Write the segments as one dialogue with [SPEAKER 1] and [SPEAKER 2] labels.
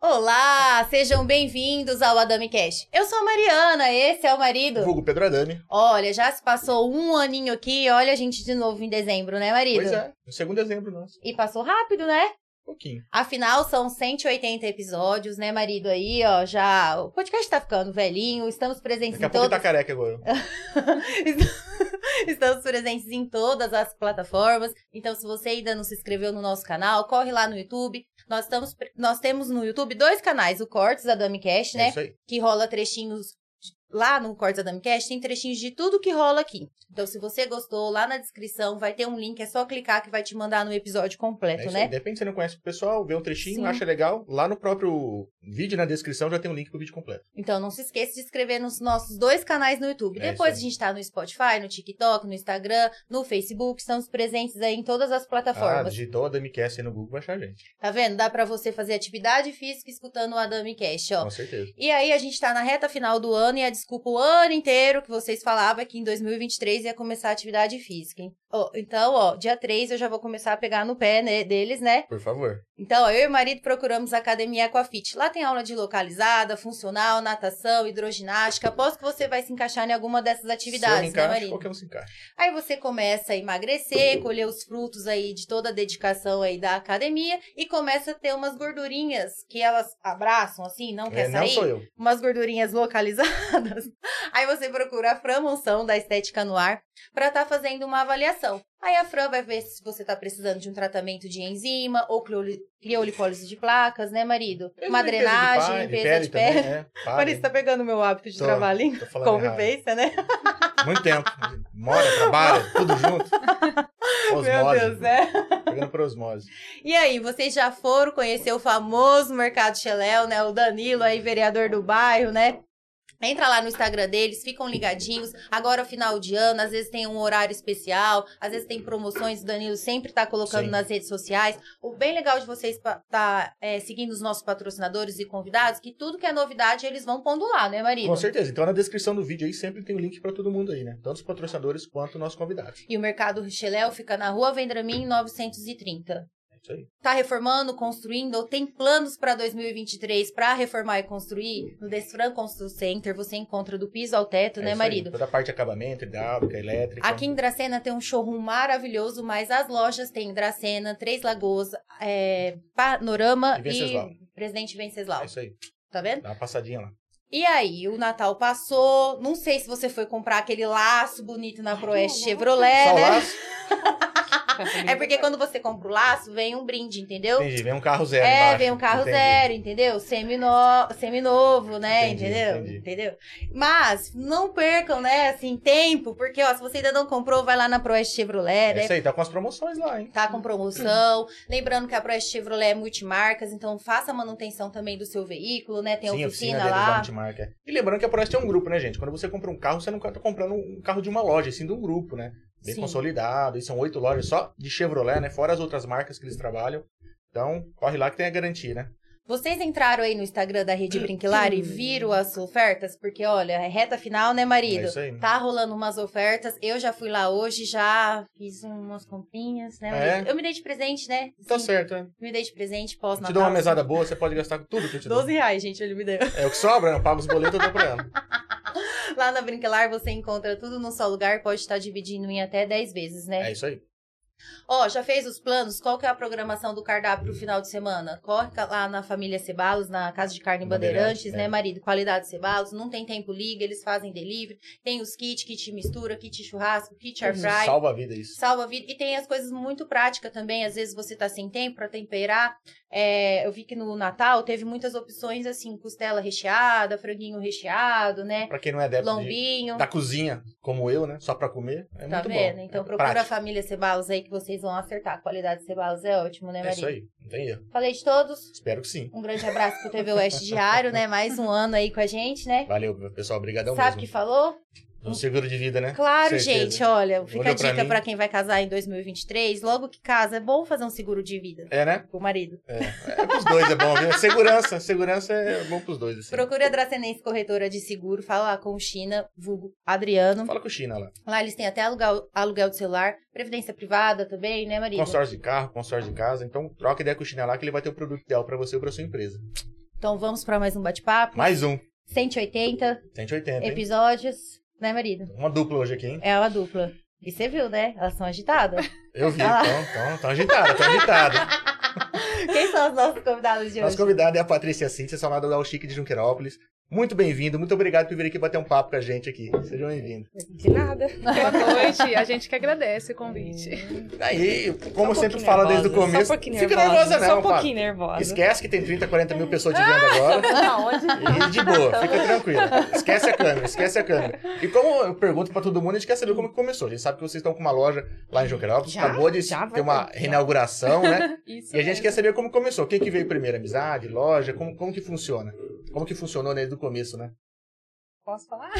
[SPEAKER 1] Olá, sejam bem-vindos ao Adami Cash. Eu sou a Mariana, esse é o marido.
[SPEAKER 2] Vulgo Pedro Adani.
[SPEAKER 1] Olha, já se passou um aninho aqui, olha a gente de novo em dezembro, né, marido?
[SPEAKER 2] Pois é, no segundo dezembro, nossa.
[SPEAKER 1] E passou rápido, né?
[SPEAKER 2] Um pouquinho.
[SPEAKER 1] Afinal, são 180 episódios, né, marido? Aí, ó, já. O podcast tá ficando velhinho, estamos presentes
[SPEAKER 2] Daqui a
[SPEAKER 1] em
[SPEAKER 2] pouco
[SPEAKER 1] todas.
[SPEAKER 2] tá careca agora.
[SPEAKER 1] Estamos presentes em todas as plataformas. Então, se você ainda não se inscreveu no nosso canal, corre lá no YouTube. Nós, estamos, pre- nós temos no YouTube dois canais, o Cortes da Dummy Cash,
[SPEAKER 2] É
[SPEAKER 1] né?
[SPEAKER 2] isso aí.
[SPEAKER 1] que rola trechinhos de- lá no Cortes da Dummycast, tem trechinhos de tudo que rola aqui. Então, se você gostou, lá na descrição vai ter um link, é só clicar que vai te mandar no episódio
[SPEAKER 2] É
[SPEAKER 1] completo,
[SPEAKER 2] isso aí.
[SPEAKER 1] né?
[SPEAKER 2] De repente você não conhece o pessoal, vê um trechinho,
[SPEAKER 1] Sim.
[SPEAKER 2] acha legal. Lá no próprio vídeo, na descrição, já tem um link pro vídeo completo.
[SPEAKER 1] Então, não se esqueça de inscrever nos nossos dois canais no YouTube.
[SPEAKER 2] É
[SPEAKER 1] Depois a
[SPEAKER 2] isso aí.
[SPEAKER 1] gente tá no Spotify, no TikTok, no Instagram, no Facebook, estamos presentes aí em todas as
[SPEAKER 2] Ah,
[SPEAKER 1] plataformas.
[SPEAKER 2] digitou a Damicast aí no Google, vai achar a gente.
[SPEAKER 1] Tá vendo? Dá pra você fazer atividade física escutando o Adami Cash, ó.
[SPEAKER 2] Com certeza.
[SPEAKER 1] E aí, a gente tá na reta final do ano e a desculpa o ano inteiro que vocês falavam é que em 2023 ia começar a atividade física. hein? Ó, então, ó, dia 3 eu já vou começar a pegar no pé né, deles, né?
[SPEAKER 2] Por favor.
[SPEAKER 1] Então, ó, eu e o marido procuramos a academia Aquafit. Lá tem aula de localizada, funcional, natação, hidroginástica. Aposto que você vai se encaixar em alguma dessas
[SPEAKER 2] se eu me
[SPEAKER 1] atividades, né,
[SPEAKER 2] encaixo,
[SPEAKER 1] marido?
[SPEAKER 2] qualquer um se encaixa.
[SPEAKER 1] Aí você começa a emagrecer, colher os frutos aí de toda a dedicação aí da academia e começa a ter umas gordurinhas que elas abraçam assim, não quer
[SPEAKER 2] É, não
[SPEAKER 1] sair
[SPEAKER 2] sou eu.
[SPEAKER 1] umas gordurinhas localizadas. Aí você procura a Fran Monção da Estética no Ar para estar fazendo uma avaliação. Aí a Fran vai ver se você tá precisando de um tratamento de enzima ou crioli- criolipólise de placas, né, marido? Uma
[SPEAKER 2] Limpeza de
[SPEAKER 1] drenagem,
[SPEAKER 2] pele,
[SPEAKER 1] limpeza de pele.
[SPEAKER 2] Também, é, pele.
[SPEAKER 1] Olha, você tá pegando o meu hábito de
[SPEAKER 2] Tô,
[SPEAKER 1] trabalhinho,
[SPEAKER 2] tô falando errado.
[SPEAKER 1] convivência, né?
[SPEAKER 2] Muito tempo. Mora, trabalha, tudo junto. Osmose.
[SPEAKER 1] Meu Deus, né?
[SPEAKER 2] Pegando por osmose.
[SPEAKER 1] E aí, vocês já foram conhecer o famoso Mercado Cheléu, né? O Danilo aí, vereador do bairro, né? Entra lá no Instagram deles, ficam ligadinhos. Agora, final de ano, às vezes tem um horário especial, às vezes tem promoções. O Danilo sempre tá colocando
[SPEAKER 2] Sim.
[SPEAKER 1] nas redes sociais. O bem legal de vocês pa- tá é, seguindo os nossos patrocinadores e convidados, que tudo que é novidade eles vão pondo lá, né, marido?
[SPEAKER 2] Com certeza. Então na descrição do vídeo aí sempre tem o link pra todo mundo aí, né? Tanto os patrocinadores quanto os nossos convidados.
[SPEAKER 1] E o Mercado Cheléu fica na Rua Vendramin 930.
[SPEAKER 2] É isso aí.
[SPEAKER 1] tá reformando, construindo, ou tem planos para 2023 para reformar e construir, no Desfran Constru Center você encontra do piso ao teto,
[SPEAKER 2] É
[SPEAKER 1] né,
[SPEAKER 2] isso
[SPEAKER 1] marido?
[SPEAKER 2] aí. Toda a parte de acabamento, hidráulica, elétrica.
[SPEAKER 1] Aqui em Dracena tem um showroom maravilhoso, mas as lojas tem Dracena, Três Lagoas, é, Panorama
[SPEAKER 2] E
[SPEAKER 1] e,
[SPEAKER 2] Venceslau.
[SPEAKER 1] Presidente
[SPEAKER 2] É
[SPEAKER 1] Venceslau.
[SPEAKER 2] isso aí.
[SPEAKER 1] Tá vendo?
[SPEAKER 2] Dá uma passadinha lá.
[SPEAKER 1] E aí, o Natal passou. Não sei se você foi comprar aquele laço bonito na Proeste Chevrolet,
[SPEAKER 2] Só
[SPEAKER 1] né?
[SPEAKER 2] lá,
[SPEAKER 1] É porque quando você compra o laço, vem um brinde, entendeu?
[SPEAKER 2] entendi. Vem um carro zero.
[SPEAKER 1] É,
[SPEAKER 2] embaixo.
[SPEAKER 1] vem um carro
[SPEAKER 2] Entendi.
[SPEAKER 1] zero, entendeu? Semino... Seminovo, né?
[SPEAKER 2] Entendi,
[SPEAKER 1] entendeu?
[SPEAKER 2] entendi.
[SPEAKER 1] Entendeu? Mas não percam, né, assim, tempo, porque ó, se você ainda não comprou, vai lá na Proeste Chevrolet,
[SPEAKER 2] É
[SPEAKER 1] né?
[SPEAKER 2] isso aí, tá com as promoções lá, hein?
[SPEAKER 1] Tá com promoção. Lembrando que a Proeste Chevrolet é multimarcas, então faça a manutenção também do seu veículo, né? Tem
[SPEAKER 2] Sim, a
[SPEAKER 1] oficina,
[SPEAKER 2] deles, a
[SPEAKER 1] lá.
[SPEAKER 2] multimarca. é. E lembrando que a Proeste é um grupo, né, gente? Quando você compra um carro, você não tá comprando um carro de uma loja, e sim de um grupo, né? Bem
[SPEAKER 1] Sim.
[SPEAKER 2] consolidado. E são oito lojas só de Chevrolet, né? Fora as outras marcas que eles trabalham. Então, corre lá que tem a garantia, né?
[SPEAKER 1] Vocês entraram aí no Instagram da Rede Brinquilar e viram as
[SPEAKER 2] Hum.
[SPEAKER 1] ofertas? Porque, olha, é reta final, né,
[SPEAKER 2] É
[SPEAKER 1] marido?
[SPEAKER 2] isso aí.
[SPEAKER 1] Tá rolando umas ofertas. Eu já fui lá hoje, já fiz umas comprinhas, né?
[SPEAKER 2] É?
[SPEAKER 1] Mas Eu me dei de presente, né?
[SPEAKER 2] Tá
[SPEAKER 1] Assim,
[SPEAKER 2] certo, né?
[SPEAKER 1] Me dei de presente
[SPEAKER 2] Te
[SPEAKER 1] pós-natal.
[SPEAKER 2] dou uma mesada boa, você pode gastar com tudo que eu te dou.
[SPEAKER 1] 12 reais, gente, ele me deu.
[SPEAKER 2] É o que sobra, né? Eu pago os boletos, eu dou pra ela.
[SPEAKER 1] Lá na Brinquilar você encontra tudo num só lugar, pode estar dividindo em até 10 vezes, né?
[SPEAKER 2] É isso aí.
[SPEAKER 1] Ó, já fez os planos? Qual que é a programação do cardápio pro final de semana? Corre ca- lá na família Cebalos, na Casa de Carne Bandeirantes,
[SPEAKER 2] Bandeirantes,
[SPEAKER 1] né,
[SPEAKER 2] é.
[SPEAKER 1] marido? Qualidade Cebalos, não tem tempo liga, eles fazem delivery. Tem os kits, kit mistura, kit churrasco, kit air fry.
[SPEAKER 2] Salva a vida isso.
[SPEAKER 1] Salva a vida. E tem as coisas muito práticas também. Às vezes você tá sem tempo pra temperar. É, eu vi que no Natal teve muitas opções assim: costela recheada, franguinho recheado, né?
[SPEAKER 2] Pra quem não é adepto de-
[SPEAKER 1] Lombinho.
[SPEAKER 2] da cozinha, como eu, né? Só pra comer, é
[SPEAKER 1] Tá
[SPEAKER 2] muito
[SPEAKER 1] vendo?
[SPEAKER 2] bom.
[SPEAKER 1] Então
[SPEAKER 2] É
[SPEAKER 1] procura a
[SPEAKER 2] prático.
[SPEAKER 1] família Cebalos aí que vocês vão acertar. A qualidade de Cebalos é ótimo, né,
[SPEAKER 2] É isso
[SPEAKER 1] Maria?
[SPEAKER 2] aí, não tem erro.
[SPEAKER 1] Falei de todos.
[SPEAKER 2] Espero que sim.
[SPEAKER 1] Um grande abraço pro TV Oeste Diário, né? Mais um ano aí com a gente, né?
[SPEAKER 2] Valeu, pessoal. Obrigadão
[SPEAKER 1] Sabe
[SPEAKER 2] um mesmo.
[SPEAKER 1] que falou?
[SPEAKER 2] Um seguro de vida, né?
[SPEAKER 3] Claro,
[SPEAKER 2] Certeza.
[SPEAKER 3] gente, olha, fica
[SPEAKER 2] Olhou
[SPEAKER 3] a
[SPEAKER 2] pra
[SPEAKER 3] dica
[SPEAKER 2] mim.
[SPEAKER 3] pra quem vai casar em 2023. Logo que casa, é bom fazer um seguro de vida
[SPEAKER 2] É, né?
[SPEAKER 3] pro marido.
[SPEAKER 2] É pros dois, é bom, viu? Segurança, segurança é bom pros dois, assim.
[SPEAKER 3] Procure a Dracenense Corretora de Seguro, fala lá com o China, vulgo Adriano.
[SPEAKER 2] Fala com o China lá.
[SPEAKER 3] Lá eles têm até aluguel, aluguel de celular, previdência privada também, né, marido?
[SPEAKER 2] Consórcio de carro, consórcio de casa. Então, troca ideia com o China lá que ele vai ter o produto ideal pra você ou pra sua empresa.
[SPEAKER 3] Então vamos pra mais um bate-papo.
[SPEAKER 2] Mais um.
[SPEAKER 3] 180
[SPEAKER 2] 180, hein?
[SPEAKER 3] episódios, né, marido?
[SPEAKER 2] Uma dupla hoje aqui, hein?
[SPEAKER 3] É uma dupla. E você viu, né? Elas são agitadas.
[SPEAKER 2] Eu vi.
[SPEAKER 3] Ah lá.
[SPEAKER 2] Então, então, então agitada, tão agitada.
[SPEAKER 3] Quem são as nossas convidadas de hoje?
[SPEAKER 2] Nossa convidada é a Patrícia Cíntia, salada da Chique de Junquerópolis. Muito bem-vindo, muito obrigado por vir aqui bater um papo com a gente aqui. Seja bem-vindo.
[SPEAKER 4] De nada. Boa noite. A gente que agradece o
[SPEAKER 5] É.
[SPEAKER 4] convite.
[SPEAKER 2] Aí, como eu
[SPEAKER 4] Só um
[SPEAKER 2] sempre
[SPEAKER 4] pouquinho
[SPEAKER 2] falo desde o
[SPEAKER 4] nervosa,
[SPEAKER 2] começo,
[SPEAKER 4] Só um pouquinho
[SPEAKER 2] fica
[SPEAKER 4] nervosa,
[SPEAKER 2] nervosa
[SPEAKER 4] Só
[SPEAKER 2] não,
[SPEAKER 4] um pouquinho nervosa.
[SPEAKER 2] Fábio. Esquece que tem 30, 40 mil pessoas te vendo agora.
[SPEAKER 4] Aonde?
[SPEAKER 2] E de boa,
[SPEAKER 4] Tá
[SPEAKER 2] fica tranquila. Esquece a câmera, esquece a câmera. E como eu pergunto pra todo mundo, a gente quer saber como que começou. A gente sabe que vocês estão com uma loja lá em Junquerópolis,
[SPEAKER 3] Já,
[SPEAKER 2] acabou de
[SPEAKER 3] já vai
[SPEAKER 2] ter uma
[SPEAKER 3] ter.
[SPEAKER 2] reinauguração, né?
[SPEAKER 4] Isso
[SPEAKER 2] E a gente quer saber como começou. Quem que veio primeiro? Amizade, loja? Como, como que funciona? Como que funcionou desde o começo, né?
[SPEAKER 4] Posso falar?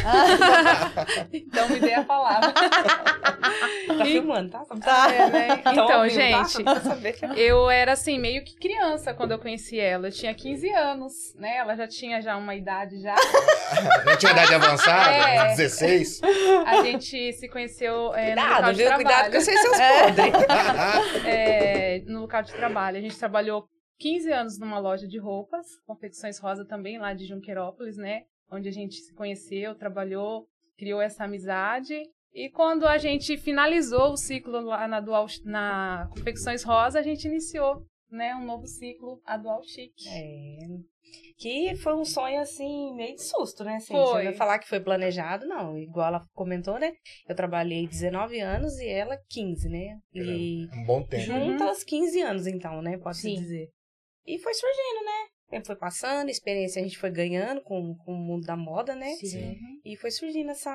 [SPEAKER 4] então me dê a palavra.
[SPEAKER 5] Tá
[SPEAKER 4] E-
[SPEAKER 5] filmando, tá? Só pra
[SPEAKER 4] É, né? Então,
[SPEAKER 5] Tá ouvindo, tá? Só
[SPEAKER 4] gente,
[SPEAKER 5] pra saber.
[SPEAKER 4] eu era assim, meio que criança quando eu conheci ela. Eu tinha 15 anos, né? Ela já tinha já uma idade já.
[SPEAKER 2] Não tinha idade avançada,
[SPEAKER 4] É.
[SPEAKER 2] 16.
[SPEAKER 4] A gente se conheu é, no
[SPEAKER 5] Cuidado,
[SPEAKER 4] local de
[SPEAKER 5] viu? Cuidado
[SPEAKER 4] trabalho.
[SPEAKER 5] que eu sei seus podres.
[SPEAKER 4] É, no local de trabalho. A gente trabalhou 15 anos numa loja de roupas, Confecções Rosa também, lá de Junquerópolis, né? Onde a gente se conheceu, trabalhou, criou essa amizade. E quando a gente finalizou o ciclo lá na, Dual, na Confecções Rosa, a gente iniciou, né? Um novo ciclo, a Dual Chic.
[SPEAKER 5] É. Que foi um sonho, assim, meio de susto, né? Assim,
[SPEAKER 4] Foi.
[SPEAKER 5] você vai falar que foi planejado, não. Igual ela comentou, né? Eu trabalhei 19 anos e ela 15, né? E
[SPEAKER 2] Um bom tempo.
[SPEAKER 4] Uhum.
[SPEAKER 5] juntas 15 anos, então, né? Posso
[SPEAKER 3] Sim.
[SPEAKER 5] dizer. E foi surgindo, né? O tempo foi passando, experiência a gente foi ganhando com, com o mundo da moda, né?
[SPEAKER 2] Sim.
[SPEAKER 5] E foi surgindo essa...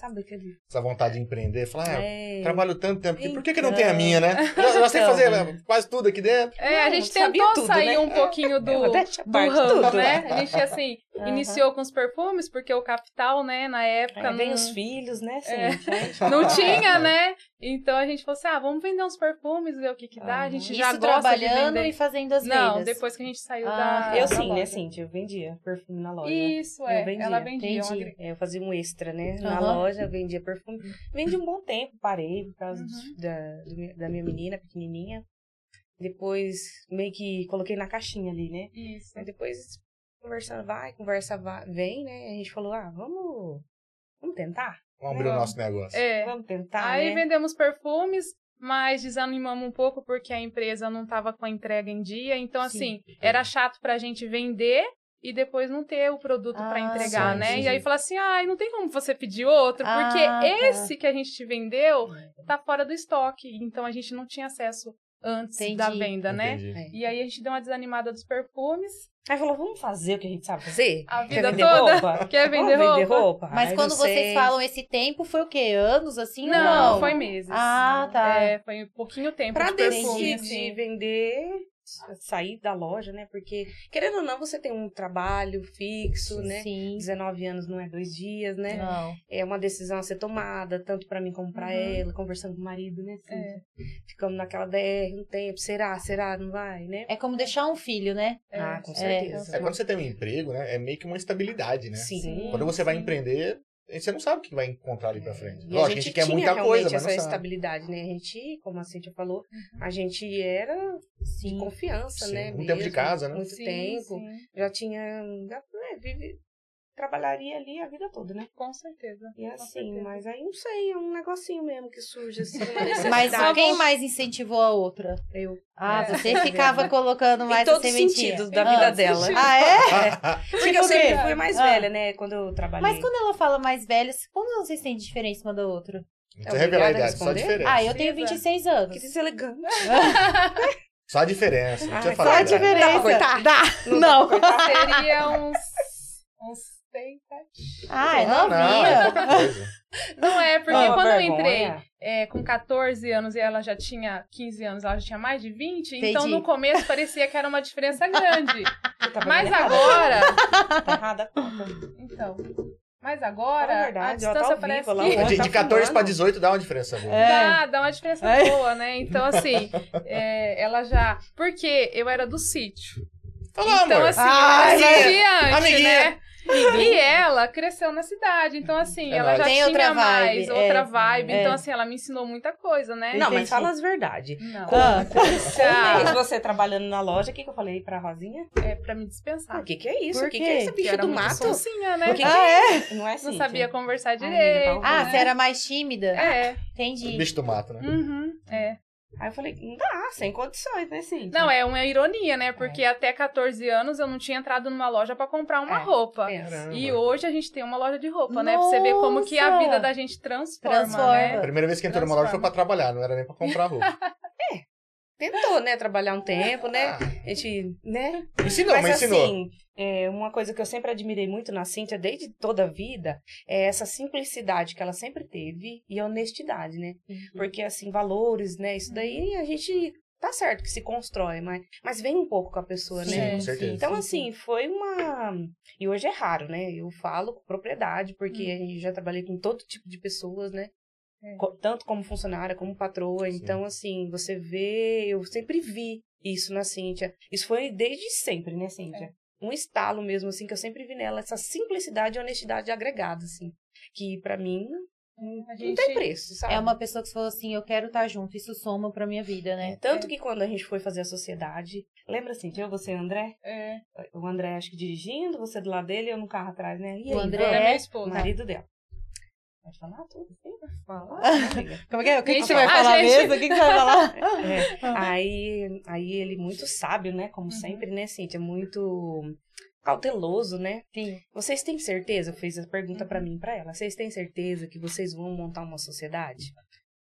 [SPEAKER 5] Sabe aquele...
[SPEAKER 2] Essa vontade de empreender. Falar, ah, eu
[SPEAKER 5] É...
[SPEAKER 2] trabalho tanto tempo aqui, por que, que não
[SPEAKER 5] Então.
[SPEAKER 2] tem a minha, né? Nós, nós temos que
[SPEAKER 5] Então.
[SPEAKER 2] fazer quase tudo aqui dentro.
[SPEAKER 4] É, a
[SPEAKER 5] Não,
[SPEAKER 4] gente
[SPEAKER 5] sabia
[SPEAKER 4] tentou
[SPEAKER 5] tudo,
[SPEAKER 4] sair
[SPEAKER 5] né?
[SPEAKER 4] um pouquinho do,
[SPEAKER 5] Ela deixa a
[SPEAKER 4] do
[SPEAKER 5] parte
[SPEAKER 4] ramo,
[SPEAKER 5] tudo.
[SPEAKER 4] né? A gente, assim,
[SPEAKER 5] Aham.
[SPEAKER 4] iniciou com os perfumes, porque o capital, né, na época...
[SPEAKER 5] Aí É, vem
[SPEAKER 4] não-
[SPEAKER 5] os filhos, né? Assim,
[SPEAKER 4] É.
[SPEAKER 5] gente?
[SPEAKER 4] Não tinha, né? Então a gente falou assim: ah, vamos vender uns perfumes, ver o que que dá. A
[SPEAKER 5] Aham.
[SPEAKER 4] gente
[SPEAKER 3] Uhum. Isso
[SPEAKER 4] já gosta de
[SPEAKER 3] trabalhando
[SPEAKER 4] vender.
[SPEAKER 3] e fazendo as vendas.
[SPEAKER 4] Não, depois que a gente saiu
[SPEAKER 3] Ah,
[SPEAKER 4] da.
[SPEAKER 5] Eu
[SPEAKER 4] da
[SPEAKER 5] sim, né,
[SPEAKER 4] loja.
[SPEAKER 5] Cintia? Eu vendia perfume na loja.
[SPEAKER 4] Isso,
[SPEAKER 5] Eu
[SPEAKER 4] é.
[SPEAKER 5] vendia,
[SPEAKER 4] Ela vendia. uma
[SPEAKER 3] entendi.
[SPEAKER 4] gri-
[SPEAKER 5] É, Eu fazia um extra, né? Na
[SPEAKER 3] Aham.
[SPEAKER 5] loja, eu vendia perfume. Vendi um bom tempo, parei por causa
[SPEAKER 4] Uhum.
[SPEAKER 5] de- da, do meu- da minha menina pequenininha. Depois, meio que coloquei na caixinha ali, né?
[SPEAKER 4] Isso.
[SPEAKER 5] Aí depois, conversando vai, conversa vai, vem, né? A gente falou, ah, vamos, vamos tentar?
[SPEAKER 2] Vamos abrir o nosso negócio.
[SPEAKER 4] É.
[SPEAKER 5] Vamos tentar,
[SPEAKER 4] Aí
[SPEAKER 5] né?
[SPEAKER 4] vendemos perfumes, mas desanimamos um pouco porque a empresa não tava com a entrega em dia. Então, assim,
[SPEAKER 5] Sim.
[SPEAKER 4] era chato pra gente vender. E depois não ter o produto pra
[SPEAKER 3] Ah,
[SPEAKER 4] entregar,
[SPEAKER 2] sim,
[SPEAKER 4] né? E
[SPEAKER 2] entendi.
[SPEAKER 4] aí fala assim: ai, não tem como você pedir outro, porque
[SPEAKER 3] Ah, tá.
[SPEAKER 4] esse que a gente te vendeu tá fora do estoque, então a gente não tinha acesso antes
[SPEAKER 3] Entendi.
[SPEAKER 4] da venda, né?
[SPEAKER 2] Entendi.
[SPEAKER 5] É.
[SPEAKER 4] E aí a gente deu uma desanimada dos perfumes,
[SPEAKER 5] Aí falou, vamos fazer o que a gente sabe fazer?
[SPEAKER 4] a
[SPEAKER 5] Quer
[SPEAKER 4] vida
[SPEAKER 5] vender
[SPEAKER 4] toda.
[SPEAKER 5] roupa?
[SPEAKER 4] Quer
[SPEAKER 5] Vamos
[SPEAKER 4] vender roupa?
[SPEAKER 5] Ai,
[SPEAKER 3] Mas
[SPEAKER 5] não
[SPEAKER 3] quando vocês
[SPEAKER 5] sei.
[SPEAKER 3] falam esse tempo, foi o quê? Anos assim? ou
[SPEAKER 4] Não,
[SPEAKER 3] não?
[SPEAKER 4] foi meses.
[SPEAKER 3] Ah, tá.
[SPEAKER 4] É, foi um pouquinho tempo
[SPEAKER 5] Pra
[SPEAKER 4] de perfume. assim.
[SPEAKER 5] decidir
[SPEAKER 3] Entendi.
[SPEAKER 5] de assim, vender, sair da loja, né? Porque, querendo ou não, você tem um trabalho fixo, né?
[SPEAKER 3] Sim.
[SPEAKER 5] 19 anos não é dois dias, né?
[SPEAKER 3] Não.
[SPEAKER 5] É uma decisão a ser tomada, tanto pra mim como pra
[SPEAKER 4] Uhum.
[SPEAKER 5] ela, conversando com o marido, né? Cíntia?
[SPEAKER 4] É.
[SPEAKER 5] Ficamos naquela DR um tempo, será, será, não vai, né?
[SPEAKER 3] É como deixar um filho, né?
[SPEAKER 4] É.
[SPEAKER 5] Ah, com certeza.
[SPEAKER 2] É, quando você tem um emprego, né? É meio que uma estabilidade, né?
[SPEAKER 5] Sim.
[SPEAKER 4] Sim.
[SPEAKER 2] Quando você vai empreender, você não sabe o que vai encontrar ali pra frente.
[SPEAKER 5] E
[SPEAKER 2] Lógico, a gente, quer
[SPEAKER 5] tinha
[SPEAKER 2] muita
[SPEAKER 5] realmente
[SPEAKER 2] coisa, mas
[SPEAKER 5] essa
[SPEAKER 2] não sabe.
[SPEAKER 5] estabilidade, né? A gente, como a Cintia falou, a gente era de
[SPEAKER 3] Sim.
[SPEAKER 5] confiança,
[SPEAKER 2] Sim,
[SPEAKER 5] né?
[SPEAKER 2] um tempo de
[SPEAKER 5] mesmo,
[SPEAKER 2] casa, né?
[SPEAKER 5] Muito
[SPEAKER 4] Sim,
[SPEAKER 5] tempo.
[SPEAKER 4] sim,
[SPEAKER 5] já tinha. Já, né, vive- trabalharia ali a vida toda, né?
[SPEAKER 4] com certeza.
[SPEAKER 5] E
[SPEAKER 4] com
[SPEAKER 5] assim,
[SPEAKER 4] certeza.
[SPEAKER 5] mas aí não sei, é um negocinho mesmo que surge assim. uma
[SPEAKER 3] Mas
[SPEAKER 5] necessidade.
[SPEAKER 3] quem mais incentivou a outra?
[SPEAKER 5] Eu.
[SPEAKER 3] Ah,
[SPEAKER 4] É.
[SPEAKER 3] você ficava colocando mais
[SPEAKER 5] em todos
[SPEAKER 3] a
[SPEAKER 5] os
[SPEAKER 3] sementinha.
[SPEAKER 5] sentidos da vida
[SPEAKER 3] Ah.
[SPEAKER 5] dela.
[SPEAKER 3] Ah, é?
[SPEAKER 5] Porque
[SPEAKER 3] Tipo
[SPEAKER 5] eu
[SPEAKER 3] o quê?
[SPEAKER 5] sempre fui mais
[SPEAKER 3] Ah.
[SPEAKER 5] velha, né? Quando eu trabalhei.
[SPEAKER 3] Mas quando ela fala mais velha, quantos anos vocês têm de diferença uma da outra?
[SPEAKER 2] Não precisa revelar a
[SPEAKER 5] obrigada a
[SPEAKER 2] idade, só a
[SPEAKER 5] responder?
[SPEAKER 2] diferença.
[SPEAKER 3] Ah, eu tenho 26 anos.
[SPEAKER 5] Que deselegante.
[SPEAKER 2] Só a diferença. Não precisa
[SPEAKER 5] Ah,
[SPEAKER 2] falar
[SPEAKER 3] Qual a
[SPEAKER 5] só
[SPEAKER 2] idade.
[SPEAKER 5] difer-
[SPEAKER 3] diferença?
[SPEAKER 5] Dá pra cortar?
[SPEAKER 3] Dá. Não.
[SPEAKER 4] Seria uns. uns 30.
[SPEAKER 3] Ah, é
[SPEAKER 2] Ah, não, é
[SPEAKER 3] novinha.
[SPEAKER 2] pouca coisa.
[SPEAKER 4] Não é, porque
[SPEAKER 5] Ah,
[SPEAKER 4] quando eu
[SPEAKER 5] vergonha.
[SPEAKER 4] entrei é, com 14 anos e ela já tinha 15 anos, ela já tinha mais de 20, então
[SPEAKER 3] Entendi.
[SPEAKER 4] no começo parecia que era uma diferença grande.
[SPEAKER 5] Eu tava
[SPEAKER 4] Mas
[SPEAKER 5] errada, tá,
[SPEAKER 4] agora.
[SPEAKER 5] tava errada a conta.
[SPEAKER 4] Então. Mas
[SPEAKER 5] Fala a
[SPEAKER 4] agora,
[SPEAKER 5] verdade,
[SPEAKER 4] a
[SPEAKER 5] ó,
[SPEAKER 4] distância
[SPEAKER 5] tá ao
[SPEAKER 4] parece
[SPEAKER 5] vivo lá,
[SPEAKER 4] que...
[SPEAKER 5] ó.
[SPEAKER 2] De,
[SPEAKER 5] tá
[SPEAKER 2] de 14 para
[SPEAKER 5] fumando.
[SPEAKER 2] 18 dá uma diferença boa.
[SPEAKER 5] É.
[SPEAKER 4] Dá, dá uma diferença
[SPEAKER 5] É.
[SPEAKER 4] boa, né? Então, assim, é, ela já. Porque eu era do sítio.
[SPEAKER 2] Fala,
[SPEAKER 4] então,
[SPEAKER 2] amor.
[SPEAKER 4] assim,
[SPEAKER 3] Ah, é.
[SPEAKER 5] Ai,
[SPEAKER 4] eu assistia antes,
[SPEAKER 2] Amiguinha.
[SPEAKER 4] né? E ela cresceu na cidade. Então, assim,
[SPEAKER 2] É
[SPEAKER 4] ela já
[SPEAKER 3] nóis. Tem
[SPEAKER 4] tinha
[SPEAKER 3] outra
[SPEAKER 4] mais
[SPEAKER 3] vibe,
[SPEAKER 4] outra
[SPEAKER 3] é.
[SPEAKER 4] vibe.
[SPEAKER 5] É.
[SPEAKER 4] Então, assim, ela me ensinou muita coisa, né?
[SPEAKER 5] Não, mas
[SPEAKER 3] Entendi.
[SPEAKER 5] fala as verdades.
[SPEAKER 4] Não.
[SPEAKER 5] Com,
[SPEAKER 3] Ah.
[SPEAKER 5] com,
[SPEAKER 4] Ah.
[SPEAKER 5] com um mês você trabalhando na loja, o que, que eu falei pra Rosinha?
[SPEAKER 4] É pra me
[SPEAKER 5] Ah,
[SPEAKER 4] dispensar.
[SPEAKER 5] o que, que é isso?
[SPEAKER 3] Por
[SPEAKER 5] O que,
[SPEAKER 3] quê?
[SPEAKER 5] que é essa
[SPEAKER 4] Porque
[SPEAKER 5] bicha
[SPEAKER 4] era
[SPEAKER 5] do
[SPEAKER 4] muito
[SPEAKER 5] mato?
[SPEAKER 4] sonsinha, né?
[SPEAKER 5] O que, que
[SPEAKER 3] Ah,
[SPEAKER 5] é? Não é assim.
[SPEAKER 4] Não sabia conversar
[SPEAKER 5] amiga,
[SPEAKER 4] direito.
[SPEAKER 5] tá
[SPEAKER 3] Ah,
[SPEAKER 4] né?
[SPEAKER 3] você era mais tímida?
[SPEAKER 4] É.
[SPEAKER 3] Entendi.
[SPEAKER 2] Bicho do mato, né?
[SPEAKER 4] Uhum, é.
[SPEAKER 5] Aí eu falei, não dá, sem condições, né, Cíntia?
[SPEAKER 4] Não, é uma ironia, né? Porque até 14 anos eu não tinha entrado numa loja pra comprar uma
[SPEAKER 5] É.
[SPEAKER 4] roupa.
[SPEAKER 5] Pensa.
[SPEAKER 4] E hoje a gente tem uma loja de roupa, né? Pra você ver como que a
[SPEAKER 3] Nossa!
[SPEAKER 4] vida da gente transforma,
[SPEAKER 3] Transforma.
[SPEAKER 2] A
[SPEAKER 4] né?
[SPEAKER 2] primeira vez que entrou numa loja foi
[SPEAKER 4] Transforma.
[SPEAKER 2] pra trabalhar, não era nem pra comprar roupa.
[SPEAKER 5] Tentou, né, trabalhar um tempo, né?
[SPEAKER 2] Ah,
[SPEAKER 5] A gente, né?
[SPEAKER 2] ensinou, mas, ensinou.
[SPEAKER 5] assim, é, uma coisa que eu sempre admirei muito na Cíntia, desde toda a vida, é essa simplicidade que ela sempre teve e a honestidade, né?
[SPEAKER 2] Uhum.
[SPEAKER 5] Porque, assim, valores, né? Isso daí a gente tá certo que se constrói, mas, mas vem um pouco com a pessoa,
[SPEAKER 2] Sim,
[SPEAKER 5] né?
[SPEAKER 2] com certeza.
[SPEAKER 5] Então, assim, foi uma. E hoje é raro, né? Eu falo com propriedade, porque eu já trabalhei com todo tipo de pessoas, né?
[SPEAKER 4] É.
[SPEAKER 5] Co- Tanto como funcionária, como patroa.
[SPEAKER 2] Sim.
[SPEAKER 5] Então, assim, você vê, eu sempre vi isso na Cíntia. Isso foi desde sempre, né, Cíntia? Um estalo mesmo, assim, que eu sempre vi nela, essa simplicidade e honestidade agregada, assim. Que pra mim
[SPEAKER 4] A
[SPEAKER 5] não tem preço, sabe?
[SPEAKER 3] É uma pessoa que falou assim, eu quero estar junto, isso soma pra minha vida,
[SPEAKER 5] É,
[SPEAKER 3] né?
[SPEAKER 5] Tanto que quando a gente foi fazer a sociedade, lembra assim, eu, você e o André?
[SPEAKER 4] É.
[SPEAKER 5] O André acho que dirigindo, você do lado dele, eu no carro atrás, né? E
[SPEAKER 3] O
[SPEAKER 5] aí,
[SPEAKER 3] André
[SPEAKER 4] André é minha
[SPEAKER 5] o
[SPEAKER 4] esposa.
[SPEAKER 5] marido dela. Pode falar tudo? Sim, fala. amiga.
[SPEAKER 3] Como que é? O que, que você vai
[SPEAKER 4] Gente, a
[SPEAKER 3] falar
[SPEAKER 4] gente-
[SPEAKER 3] mesmo? O que, que você vai falar?
[SPEAKER 5] É, Aí, aí ele muito sábio, né? Como sempre, né, Cíntia? Muito cauteloso, né?
[SPEAKER 3] Sim.
[SPEAKER 5] Vocês têm certeza? Eu fiz a pergunta pra mim e pra ela. Vocês têm certeza que vocês vão montar uma sociedade?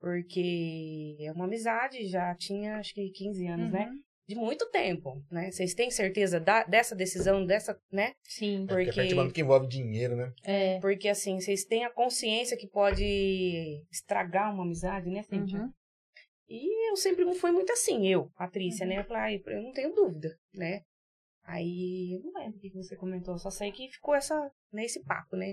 [SPEAKER 5] Porque é uma amizade, já tinha acho que 15 anos, né?
[SPEAKER 4] Uhum.
[SPEAKER 5] de muito tempo, né? Vocês têm certeza da- dessa decisão, dessa, né?
[SPEAKER 3] Sim.
[SPEAKER 2] É, porque a partir do momento que envolve dinheiro, né?
[SPEAKER 3] É.
[SPEAKER 5] Porque assim, vocês têm a consciência que pode estragar uma amizade, né, Cíntia?
[SPEAKER 4] Uhum.
[SPEAKER 5] E eu sempre fui muito assim, eu, Patrícia,
[SPEAKER 4] Uhum.
[SPEAKER 5] né? Eu falei, ah, eu não tenho dúvida, né? Aí, eu não lembro o que você comentou, só sei que ficou essa, nesse papo, né?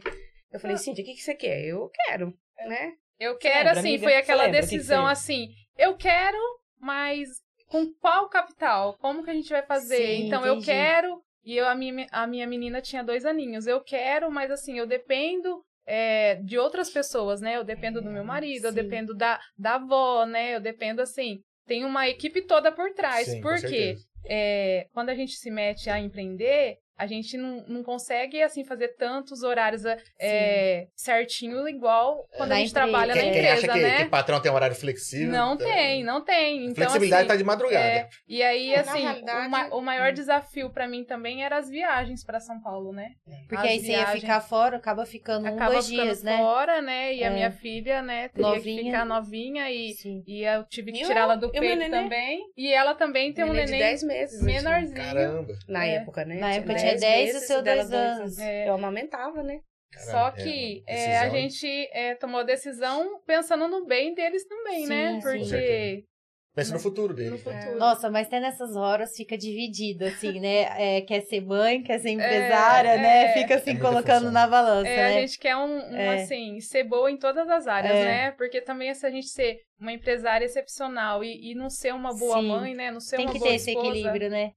[SPEAKER 5] Eu
[SPEAKER 4] Ah.
[SPEAKER 5] falei, Cíntia, o que, que você quer? Eu quero,
[SPEAKER 4] É.
[SPEAKER 5] né?
[SPEAKER 4] Eu quero,
[SPEAKER 5] lembra,
[SPEAKER 4] assim,
[SPEAKER 5] amiga?
[SPEAKER 4] foi
[SPEAKER 5] Você
[SPEAKER 4] aquela
[SPEAKER 5] lembra o que que
[SPEAKER 4] decisão
[SPEAKER 5] foi?
[SPEAKER 4] assim, eu quero, mas com qual capital? Como que a gente vai fazer?
[SPEAKER 3] Sim,
[SPEAKER 4] então eu
[SPEAKER 3] entendi.
[SPEAKER 4] quero, e eu, a, minha, a minha menina tinha dois aninhos, eu quero, mas assim, eu dependo. é, de outras pessoas, né? Eu dependo do meu marido, eu
[SPEAKER 3] sim.
[SPEAKER 4] dependo da, da avó, né? Eu dependo, assim, tem uma equipe toda por trás.
[SPEAKER 2] Sim, com
[SPEAKER 4] Tá, por quê?
[SPEAKER 2] certeza.
[SPEAKER 4] é, quando a gente se mete a empreender, a gente não, não consegue assim fazer tantos horários é, certinho igual quando
[SPEAKER 3] Na
[SPEAKER 4] a gente
[SPEAKER 3] empresa.
[SPEAKER 4] trabalha
[SPEAKER 2] Quem,
[SPEAKER 4] na
[SPEAKER 2] quem
[SPEAKER 4] empresa,
[SPEAKER 2] acha que, é
[SPEAKER 4] né?
[SPEAKER 2] que patrão tem um horário flexível.
[SPEAKER 4] não
[SPEAKER 2] tá-
[SPEAKER 4] tem, não tem. Então,
[SPEAKER 2] Flexibilidade
[SPEAKER 4] assim,
[SPEAKER 2] tá de madrugada.
[SPEAKER 4] é, e aí,
[SPEAKER 5] É, na
[SPEAKER 4] assim,
[SPEAKER 5] realidade- hum.
[SPEAKER 4] o, ma- o maior desafio pra mim também era as viagens pra São Paulo, né?
[SPEAKER 3] Porque
[SPEAKER 4] As
[SPEAKER 3] aí você ia
[SPEAKER 4] viagens.
[SPEAKER 3] ficar fora, acaba ficando um,
[SPEAKER 4] Acaba
[SPEAKER 3] dois
[SPEAKER 4] ficando
[SPEAKER 3] dias, né?
[SPEAKER 4] fora, né? E a
[SPEAKER 3] É.
[SPEAKER 4] minha filha, né, teria
[SPEAKER 3] Novinha.
[SPEAKER 4] que ficar novinha e,
[SPEAKER 3] Sim.
[SPEAKER 4] e eu tive
[SPEAKER 5] E
[SPEAKER 4] que
[SPEAKER 5] eu-
[SPEAKER 4] tirá-la do
[SPEAKER 5] e o meu
[SPEAKER 4] peito
[SPEAKER 5] neném?
[SPEAKER 4] também. E ela também tem um
[SPEAKER 5] Neném de né?
[SPEAKER 4] neném
[SPEAKER 5] 10 meses. eu tinha.
[SPEAKER 4] menorzinho.
[SPEAKER 2] Caramba.
[SPEAKER 5] Na
[SPEAKER 4] É.
[SPEAKER 5] época, né?
[SPEAKER 3] Na época eu
[SPEAKER 5] Tinha
[SPEAKER 3] tinha 10 e o
[SPEAKER 5] meses,
[SPEAKER 3] seu
[SPEAKER 5] dela
[SPEAKER 3] 2 anos.
[SPEAKER 4] É.
[SPEAKER 5] Eu amamentava, né?
[SPEAKER 4] Só
[SPEAKER 2] Caramba, é, uma
[SPEAKER 4] que é, a
[SPEAKER 2] decisão, hein?
[SPEAKER 4] gente é, tomou a decisão pensando no bem deles também,
[SPEAKER 3] Sim,
[SPEAKER 4] né?
[SPEAKER 3] sim.
[SPEAKER 2] Com
[SPEAKER 4] Porque
[SPEAKER 2] certeza. É. Pensa no futuro dele.
[SPEAKER 4] né? no futuro.
[SPEAKER 3] Nossa, mas até nessas horas fica dividido, assim, né? É, quer ser mãe, quer ser empresária, né?
[SPEAKER 4] é.
[SPEAKER 3] Fica assim,
[SPEAKER 2] É muita
[SPEAKER 3] colocando
[SPEAKER 2] função.
[SPEAKER 3] na balança,
[SPEAKER 4] É,
[SPEAKER 3] né?
[SPEAKER 4] A gente quer um, um,
[SPEAKER 3] É.
[SPEAKER 4] assim, ser boa em todas as áreas,
[SPEAKER 3] É.
[SPEAKER 4] né? Porque também se a gente ser uma empresária excepcional e, e não ser uma boa
[SPEAKER 3] Sim.
[SPEAKER 4] mãe, né? Não ser
[SPEAKER 3] Tem
[SPEAKER 4] uma
[SPEAKER 3] que
[SPEAKER 4] boa
[SPEAKER 3] ter esse
[SPEAKER 4] esposa.
[SPEAKER 3] equilíbrio, né?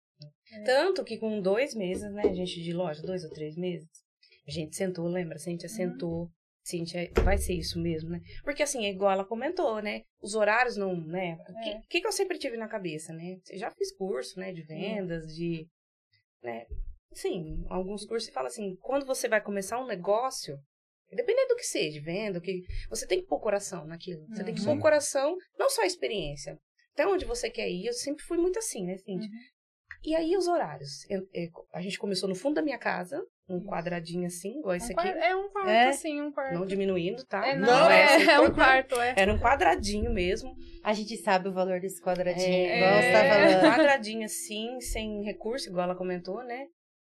[SPEAKER 5] Tanto que com dois meses, né, gente, de loja, dois ou três meses, a gente sentou, lembra? A Cintia sentou. Cintia, vai ser isso mesmo, né? Porque assim, é igual ela comentou, né? Os horários não, né? O
[SPEAKER 4] É.
[SPEAKER 5] que, que, que eu sempre tive na cabeça, né? Eu já fiz curso, né, de vendas, de. Né? Sim, alguns cursos falam assim, quando você vai começar um negócio, dependendo do que seja, de venda, o que. Você tem que pôr coração naquilo. Você tem que pôr
[SPEAKER 2] Uhum.
[SPEAKER 5] coração, não só a experiência. Até onde você quer ir, eu sempre fui muito assim, né, Cintia? E aí os horários? Eu- é, a gente começou no fundo da minha casa, um quadradinho assim, igual
[SPEAKER 4] Uhum.
[SPEAKER 5] esse
[SPEAKER 4] Um quarto-
[SPEAKER 5] aqui.
[SPEAKER 4] É um quarto,
[SPEAKER 3] É.
[SPEAKER 4] assim, um quarto.
[SPEAKER 5] Não diminuindo, tá?
[SPEAKER 4] É, não,
[SPEAKER 2] Não,
[SPEAKER 4] é,
[SPEAKER 5] assim,
[SPEAKER 4] é um
[SPEAKER 5] tranquilo.
[SPEAKER 4] quarto, é.
[SPEAKER 5] Era um quadradinho mesmo.
[SPEAKER 3] A gente sabe o valor desse quadradinho,
[SPEAKER 4] É.
[SPEAKER 3] igual você tá
[SPEAKER 4] É.
[SPEAKER 5] Um
[SPEAKER 3] falando.
[SPEAKER 5] quadradinho assim, sem recurso, igual ela comentou, né?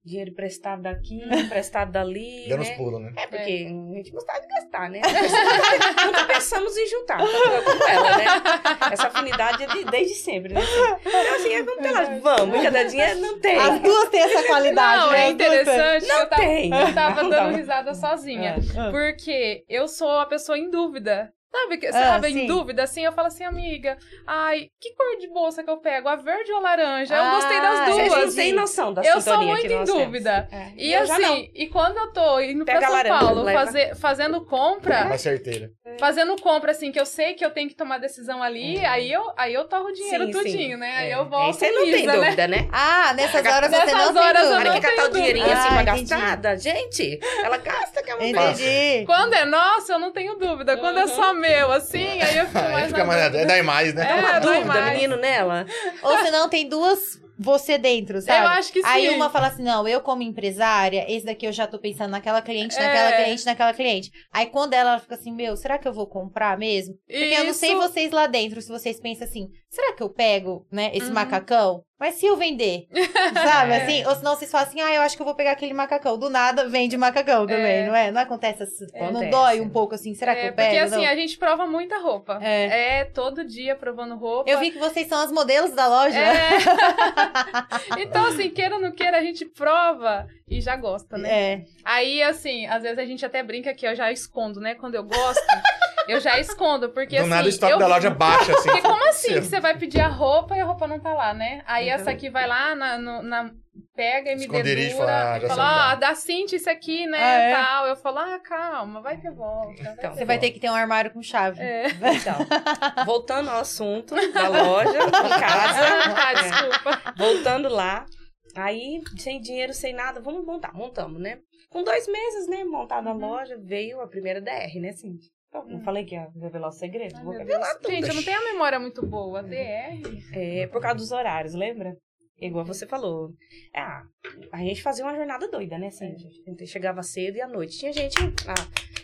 [SPEAKER 5] Dinheiro emprestado daqui,
[SPEAKER 4] Uhum.
[SPEAKER 5] emprestado dali.
[SPEAKER 2] Dando os
[SPEAKER 5] né?
[SPEAKER 2] pulos, né?
[SPEAKER 5] É porque a gente gostava de gastar, né? Nunca pensamos em juntar, tá tanto eu como ela, né? Essa afinidade é de- desde sempre, né? assim. Então, assim, é, vamos pelas, vamos, cadê dinheiro? Não tem.
[SPEAKER 1] As duas têm essa qualidade,
[SPEAKER 4] Não,
[SPEAKER 1] né?
[SPEAKER 4] é
[SPEAKER 1] As duas têm.
[SPEAKER 4] interessante. que
[SPEAKER 5] Não
[SPEAKER 4] eu tava,
[SPEAKER 5] tem.
[SPEAKER 4] eu tava
[SPEAKER 5] Não
[SPEAKER 4] dando
[SPEAKER 5] dá.
[SPEAKER 4] risada sozinha.
[SPEAKER 1] Ah,
[SPEAKER 2] É.
[SPEAKER 1] ah.
[SPEAKER 4] Porque eu sou a pessoa em dúvida. Sabe, que,
[SPEAKER 1] Ah,
[SPEAKER 4] sabe
[SPEAKER 1] sim.
[SPEAKER 4] em dúvida, assim, eu falo assim, amiga, ai, que cor de bolsa que eu pego? A verde ou a laranja? Eu
[SPEAKER 1] Ah,
[SPEAKER 4] gostei das
[SPEAKER 1] você
[SPEAKER 4] duas. assim.
[SPEAKER 5] Vocês não têm noção da
[SPEAKER 4] Eu sou
[SPEAKER 5] sintonia
[SPEAKER 4] muito
[SPEAKER 5] que
[SPEAKER 4] em
[SPEAKER 5] nós temos.
[SPEAKER 4] dúvida.
[SPEAKER 5] É,
[SPEAKER 4] E
[SPEAKER 5] eu já não.
[SPEAKER 4] assim, e quando eu tô indo
[SPEAKER 5] Pega a
[SPEAKER 4] pra São
[SPEAKER 5] laranja,
[SPEAKER 4] Paulo
[SPEAKER 5] leva. É.
[SPEAKER 4] fazer, fazendo compra,
[SPEAKER 2] Mais É certeira.
[SPEAKER 4] fazendo compra, assim, que eu sei que eu tenho que tomar decisão ali, aí eu, aí eu torro o dinheiro
[SPEAKER 5] Uhum. Sim, sim.
[SPEAKER 4] tudinho, né? Aí
[SPEAKER 5] É.
[SPEAKER 4] eu volto.
[SPEAKER 5] Aí você não tem
[SPEAKER 4] lisa, né?
[SPEAKER 5] dúvida, né?
[SPEAKER 1] Ah, nessas horas você
[SPEAKER 4] Nessas
[SPEAKER 1] não tem
[SPEAKER 4] horas eu
[SPEAKER 5] Na
[SPEAKER 1] dúvida.
[SPEAKER 5] hora que
[SPEAKER 4] tenho
[SPEAKER 5] catar o
[SPEAKER 4] dúvida.
[SPEAKER 5] dinheirinho assim
[SPEAKER 1] Ah,
[SPEAKER 5] pra
[SPEAKER 1] entendi.
[SPEAKER 5] gastada, gente, ela gasta que é uma coisa.
[SPEAKER 1] Entendi.
[SPEAKER 4] Quando é nosso, eu não tenho dúvida. Quando é
[SPEAKER 5] Uhum.
[SPEAKER 4] só meu, assim, aí eu fico
[SPEAKER 2] Aí
[SPEAKER 4] mais.
[SPEAKER 2] fica
[SPEAKER 4] na
[SPEAKER 2] mais.
[SPEAKER 4] dúvida.
[SPEAKER 2] É da mais, né?
[SPEAKER 4] É,
[SPEAKER 5] Uma
[SPEAKER 4] dói
[SPEAKER 5] dúvida,
[SPEAKER 4] mais.
[SPEAKER 5] menino, nela.
[SPEAKER 1] Ou senão tem duas você dentro, sabe?
[SPEAKER 4] Eu acho que sim.
[SPEAKER 1] Aí uma fala assim, não, eu como empresária, esse daqui eu já tô pensando naquela cliente,
[SPEAKER 4] É.
[SPEAKER 1] naquela cliente, naquela cliente. Aí quando ela fica assim, meu, será que eu vou comprar mesmo? Porque eu não sei
[SPEAKER 4] Isso.
[SPEAKER 1] vocês lá dentro, se vocês pensam assim, será que eu pego, né, esse
[SPEAKER 4] Uhum.
[SPEAKER 1] macacão? Mas se eu vender, sabe,
[SPEAKER 5] É.
[SPEAKER 1] assim? Ou senão vocês falam assim, ah, eu acho que eu vou pegar aquele macacão. Do nada, vende macacão também,
[SPEAKER 4] É.
[SPEAKER 1] não é? Não acontece assim, não
[SPEAKER 5] Acontece.
[SPEAKER 1] dói um pouco assim, será que
[SPEAKER 4] É,
[SPEAKER 1] eu pego?
[SPEAKER 4] porque assim,
[SPEAKER 1] Não.
[SPEAKER 4] a gente prova muita roupa.
[SPEAKER 1] É.
[SPEAKER 4] É, todo dia provando roupa.
[SPEAKER 1] Eu vi né? que vocês são as modelos da loja.
[SPEAKER 4] É. então, assim, queira ou não queira, a gente prova e já gosta, né?
[SPEAKER 1] É.
[SPEAKER 4] Aí, assim, às vezes a gente até brinca que eu já escondo, né? Quando eu gosto, eu já escondo, porque
[SPEAKER 2] Do
[SPEAKER 4] assim.
[SPEAKER 2] nada o estoque
[SPEAKER 4] eu...
[SPEAKER 2] da loja baixa, assim.
[SPEAKER 4] Porque como assim que
[SPEAKER 2] Sim.
[SPEAKER 4] você vai pedir a roupa e a roupa não tá lá, né? Aí
[SPEAKER 5] Uhum.
[SPEAKER 4] essa aqui vai lá na, no- na- pega e me
[SPEAKER 2] Esconderijo,
[SPEAKER 4] dedura.
[SPEAKER 2] fala, ah, já
[SPEAKER 4] fala,
[SPEAKER 2] sei onde
[SPEAKER 4] ó, da Cintia isso aqui, né?
[SPEAKER 1] Ah, é?
[SPEAKER 4] Tal. Eu falo, ah, calma, vai que volta.
[SPEAKER 5] Então,
[SPEAKER 1] Você vai ter que ter um armário com chave.
[SPEAKER 4] É.
[SPEAKER 5] Então, voltando ao assunto da loja, em casa, é,
[SPEAKER 4] Ah, desculpa.
[SPEAKER 5] voltando lá. Aí, sem dinheiro, sem nada, vamos montar. Montamos, né? Com dois meses, né? Montada
[SPEAKER 4] Uhum.
[SPEAKER 5] a loja, veio a primeira DR, né, assim. Pô, Não
[SPEAKER 4] Hum.
[SPEAKER 5] falei que ia revelar o segredo?
[SPEAKER 4] Ai,
[SPEAKER 5] Vou
[SPEAKER 4] Ah, meu
[SPEAKER 5] revelar tudo.
[SPEAKER 4] Gente, eu não tenho a memória muito boa. DR.
[SPEAKER 5] É, por causa dos horários, lembra? Igual você falou. Ah, a gente fazia uma jornada doida, né,
[SPEAKER 4] É.
[SPEAKER 5] Cindy? A gente chegava cedo e à noite tinha gente ah,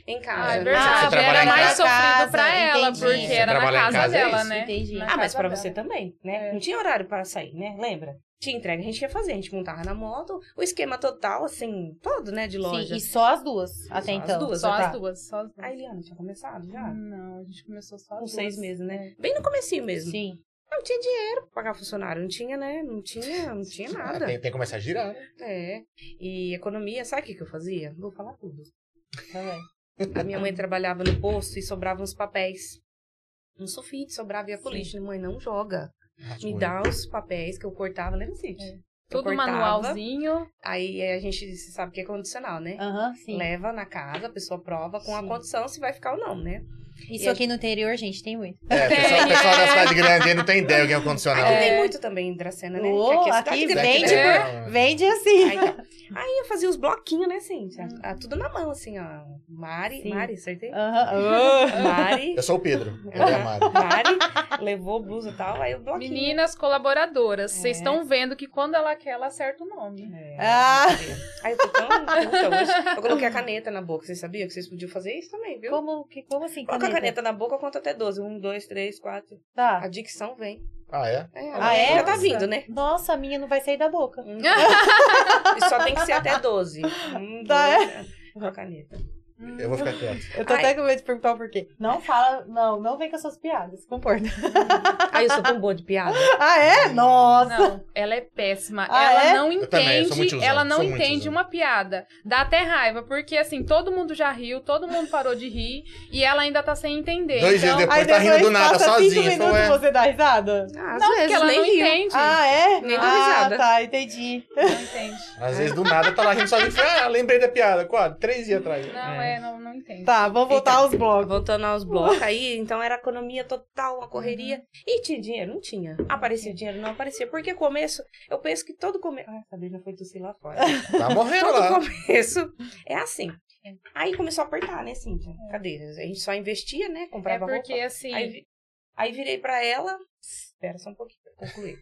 [SPEAKER 5] em casa.
[SPEAKER 4] Ah, é
[SPEAKER 5] né?
[SPEAKER 2] Você
[SPEAKER 4] verdade.
[SPEAKER 2] trabalhar
[SPEAKER 4] era
[SPEAKER 2] em
[SPEAKER 4] mais
[SPEAKER 1] casa.
[SPEAKER 4] sofrido pra
[SPEAKER 1] Entendi.
[SPEAKER 4] ela,
[SPEAKER 1] Você
[SPEAKER 4] porque era na
[SPEAKER 2] trabalhar em
[SPEAKER 4] casa,
[SPEAKER 2] casa, é
[SPEAKER 4] dela,
[SPEAKER 2] isso?
[SPEAKER 4] né?
[SPEAKER 1] Entendi.
[SPEAKER 4] Na
[SPEAKER 5] Ah, mas
[SPEAKER 4] casa
[SPEAKER 5] pra
[SPEAKER 4] dela.
[SPEAKER 5] você também, né?
[SPEAKER 4] É.
[SPEAKER 5] Não tinha horário pra sair, né? Lembra? Tinha entrega, a gente ia fazer, a gente montava na moto, o esquema total, assim, todo, né, de
[SPEAKER 1] Sim,
[SPEAKER 5] loja.
[SPEAKER 1] e só as duas, até
[SPEAKER 5] as
[SPEAKER 1] então.
[SPEAKER 5] duas,
[SPEAKER 4] Só
[SPEAKER 5] tá?
[SPEAKER 4] as duas, só as duas.
[SPEAKER 5] A Eliana tinha começado já?
[SPEAKER 4] Não, a gente começou só as
[SPEAKER 5] Com
[SPEAKER 4] Hum, duas. É.
[SPEAKER 5] seis meses, né? Bem no comecinho mesmo.
[SPEAKER 1] Sim.
[SPEAKER 5] Não tinha dinheiro pra pagar funcionário, não tinha, né? Não tinha, não tinha
[SPEAKER 2] Ah,
[SPEAKER 5] nada.
[SPEAKER 2] tem, tem que começar a girar, né?
[SPEAKER 5] É. E economia, sabe o que, que eu fazia? Vou falar tudo.
[SPEAKER 1] Tá bem.
[SPEAKER 5] A minha mãe trabalhava no posto e sobrava uns papéis. Um sulfite sobrava e ia pro lixo. Mãe, não joga. Me dá os papéis que eu cortava, lembra, Cid?
[SPEAKER 4] É.
[SPEAKER 5] Eu
[SPEAKER 4] Tudo
[SPEAKER 5] cortava,
[SPEAKER 4] manualzinho.
[SPEAKER 5] Aí é, a gente se sabe que é condicional, né?
[SPEAKER 1] Aham, Ah, sim.
[SPEAKER 5] Leva na casa, a pessoa prova com a
[SPEAKER 1] Sim.
[SPEAKER 5] condição se vai ficar ou não, né?
[SPEAKER 1] Isso aqui no interior, gente, tem muito.
[SPEAKER 2] É, o pessoal, o pessoal da cidade grande aí não é tem ideia o que é o condicional.
[SPEAKER 5] Aqui
[SPEAKER 4] um É.
[SPEAKER 5] tem muito também em Dracena, né?
[SPEAKER 1] Ô, aqui
[SPEAKER 5] Que cidade grande,
[SPEAKER 2] Daqui
[SPEAKER 1] vende,
[SPEAKER 4] né?
[SPEAKER 2] tem-
[SPEAKER 1] Vende assim.
[SPEAKER 5] Aí, então. Aí eu fazia os bloquinhos, né, Cíntia? Ah, tudo na mão, assim, ó. Mari,
[SPEAKER 1] Sim.
[SPEAKER 5] Mari, acertei?
[SPEAKER 1] Aham.
[SPEAKER 5] Mari,
[SPEAKER 2] um- Eu sou o Pedro. Eu é amado.
[SPEAKER 5] Mari levou blusa e tal, aí o bloquinho.
[SPEAKER 4] Meninas colaboradoras,
[SPEAKER 5] Um É.
[SPEAKER 4] vocês estão vendo que quando ela quer, ela acerta o nome.
[SPEAKER 5] É.
[SPEAKER 1] Ah.
[SPEAKER 5] Aí eu "Então, tô tão puta hoje. Eu coloquei a caneta na boca, vocês sabiam que vocês podiam fazer isso também, viu?
[SPEAKER 1] Como, que, como assim?
[SPEAKER 5] Coloca a
[SPEAKER 1] caneta?
[SPEAKER 5] caneta na boca, eu conto até 12. Um, dois, três, quatro. A
[SPEAKER 1] Tá.
[SPEAKER 5] dicção vem.
[SPEAKER 2] Ah, é?
[SPEAKER 5] É,
[SPEAKER 1] Ah, é?
[SPEAKER 5] Já tá
[SPEAKER 4] Nossa.
[SPEAKER 5] vindo, né? Um,
[SPEAKER 1] Nossa, a minha não vai sair da boca.
[SPEAKER 5] E só tem que ser até 12. Um,
[SPEAKER 1] Tá,
[SPEAKER 5] dois, é. Com a caneta.
[SPEAKER 4] Hum.
[SPEAKER 2] Eu vou ficar quieto.
[SPEAKER 1] Eu tô
[SPEAKER 5] Ai.
[SPEAKER 1] até com medo de perguntar o porquê. Não fala, não, não vem com as suas piadas, se comporta.
[SPEAKER 5] Aí eu sou tão boa de piada.
[SPEAKER 1] Ah, é? Nossa!
[SPEAKER 4] Não, ela é péssima.
[SPEAKER 1] Ah,
[SPEAKER 4] ela
[SPEAKER 1] é?
[SPEAKER 4] não
[SPEAKER 2] Eu também, eu sou muito usão,
[SPEAKER 4] entende, ela não
[SPEAKER 2] sou muito
[SPEAKER 4] entende
[SPEAKER 2] usão.
[SPEAKER 4] uma piada. Dá até raiva, porque assim, todo mundo já riu, todo mundo parou de rir e ela ainda tá sem entender.
[SPEAKER 2] Dois dias
[SPEAKER 4] então,
[SPEAKER 2] depois tá rindo do nada,
[SPEAKER 1] passa cinco
[SPEAKER 2] sozinha. Então é.
[SPEAKER 1] minutos você dá risada?
[SPEAKER 5] Ah, às
[SPEAKER 4] não,
[SPEAKER 5] vezes
[SPEAKER 4] porque ela
[SPEAKER 5] nem
[SPEAKER 4] não
[SPEAKER 5] rio.
[SPEAKER 4] entende.
[SPEAKER 1] Ah, é?
[SPEAKER 5] Nem dá
[SPEAKER 1] ah,
[SPEAKER 5] risada.
[SPEAKER 1] tá, entendi.
[SPEAKER 4] Não entende.
[SPEAKER 2] Às vezes do nada tá lá rindo sozinho. Ah, lembrei da piada. Quase, três dias atrás.
[SPEAKER 4] Não, é, não, não entende.
[SPEAKER 1] Tá, vamos voltar
[SPEAKER 5] Então,
[SPEAKER 1] aos blocos.
[SPEAKER 5] Voltando aos blocos aí, então era economia total, uma correria. E tinha dinheiro? Não tinha. Aparecia dinheiro? Não aparecia. Porque começo, eu penso que todo começo. Ah, Sabrina foi tossir lá fora.
[SPEAKER 2] Tá morrendo
[SPEAKER 5] todo
[SPEAKER 2] lá.
[SPEAKER 5] começo é assim. Aí começou a apertar, né, Cíntia? Cadê? A gente só investia, né?
[SPEAKER 4] É
[SPEAKER 5] Comprava
[SPEAKER 4] porque
[SPEAKER 5] roupa.
[SPEAKER 4] assim,
[SPEAKER 5] Aí, vi- aí virei pra ela. Espera só um pouquinho pra concluir.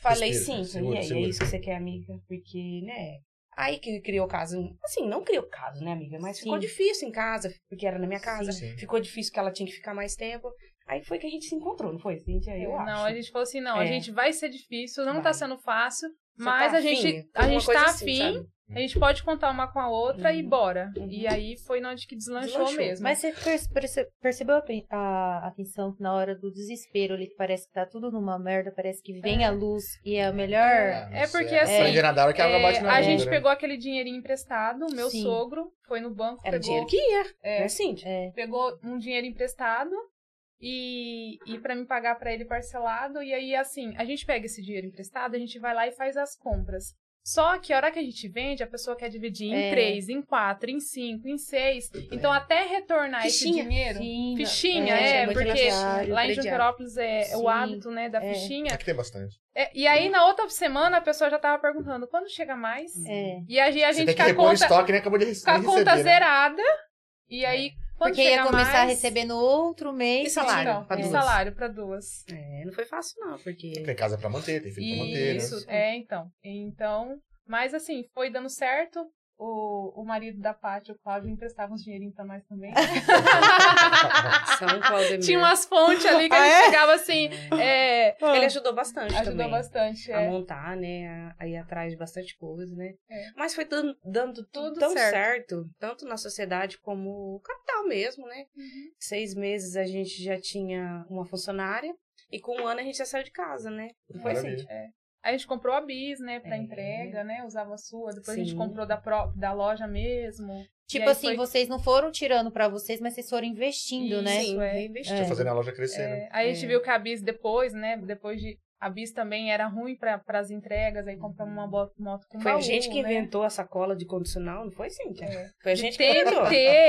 [SPEAKER 5] Falei,
[SPEAKER 2] Respira,
[SPEAKER 5] Cíntia,
[SPEAKER 2] segura,
[SPEAKER 5] e aí,
[SPEAKER 2] segura.
[SPEAKER 5] é isso que você quer, amiga? Porque, né? Aí que criou o caso. Assim, não criou o caso, né, amiga? Mas ficou
[SPEAKER 1] Sim.
[SPEAKER 5] difícil em casa, porque era na minha casa.
[SPEAKER 2] Sim.
[SPEAKER 5] Ficou difícil que ela tinha que ficar mais tempo. Aí foi que
[SPEAKER 4] É,
[SPEAKER 5] a gente se encontrou, não foi, Cíntia? Eu acho.
[SPEAKER 4] não, a gente falou assim, não, a
[SPEAKER 5] É.
[SPEAKER 4] gente vai ser difícil, não tá
[SPEAKER 5] Vai.
[SPEAKER 4] sendo fácil, Mas
[SPEAKER 5] tá
[SPEAKER 4] a gente,
[SPEAKER 5] afim?
[SPEAKER 4] a
[SPEAKER 5] Alguma
[SPEAKER 4] gente
[SPEAKER 5] coisa
[SPEAKER 4] tá
[SPEAKER 5] assim,
[SPEAKER 4] afim,
[SPEAKER 5] sabe?
[SPEAKER 4] a gente pode contar uma com a outra e
[SPEAKER 5] Uhum.
[SPEAKER 4] bora.
[SPEAKER 5] Uhum.
[SPEAKER 4] E aí foi onde que deslanchou,
[SPEAKER 5] Deslanchou.
[SPEAKER 4] mesmo.
[SPEAKER 1] Mas você perce- perce- percebeu a, pen- a, a tensão na hora do desespero ali, que parece que tá tudo numa merda, parece que vem a luz e é a melhor.
[SPEAKER 4] É porque,
[SPEAKER 1] assim,
[SPEAKER 2] Sangue na hora que a água
[SPEAKER 4] É,
[SPEAKER 2] bate na
[SPEAKER 4] a
[SPEAKER 2] bunda,
[SPEAKER 4] gente
[SPEAKER 2] né?
[SPEAKER 4] pegou aquele dinheirinho emprestado, o meu
[SPEAKER 1] Sim.
[SPEAKER 4] sogro foi no banco,
[SPEAKER 5] Era
[SPEAKER 4] pegou,
[SPEAKER 5] dinheiro que ia,
[SPEAKER 4] É.
[SPEAKER 5] né, Cíntia?
[SPEAKER 1] É.
[SPEAKER 4] pegou um dinheiro emprestado e, e para me pagar pra ele parcelado. E aí, assim, a gente pega esse dinheiro emprestado, a gente vai lá e faz as compras. Só que a hora que a gente vende, a pessoa quer dividir em
[SPEAKER 1] É.
[SPEAKER 4] três, em quatro, em cinco, em seis. Então, até retornar
[SPEAKER 5] Fichinha.
[SPEAKER 4] esse dinheiro.
[SPEAKER 1] Sim,
[SPEAKER 4] Fichinha,
[SPEAKER 1] né,
[SPEAKER 5] É,
[SPEAKER 4] é,
[SPEAKER 5] é muito
[SPEAKER 4] porque
[SPEAKER 5] crediário,
[SPEAKER 4] lá em
[SPEAKER 5] crediário.
[SPEAKER 4] Junquerópolis é, é
[SPEAKER 1] Sim,
[SPEAKER 4] o hábito, né, da
[SPEAKER 1] é.
[SPEAKER 4] fichinha.
[SPEAKER 2] Aqui tem bastante.
[SPEAKER 4] É, e aí, na outra semana, a pessoa já tava perguntando, quando chega mais?
[SPEAKER 1] é.
[SPEAKER 4] E aí a
[SPEAKER 2] Você
[SPEAKER 4] gente
[SPEAKER 2] tem
[SPEAKER 4] com
[SPEAKER 2] que
[SPEAKER 4] a
[SPEAKER 2] repor o
[SPEAKER 4] conta,
[SPEAKER 2] estoque, né? Acabou de rece-
[SPEAKER 4] com a
[SPEAKER 2] receber.
[SPEAKER 4] conta
[SPEAKER 2] né? É.
[SPEAKER 4] zerada. E aí, quando
[SPEAKER 1] Porque
[SPEAKER 4] chega
[SPEAKER 1] ia começar
[SPEAKER 4] mais,
[SPEAKER 1] a receber no outro mês.
[SPEAKER 5] E salário?
[SPEAKER 4] Então,
[SPEAKER 5] pra
[SPEAKER 4] e
[SPEAKER 5] duas.
[SPEAKER 4] salário pra duas.
[SPEAKER 5] É, não foi fácil não, porque...
[SPEAKER 2] Tem casa pra manter, tem filho pra manter. né?
[SPEAKER 4] Isso, é, então. Então, mas assim, foi dando certo. O, o marido da Paty, o Cláudio, emprestava uns dinheirinhos pra nós também. é um
[SPEAKER 5] São Claudemir.
[SPEAKER 4] Tinha umas fontes ali que a
[SPEAKER 1] Ah,
[SPEAKER 4] gente
[SPEAKER 1] é?
[SPEAKER 4] chegava assim, é,
[SPEAKER 5] Ele ajudou bastante
[SPEAKER 4] ajudou
[SPEAKER 5] também.
[SPEAKER 4] bastante.
[SPEAKER 5] A
[SPEAKER 4] é.
[SPEAKER 5] montar, né? A- A ir atrás de bastante coisa, né?
[SPEAKER 4] É.
[SPEAKER 5] Mas foi dando, dando
[SPEAKER 4] Tudo
[SPEAKER 5] tudo tão
[SPEAKER 4] certo.
[SPEAKER 5] certo. tanto na sociedade como o capital mesmo, né?
[SPEAKER 4] Uhum.
[SPEAKER 5] Seis meses a gente já tinha uma funcionária e com um ano a gente já saiu de casa, né? Não foi assim.
[SPEAKER 2] Maravilha.
[SPEAKER 4] Aí é. a gente comprou a bis, né, pra
[SPEAKER 5] É.
[SPEAKER 4] entrega, né, usava a sua. Depois a gente
[SPEAKER 5] Sim.
[SPEAKER 4] comprou da, pró- da loja mesmo. E
[SPEAKER 1] Tipo
[SPEAKER 4] aí
[SPEAKER 1] assim,
[SPEAKER 4] foi-
[SPEAKER 1] vocês não foram tirando pra vocês, mas vocês foram investindo, né?
[SPEAKER 4] Isso, é.
[SPEAKER 2] Deixa eu fazer na loja crescer, né?
[SPEAKER 4] É, aí a gente
[SPEAKER 5] É.
[SPEAKER 4] viu que a Bis depois, né? Depois de. A Bis também era ruim para as entregas, aí compramos uma bo- moto com
[SPEAKER 5] Foi a
[SPEAKER 4] baú,
[SPEAKER 5] gente que
[SPEAKER 4] né?
[SPEAKER 5] inventou a sacola de condicional, não foi, Cíntia?
[SPEAKER 4] É.
[SPEAKER 5] Foi a
[SPEAKER 4] De
[SPEAKER 5] gente que
[SPEAKER 4] ter,
[SPEAKER 5] inventou.
[SPEAKER 4] ter, a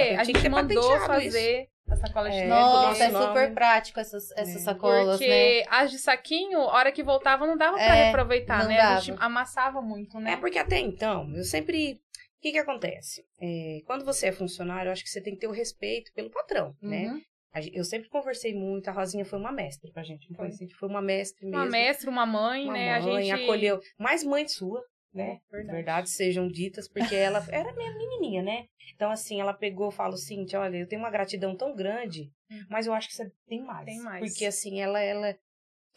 [SPEAKER 5] Tinha que
[SPEAKER 4] gente
[SPEAKER 5] ter
[SPEAKER 4] mandou
[SPEAKER 5] patenteado
[SPEAKER 4] fazer a sacola de
[SPEAKER 5] É,
[SPEAKER 4] é,
[SPEAKER 1] Nossa, é
[SPEAKER 5] nosso
[SPEAKER 1] super
[SPEAKER 5] nome.
[SPEAKER 1] prático essas, essas
[SPEAKER 5] É.
[SPEAKER 1] sacolas,
[SPEAKER 4] porque
[SPEAKER 1] né?
[SPEAKER 4] as de saquinho, a hora que voltava, não dava para
[SPEAKER 1] É,
[SPEAKER 4] reaproveitar,
[SPEAKER 1] não
[SPEAKER 4] né? A
[SPEAKER 1] dava.
[SPEAKER 4] gente amassava muito, né?
[SPEAKER 5] É porque até então, eu sempre. O que, que acontece? É, quando você é funcionário, eu acho que você tem que ter o respeito pelo patrão, né?
[SPEAKER 4] Uhum.
[SPEAKER 5] A gen- Eu sempre conversei muito, a Rosinha foi uma mestre pra gente. não Foi,
[SPEAKER 4] Foi.
[SPEAKER 5] assim, foi uma mestre mesmo.
[SPEAKER 4] Uma mestra, uma mãe,
[SPEAKER 5] uma
[SPEAKER 4] né?
[SPEAKER 5] mãe,
[SPEAKER 4] a gente É,
[SPEAKER 5] acolheu. Mais mãe sua, né?
[SPEAKER 4] Verdade.
[SPEAKER 5] Verdades sejam ditas, porque ela era minha menininha, né? Então, assim, ela pegou, falou, Cintia, olha, eu tenho uma gratidão tão grande,
[SPEAKER 4] Uhum.
[SPEAKER 5] mas eu acho que você tem mais.
[SPEAKER 4] Tem mais.
[SPEAKER 5] Porque, assim, ela, ela...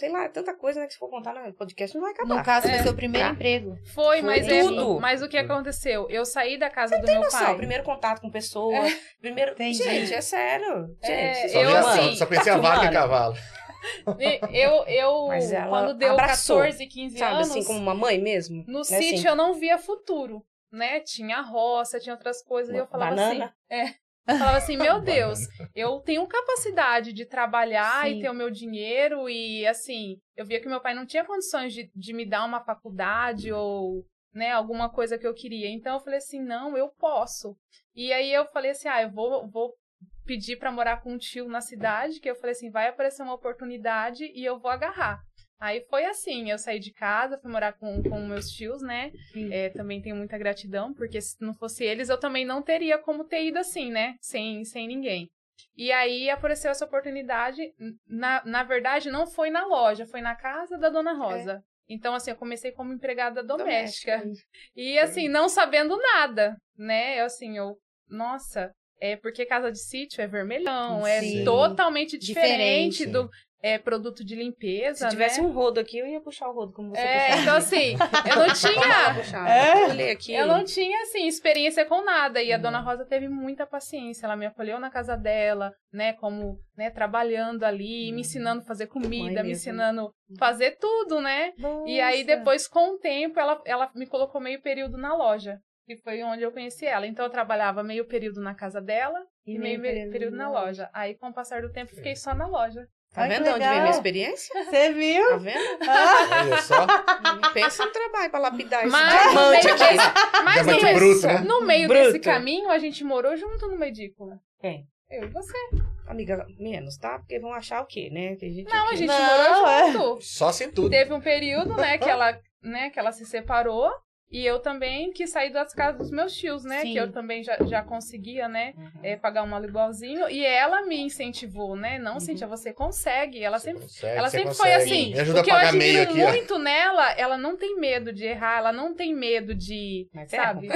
[SPEAKER 5] Sei lá, é tanta coisa, né, que se for contar no podcast não vai acabar.
[SPEAKER 1] No caso,
[SPEAKER 4] É.
[SPEAKER 1] foi seu primeiro
[SPEAKER 5] Tá.
[SPEAKER 1] emprego.
[SPEAKER 4] Foi,
[SPEAKER 5] Foi
[SPEAKER 4] mas, é,
[SPEAKER 5] tudo.
[SPEAKER 4] mas o que
[SPEAKER 2] Tudo.
[SPEAKER 4] aconteceu? Eu saí da casa do meu
[SPEAKER 5] noção,
[SPEAKER 4] pai.
[SPEAKER 5] primeiro contato com pessoa, primeiro...
[SPEAKER 1] Entendi.
[SPEAKER 5] Gente, é sério. Gente,
[SPEAKER 4] É,
[SPEAKER 5] vocês
[SPEAKER 2] Só,
[SPEAKER 4] eu,
[SPEAKER 2] vi a- só-
[SPEAKER 4] assim,
[SPEAKER 2] só pensei a vaca e
[SPEAKER 5] filmando.
[SPEAKER 2] cavalo.
[SPEAKER 4] E Eu, eu
[SPEAKER 5] Mas ela
[SPEAKER 4] quando deu
[SPEAKER 5] abraçou,
[SPEAKER 4] 14, 15
[SPEAKER 5] Sabe,
[SPEAKER 4] anos,
[SPEAKER 5] assim, como uma mãe mesmo?
[SPEAKER 4] no
[SPEAKER 5] né,
[SPEAKER 4] sítio
[SPEAKER 5] assim,
[SPEAKER 4] eu não via futuro, né? Tinha roça, tinha outras coisas, e eu falava
[SPEAKER 5] banana.
[SPEAKER 4] assim... eu Falava assim, meu Deus, eu tenho capacidade de trabalhar e
[SPEAKER 1] Sim.
[SPEAKER 4] ter o meu dinheiro e, assim, eu via que meu pai não tinha condições de, de me dar uma faculdade ou, né, alguma coisa que eu queria. Então eu falei assim, não, eu posso. E aí eu falei assim, ah, eu vou, vou pedir pra morar com um tio na cidade, que eu falei assim, vai aparecer uma oportunidade e eu vou agarrar. Aí foi assim, eu saí de casa, fui morar com, com meus tios, né? É, também tenho muita gratidão, porque se não fosse eles, eu também não teria como ter ido assim, né? Sem, sem ninguém. E aí apareceu essa oportunidade. n- Na, na verdade, não foi na loja, foi na casa da dona Rosa. Então, assim, eu comecei como empregada doméstica. E assim, não sabendo nada, né? Eu assim, eu, nossa, é porque casa de sítio é vermelhão, é
[SPEAKER 1] Sim.
[SPEAKER 4] totalmente
[SPEAKER 1] Diferente.
[SPEAKER 4] diferente, do é, produto de limpeza,
[SPEAKER 5] Se tivesse
[SPEAKER 4] né?
[SPEAKER 5] um rodo aqui, eu ia puxar o rodo, como você
[SPEAKER 4] É,
[SPEAKER 5] puxou.
[SPEAKER 4] então assim, eu não tinha,
[SPEAKER 5] puxar.
[SPEAKER 1] É.
[SPEAKER 5] Eu olhei aqui.
[SPEAKER 4] eu não tinha assim experiência com nada e a
[SPEAKER 5] Hum.
[SPEAKER 4] dona Rosa teve muita paciência, ela me acolheu na casa dela, né, como, né, trabalhando ali, me
[SPEAKER 5] Hum.
[SPEAKER 4] ensinando a fazer comida,
[SPEAKER 5] mesmo,
[SPEAKER 4] me
[SPEAKER 5] né?
[SPEAKER 4] ensinando a fazer tudo, né? E aí,
[SPEAKER 1] Nossa.
[SPEAKER 4] depois, com o tempo, ela, ela me colocou meio período na loja. E foi onde eu conheci ela. Então, eu trabalhava meio período na casa dela e, meio, período, na loja. Aí, com o passar do tempo, fiquei só na loja.
[SPEAKER 5] Tá
[SPEAKER 1] Ai, que
[SPEAKER 5] vendo onde
[SPEAKER 1] legal.
[SPEAKER 5] vem minha experiência?
[SPEAKER 1] Você viu?
[SPEAKER 5] Tá vendo?
[SPEAKER 1] Ah,
[SPEAKER 2] Olha só.
[SPEAKER 5] Pensa no trabalho pra lapidar esse
[SPEAKER 4] Mas, é no
[SPEAKER 5] diamante
[SPEAKER 4] meio,
[SPEAKER 5] aqui.
[SPEAKER 4] desse, mas no
[SPEAKER 2] Diamante
[SPEAKER 4] meio,
[SPEAKER 2] bruto, né?
[SPEAKER 4] no meio
[SPEAKER 5] Bruto.
[SPEAKER 4] desse caminho, a gente morou junto no Medícola.
[SPEAKER 5] Quem?
[SPEAKER 4] Eu e você.
[SPEAKER 5] Amiga, menos, tá? Porque vão achar o quê, né? Que a gente
[SPEAKER 4] Não, a gente
[SPEAKER 1] Não, é.
[SPEAKER 4] morou junto.
[SPEAKER 2] Só se tudo.
[SPEAKER 4] Teve um período, né, que ela, né, que ela se separou. E eu também que saí das casas dos meus tios, né?
[SPEAKER 1] Sim.
[SPEAKER 4] Que eu também já, já conseguia, né?
[SPEAKER 5] Uhum.
[SPEAKER 4] é, pagar um igualzinho E ela me incentivou, né? Não,
[SPEAKER 5] Uhum.
[SPEAKER 4] Cintia, você consegue. Ela sempre,
[SPEAKER 2] Consegue,
[SPEAKER 4] ela
[SPEAKER 2] você
[SPEAKER 4] sempre foi
[SPEAKER 2] consegue.
[SPEAKER 4] assim.
[SPEAKER 2] Me ajuda
[SPEAKER 4] o que
[SPEAKER 2] a
[SPEAKER 4] eu
[SPEAKER 2] pagar
[SPEAKER 4] admiro
[SPEAKER 2] meio aqui, ó.
[SPEAKER 4] muito nela, ela não tem medo de errar, ela não tem medo de.
[SPEAKER 5] Mas erro.
[SPEAKER 4] sabe?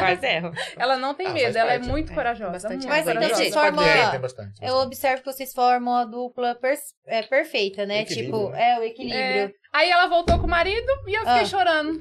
[SPEAKER 5] Mas erro.
[SPEAKER 4] Ela não tem
[SPEAKER 2] Ah, faz
[SPEAKER 4] medo, ela é
[SPEAKER 2] parte,
[SPEAKER 4] muito
[SPEAKER 5] é,
[SPEAKER 4] corajosa.
[SPEAKER 5] bastante
[SPEAKER 4] muito
[SPEAKER 1] Mas então
[SPEAKER 4] corajosa.
[SPEAKER 1] vocês
[SPEAKER 2] Tem,
[SPEAKER 1] formam.
[SPEAKER 2] Tem, bastante.
[SPEAKER 1] Eu observo que vocês formam a dupla per- é, perfeita, né?
[SPEAKER 2] Equilíbrio,
[SPEAKER 1] tipo, é o equilíbrio.
[SPEAKER 4] Aí ela voltou com o marido e eu fiquei
[SPEAKER 1] Ah.
[SPEAKER 4] chorando.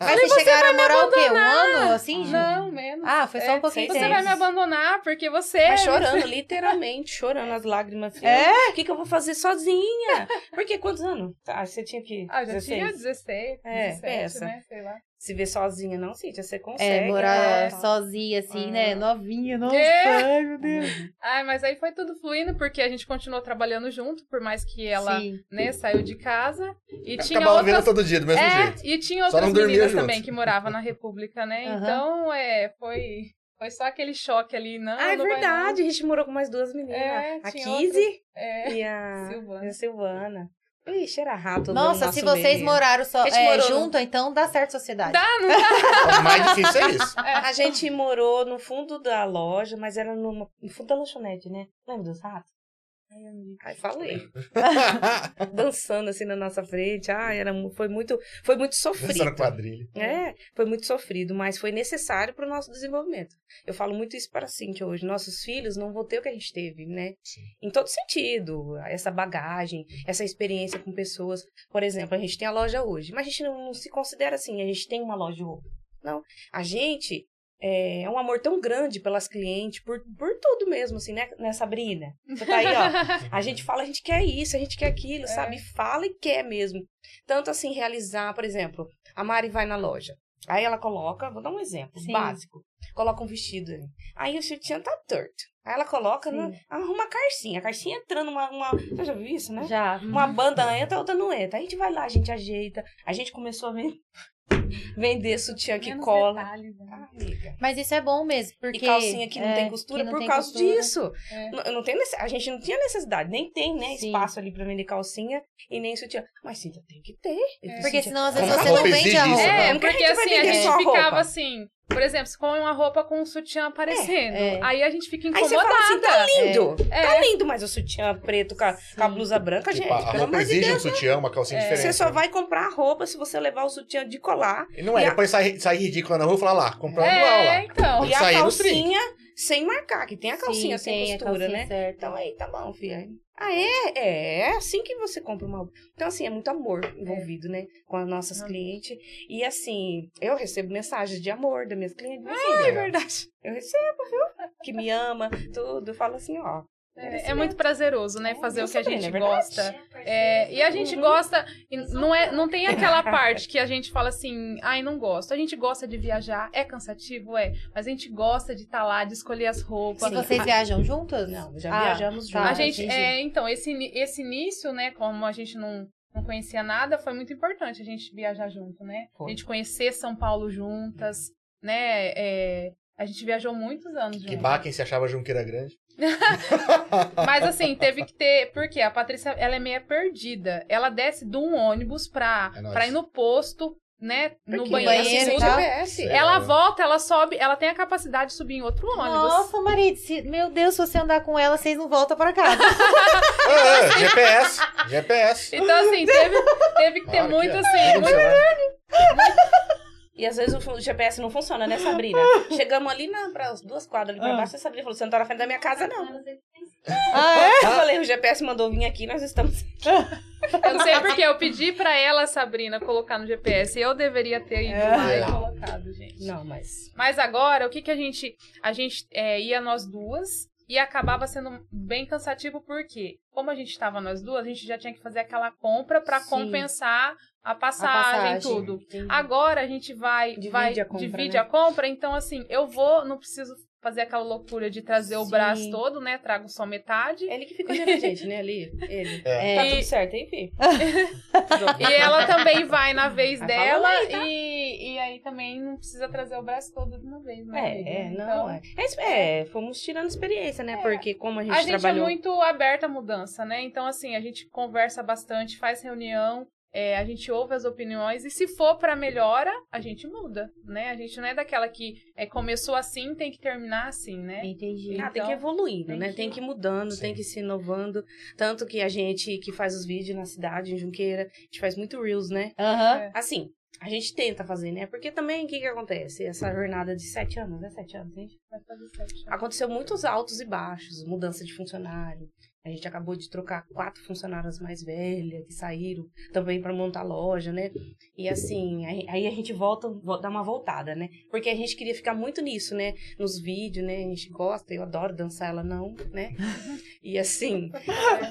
[SPEAKER 1] Mas vocês chegaram a morar o quê? Um ano, assim? Ju?
[SPEAKER 4] Não, menos.
[SPEAKER 1] Ah, foi só
[SPEAKER 4] É,
[SPEAKER 1] um pouquinho.
[SPEAKER 4] Você
[SPEAKER 1] tempo.
[SPEAKER 4] vai me abandonar porque É, você.
[SPEAKER 5] Mas chorando, literalmente, chorando as lágrimas. assim,
[SPEAKER 1] É?
[SPEAKER 5] O que, que eu vou fazer sozinha? Porque quantos anos? Ah, você tinha que.
[SPEAKER 4] Ah, eu já
[SPEAKER 5] 16.
[SPEAKER 4] tinha 16,
[SPEAKER 5] É,
[SPEAKER 4] 17,
[SPEAKER 5] pensa.
[SPEAKER 4] né? Sei lá.
[SPEAKER 5] Se ver sozinha, não, Cíntia, você consegue.
[SPEAKER 1] É, morar
[SPEAKER 5] tá?
[SPEAKER 1] sozinha, assim,
[SPEAKER 5] Ah.
[SPEAKER 1] né? Novinha, nossa,
[SPEAKER 4] É.
[SPEAKER 1] ai, meu Deus.
[SPEAKER 4] Ai, mas aí foi tudo fluindo porque a gente continuou trabalhando junto, por mais que ela,
[SPEAKER 1] Sim.
[SPEAKER 4] né, saiu de casa e tinha
[SPEAKER 2] Acabavam
[SPEAKER 4] outras
[SPEAKER 2] vendo todo dia, do mesmo
[SPEAKER 4] é,
[SPEAKER 2] jeito.
[SPEAKER 4] e tinha
[SPEAKER 2] Só não
[SPEAKER 4] outras
[SPEAKER 2] dormia
[SPEAKER 4] meninas
[SPEAKER 2] junto.
[SPEAKER 4] também que moravam na República, né?
[SPEAKER 1] Aham.
[SPEAKER 4] Então, é, foi, foi só aquele choque ali, não.
[SPEAKER 5] Ah, é
[SPEAKER 4] não vai não.
[SPEAKER 5] verdade, a gente morou com mais duas meninas.
[SPEAKER 4] É,
[SPEAKER 5] a
[SPEAKER 4] tinha
[SPEAKER 5] 15
[SPEAKER 4] É.
[SPEAKER 5] e a
[SPEAKER 4] Silvana.
[SPEAKER 5] e a Silvana. Ixi, era rato.
[SPEAKER 1] Nossa, se vocês
[SPEAKER 5] moraram.
[SPEAKER 1] moraram só,
[SPEAKER 5] A gente
[SPEAKER 1] é,
[SPEAKER 5] morou no-
[SPEAKER 1] junto, então dá certo a sociedade.
[SPEAKER 4] Dá, não dá.
[SPEAKER 2] O mais difícil é isso.
[SPEAKER 5] A gente morou no fundo da loja, mas era numa- no fundo da lanchonete, né? Lembra dos ratos? Ai, falei. Dançando assim na nossa frente. Ai, era, mu- foi muito, foi muito
[SPEAKER 2] Dançando
[SPEAKER 5] sofrido.
[SPEAKER 2] quadrilha.
[SPEAKER 5] É, foi muito sofrido, mas foi necessário para o nosso desenvolvimento. Eu falo muito isso para a Cintia hoje. Nossos filhos não vão ter o que a gente teve, né? Em todo sentido. Essa bagagem, essa experiência com pessoas. Por exemplo, a gente tem a loja hoje, mas a gente não, não se considera assim. A gente tem uma loja de roupa. Não. A gente é, é um amor tão grande pelas clientes, por, por tudo mesmo, assim, né, né, Sabrina? Você tá aí, ó. A gente fala, a gente quer isso, a gente quer aquilo, sabe? Fala e quer mesmo. Tanto assim, realizar, por exemplo, a Mari vai na loja. Aí ela coloca, vou dar um exemplo
[SPEAKER 1] Sim.
[SPEAKER 5] básico. Coloca um vestido ali. Aí o sutiã tá torto. Aí ela coloca, na, arruma a carcinha. A carcinha entrando uma, uma. Você já viu isso, né?
[SPEAKER 1] Já.
[SPEAKER 5] Uma banda entra, outra não entra. Aí a gente vai lá, a gente ajeita. A gente começou a ven- vender sutiã que
[SPEAKER 4] Menos
[SPEAKER 5] cola.
[SPEAKER 4] detalhes, né?
[SPEAKER 5] Ah, amiga.
[SPEAKER 1] Mas isso é bom mesmo, porque...
[SPEAKER 5] e calcinha que não
[SPEAKER 1] é,
[SPEAKER 5] tem costura
[SPEAKER 1] que não
[SPEAKER 5] por
[SPEAKER 1] tem
[SPEAKER 5] causa
[SPEAKER 1] costura. né?
[SPEAKER 5] disso.
[SPEAKER 4] É.
[SPEAKER 5] Não- não tem nece- a gente não tinha necessidade, nem tem, né?
[SPEAKER 1] Sim.
[SPEAKER 5] Espaço ali pra vender calcinha e nem sutiã. Mas Cintia tem que ter.
[SPEAKER 1] Porque
[SPEAKER 5] Cíntia,
[SPEAKER 1] senão, às vezes,
[SPEAKER 2] Como a
[SPEAKER 1] você não
[SPEAKER 2] roupa
[SPEAKER 1] vende a
[SPEAKER 2] exige isso,
[SPEAKER 1] roupa.
[SPEAKER 4] É,
[SPEAKER 5] Como que a
[SPEAKER 4] porque
[SPEAKER 5] gente vai
[SPEAKER 4] assim, a
[SPEAKER 5] vender
[SPEAKER 4] gente
[SPEAKER 5] só a
[SPEAKER 4] ficava
[SPEAKER 5] roupa?
[SPEAKER 4] assim, por exemplo, se põe uma roupa com um sutiã aparecendo,
[SPEAKER 1] É, é.
[SPEAKER 4] aí a gente fica
[SPEAKER 5] Aí você
[SPEAKER 4] incomodada.
[SPEAKER 5] fala assim, tá lindo.
[SPEAKER 4] É.
[SPEAKER 5] Tá lindo, mas o sutiã preto com a, com a blusa branca, gente,
[SPEAKER 2] Tipo, a
[SPEAKER 5] pelo
[SPEAKER 2] roupa
[SPEAKER 5] amor de
[SPEAKER 2] exige um
[SPEAKER 4] né?
[SPEAKER 5] Deus.
[SPEAKER 2] sutiã, uma calcinha
[SPEAKER 4] É.
[SPEAKER 2] diferente.
[SPEAKER 5] É, Você só vai comprar a roupa se você levar o sutiã de colar
[SPEAKER 2] E não é,
[SPEAKER 5] E a-
[SPEAKER 2] depois sai, sai ridícula na rua e fala lá, comprar um igual
[SPEAKER 4] é,
[SPEAKER 2] lá.
[SPEAKER 4] então.
[SPEAKER 2] Pode
[SPEAKER 5] e a
[SPEAKER 2] sair nos
[SPEAKER 5] calcinha sem marcar, que tem a calcinha
[SPEAKER 1] Sim,
[SPEAKER 5] sem
[SPEAKER 1] tem a
[SPEAKER 5] costura,
[SPEAKER 1] calcinha
[SPEAKER 5] né?
[SPEAKER 1] certa.
[SPEAKER 5] Então aí, tá bom, filha. Ah, é? É, é assim que você compra uma. Então, assim, é muito amor envolvido, né? Com as nossas
[SPEAKER 4] Amor.
[SPEAKER 5] clientes. E assim, eu recebo mensagens de amor das minhas clientes. Ah, é
[SPEAKER 2] legal.
[SPEAKER 5] verdade. Eu recebo, viu? Que me ama, tudo. Eu falo assim, ó.
[SPEAKER 4] É, é muito prazeroso, né? Fazer o que a
[SPEAKER 5] Sabrina,
[SPEAKER 4] gente
[SPEAKER 5] é verdade. Uhum.
[SPEAKER 4] gosta. É, e a gente gosta, e não, é, não tem aquela parte que a gente fala assim, ai, não gosto. A gente gosta de viajar, é cansativo, é, mas a gente gosta de estar lá, de escolher as roupas.
[SPEAKER 1] E vocês viajam juntas?
[SPEAKER 5] assim. Ah. Não, já
[SPEAKER 1] Ah,
[SPEAKER 5] viajamos
[SPEAKER 1] tá.
[SPEAKER 5] juntos.
[SPEAKER 4] a gente,
[SPEAKER 1] entendi.
[SPEAKER 4] é, então, esse, ini- esse início, né, como a gente não, não conhecia nada, foi muito importante a gente viajar junto, né?
[SPEAKER 5] Foi.
[SPEAKER 4] A gente conhecer São Paulo juntas, né? é, a gente viajou muitos anos
[SPEAKER 2] Que
[SPEAKER 4] juntas.
[SPEAKER 2] baquem se achava Junqueira Grande.
[SPEAKER 4] Mas assim, teve que ter. Porque a Patrícia, ela é meia perdida. Ela desce de um ônibus pra,
[SPEAKER 2] É nóis.
[SPEAKER 4] pra ir no posto, né? No
[SPEAKER 5] Porque
[SPEAKER 4] banheiro.
[SPEAKER 1] banheiro,
[SPEAKER 4] assim,
[SPEAKER 5] assim,
[SPEAKER 1] tá?
[SPEAKER 4] usa-
[SPEAKER 5] GPS.
[SPEAKER 2] É.
[SPEAKER 4] Ela volta, ela sobe, ela tem a capacidade de subir em outro ônibus.
[SPEAKER 1] Nossa, marido, se- meu Deus, se você andar com ela, vocês não voltam pra casa.
[SPEAKER 2] Ah,
[SPEAKER 4] assim.
[SPEAKER 2] ah, GPS, GPS.
[SPEAKER 4] Então, assim, teve, teve que ter
[SPEAKER 2] Olha aqui,
[SPEAKER 4] muito,
[SPEAKER 2] ó.
[SPEAKER 4] assim,
[SPEAKER 2] Vamos
[SPEAKER 4] muito-
[SPEAKER 2] lá.
[SPEAKER 5] E às vezes o fu- GPS não funciona, né, Sabrina? Chegamos ali na, pra as duas quadras ali pra
[SPEAKER 1] Ah.
[SPEAKER 5] baixo, a Sabrina falou: você não tá na frente da minha casa, não.
[SPEAKER 1] ah, é?
[SPEAKER 5] Eu falei, o GPS mandou vir aqui, nós estamos.
[SPEAKER 4] Eu não sei porque eu pedi pra ela, Sabrina, colocar no GPS. Eu deveria ter ido lá e
[SPEAKER 2] É.
[SPEAKER 4] colocado, gente.
[SPEAKER 5] Não, mas.
[SPEAKER 4] Mas agora, o que que a gente... A gente é, ia nós duas e acabava sendo bem cansativo porque, como a gente estava nós duas, a gente já tinha que fazer aquela compra pra
[SPEAKER 1] Sim.
[SPEAKER 4] compensar a passagem,
[SPEAKER 1] passagem.
[SPEAKER 4] tudo. Agora a gente vai...
[SPEAKER 5] Divide
[SPEAKER 4] vai,
[SPEAKER 5] a compra,
[SPEAKER 4] divide
[SPEAKER 5] né?
[SPEAKER 4] a compra. Então, assim, eu vou, não preciso fazer aquela loucura de trazer o
[SPEAKER 5] Sim.
[SPEAKER 4] braço todo, né? Trago só metade.
[SPEAKER 5] Ele que fica olhando a gente, né, ali? Ele.
[SPEAKER 2] É.
[SPEAKER 5] Tá
[SPEAKER 1] É.
[SPEAKER 5] tudo certo, hein, Fih? tá-
[SPEAKER 4] E ela também vai na vez
[SPEAKER 5] Vai
[SPEAKER 4] dela
[SPEAKER 5] tá?
[SPEAKER 4] e, e aí também não precisa trazer o braço todo de uma vez, né? amiga?
[SPEAKER 5] É, é, não.
[SPEAKER 4] Então,
[SPEAKER 5] É, É isso- é, fomos tirando experiência, né? Porque como a gente,
[SPEAKER 4] A gente
[SPEAKER 5] trabalhou.
[SPEAKER 4] é muito aberta à mudança, né? Então, assim, a gente conversa bastante, faz reunião, é, a gente ouve as opiniões e se for pra melhora, a gente muda, né? A gente não é daquela que é, começou assim, tem que terminar assim, né?
[SPEAKER 1] Entendi.
[SPEAKER 5] Ah, tem
[SPEAKER 4] então,
[SPEAKER 5] que ir evoluindo,
[SPEAKER 4] tem
[SPEAKER 5] né?
[SPEAKER 4] que-
[SPEAKER 5] Tem que ir mudando,
[SPEAKER 2] Sim.
[SPEAKER 5] tem que se inovando. Tanto que a gente que faz os vídeos na cidade, em Junqueira, a gente faz muito Reels, né?
[SPEAKER 4] É.
[SPEAKER 1] Aham.
[SPEAKER 5] Assim, a gente tenta fazer, né? Porque também o que, que acontece? Essa jornada de sete anos, né? Sete anos, hein?
[SPEAKER 4] Vai fazer certo.
[SPEAKER 5] Aconteceu muitos altos e baixos, mudança de funcionário, A gente acabou de trocar quatro funcionárias mais velhas que saíram também para montar loja, né? E assim, aí, aí a gente volta, vol- dá uma voltada, né? Porque a gente queria ficar muito nisso, né? Nos vídeos, né? A gente gosta, eu adoro dançar, ela não, né? E assim,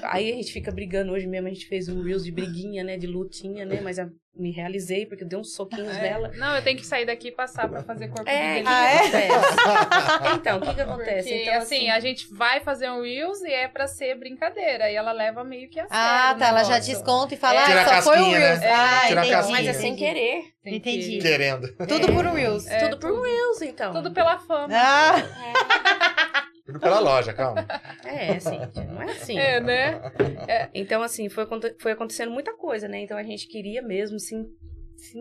[SPEAKER 5] aí a gente fica brigando. Hoje mesmo a gente fez um Reels de briguinha, né? De lutinha, né? Mas eu me realizei porque eu dei uns soquinhos
[SPEAKER 4] É.
[SPEAKER 5] nela.
[SPEAKER 4] Não, eu tenho que sair daqui e passar pra fazer corpo
[SPEAKER 5] É,
[SPEAKER 4] de
[SPEAKER 5] o
[SPEAKER 4] delírio.
[SPEAKER 5] que,
[SPEAKER 3] Ah, é?
[SPEAKER 5] que acontece? então, o que, que
[SPEAKER 4] Porque,
[SPEAKER 5] acontece? então,
[SPEAKER 4] assim, a gente vai fazer um Reels e é pra ser brincadeira. E ela leva meio que a sério.
[SPEAKER 3] Ah,
[SPEAKER 4] o
[SPEAKER 3] tá. Ela já
[SPEAKER 4] negócio.
[SPEAKER 3] desconta e fala,
[SPEAKER 4] É.
[SPEAKER 3] ah,
[SPEAKER 4] Tira
[SPEAKER 2] a
[SPEAKER 3] só foi o
[SPEAKER 2] casquinha, né?
[SPEAKER 3] Reels.
[SPEAKER 2] É,
[SPEAKER 3] Ah,
[SPEAKER 2] tira a
[SPEAKER 3] entendi.
[SPEAKER 2] casquinha.
[SPEAKER 5] Mas é sem querer.
[SPEAKER 4] Tem
[SPEAKER 1] Entendi.
[SPEAKER 4] que-
[SPEAKER 2] Querendo.
[SPEAKER 3] Tudo por um Reels.
[SPEAKER 4] É,
[SPEAKER 5] tudo por Reels, então.
[SPEAKER 4] Tudo pela fama. é.
[SPEAKER 3] Ah,
[SPEAKER 2] Tudo pela loja, calma.
[SPEAKER 5] É, assim, não é assim.
[SPEAKER 4] É, né?
[SPEAKER 5] Então, assim, foi, aconte- foi acontecendo muita coisa, né? Então a gente queria mesmo se, en- se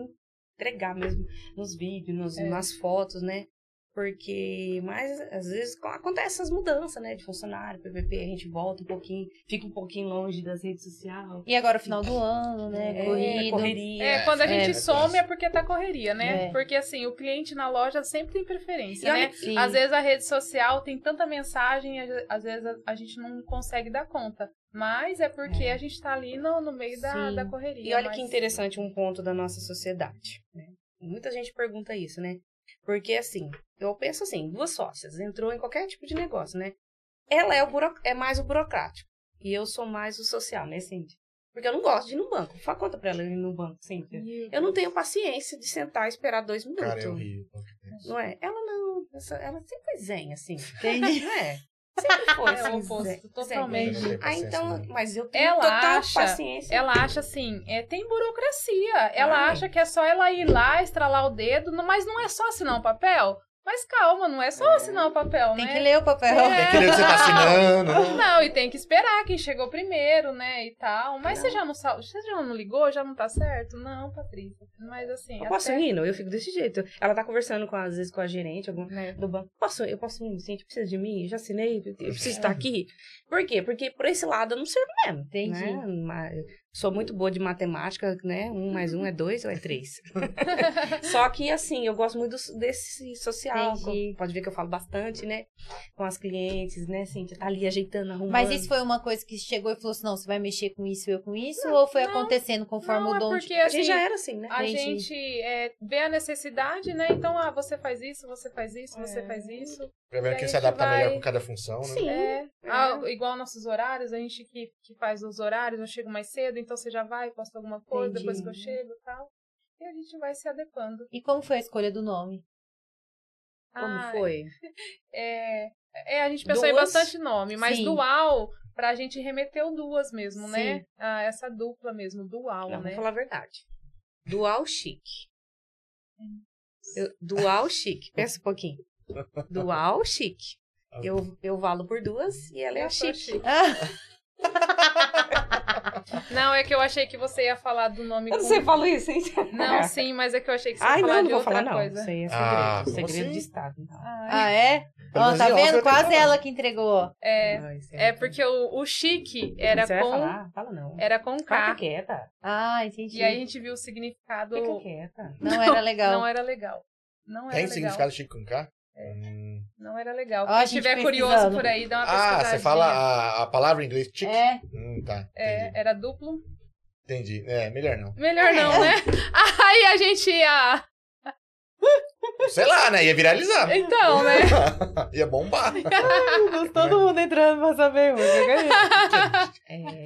[SPEAKER 5] entregar mesmo nos vídeos, nos-
[SPEAKER 4] É.
[SPEAKER 5] nas fotos, né? Porque, mas às vezes co- acontece essas mudanças, né? De funcionário, PVP, a gente volta um pouquinho, fica um pouquinho longe das redes sociais.
[SPEAKER 1] E agora, final do ano, né?
[SPEAKER 5] É,
[SPEAKER 1] Corrido.
[SPEAKER 5] correria.
[SPEAKER 4] É, quando a gente
[SPEAKER 2] é.
[SPEAKER 4] some é porque tá correria, né?
[SPEAKER 1] É.
[SPEAKER 4] Porque assim, o cliente na loja sempre tem preferência,
[SPEAKER 5] E
[SPEAKER 4] né?
[SPEAKER 5] olha
[SPEAKER 1] Sim.
[SPEAKER 4] Às vezes a rede social tem tanta mensagem, às- às vezes a- a gente não consegue dar conta. Mas é porque a gente tá ali no, no meio da,
[SPEAKER 1] Sim.
[SPEAKER 4] da correria.
[SPEAKER 5] E olha
[SPEAKER 4] mas-
[SPEAKER 5] que interessante um ponto da nossa sociedade. né? Muita gente pergunta isso, né? Porque assim, eu penso assim, duas sócias entrou em qualquer tipo de negócio, né? Ela é, o buro... é mais o burocrático e eu sou mais o social, né, Cindy? Porque eu não gosto de ir no banco. Fala conta pra ela ir no banco, Cindy. Eu não tenho paciência de sentar e esperar dois minutos.
[SPEAKER 2] Cara, é horrível.
[SPEAKER 5] Não é? Ela não. essa- Ela sempre foi zen, assim.
[SPEAKER 1] Entendi.
[SPEAKER 5] Não é? Sempre foi.
[SPEAKER 4] É o
[SPEAKER 5] assim,
[SPEAKER 4] oposto,
[SPEAKER 5] zen- zen.
[SPEAKER 4] totalmente.
[SPEAKER 2] Eu não tenho
[SPEAKER 5] Ah,
[SPEAKER 2] paciência,
[SPEAKER 5] então.
[SPEAKER 2] não.
[SPEAKER 5] Mas eu tenho
[SPEAKER 4] Ela
[SPEAKER 5] total
[SPEAKER 4] acha-
[SPEAKER 5] paciência.
[SPEAKER 4] Ela acha assim, é, tem burocracia. Ela
[SPEAKER 5] Ai.
[SPEAKER 4] acha que é só ela ir lá, estralar o dedo, não- mas não é só assinar um papel. Mas calma, não é só assinar o papel,
[SPEAKER 3] tem
[SPEAKER 4] né?
[SPEAKER 3] que ler o papel.
[SPEAKER 2] Tem
[SPEAKER 4] É.
[SPEAKER 2] que ler o que você tá assinando. né?
[SPEAKER 4] Não, e tem que esperar quem chegou primeiro, né, e tal. Mas você já não sal- você já não ligou, já não tá certo? Não, Patrícia. Mas assim,
[SPEAKER 5] Eu posso
[SPEAKER 4] até...
[SPEAKER 5] ir? Não, eu fico desse jeito. Ela tá conversando com, às vezes, com a gerente algum,
[SPEAKER 4] É.
[SPEAKER 5] do banco. Posso, eu posso ir? Gente, precisa de mim? Eu já assinei? Eu preciso estar aqui? Por quê? Porque por esse lado eu não sirvo mesmo.
[SPEAKER 1] Entendi.
[SPEAKER 5] né? Mas Sou muito boa de matemática, né? Um mais um é dois ou é três. Só que, assim, eu gosto muito do- desse social.
[SPEAKER 1] Entendi.
[SPEAKER 5] co- Pode ver que eu falo bastante, né? Com as clientes, né, Cíntia? Tá ali ajeitando, arrumando.
[SPEAKER 1] Mas isso foi uma coisa que chegou e falou assim: não, você vai mexer com isso, eu com isso? ou foi
[SPEAKER 4] não.
[SPEAKER 1] acontecendo conforme
[SPEAKER 4] não,
[SPEAKER 1] o
[SPEAKER 4] é
[SPEAKER 1] dom
[SPEAKER 4] porque
[SPEAKER 1] de.
[SPEAKER 5] A
[SPEAKER 4] assim,
[SPEAKER 5] gente já era assim, né?
[SPEAKER 4] a
[SPEAKER 1] Entendi.
[SPEAKER 4] gente é, vê a necessidade, né? Então, ah, você faz isso, você faz isso, você
[SPEAKER 5] É.
[SPEAKER 4] faz isso.
[SPEAKER 2] Pra ver
[SPEAKER 4] Daí
[SPEAKER 2] quem
[SPEAKER 4] a
[SPEAKER 2] se
[SPEAKER 4] gente
[SPEAKER 2] adapta
[SPEAKER 4] vai-
[SPEAKER 2] melhor com cada função, né?
[SPEAKER 5] Sim.
[SPEAKER 4] É,
[SPEAKER 5] é.
[SPEAKER 4] Ah, igual nossos horários, a gente que, que faz os horários, eu chego mais cedo, então você já vai, posta alguma coisa,
[SPEAKER 1] Entendi.
[SPEAKER 4] depois que eu chego e tal. E a gente vai se adequando.
[SPEAKER 1] E como foi a escolha do nome?
[SPEAKER 5] Como
[SPEAKER 4] Ah,
[SPEAKER 5] foi?
[SPEAKER 4] É, é, a gente pensou em
[SPEAKER 5] Duas?
[SPEAKER 4] bastante nome, mas
[SPEAKER 1] Sim.
[SPEAKER 4] dual, pra gente remeteu duas mesmo, né?
[SPEAKER 1] Sim.
[SPEAKER 4] Ah, essa dupla mesmo, dual,
[SPEAKER 5] Não,
[SPEAKER 4] né?
[SPEAKER 5] vou falar a verdade. Dual chique. Eu- dual chique. Pensa um pouquinho. Dual chique. Eu, eu valo por duas e ela é
[SPEAKER 4] Eu
[SPEAKER 5] a
[SPEAKER 4] sou
[SPEAKER 5] chique.
[SPEAKER 4] chique. Não, é que eu achei que você ia falar do nome com...
[SPEAKER 5] falou isso, hein?
[SPEAKER 4] Não, sim, mas é que eu achei que você
[SPEAKER 5] Ai,
[SPEAKER 4] ia falar
[SPEAKER 5] não, não
[SPEAKER 4] de
[SPEAKER 5] vou
[SPEAKER 4] outra
[SPEAKER 5] falar, não.
[SPEAKER 4] coisa.
[SPEAKER 5] Isso aí é segredo.
[SPEAKER 2] Ah, como
[SPEAKER 5] segredo
[SPEAKER 2] assim?
[SPEAKER 5] de Estado. então.
[SPEAKER 1] Ah, é?
[SPEAKER 2] Pelo
[SPEAKER 1] Ó,
[SPEAKER 2] menos
[SPEAKER 1] tá
[SPEAKER 2] em off eu
[SPEAKER 1] vendo?
[SPEAKER 2] tô
[SPEAKER 1] Quase
[SPEAKER 2] falando.
[SPEAKER 1] ela que entregou.
[SPEAKER 4] É,
[SPEAKER 5] Não, isso
[SPEAKER 4] é porque o, o chique era
[SPEAKER 5] Você vai
[SPEAKER 4] com,
[SPEAKER 5] falar? Fala não.
[SPEAKER 4] era com
[SPEAKER 5] Fica
[SPEAKER 4] K.
[SPEAKER 5] quieta.
[SPEAKER 1] Ah, entendi.
[SPEAKER 4] E aí a gente viu o significado.
[SPEAKER 5] Fica quieta.
[SPEAKER 1] Não é era legal.
[SPEAKER 4] Não era legal. Não era
[SPEAKER 2] Tem
[SPEAKER 4] legal.
[SPEAKER 2] significado chique com K? Hum.
[SPEAKER 4] Não era legal.
[SPEAKER 1] Ó, a
[SPEAKER 4] Quem
[SPEAKER 1] gente
[SPEAKER 4] estiver curioso
[SPEAKER 1] pesquisando.
[SPEAKER 4] por aí, dá uma
[SPEAKER 2] Ah,
[SPEAKER 4] pesquisadinha.
[SPEAKER 2] você fala a, a palavra em inglês chique?
[SPEAKER 1] É,
[SPEAKER 2] Hum, tá. Entendi.
[SPEAKER 4] É, era duplo.
[SPEAKER 2] Entendi. É, melhor não.
[SPEAKER 4] Melhor não, né? Aí a gente ia.
[SPEAKER 2] Sei lá, né? Ia viralizar.
[SPEAKER 4] Então, né?
[SPEAKER 2] ia bombar.
[SPEAKER 1] todo mundo entrando pra saber
[SPEAKER 5] É,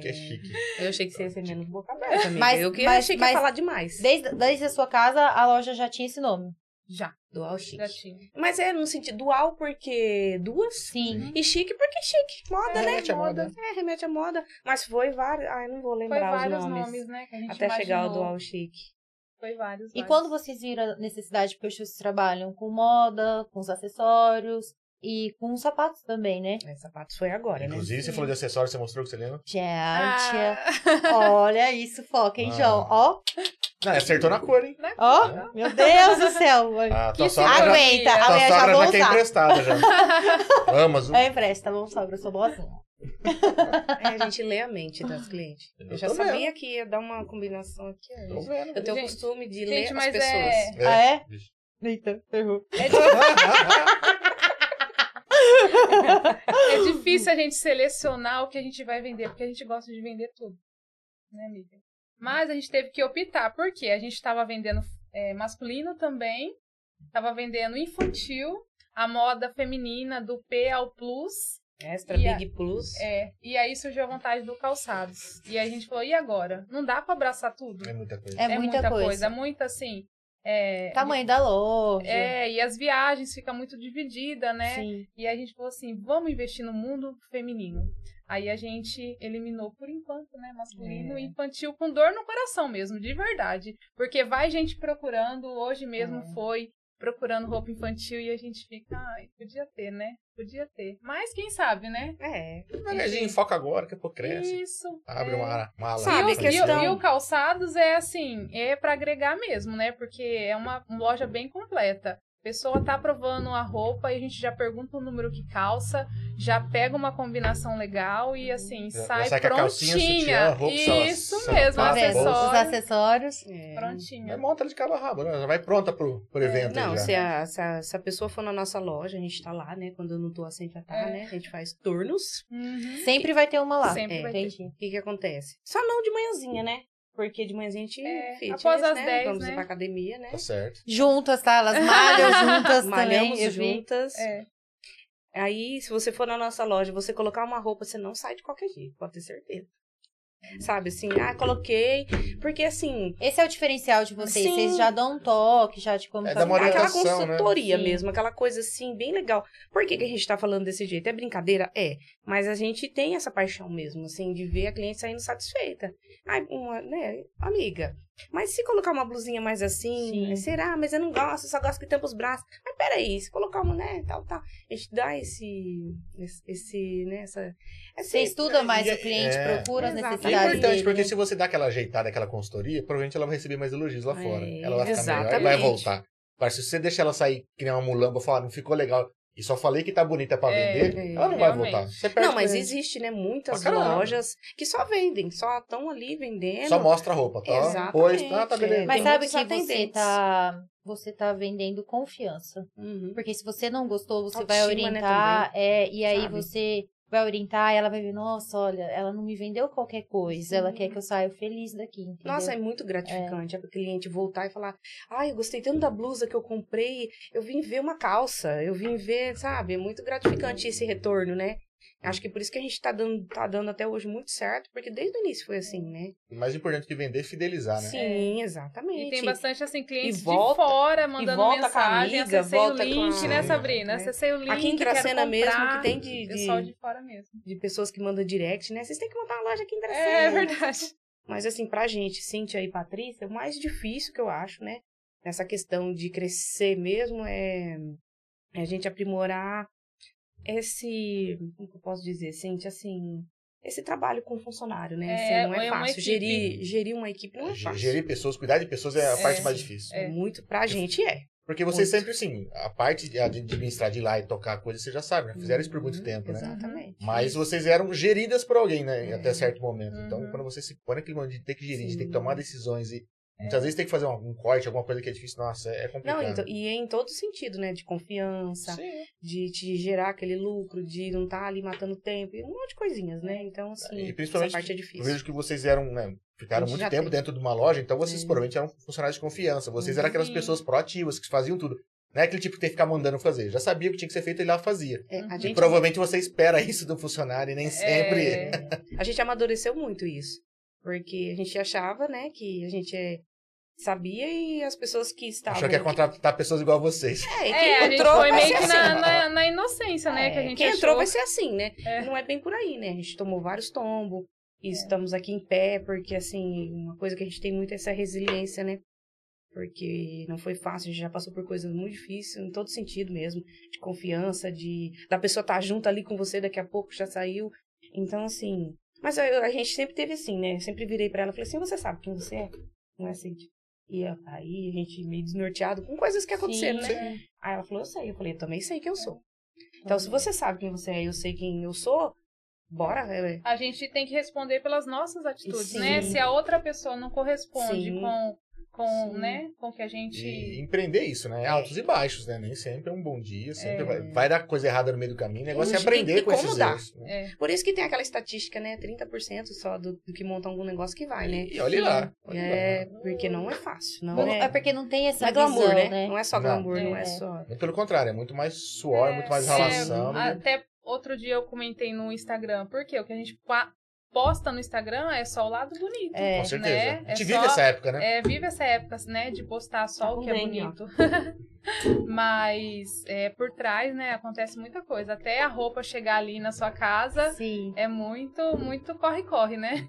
[SPEAKER 2] Que é chique.
[SPEAKER 5] Eu achei que você ia ser menos boca aberta, amiga.
[SPEAKER 1] Mas-
[SPEAKER 5] eu que
[SPEAKER 1] mas-
[SPEAKER 5] achei que
[SPEAKER 1] mas-
[SPEAKER 5] ia falar demais.
[SPEAKER 1] Desde, desde a sua casa, a loja já tinha esse nome.
[SPEAKER 4] Já,
[SPEAKER 5] Dual chique.
[SPEAKER 4] já tinha.
[SPEAKER 5] Mas é no sentido dual porque duas
[SPEAKER 1] Sim.
[SPEAKER 5] E chique porque chique. Moda, né?
[SPEAKER 2] Remete à moda.
[SPEAKER 5] É, remete à moda. Mas foi vários. Ai, não vou
[SPEAKER 4] Foi
[SPEAKER 5] lembrar os
[SPEAKER 4] vários
[SPEAKER 5] nomes.
[SPEAKER 4] nomes, né? Que a gente
[SPEAKER 5] até chegar ao
[SPEAKER 4] imaginou.
[SPEAKER 5] dual chique.
[SPEAKER 4] Foi vários.
[SPEAKER 1] E
[SPEAKER 4] vários.
[SPEAKER 1] quando vocês viram a necessidade, porque vocês trabalham com moda, com os acessórios e com os sapatos também, né?
[SPEAKER 5] É, sapatos foi agora, né?
[SPEAKER 2] Inclusive, você falou de acessório, você mostrou o que você lembra?
[SPEAKER 1] Gente,
[SPEAKER 4] Ah,
[SPEAKER 1] olha isso, foca, hein,
[SPEAKER 2] Ah.
[SPEAKER 1] João? Ó,
[SPEAKER 2] Não, acertou na cor, hein?
[SPEAKER 1] ó, meu Deus do céu.
[SPEAKER 2] Ah,
[SPEAKER 4] Que
[SPEAKER 2] tua sogra já,
[SPEAKER 1] Aguenta,
[SPEAKER 4] maravilha.
[SPEAKER 2] tua
[SPEAKER 1] amanhã já
[SPEAKER 2] sogra
[SPEAKER 1] vou
[SPEAKER 2] já quer
[SPEAKER 1] usar.
[SPEAKER 2] emprestada já. Ama, Zu.
[SPEAKER 1] É empresta, vamos sogra, eu sou boazinha.
[SPEAKER 5] É, a gente lê a mente das clientes. Eu,
[SPEAKER 2] Eu
[SPEAKER 5] já
[SPEAKER 2] tô
[SPEAKER 5] sabia que ia dar uma combinação aqui. ó.
[SPEAKER 2] Tô vendo.
[SPEAKER 5] Eu tenho o
[SPEAKER 4] Gente,
[SPEAKER 5] costume de
[SPEAKER 4] gente,
[SPEAKER 5] ler as
[SPEAKER 4] mas
[SPEAKER 5] pessoas.
[SPEAKER 4] é-
[SPEAKER 2] É.
[SPEAKER 1] Ah, é?
[SPEAKER 2] Bicho.
[SPEAKER 1] Eita, ferrou.
[SPEAKER 4] é, di- é difícil a gente selecionar o que a gente vai vender, porque a gente gosta de vender tudo. Né, amiga? Mas a gente teve que optar, porque a gente estava vendendo é, masculino também, estava vendendo infantil, a moda feminina do P ao plus.
[SPEAKER 5] Extra
[SPEAKER 4] E a-
[SPEAKER 5] Big Plus.
[SPEAKER 4] É, e aí surgiu a vontade do calçados. E aí a gente falou, e agora? Não dá para abraçar tudo?
[SPEAKER 2] É muita coisa.
[SPEAKER 1] É, muita, coisa.
[SPEAKER 4] muita assim. É,
[SPEAKER 1] Tamanho da loja.
[SPEAKER 4] é, e as viagens fica muito dividida, né?
[SPEAKER 1] Sim.
[SPEAKER 4] E a gente falou assim, vamos investir no mundo feminino. Aí a gente eliminou por enquanto, né, masculino
[SPEAKER 5] É.
[SPEAKER 4] e infantil com dor no coração mesmo, de verdade, porque vai gente procurando, hoje mesmo
[SPEAKER 5] É.
[SPEAKER 4] foi procurando roupa infantil e a gente fica, ai, podia ter, né? Podia ter. Mas quem sabe, né?
[SPEAKER 5] É.
[SPEAKER 2] Mas foca agora, daqui a pouco cresce.
[SPEAKER 4] Isso.
[SPEAKER 2] Abre
[SPEAKER 4] é.
[SPEAKER 2] uma ara- uma ala.
[SPEAKER 5] Sabe,
[SPEAKER 2] infantil.
[SPEAKER 4] E o- e o-
[SPEAKER 5] questão-
[SPEAKER 4] E o calçados é assim, é pra agregar mesmo, né? Porque é uma loja bem completa. A pessoa tá provando a roupa e a gente já pergunta o número que calça, já pega uma combinação legal e assim,
[SPEAKER 2] Já- já
[SPEAKER 4] sai,
[SPEAKER 2] sai com a calcinha,
[SPEAKER 4] prontinha.
[SPEAKER 2] sutiã, roupa,
[SPEAKER 4] Isso
[SPEAKER 2] só-
[SPEAKER 4] mesmo,
[SPEAKER 2] só-
[SPEAKER 1] Tá vendo?
[SPEAKER 4] acessório.
[SPEAKER 1] Os acessórios.
[SPEAKER 2] Mas
[SPEAKER 5] é.
[SPEAKER 4] Prontinha.
[SPEAKER 2] monta ela de cabo a rabo, né? Já vai pronta pro,
[SPEAKER 4] É.
[SPEAKER 2] pro evento.
[SPEAKER 5] Não,
[SPEAKER 2] já.
[SPEAKER 5] se a, se, a, se a pessoa for na nossa loja, a gente tá lá, né? Quando eu não tô assim, já tá,
[SPEAKER 4] É.
[SPEAKER 5] né? A gente faz turnos.
[SPEAKER 4] Uhum.
[SPEAKER 1] Sempre vai ter
[SPEAKER 5] Ah,
[SPEAKER 1] uma lá.
[SPEAKER 5] é,
[SPEAKER 4] Sempre vai ter.
[SPEAKER 1] Entendi.
[SPEAKER 5] O que que acontece? Só não de manhãzinha, né? Porque de manhãzinha a gente
[SPEAKER 4] É,
[SPEAKER 5] fitness,
[SPEAKER 4] após as
[SPEAKER 5] né?
[SPEAKER 4] 10,
[SPEAKER 5] Vamos
[SPEAKER 4] né?
[SPEAKER 5] pra academia, né?
[SPEAKER 2] Tá certo.
[SPEAKER 1] Juntas, tá? Elas malham juntas
[SPEAKER 5] Malhamos
[SPEAKER 1] também. eu vi.
[SPEAKER 5] juntas.
[SPEAKER 4] É.
[SPEAKER 5] Aí, se você for na nossa loja, você colocar uma roupa, você não sai de qualquer jeito, pode ter certeza. Sabe assim, ah, coloquei. Porque assim,
[SPEAKER 1] Esse é o diferencial de vocês.
[SPEAKER 5] Sim.
[SPEAKER 1] Vocês já dão um toque, já de como
[SPEAKER 2] É,
[SPEAKER 1] tá
[SPEAKER 2] dá uma
[SPEAKER 1] no-
[SPEAKER 5] aquela
[SPEAKER 2] orientação, né?
[SPEAKER 5] consultoria
[SPEAKER 1] Sim.
[SPEAKER 5] mesmo, aquela coisa assim, bem legal. Por que, que a gente tá falando desse jeito? É brincadeira? É. Mas a gente tem essa paixão mesmo, assim, de ver a cliente saindo satisfeita. Ai, uma, né, amiga. Mas se colocar uma blusinha mais assim,
[SPEAKER 1] Sim.
[SPEAKER 5] será? Mas eu não gosto, eu só gosto que tampa os braços. Mas peraí, se colocar uma, né, tal, tal. A gente dá esse. Esse, esse né, essa. essa-
[SPEAKER 1] Você estuda mais
[SPEAKER 2] E-
[SPEAKER 1] o cliente,
[SPEAKER 2] é.
[SPEAKER 1] procura as
[SPEAKER 5] Exato.
[SPEAKER 2] E é
[SPEAKER 1] necessidades
[SPEAKER 2] importante,
[SPEAKER 1] dele.
[SPEAKER 2] porque
[SPEAKER 1] né?
[SPEAKER 2] se você dá aquela ajeitada, aquela consultoria, provavelmente ela vai receber mais elogios lá
[SPEAKER 5] É,
[SPEAKER 2] fora. Ela vai ficar melhor e vai
[SPEAKER 5] exatamente.
[SPEAKER 2] voltar. Agora, se você deixar ela sair que nem uma mulamba, falar, não ficou legal, e só falei que tá bonita pra
[SPEAKER 4] É,
[SPEAKER 2] vender,
[SPEAKER 5] é,
[SPEAKER 2] ela não vai
[SPEAKER 4] realmente.
[SPEAKER 2] voltar. Você perde
[SPEAKER 5] Não, mas
[SPEAKER 2] cliente.
[SPEAKER 5] existe, né, muitas
[SPEAKER 2] Pra caramba.
[SPEAKER 5] lojas que só vendem, só estão ali vendendo.
[SPEAKER 2] Só mostra a roupa, tá?
[SPEAKER 5] Exatamente.
[SPEAKER 2] Pois, tá, tá beleza.
[SPEAKER 1] é. Mas
[SPEAKER 5] Tem
[SPEAKER 1] sabe
[SPEAKER 5] muitos
[SPEAKER 1] que você
[SPEAKER 5] atendentes.
[SPEAKER 1] tá, você tá vendendo confiança.
[SPEAKER 5] Uhum.
[SPEAKER 1] Porque se você não gostou, você vai
[SPEAKER 5] Autoestima, né,
[SPEAKER 1] orientar. é, e aí
[SPEAKER 5] Sabe?
[SPEAKER 1] você vai orientar e ela vai ver, nossa, olha, ela não me vendeu qualquer coisa. Ela
[SPEAKER 5] Sim.
[SPEAKER 1] quer que eu saia feliz daqui, entendeu?
[SPEAKER 5] Nossa, é muito gratificante a cliente voltar e falar: Ai, eu gostei tanto da blusa que eu comprei, eu vim ver uma calça, eu vim ver, sabe? É muito gratificante esse retorno, né? Acho que por isso que a gente tá dando, tá dando até hoje muito certo, porque desde o início foi assim, né?
[SPEAKER 2] O mais importante que vender é fidelizar, né?
[SPEAKER 5] Sim,
[SPEAKER 4] E
[SPEAKER 5] exatamente.
[SPEAKER 4] tem bastante assim clientes
[SPEAKER 5] é volta-
[SPEAKER 4] de fora mandando
[SPEAKER 5] volta com a
[SPEAKER 4] mensagem,
[SPEAKER 5] amiga,
[SPEAKER 4] acessei
[SPEAKER 5] volta
[SPEAKER 4] o
[SPEAKER 5] com
[SPEAKER 4] link,
[SPEAKER 2] a-
[SPEAKER 4] né, Sabrina?
[SPEAKER 5] É.
[SPEAKER 4] Acessei o link,
[SPEAKER 5] Aqui em
[SPEAKER 4] quero
[SPEAKER 5] Dracena mesmo,
[SPEAKER 4] comprar.
[SPEAKER 5] que tem de-
[SPEAKER 4] pessoal
[SPEAKER 5] de-
[SPEAKER 4] de fora mesmo.
[SPEAKER 5] De pessoas que mandam direct, né? Vocês têm que montar uma loja aqui em Dracena.
[SPEAKER 4] É, é verdade.
[SPEAKER 5] Mas assim, pra gente, Cíntia e Patrícia, o mais difícil que eu acho, né? Nessa questão de crescer mesmo é é a gente aprimorar esse, como que eu posso dizer, Cíntia, assim, esse trabalho com funcionário, né?
[SPEAKER 4] É,
[SPEAKER 5] Assim, não é,
[SPEAKER 4] é uma
[SPEAKER 5] fácil.
[SPEAKER 4] equipe.
[SPEAKER 5] gerir, gerir uma equipe não é
[SPEAKER 2] Ge-
[SPEAKER 5] fácil.
[SPEAKER 2] Gerir pessoas, cuidar de pessoas é a parte
[SPEAKER 4] É.
[SPEAKER 2] mais difícil.
[SPEAKER 4] É.
[SPEAKER 5] Muito pra gente é.
[SPEAKER 2] Porque vocês
[SPEAKER 5] Muito.
[SPEAKER 2] sempre, assim, a parte de administrar, de ir lá e tocar coisa, vocês já sabem, né? Fizeram isso por muito
[SPEAKER 5] Uhum,
[SPEAKER 2] tempo, né?
[SPEAKER 5] Exatamente.
[SPEAKER 2] Mas vocês eram geridas por alguém, né? Até certo momento. Então,
[SPEAKER 4] Uhum.
[SPEAKER 2] quando você se põe naquele momento de ter que gerir, de
[SPEAKER 5] Sim. É.
[SPEAKER 2] ter que tomar decisões e muitas vezes tem que fazer um, um corte, alguma coisa que é difícil, nossa, é complicado.
[SPEAKER 5] Não, então, e em todo sentido, né? De confiança,
[SPEAKER 2] Sim.
[SPEAKER 5] de te gerar aquele lucro, de não estar ali matando tempo, e um monte de coisinhas,
[SPEAKER 4] É.
[SPEAKER 5] né? Então, assim,
[SPEAKER 2] E principalmente
[SPEAKER 5] essa parte é
[SPEAKER 2] Eu
[SPEAKER 5] difícil.
[SPEAKER 2] vejo que vocês eram, né? Ficaram
[SPEAKER 5] A gente
[SPEAKER 2] muito
[SPEAKER 5] já
[SPEAKER 2] tempo
[SPEAKER 5] tem.
[SPEAKER 2] dentro de uma loja, então vocês
[SPEAKER 5] É. Uhum.
[SPEAKER 2] provavelmente eram funcionários de confiança. Vocês eram aquelas
[SPEAKER 4] Sim.
[SPEAKER 2] pessoas proativas que faziam tudo. Não é aquele tipo que tem que ficar mandando fazer. Já sabia o que tinha que ser feito e lá fazia.
[SPEAKER 5] É, a
[SPEAKER 4] E
[SPEAKER 2] E
[SPEAKER 5] gente
[SPEAKER 2] provavelmente você espera isso do funcionário e nem sempre.
[SPEAKER 4] É.
[SPEAKER 5] A gente amadureceu muito isso. Porque a gente achava, né, que a gente é- sabia e as pessoas que estavam.
[SPEAKER 2] Achou que ia contratar pessoas igual a vocês.
[SPEAKER 5] É, e quem
[SPEAKER 4] É, a gente
[SPEAKER 5] entrou
[SPEAKER 4] foi
[SPEAKER 5] vai
[SPEAKER 4] meio
[SPEAKER 5] ser
[SPEAKER 4] que
[SPEAKER 5] assim.
[SPEAKER 4] na, na, na inocência, né? que a
[SPEAKER 5] É,
[SPEAKER 4] gente
[SPEAKER 5] quem
[SPEAKER 4] achou.
[SPEAKER 5] entrou vai ser assim, né?
[SPEAKER 4] É.
[SPEAKER 5] Não é bem por aí, né? A gente tomou vários tombos e estamos aqui em pé, porque, assim, uma coisa que a gente tem muito é essa resiliência, né? Porque não foi fácil, a gente já passou por coisas muito difíceis, em todo sentido mesmo, de confiança, de da pessoa estar junto ali com você, daqui a pouco já saiu. Então, assim. Mas a, a gente sempre teve assim, né? Eu sempre virei pra ela e falei assim: você sabe quem você é? Não é, Cid? E aí a gente meio desnorteado com coisas que aconteceram, né?
[SPEAKER 4] é.
[SPEAKER 5] Aí ela falou, eu sei. Eu falei, eu também sei quem eu sou. Então, se você sabe quem você é e eu sei quem eu sou, bora. é,
[SPEAKER 4] A gente tem que responder pelas nossas atitudes,
[SPEAKER 5] Sim.
[SPEAKER 4] né? Se a outra pessoa não corresponde
[SPEAKER 5] Sim.
[SPEAKER 4] com com,
[SPEAKER 1] Sim.
[SPEAKER 4] né, com que a gente.
[SPEAKER 2] E empreender isso, né? Altos e baixos, né? Nem sempre é um bom dia, sempre
[SPEAKER 4] É.
[SPEAKER 2] vai, vai dar coisa errada no meio do caminho. O negócio é
[SPEAKER 5] A gente tem
[SPEAKER 2] aprender
[SPEAKER 5] que
[SPEAKER 2] com esses
[SPEAKER 5] incomodar.
[SPEAKER 2] erros. né?
[SPEAKER 4] É,
[SPEAKER 5] Por isso que tem aquela estatística, né? 30% só do, do que monta algum negócio que vai, né?
[SPEAKER 2] E olha lá. olha
[SPEAKER 5] É,
[SPEAKER 2] lá.
[SPEAKER 5] porque não é fácil, não
[SPEAKER 1] Não,
[SPEAKER 5] é.
[SPEAKER 1] é porque não tem essa
[SPEAKER 5] Não é glamour,
[SPEAKER 1] visão,
[SPEAKER 5] né?
[SPEAKER 1] né?
[SPEAKER 5] Não é só
[SPEAKER 2] Não.
[SPEAKER 5] glamour, não é,
[SPEAKER 1] É.
[SPEAKER 5] só.
[SPEAKER 2] Muito pelo contrário, é muito mais suor, muito mais
[SPEAKER 4] é,
[SPEAKER 2] relação. né?
[SPEAKER 4] Até outro dia eu comentei no Instagram, porque o que a gente pa- posta no Instagram é só o lado bonito.
[SPEAKER 1] É.
[SPEAKER 2] com certeza.
[SPEAKER 4] né?
[SPEAKER 2] A gente
[SPEAKER 4] É
[SPEAKER 2] vive
[SPEAKER 4] só-
[SPEAKER 2] essa época, né?
[SPEAKER 4] É, vive essa época, né, de postar só
[SPEAKER 5] Tá
[SPEAKER 4] o
[SPEAKER 5] com
[SPEAKER 4] que é
[SPEAKER 5] dengue, ó.
[SPEAKER 4] bonito. Mas é, por trás, né, acontece muita coisa. Até a roupa chegar ali na sua casa
[SPEAKER 1] Sim.
[SPEAKER 4] é muito, muito corre-corre, né?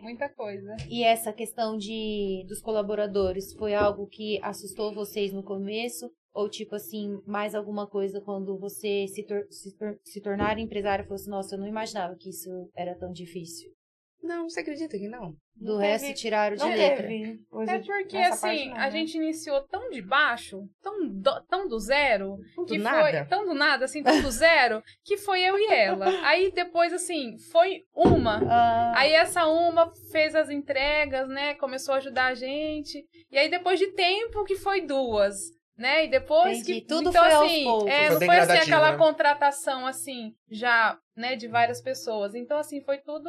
[SPEAKER 4] Muita coisa.
[SPEAKER 1] E essa questão de dos colaboradores foi algo que assustou vocês no começo? Ou, tipo assim, mais alguma coisa quando você se, tor se, tor- se tornar empresário falou assim, nossa, eu não imaginava que isso era tão difícil.
[SPEAKER 5] Não, você acredita que não?
[SPEAKER 1] Do
[SPEAKER 5] Não
[SPEAKER 1] resto,
[SPEAKER 5] teve- tipo
[SPEAKER 1] tiraram de
[SPEAKER 5] não
[SPEAKER 1] letra.
[SPEAKER 5] teve.
[SPEAKER 4] É porque, assim,
[SPEAKER 5] né?
[SPEAKER 4] a gente iniciou tão de baixo, tão do, tão do zero,
[SPEAKER 5] Tudo
[SPEAKER 4] que foi
[SPEAKER 5] nada.
[SPEAKER 4] tão do nada, assim, tão do zero, que foi eu e ela. Aí depois, assim, foi uma,
[SPEAKER 1] Ah,
[SPEAKER 4] Aí essa uma fez as entregas, né? Começou a ajudar a gente. E aí depois de tempo que foi duas, né? E depois
[SPEAKER 1] Entendi.
[SPEAKER 4] que
[SPEAKER 1] Tudo
[SPEAKER 4] então
[SPEAKER 1] foi aos
[SPEAKER 4] assim,
[SPEAKER 1] poucos.
[SPEAKER 4] é,
[SPEAKER 2] Foi
[SPEAKER 4] não
[SPEAKER 2] bem
[SPEAKER 4] foi assim
[SPEAKER 2] gradativo,
[SPEAKER 4] aquela
[SPEAKER 2] né?
[SPEAKER 4] contratação assim já, né, de várias pessoas. Então assim, foi tudo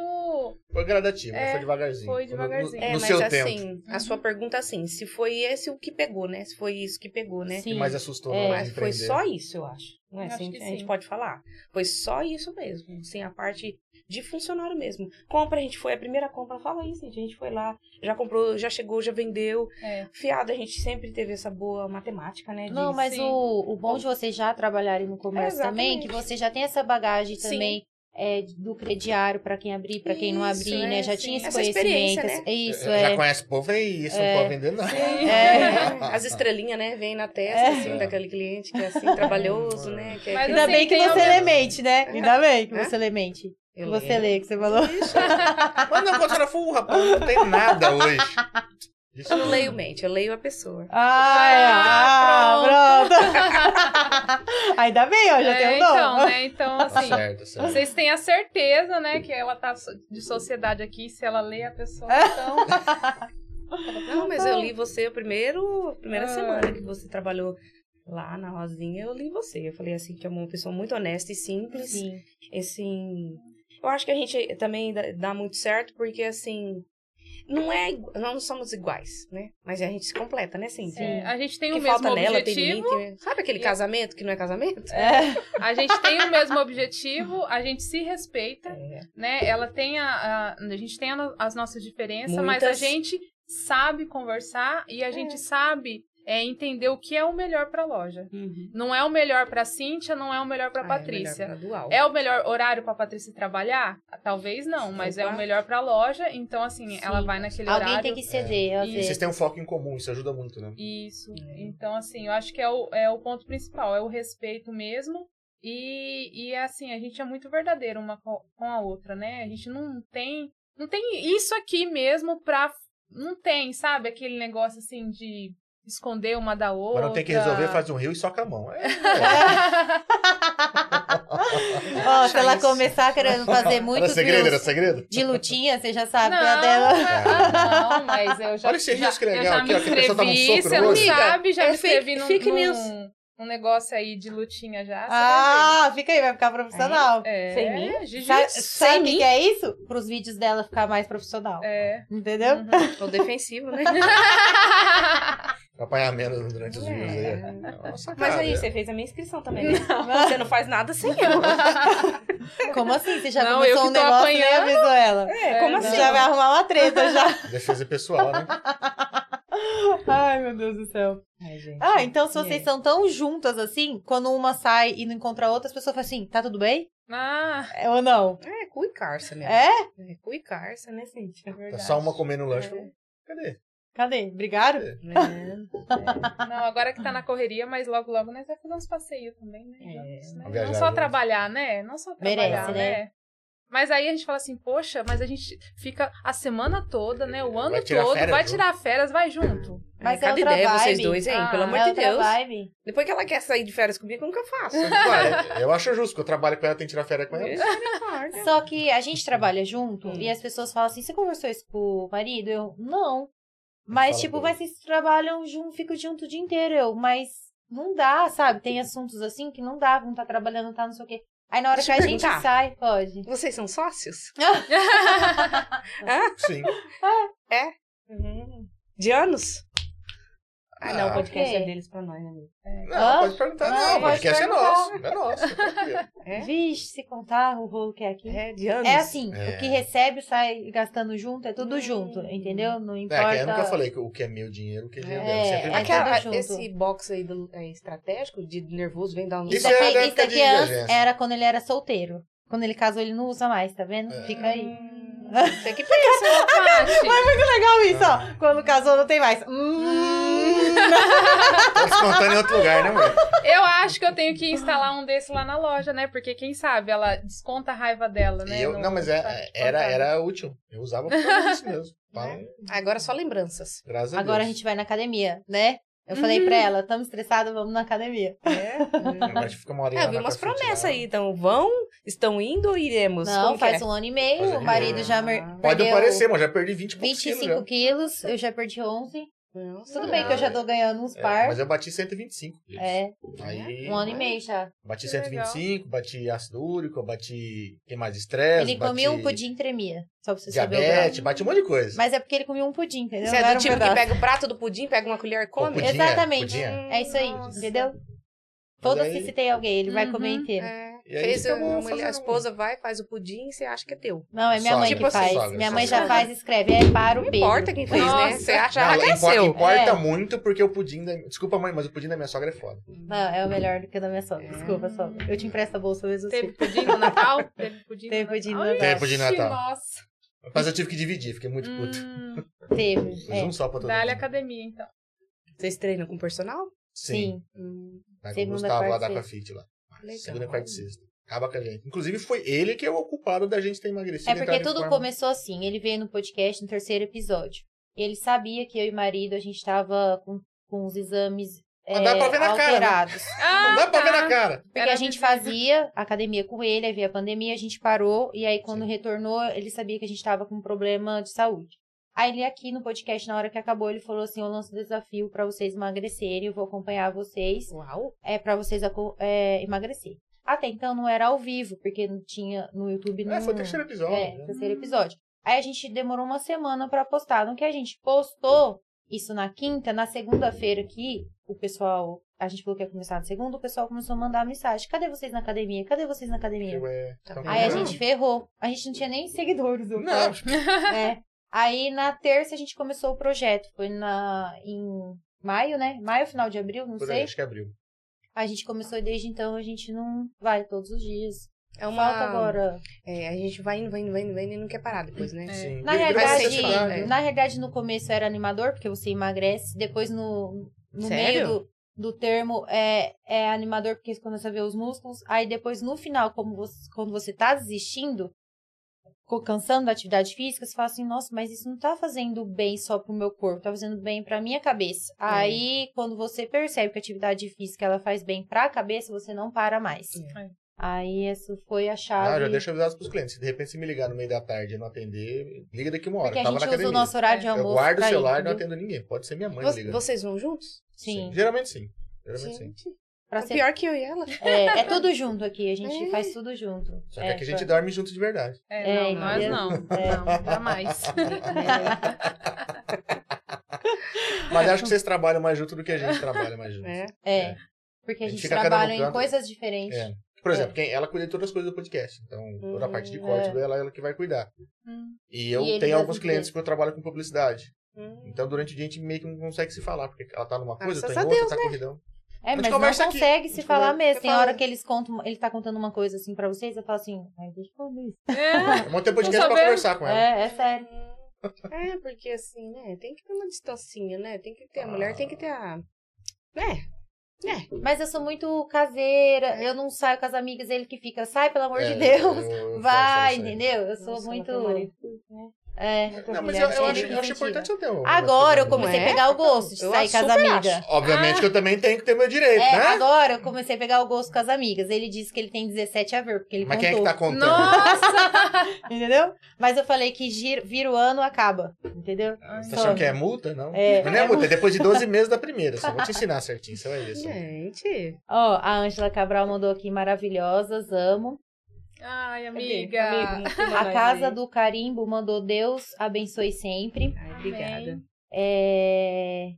[SPEAKER 2] Foi gradativo,
[SPEAKER 4] É,
[SPEAKER 2] foi devagarzinho.
[SPEAKER 4] foi
[SPEAKER 2] No-
[SPEAKER 4] devagarzinho.
[SPEAKER 2] No,
[SPEAKER 5] É,
[SPEAKER 2] no
[SPEAKER 5] mas
[SPEAKER 2] seu tempo.
[SPEAKER 5] assim, a sua pergunta assim, se foi esse o que pegou, né? Se foi isso que pegou, né?
[SPEAKER 1] sim.
[SPEAKER 2] Que mais assustou na
[SPEAKER 1] É,
[SPEAKER 2] hora de
[SPEAKER 5] Mas foi
[SPEAKER 2] empreender.
[SPEAKER 5] só isso, eu acho. Não é
[SPEAKER 4] Eu acho
[SPEAKER 5] assim,
[SPEAKER 4] que
[SPEAKER 5] a gente
[SPEAKER 4] sim.
[SPEAKER 5] pode falar. Foi só isso mesmo. Sim, a parte de funcionário mesmo. Compra, a gente foi, a primeira compra, fala aí, gente. A gente foi lá, já comprou, já chegou, já vendeu.
[SPEAKER 4] é,
[SPEAKER 5] Fiado, a gente sempre teve essa boa matemática, né?
[SPEAKER 1] Não,
[SPEAKER 5] de-
[SPEAKER 1] mas
[SPEAKER 4] sim.
[SPEAKER 1] o, o bom de vocês já trabalharem no comércio também,
[SPEAKER 5] Exatamente.
[SPEAKER 1] que você já tem essa bagagem
[SPEAKER 5] Sim.
[SPEAKER 1] também é, do crediário para quem abrir, para quem não
[SPEAKER 4] Isso,
[SPEAKER 1] abrir, né?
[SPEAKER 4] é,
[SPEAKER 1] Já
[SPEAKER 4] sim.
[SPEAKER 1] tinha esse
[SPEAKER 5] Essa
[SPEAKER 1] conhecimento.
[SPEAKER 5] experiência, né?
[SPEAKER 1] essa- Isso,
[SPEAKER 2] Já
[SPEAKER 1] é.
[SPEAKER 2] conhece o povo, é isso, não pode vender nada.
[SPEAKER 1] É.
[SPEAKER 5] As estrelinhas, né? Vem na testa, assim, daquele cliente que é assim, trabalhoso, né? Que é-
[SPEAKER 4] Mas
[SPEAKER 1] Ainda
[SPEAKER 4] assim,
[SPEAKER 1] bem que
[SPEAKER 4] tem
[SPEAKER 1] você
[SPEAKER 4] algumas-
[SPEAKER 1] lê mente, né? Ainda bem que
[SPEAKER 5] Hã?
[SPEAKER 1] você lê mente. Que
[SPEAKER 5] Eu
[SPEAKER 1] você
[SPEAKER 5] lembro.
[SPEAKER 1] lê, que você falou.
[SPEAKER 2] Mas não, quando era full, "Uh, rapaz, não tem nada hoje. Isso
[SPEAKER 5] Eu não leio mente, eu leio a pessoa.
[SPEAKER 1] Ai, ah, pronto. Ainda bem, ó, já
[SPEAKER 4] é,
[SPEAKER 1] tem um
[SPEAKER 4] então,
[SPEAKER 1] dom.
[SPEAKER 4] né? Então
[SPEAKER 2] Tá
[SPEAKER 4] assim,
[SPEAKER 2] certo, tá certo.
[SPEAKER 4] vocês têm a certeza, né, que ela tá so- de sociedade aqui, se ela lê a pessoa, então
[SPEAKER 5] Não, mas eu li você primeiro, primeira
[SPEAKER 4] tá Ah.
[SPEAKER 5] semana que você trabalhou lá na Rosinha, eu li você. Eu falei assim que é uma pessoa muito honesta e simples.
[SPEAKER 1] Sim.
[SPEAKER 5] assim, eu acho que a gente também dá- dá muito certo porque assim, não é, igu- nós não somos iguais, né? Mas a gente se completa, né, Cintia?
[SPEAKER 4] é, a gente tem o
[SPEAKER 5] O que
[SPEAKER 4] mesmo
[SPEAKER 5] falta nela tem em
[SPEAKER 4] objetivo.
[SPEAKER 5] mim, que- sabe aquele
[SPEAKER 4] E-
[SPEAKER 5] casamento que não é casamento?
[SPEAKER 1] É.
[SPEAKER 4] A gente tem o mesmo objetivo, a gente se respeita,
[SPEAKER 5] É.
[SPEAKER 4] né? Ela tem a, a, a gente tem a no- as nossas diferenças, mas a
[SPEAKER 5] Muitas.
[SPEAKER 4] gente sabe conversar e a gente sabe é, entender o que é o melhor para a loja. Não é o melhor para Cíntia, não é o melhor para
[SPEAKER 5] Ah,
[SPEAKER 4] Patrícia.
[SPEAKER 5] É, melhor pra dual.
[SPEAKER 4] É o melhor horário para Patrícia trabalhar? Talvez não, mas é
[SPEAKER 5] Opa.
[SPEAKER 4] o melhor para a loja. Então assim,
[SPEAKER 1] Sim.
[SPEAKER 4] ela vai naquele
[SPEAKER 1] Alguém
[SPEAKER 4] horário.
[SPEAKER 1] tem que ceder, às
[SPEAKER 4] E-
[SPEAKER 2] E vocês
[SPEAKER 1] vezes.
[SPEAKER 2] têm um foco em comum, isso ajuda muito, né?
[SPEAKER 4] Isso.
[SPEAKER 5] É.
[SPEAKER 4] Então, assim, eu acho que é o, é o ponto principal, é o respeito mesmo. E, e assim, a gente é muito verdadeiro uma co- com a outra, né? A gente não tem. Não tem isso aqui mesmo pra. Não tem, sabe? Aquele negócio assim de esconder uma da outra.
[SPEAKER 2] Mas não tem que resolver, faz um rio e soca a mão. É,
[SPEAKER 1] Ó, se ela começar querendo fazer
[SPEAKER 2] era
[SPEAKER 1] muitos
[SPEAKER 2] segredo, era
[SPEAKER 1] reels
[SPEAKER 2] segredo?
[SPEAKER 1] de lutinha, você já sabe que é
[SPEAKER 4] não,
[SPEAKER 1] dela.
[SPEAKER 4] ah, não, mas eu já.
[SPEAKER 2] Olha esse risco
[SPEAKER 4] já-
[SPEAKER 2] legal
[SPEAKER 4] eu já
[SPEAKER 2] aqui,
[SPEAKER 4] me
[SPEAKER 2] ó, que a pessoa toma um
[SPEAKER 4] inscrevi,
[SPEAKER 2] soco no
[SPEAKER 4] você não
[SPEAKER 2] olho.
[SPEAKER 4] sabe, já
[SPEAKER 5] É
[SPEAKER 4] me
[SPEAKER 5] fake-
[SPEAKER 4] inscrevi num,
[SPEAKER 5] fake news.
[SPEAKER 4] num, num negócio aí de lutinha já. você vai ver.
[SPEAKER 1] Ah, fica aí, vai ficar profissional.
[SPEAKER 4] É,
[SPEAKER 5] sem mim?
[SPEAKER 4] Gigi,
[SPEAKER 1] Sa-
[SPEAKER 5] sem
[SPEAKER 1] Sabe o que é isso? Para os vídeos dela ficar mais profissional.
[SPEAKER 4] É.
[SPEAKER 1] Entendeu?
[SPEAKER 4] Uhum.
[SPEAKER 5] Ou defensivo, né?
[SPEAKER 2] Pra apanhar menos durante os rios aí.
[SPEAKER 5] É.
[SPEAKER 2] Nossa,
[SPEAKER 5] Mas
[SPEAKER 2] cara.
[SPEAKER 5] aí, você fez a minha inscrição também, né? Você não faz nada sem eu.
[SPEAKER 1] Como assim? Você já
[SPEAKER 4] Não, eu
[SPEAKER 1] começou
[SPEAKER 4] que
[SPEAKER 1] um
[SPEAKER 4] tô
[SPEAKER 1] negócio e
[SPEAKER 4] apanhando.
[SPEAKER 1] avisou ela?
[SPEAKER 5] É, como
[SPEAKER 4] não.
[SPEAKER 1] Você
[SPEAKER 5] assim?
[SPEAKER 1] já vai arrumar uma treta já.
[SPEAKER 2] é Defesa pessoal, né?
[SPEAKER 1] Ai, meu Deus do céu.
[SPEAKER 5] Ai, gente.
[SPEAKER 1] Ah, então se vocês
[SPEAKER 5] É.
[SPEAKER 1] são tão juntas assim, quando uma sai e não encontra a outra, as pessoas falam assim, tá tudo bem?
[SPEAKER 4] Ah,
[SPEAKER 1] É Ou não?
[SPEAKER 5] É, cu e carça mesmo.
[SPEAKER 1] É?
[SPEAKER 5] É, cu e carça, né, Cintia?
[SPEAKER 2] Tá
[SPEAKER 4] É verdade.
[SPEAKER 2] só uma comendo o lanche. falou, Cadê?
[SPEAKER 1] Cadê? Brigaram?
[SPEAKER 5] É.
[SPEAKER 4] Não, agora que tá na correria, mas logo, logo nós vamos fazer uns passeios também, né?
[SPEAKER 5] É.
[SPEAKER 4] Vamos, né?
[SPEAKER 2] Vamos viajar
[SPEAKER 4] Não só
[SPEAKER 2] junto.
[SPEAKER 4] trabalhar, né? Não só
[SPEAKER 1] Merece,
[SPEAKER 4] trabalhar,
[SPEAKER 1] né?
[SPEAKER 4] né? Mas aí a gente fala assim, poxa, mas a gente fica a semana toda, né? O ano
[SPEAKER 2] Vai tirar
[SPEAKER 4] todo,
[SPEAKER 2] férias
[SPEAKER 4] vai
[SPEAKER 2] junto.
[SPEAKER 4] tirar férias, vai junto.
[SPEAKER 1] Mas é
[SPEAKER 5] cada
[SPEAKER 1] outra
[SPEAKER 5] ideia vocês
[SPEAKER 1] vibe.
[SPEAKER 5] dois, hein?
[SPEAKER 4] Ah,
[SPEAKER 5] Pelo amor
[SPEAKER 1] é
[SPEAKER 5] de
[SPEAKER 1] outra
[SPEAKER 5] Deus.
[SPEAKER 1] vibe.
[SPEAKER 5] Depois que ela quer sair de férias comigo, eu nunca faço.
[SPEAKER 2] Ué, eu acho justo, que eu trabalho com ela, tem que tirar férias com ela.
[SPEAKER 1] Só que a gente trabalha junto
[SPEAKER 5] Hum.
[SPEAKER 1] e as pessoas falam assim, você conversou isso com o marido? Eu, não. Mas,
[SPEAKER 2] Fala
[SPEAKER 1] tipo,
[SPEAKER 2] pra
[SPEAKER 1] mas vocês trabalham junto, ficam junto o dia inteiro, eu. Mas não dá, sabe? Tem assuntos assim que não dá, não tá trabalhando, tá, não sei o quê. Aí na hora
[SPEAKER 5] Deixa
[SPEAKER 1] que
[SPEAKER 5] eu
[SPEAKER 1] a gente
[SPEAKER 5] perguntar.
[SPEAKER 1] sai, pode.
[SPEAKER 5] Vocês são sócios?
[SPEAKER 2] Sim.
[SPEAKER 4] Uhum.
[SPEAKER 5] De anos? Ah, não,
[SPEAKER 2] Ah.
[SPEAKER 5] o podcast
[SPEAKER 1] Ok.
[SPEAKER 5] é deles pra nós, né, amigo.
[SPEAKER 2] Não,
[SPEAKER 1] Hã?
[SPEAKER 2] pode perguntar.
[SPEAKER 1] Não,
[SPEAKER 2] Não, o
[SPEAKER 1] pode
[SPEAKER 2] podcast é
[SPEAKER 1] perguntar.
[SPEAKER 2] nosso. É nosso. tá tranquilo.
[SPEAKER 5] É?
[SPEAKER 1] Vixe, se contar o rolo que é aqui.
[SPEAKER 5] É, de anos.
[SPEAKER 1] É assim,
[SPEAKER 2] É.
[SPEAKER 1] o que recebe sai gastando junto, é tudo
[SPEAKER 5] Hum.
[SPEAKER 1] junto, entendeu? Não
[SPEAKER 2] É, que
[SPEAKER 1] importa.
[SPEAKER 2] eu nunca falei que o que é meu dinheiro, o que é dinheiro
[SPEAKER 5] É,
[SPEAKER 2] dela. Sempre
[SPEAKER 1] é
[SPEAKER 2] é,
[SPEAKER 5] Aquela,
[SPEAKER 1] tudo junto.
[SPEAKER 5] esse box aí do, é estratégico, de nervoso, vem dar um...
[SPEAKER 1] Isso
[SPEAKER 2] Isso é da
[SPEAKER 1] aqui, isso
[SPEAKER 2] época
[SPEAKER 1] aqui
[SPEAKER 2] de
[SPEAKER 1] antes
[SPEAKER 2] agência.
[SPEAKER 1] era quando ele era solteiro. Quando ele casou, ele não usa mais, tá vendo?
[SPEAKER 2] É.
[SPEAKER 1] Fica aí.
[SPEAKER 5] Hum, Você que pensa.
[SPEAKER 4] Então, Paty,
[SPEAKER 1] Legal isso,
[SPEAKER 2] Ah.
[SPEAKER 1] ó. Quando casou, não tem mais. Hum.
[SPEAKER 2] Tá descontando em outro lugar, né, mãe?
[SPEAKER 4] eu acho que eu tenho que instalar um desse lá na loja, né? Porque quem sabe ela desconta a raiva dela,
[SPEAKER 2] E
[SPEAKER 4] né?
[SPEAKER 2] eu-
[SPEAKER 4] no-
[SPEAKER 2] não, mas
[SPEAKER 4] no
[SPEAKER 2] é-
[SPEAKER 4] site de
[SPEAKER 2] era,
[SPEAKER 4] contato.
[SPEAKER 2] era útil. Eu usava pra fazer isso mesmo. Fala,
[SPEAKER 5] Agora só lembranças.
[SPEAKER 2] graças a
[SPEAKER 1] Agora a
[SPEAKER 2] Deus.
[SPEAKER 1] gente vai na academia, né? Eu falei pra ela, estamos estressados, vamos na academia.
[SPEAKER 5] É.
[SPEAKER 2] Agora a gente fica uma horinha
[SPEAKER 5] É, eu
[SPEAKER 2] lá
[SPEAKER 5] vi
[SPEAKER 2] na
[SPEAKER 5] umas
[SPEAKER 2] cafetina.
[SPEAKER 5] promessas aí, então vão, estão indo ou iremos?
[SPEAKER 1] Não,
[SPEAKER 5] Como que
[SPEAKER 1] faz
[SPEAKER 5] é?
[SPEAKER 1] um ano
[SPEAKER 2] Faz
[SPEAKER 1] e
[SPEAKER 2] um
[SPEAKER 1] meio,
[SPEAKER 2] ano
[SPEAKER 1] o
[SPEAKER 2] e
[SPEAKER 1] marido
[SPEAKER 2] meio.
[SPEAKER 1] já mer-
[SPEAKER 2] Pode
[SPEAKER 1] perdeu
[SPEAKER 2] parecer, mas já perdi 20 e poucos quilos
[SPEAKER 1] 25
[SPEAKER 2] já.
[SPEAKER 1] quilos, eu já perdi 11.
[SPEAKER 5] Nossa,
[SPEAKER 1] Tudo
[SPEAKER 2] É.
[SPEAKER 1] bem que eu já tô ganhando uns
[SPEAKER 2] É,
[SPEAKER 1] par.
[SPEAKER 2] mas eu bati 125 quilos.
[SPEAKER 1] É,
[SPEAKER 2] Aí,
[SPEAKER 1] um ano e meio já.
[SPEAKER 2] Bati
[SPEAKER 4] Que
[SPEAKER 2] 125, bati ácido úrico, bati. Quem mais? Estresse.
[SPEAKER 1] Ele comia
[SPEAKER 2] bati
[SPEAKER 1] um pudim e tremia, só pra você saber o grau.
[SPEAKER 2] Diabetes, bati um monte de coisa.
[SPEAKER 1] Mas é porque ele comia um pudim, entendeu?
[SPEAKER 5] Você
[SPEAKER 1] Não
[SPEAKER 5] é
[SPEAKER 1] era
[SPEAKER 5] do
[SPEAKER 1] um
[SPEAKER 5] tipo que
[SPEAKER 1] pedaço.
[SPEAKER 5] pega o prato do pudim, pega uma colher e
[SPEAKER 2] Pô,
[SPEAKER 5] come? assim,
[SPEAKER 2] pudim é-
[SPEAKER 1] Exatamente.
[SPEAKER 2] pudim é-
[SPEAKER 1] É isso aí,
[SPEAKER 5] Nossa.
[SPEAKER 1] entendeu? Foda-se
[SPEAKER 2] aí-
[SPEAKER 1] se tem alguém, ele vai
[SPEAKER 4] Uhum.
[SPEAKER 1] comer inteiro.
[SPEAKER 5] É,
[SPEAKER 2] E aí
[SPEAKER 5] fez
[SPEAKER 2] fica
[SPEAKER 5] a,
[SPEAKER 1] um,
[SPEAKER 2] bom
[SPEAKER 5] mulher- a
[SPEAKER 2] fazendo- um-
[SPEAKER 5] esposa vai, faz o pudim e você acha que é teu.
[SPEAKER 1] Não, é minha
[SPEAKER 2] Só,
[SPEAKER 1] mãe
[SPEAKER 5] tipo
[SPEAKER 1] que
[SPEAKER 5] assim,
[SPEAKER 1] faz.
[SPEAKER 2] sogra,
[SPEAKER 1] minha
[SPEAKER 2] só
[SPEAKER 1] mãe já
[SPEAKER 2] sogra.
[SPEAKER 1] faz, escreve, é para o
[SPEAKER 5] Não
[SPEAKER 1] B.
[SPEAKER 5] importa quem fez, né?
[SPEAKER 4] Nossa.
[SPEAKER 5] Você acha
[SPEAKER 2] Não,
[SPEAKER 5] ah, que é
[SPEAKER 2] importa,
[SPEAKER 5] seu.
[SPEAKER 2] importa
[SPEAKER 1] É.
[SPEAKER 2] muito porque o pudim da. Desculpa, mãe, mas o pudim da minha sogra é foda.
[SPEAKER 1] Não, é o melhor do que o da minha sogra. Desculpa, sogra. Eu te empresto a bolsa mesmo assim.
[SPEAKER 4] Teve pudim no Natal? Teve pudim
[SPEAKER 1] Teve
[SPEAKER 4] no
[SPEAKER 1] pudim no
[SPEAKER 4] Natal?
[SPEAKER 1] Natal.
[SPEAKER 2] Teve pudim no
[SPEAKER 4] Ixi,
[SPEAKER 2] Natal.
[SPEAKER 4] Nossa.
[SPEAKER 2] Mas eu tive que dividir, fiquei muito puto.
[SPEAKER 4] Hum,
[SPEAKER 1] Teve.
[SPEAKER 2] Fiz
[SPEAKER 1] É.
[SPEAKER 2] um só pra todo
[SPEAKER 4] Dá-lhe
[SPEAKER 2] mundo.
[SPEAKER 4] academia, então.
[SPEAKER 5] Vocês treinam com personal?
[SPEAKER 1] Sim. É
[SPEAKER 2] Vai com o
[SPEAKER 1] Segunda,
[SPEAKER 2] Gustavo lá
[SPEAKER 1] quarta e
[SPEAKER 2] da
[SPEAKER 1] sexta.
[SPEAKER 2] Aquafit lá.
[SPEAKER 5] Legal.
[SPEAKER 2] Segunda, quarta e sexta. Acaba com a gente. Inclusive, foi ele que é o culpado da gente ter emagrecido.
[SPEAKER 1] É
[SPEAKER 2] e entrado
[SPEAKER 1] porque
[SPEAKER 2] em
[SPEAKER 1] tudo
[SPEAKER 2] forma.
[SPEAKER 1] começou assim. Ele veio no podcast no terceiro episódio. Ele sabia que eu e marido, a gente tava com, com os exames
[SPEAKER 2] Mas dá
[SPEAKER 1] é,
[SPEAKER 2] pra ver na cara, né?
[SPEAKER 1] alterados.
[SPEAKER 4] Ah,
[SPEAKER 2] Não dá pra ver
[SPEAKER 4] tá.
[SPEAKER 2] na cara.
[SPEAKER 1] Porque
[SPEAKER 4] Era
[SPEAKER 1] a gente
[SPEAKER 4] visível.
[SPEAKER 1] fazia academia com ele, aí veio a pandemia, a gente parou, e aí quando retornou, ele sabia que a gente tava com um problema de saúde. Aí ele aqui no podcast, na hora que acabou, ele falou assim: eu lanço um desafio pra vocês emagrecerem, eu vou acompanhar vocês,
[SPEAKER 5] Uau.
[SPEAKER 1] é para vocês aco- é, emagrecer. Até então não era ao vivo, porque não tinha no YouTube não.
[SPEAKER 2] É, foi o terceiro episódio.
[SPEAKER 1] É,
[SPEAKER 2] né?
[SPEAKER 1] terceiro episódio. Aí a gente demorou uma semana pra postar. No que a gente postou isso na quinta, na segunda-feira que o pessoal. A gente falou que ia começar na segunda, o pessoal começou a mandar mensagem. Cadê vocês na academia? Cadê vocês na academia?
[SPEAKER 2] Eu, é, então,
[SPEAKER 1] Tá Aí a
[SPEAKER 2] não.
[SPEAKER 1] gente ferrou. A gente não tinha nem seguidores. eu
[SPEAKER 2] Não,
[SPEAKER 1] falo, né? Aí na terça a gente começou o projeto. Foi na, em maio, né? Maio, final de abril, não
[SPEAKER 2] por aí,
[SPEAKER 1] sei.
[SPEAKER 2] acho que abriu.
[SPEAKER 1] A gente começou e desde então a gente não vai todos os dias.
[SPEAKER 5] É uma...
[SPEAKER 1] Falta agora.
[SPEAKER 5] É, a gente vai indo, vai indo, vai indo, vai indo e não quer parar depois, né?
[SPEAKER 2] Sim.
[SPEAKER 1] É. Na
[SPEAKER 2] Devido à
[SPEAKER 1] realidade, é.
[SPEAKER 2] necessidade, né?
[SPEAKER 1] na realidade, no começo era animador, porque você emagrece. Depois, no, no meio
[SPEAKER 5] Sério?
[SPEAKER 1] do, do termo, é, é animador, porque você começa a ver os músculos. Aí, depois, no final, como você, quando você tá desistindo, co- cansando da atividade física, você fala assim, nossa, mas isso não tá fazendo bem só pro meu corpo, tá fazendo bem pra minha
[SPEAKER 2] É.
[SPEAKER 1] cabeça. Aí, quando você percebe que a atividade física, ela faz bem pra cabeça, você não para mais.
[SPEAKER 4] É.
[SPEAKER 1] Aí, essa foi a chave.
[SPEAKER 2] Ah, já deixa avisados pros clientes. Se de repente se me ligar no meio da tarde e não atender, liga daqui uma hora.
[SPEAKER 1] Porque
[SPEAKER 2] eu
[SPEAKER 1] a
[SPEAKER 2] tava
[SPEAKER 1] gente
[SPEAKER 2] na
[SPEAKER 1] usa
[SPEAKER 2] academia.
[SPEAKER 1] o nosso horário de
[SPEAKER 4] É,
[SPEAKER 2] almoço.
[SPEAKER 1] almoço
[SPEAKER 2] eu guardo o
[SPEAKER 1] pra ir,
[SPEAKER 2] celular e não
[SPEAKER 1] entendeu?
[SPEAKER 2] atendo ninguém. Pode ser minha mãe
[SPEAKER 5] Vo-
[SPEAKER 2] ligando.
[SPEAKER 5] Vocês vão juntos?
[SPEAKER 1] Sim.
[SPEAKER 2] Geralmente sim. Geralmente sim.
[SPEAKER 5] Gente,
[SPEAKER 1] Pra
[SPEAKER 5] é
[SPEAKER 1] ser
[SPEAKER 5] pior que eu e ela.
[SPEAKER 1] É, é tudo junto aqui, a gente
[SPEAKER 5] É.
[SPEAKER 1] faz tudo junto.
[SPEAKER 2] Só que
[SPEAKER 1] é,
[SPEAKER 2] aqui a gente
[SPEAKER 1] foi.
[SPEAKER 2] dorme junto de verdade.
[SPEAKER 4] É,
[SPEAKER 1] É,
[SPEAKER 4] não, nós
[SPEAKER 1] entendeu?
[SPEAKER 4] não.
[SPEAKER 1] É.
[SPEAKER 4] Não, jamais.
[SPEAKER 2] Mas acho que vocês trabalham mais junto do que a gente trabalha mais junto.
[SPEAKER 5] É.
[SPEAKER 1] É. Porque
[SPEAKER 2] né?
[SPEAKER 1] a
[SPEAKER 2] A gente
[SPEAKER 1] gente
[SPEAKER 2] fica cada um
[SPEAKER 1] trabalha
[SPEAKER 2] no
[SPEAKER 1] em
[SPEAKER 2] canto.
[SPEAKER 1] coisas diferentes.
[SPEAKER 2] É. Por exemplo, quem, ela cuida de todas as coisas do podcast. Então, toda a parte de
[SPEAKER 5] Hum,
[SPEAKER 2] corte
[SPEAKER 1] é.
[SPEAKER 2] dela, ela que vai cuidar.
[SPEAKER 4] Hum.
[SPEAKER 2] E eu
[SPEAKER 1] E ele
[SPEAKER 2] tenho
[SPEAKER 1] das
[SPEAKER 2] alguns clientes
[SPEAKER 1] empresas.
[SPEAKER 2] que eu trabalho com publicidade.
[SPEAKER 5] Hum.
[SPEAKER 2] Então, durante o dia, a gente meio que não consegue se falar. Porque ela tá
[SPEAKER 1] Ah,
[SPEAKER 2] numa coisa, eu tô em
[SPEAKER 5] Graças a
[SPEAKER 2] outra, tá corridão.
[SPEAKER 1] É,
[SPEAKER 2] gente
[SPEAKER 1] mas
[SPEAKER 2] conversa
[SPEAKER 1] não
[SPEAKER 2] aqui.
[SPEAKER 1] consegue
[SPEAKER 2] A
[SPEAKER 1] se
[SPEAKER 2] gente
[SPEAKER 1] falar
[SPEAKER 2] conversa.
[SPEAKER 1] mesmo. Tem
[SPEAKER 2] Fala.
[SPEAKER 1] hora que eles contam, ele tá contando uma coisa assim pra vocês, eu falo assim, ai, deixa eu falar isso.
[SPEAKER 4] É.
[SPEAKER 2] Eu montei podcast pra
[SPEAKER 4] Tô sabendo.
[SPEAKER 2] conversar com ela.
[SPEAKER 1] É, é sério.
[SPEAKER 5] É, porque assim, né? Tem que ter uma distancinha, né? Tem que ter a
[SPEAKER 2] Ah.
[SPEAKER 5] mulher, tem que ter a. Né?
[SPEAKER 1] Mas eu sou muito caseira,
[SPEAKER 5] É.
[SPEAKER 1] eu não saio com as amigas, ele que fica, sai, pelo amor
[SPEAKER 2] É,
[SPEAKER 1] de Deus.
[SPEAKER 2] eu- eu faço
[SPEAKER 1] Vai,
[SPEAKER 2] isso aí.
[SPEAKER 1] entendeu? Eu sou
[SPEAKER 5] Nossa, ela
[SPEAKER 1] muito.
[SPEAKER 5] tem um marido
[SPEAKER 1] É.
[SPEAKER 2] Não, mas eu,
[SPEAKER 5] mulheres
[SPEAKER 2] eu
[SPEAKER 1] têm
[SPEAKER 2] acho, eu acho
[SPEAKER 1] incentiva.
[SPEAKER 2] importante eu ter um.
[SPEAKER 1] Agora eu
[SPEAKER 2] uma-
[SPEAKER 1] comecei
[SPEAKER 5] é?
[SPEAKER 1] a pegar o gosto de
[SPEAKER 5] Eu
[SPEAKER 1] sair com as
[SPEAKER 5] super
[SPEAKER 1] amigas.
[SPEAKER 5] acho.
[SPEAKER 2] Obviamente que eu também tenho que ter meu direito,
[SPEAKER 1] É,
[SPEAKER 2] né?
[SPEAKER 1] agora eu comecei a pegar o gosto com as amigas. Ele disse que ele tem 17 a ver, porque ele
[SPEAKER 2] Mas quem é que
[SPEAKER 1] contou.
[SPEAKER 2] tá contando?
[SPEAKER 1] Entendeu? Mas eu falei que gira, vira o ano, acaba. Entendeu?
[SPEAKER 2] Você achando que é multa? Não.
[SPEAKER 1] É.
[SPEAKER 2] Mas não é multa, é depois de 12 meses da primeira. Só vou te ensinar certinho, você vai ver. assim. só.
[SPEAKER 5] Gente.
[SPEAKER 1] Ó, a Ângela Cabral mandou aqui, maravilhosas, amo.
[SPEAKER 4] Ai,
[SPEAKER 5] Amigo,
[SPEAKER 4] amiga.
[SPEAKER 5] não filma nós
[SPEAKER 1] A
[SPEAKER 5] aí.
[SPEAKER 1] Casa do Carimbo mandou Deus abençoe sempre.
[SPEAKER 5] Ai, obrigada.
[SPEAKER 1] É...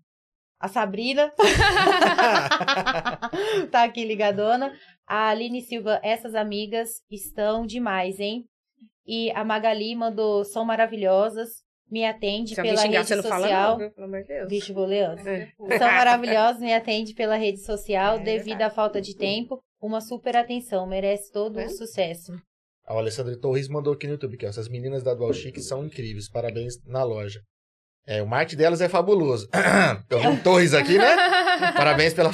[SPEAKER 1] A Sabrina É. tá aqui ligadona. A Aline Silva, essas amigas estão demais, hein? E a Magali mandou, são maravilhosas, me atende
[SPEAKER 5] Se alguém
[SPEAKER 1] pela
[SPEAKER 5] xingar,
[SPEAKER 1] rede
[SPEAKER 5] você não fala
[SPEAKER 1] social.
[SPEAKER 5] não, viu? Pelo amor de Deus.
[SPEAKER 1] Vixe, vou ler antes.
[SPEAKER 5] É.
[SPEAKER 1] São maravilhosos, me atende pela rede social.
[SPEAKER 5] É
[SPEAKER 1] devido
[SPEAKER 5] verdade.
[SPEAKER 1] à falta de tempo, uma super atenção. Merece todo
[SPEAKER 5] É.
[SPEAKER 1] o sucesso.
[SPEAKER 2] Ah, O Alessandro Torres mandou aqui no YouTube que ó, essas meninas da Dual Chic são incríveis. Parabéns na loja. É, o marketing delas é fabuloso. Eu vi um Torres aqui, né? Parabéns pela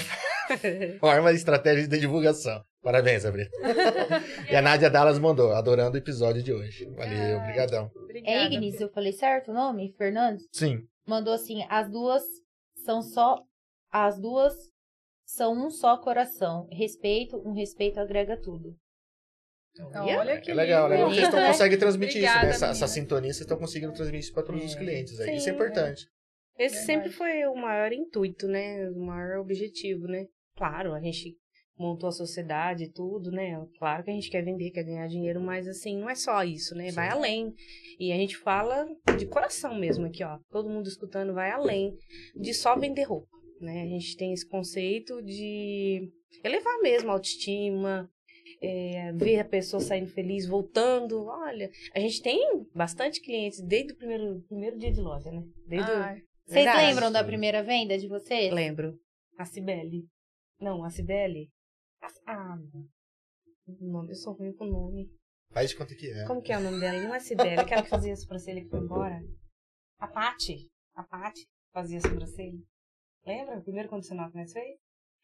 [SPEAKER 2] forma e estratégia de divulgação. Parabéns, Sabrina. e a Nádia Dallas mandou, adorando o episódio de hoje. Valeu,
[SPEAKER 4] Ai.
[SPEAKER 2] obrigadão.
[SPEAKER 4] Obrigada.
[SPEAKER 1] É Ignis, eu falei certo o nome? Fernandes?
[SPEAKER 2] Sim,
[SPEAKER 1] Mandou assim: as duas são só. As duas são um só coração. Respeito, um respeito agrega tudo.
[SPEAKER 4] Então,
[SPEAKER 5] Olha.
[SPEAKER 4] olha que
[SPEAKER 2] é legal, legal que
[SPEAKER 4] lindo.
[SPEAKER 2] vocês estão
[SPEAKER 1] né?
[SPEAKER 2] conseguem transmitir isso,
[SPEAKER 4] Obrigada,
[SPEAKER 2] né? Essa, essa
[SPEAKER 4] meninas.
[SPEAKER 2] sintonia, vocês estão conseguindo transmitir isso para todos
[SPEAKER 5] É.
[SPEAKER 2] os clientes. aí.
[SPEAKER 5] Sim,
[SPEAKER 2] isso é importante.
[SPEAKER 5] Esse
[SPEAKER 4] Verdade.
[SPEAKER 5] sempre foi o maior intuito, né? O maior objetivo, né? Claro, a gente montou a sociedade e tudo, né? Claro que a gente quer vender, quer ganhar dinheiro, mas assim, não é só isso, né? Vai
[SPEAKER 2] Sim.
[SPEAKER 5] além. E a gente fala de coração mesmo aqui, ó. Todo mundo escutando vai além de só vender roupa, né? A gente tem esse conceito de elevar mesmo a autoestima, é, ver a pessoa saindo feliz, voltando. Olha, a gente tem bastante clientes desde o primeiro, primeiro dia de loja, né? Desde o-
[SPEAKER 4] Ai,
[SPEAKER 1] Vocês
[SPEAKER 5] Verdade.
[SPEAKER 1] lembram da primeira venda de vocês?
[SPEAKER 5] Lembro. A Cibele. Não, a Cibele. Ah, não. O nome, eu sou ruim com o nome.
[SPEAKER 2] Faz de conta que é.
[SPEAKER 5] Como que é o nome dela? Não é Cibele, aquela que fazia a sobrancelha que foi embora. A Pati. A Pati fazia a sobrancelha. Lembra o primeiro condicional que nós né? fez?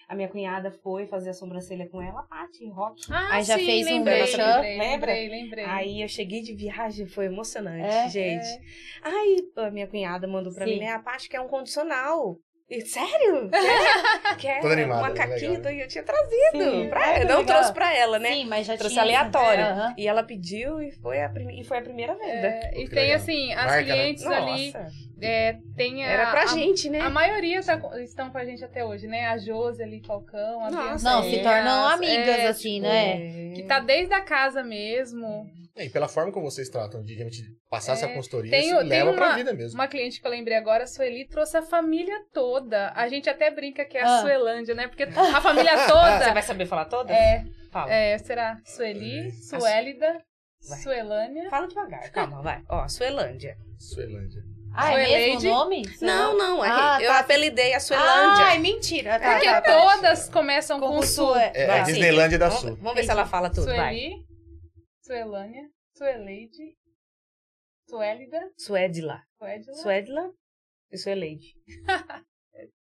[SPEAKER 5] A minha cunhada foi fazer a sobrancelha com ela, a Pati, rock.
[SPEAKER 4] Ah,
[SPEAKER 1] Aí já
[SPEAKER 4] sim,
[SPEAKER 1] fez um
[SPEAKER 4] lembrei,
[SPEAKER 1] merchan.
[SPEAKER 4] lembrei,
[SPEAKER 5] Lembra?
[SPEAKER 4] Lembrei, lembrei.
[SPEAKER 5] Aí eu cheguei de viagem, foi emocionante,
[SPEAKER 1] É?
[SPEAKER 5] gente. Aí a minha cunhada mandou pra
[SPEAKER 1] Sim.
[SPEAKER 5] mim, né? A Paty quer um condicional. E, sério? Quer, quer
[SPEAKER 2] Toda animada,
[SPEAKER 5] um
[SPEAKER 2] né? Legal,
[SPEAKER 5] macaquinho?
[SPEAKER 2] né?
[SPEAKER 5] Então, Eu tinha trazido
[SPEAKER 1] Sim.
[SPEAKER 5] pra
[SPEAKER 1] Ai, que
[SPEAKER 5] ela. Não
[SPEAKER 1] legal.
[SPEAKER 5] trouxe pra ela, né?
[SPEAKER 1] Sim, mas já
[SPEAKER 5] Trouxe
[SPEAKER 1] tinha. é,
[SPEAKER 5] aleatório.
[SPEAKER 1] Aham.
[SPEAKER 5] E ela pediu e foi a, prime- e foi a primeira venda.
[SPEAKER 4] É,
[SPEAKER 2] Pô,
[SPEAKER 4] e
[SPEAKER 2] que
[SPEAKER 4] tem
[SPEAKER 2] legal.
[SPEAKER 4] assim, as
[SPEAKER 2] Marca, né?
[SPEAKER 4] clientes ali,
[SPEAKER 5] Nossa,
[SPEAKER 4] é, tem a,
[SPEAKER 5] era pra
[SPEAKER 4] a-
[SPEAKER 5] gente, né?
[SPEAKER 4] A maioria tá com- estão com a gente até hoje, né? A Joseli Falcão, a
[SPEAKER 5] Nossa.
[SPEAKER 4] Bianca
[SPEAKER 1] Não, se
[SPEAKER 4] Dias,
[SPEAKER 1] tornam amigas,
[SPEAKER 4] é,
[SPEAKER 1] assim,
[SPEAKER 4] tipo,
[SPEAKER 1] né?
[SPEAKER 5] É.
[SPEAKER 4] Que tá desde a casa mesmo.
[SPEAKER 2] É, E pela forma como vocês tratam, de gente passar
[SPEAKER 4] É,
[SPEAKER 2] essa consultoria,
[SPEAKER 4] tem-
[SPEAKER 2] isso
[SPEAKER 4] tem
[SPEAKER 2] leva pra
[SPEAKER 4] uma-
[SPEAKER 2] vida mesmo.
[SPEAKER 4] Uma cliente que eu lembrei agora, a Sueli, trouxe a família toda. A gente até brinca que é a
[SPEAKER 1] Ah.
[SPEAKER 4] Suelândia, né? Porque a família
[SPEAKER 5] Você
[SPEAKER 4] toda.
[SPEAKER 5] vai saber falar todas?
[SPEAKER 4] É,
[SPEAKER 5] Fala.
[SPEAKER 4] é, será Sueli, Suélida, Suelânia.
[SPEAKER 5] Fala devagar, calma, vai. Ó, Suelândia.
[SPEAKER 2] Suelândia.
[SPEAKER 1] Ah,
[SPEAKER 4] Foi
[SPEAKER 1] é
[SPEAKER 4] a
[SPEAKER 1] mesmo
[SPEAKER 4] Lady?
[SPEAKER 1] o nome?
[SPEAKER 5] Não, não, é,
[SPEAKER 1] Ah,
[SPEAKER 5] eu
[SPEAKER 1] tá.
[SPEAKER 5] apelidei a
[SPEAKER 1] Ah,
[SPEAKER 5] Suelândia.
[SPEAKER 1] é mentira. Tá,
[SPEAKER 4] Porque
[SPEAKER 1] tá, tá.
[SPEAKER 4] todas começam com,
[SPEAKER 1] Com
[SPEAKER 4] Su.
[SPEAKER 1] sua.
[SPEAKER 2] É,
[SPEAKER 5] Vai.
[SPEAKER 2] é a Disneylândia da
[SPEAKER 5] vamos,
[SPEAKER 2] Sul.
[SPEAKER 5] vamos ver se ela fala tudo, vai.
[SPEAKER 4] Sueli, Suelânia, Sueleide, Suélida,
[SPEAKER 5] Suedila.
[SPEAKER 4] Suédila.
[SPEAKER 5] Suedla e Sueleide.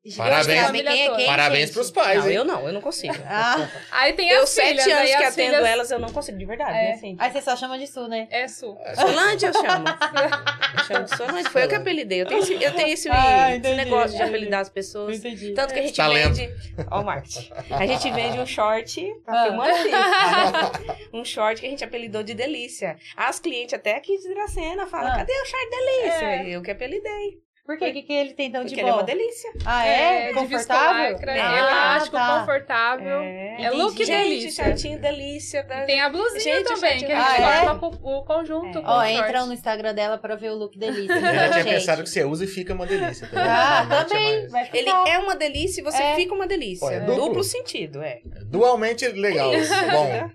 [SPEAKER 1] Gente,
[SPEAKER 2] Parabéns.
[SPEAKER 1] sabe quem é quem,
[SPEAKER 2] Parabéns
[SPEAKER 1] gente?
[SPEAKER 2] pros pais,
[SPEAKER 5] Não,
[SPEAKER 2] hein?
[SPEAKER 5] eu não, eu não consigo.
[SPEAKER 1] Ah,
[SPEAKER 4] Aí tem
[SPEAKER 5] Eu,
[SPEAKER 4] as filhas,
[SPEAKER 5] sete anos
[SPEAKER 4] aí
[SPEAKER 5] que
[SPEAKER 4] as
[SPEAKER 5] atendo
[SPEAKER 4] filhas...
[SPEAKER 5] elas, eu não consigo, de verdade,
[SPEAKER 4] É.
[SPEAKER 5] né, assim.
[SPEAKER 1] aí você só chama de Su, né?
[SPEAKER 4] É Su.
[SPEAKER 5] Solândia eu chamo. Eu chamo de Solândia. Foi eu que apelidei. Eu tenho esse, eu tenho esse,
[SPEAKER 1] Ah,
[SPEAKER 5] esse
[SPEAKER 1] entendi,
[SPEAKER 5] negócio de
[SPEAKER 1] entendi.
[SPEAKER 5] apelidar as pessoas.
[SPEAKER 1] entendi.
[SPEAKER 5] Tanto que a gente
[SPEAKER 2] Talento.
[SPEAKER 5] vende. Ó, o marketing. A gente vende um short.
[SPEAKER 1] Ah.
[SPEAKER 5] Tá filmando assim. um short que a gente apelidou de delícia. As clientes até aqui de Dracena falam:
[SPEAKER 1] Ah.
[SPEAKER 5] cadê o short delícia?
[SPEAKER 4] É.
[SPEAKER 5] Eu que apelidei.
[SPEAKER 1] Por quê? O que, que ele tem tão de
[SPEAKER 5] Porque
[SPEAKER 1] bom?
[SPEAKER 5] ele é uma delícia.
[SPEAKER 1] Ah, é?
[SPEAKER 4] de visto
[SPEAKER 1] Confortável?
[SPEAKER 4] lycra,
[SPEAKER 5] Ah,
[SPEAKER 4] elástico,
[SPEAKER 1] tá.
[SPEAKER 4] confortável.
[SPEAKER 5] É,
[SPEAKER 4] É look
[SPEAKER 5] gente,
[SPEAKER 4] delícia.
[SPEAKER 5] shortinho delícia. né? Da...
[SPEAKER 4] E tem a blusinha
[SPEAKER 5] Gente,
[SPEAKER 4] também,
[SPEAKER 5] gente,
[SPEAKER 4] que a gente
[SPEAKER 1] ah, é?
[SPEAKER 4] forma co- o conjunto
[SPEAKER 5] É.
[SPEAKER 4] com
[SPEAKER 1] Ó,
[SPEAKER 4] o
[SPEAKER 1] entram no
[SPEAKER 4] short.
[SPEAKER 1] Instagram dela pra ver o look delícia.
[SPEAKER 2] Eu já tinha
[SPEAKER 1] gente.
[SPEAKER 2] pensado que você usa e fica uma delícia. tá vendo?
[SPEAKER 1] Ah,
[SPEAKER 2] Realmente é
[SPEAKER 1] também.
[SPEAKER 2] mais-
[SPEAKER 1] Vai ficar.
[SPEAKER 5] Ele é uma delícia e você
[SPEAKER 1] É.
[SPEAKER 5] fica uma delícia.
[SPEAKER 2] Olha,
[SPEAKER 5] duplo.
[SPEAKER 2] duplo
[SPEAKER 5] sentido, é.
[SPEAKER 2] Dualmente legal. Bom,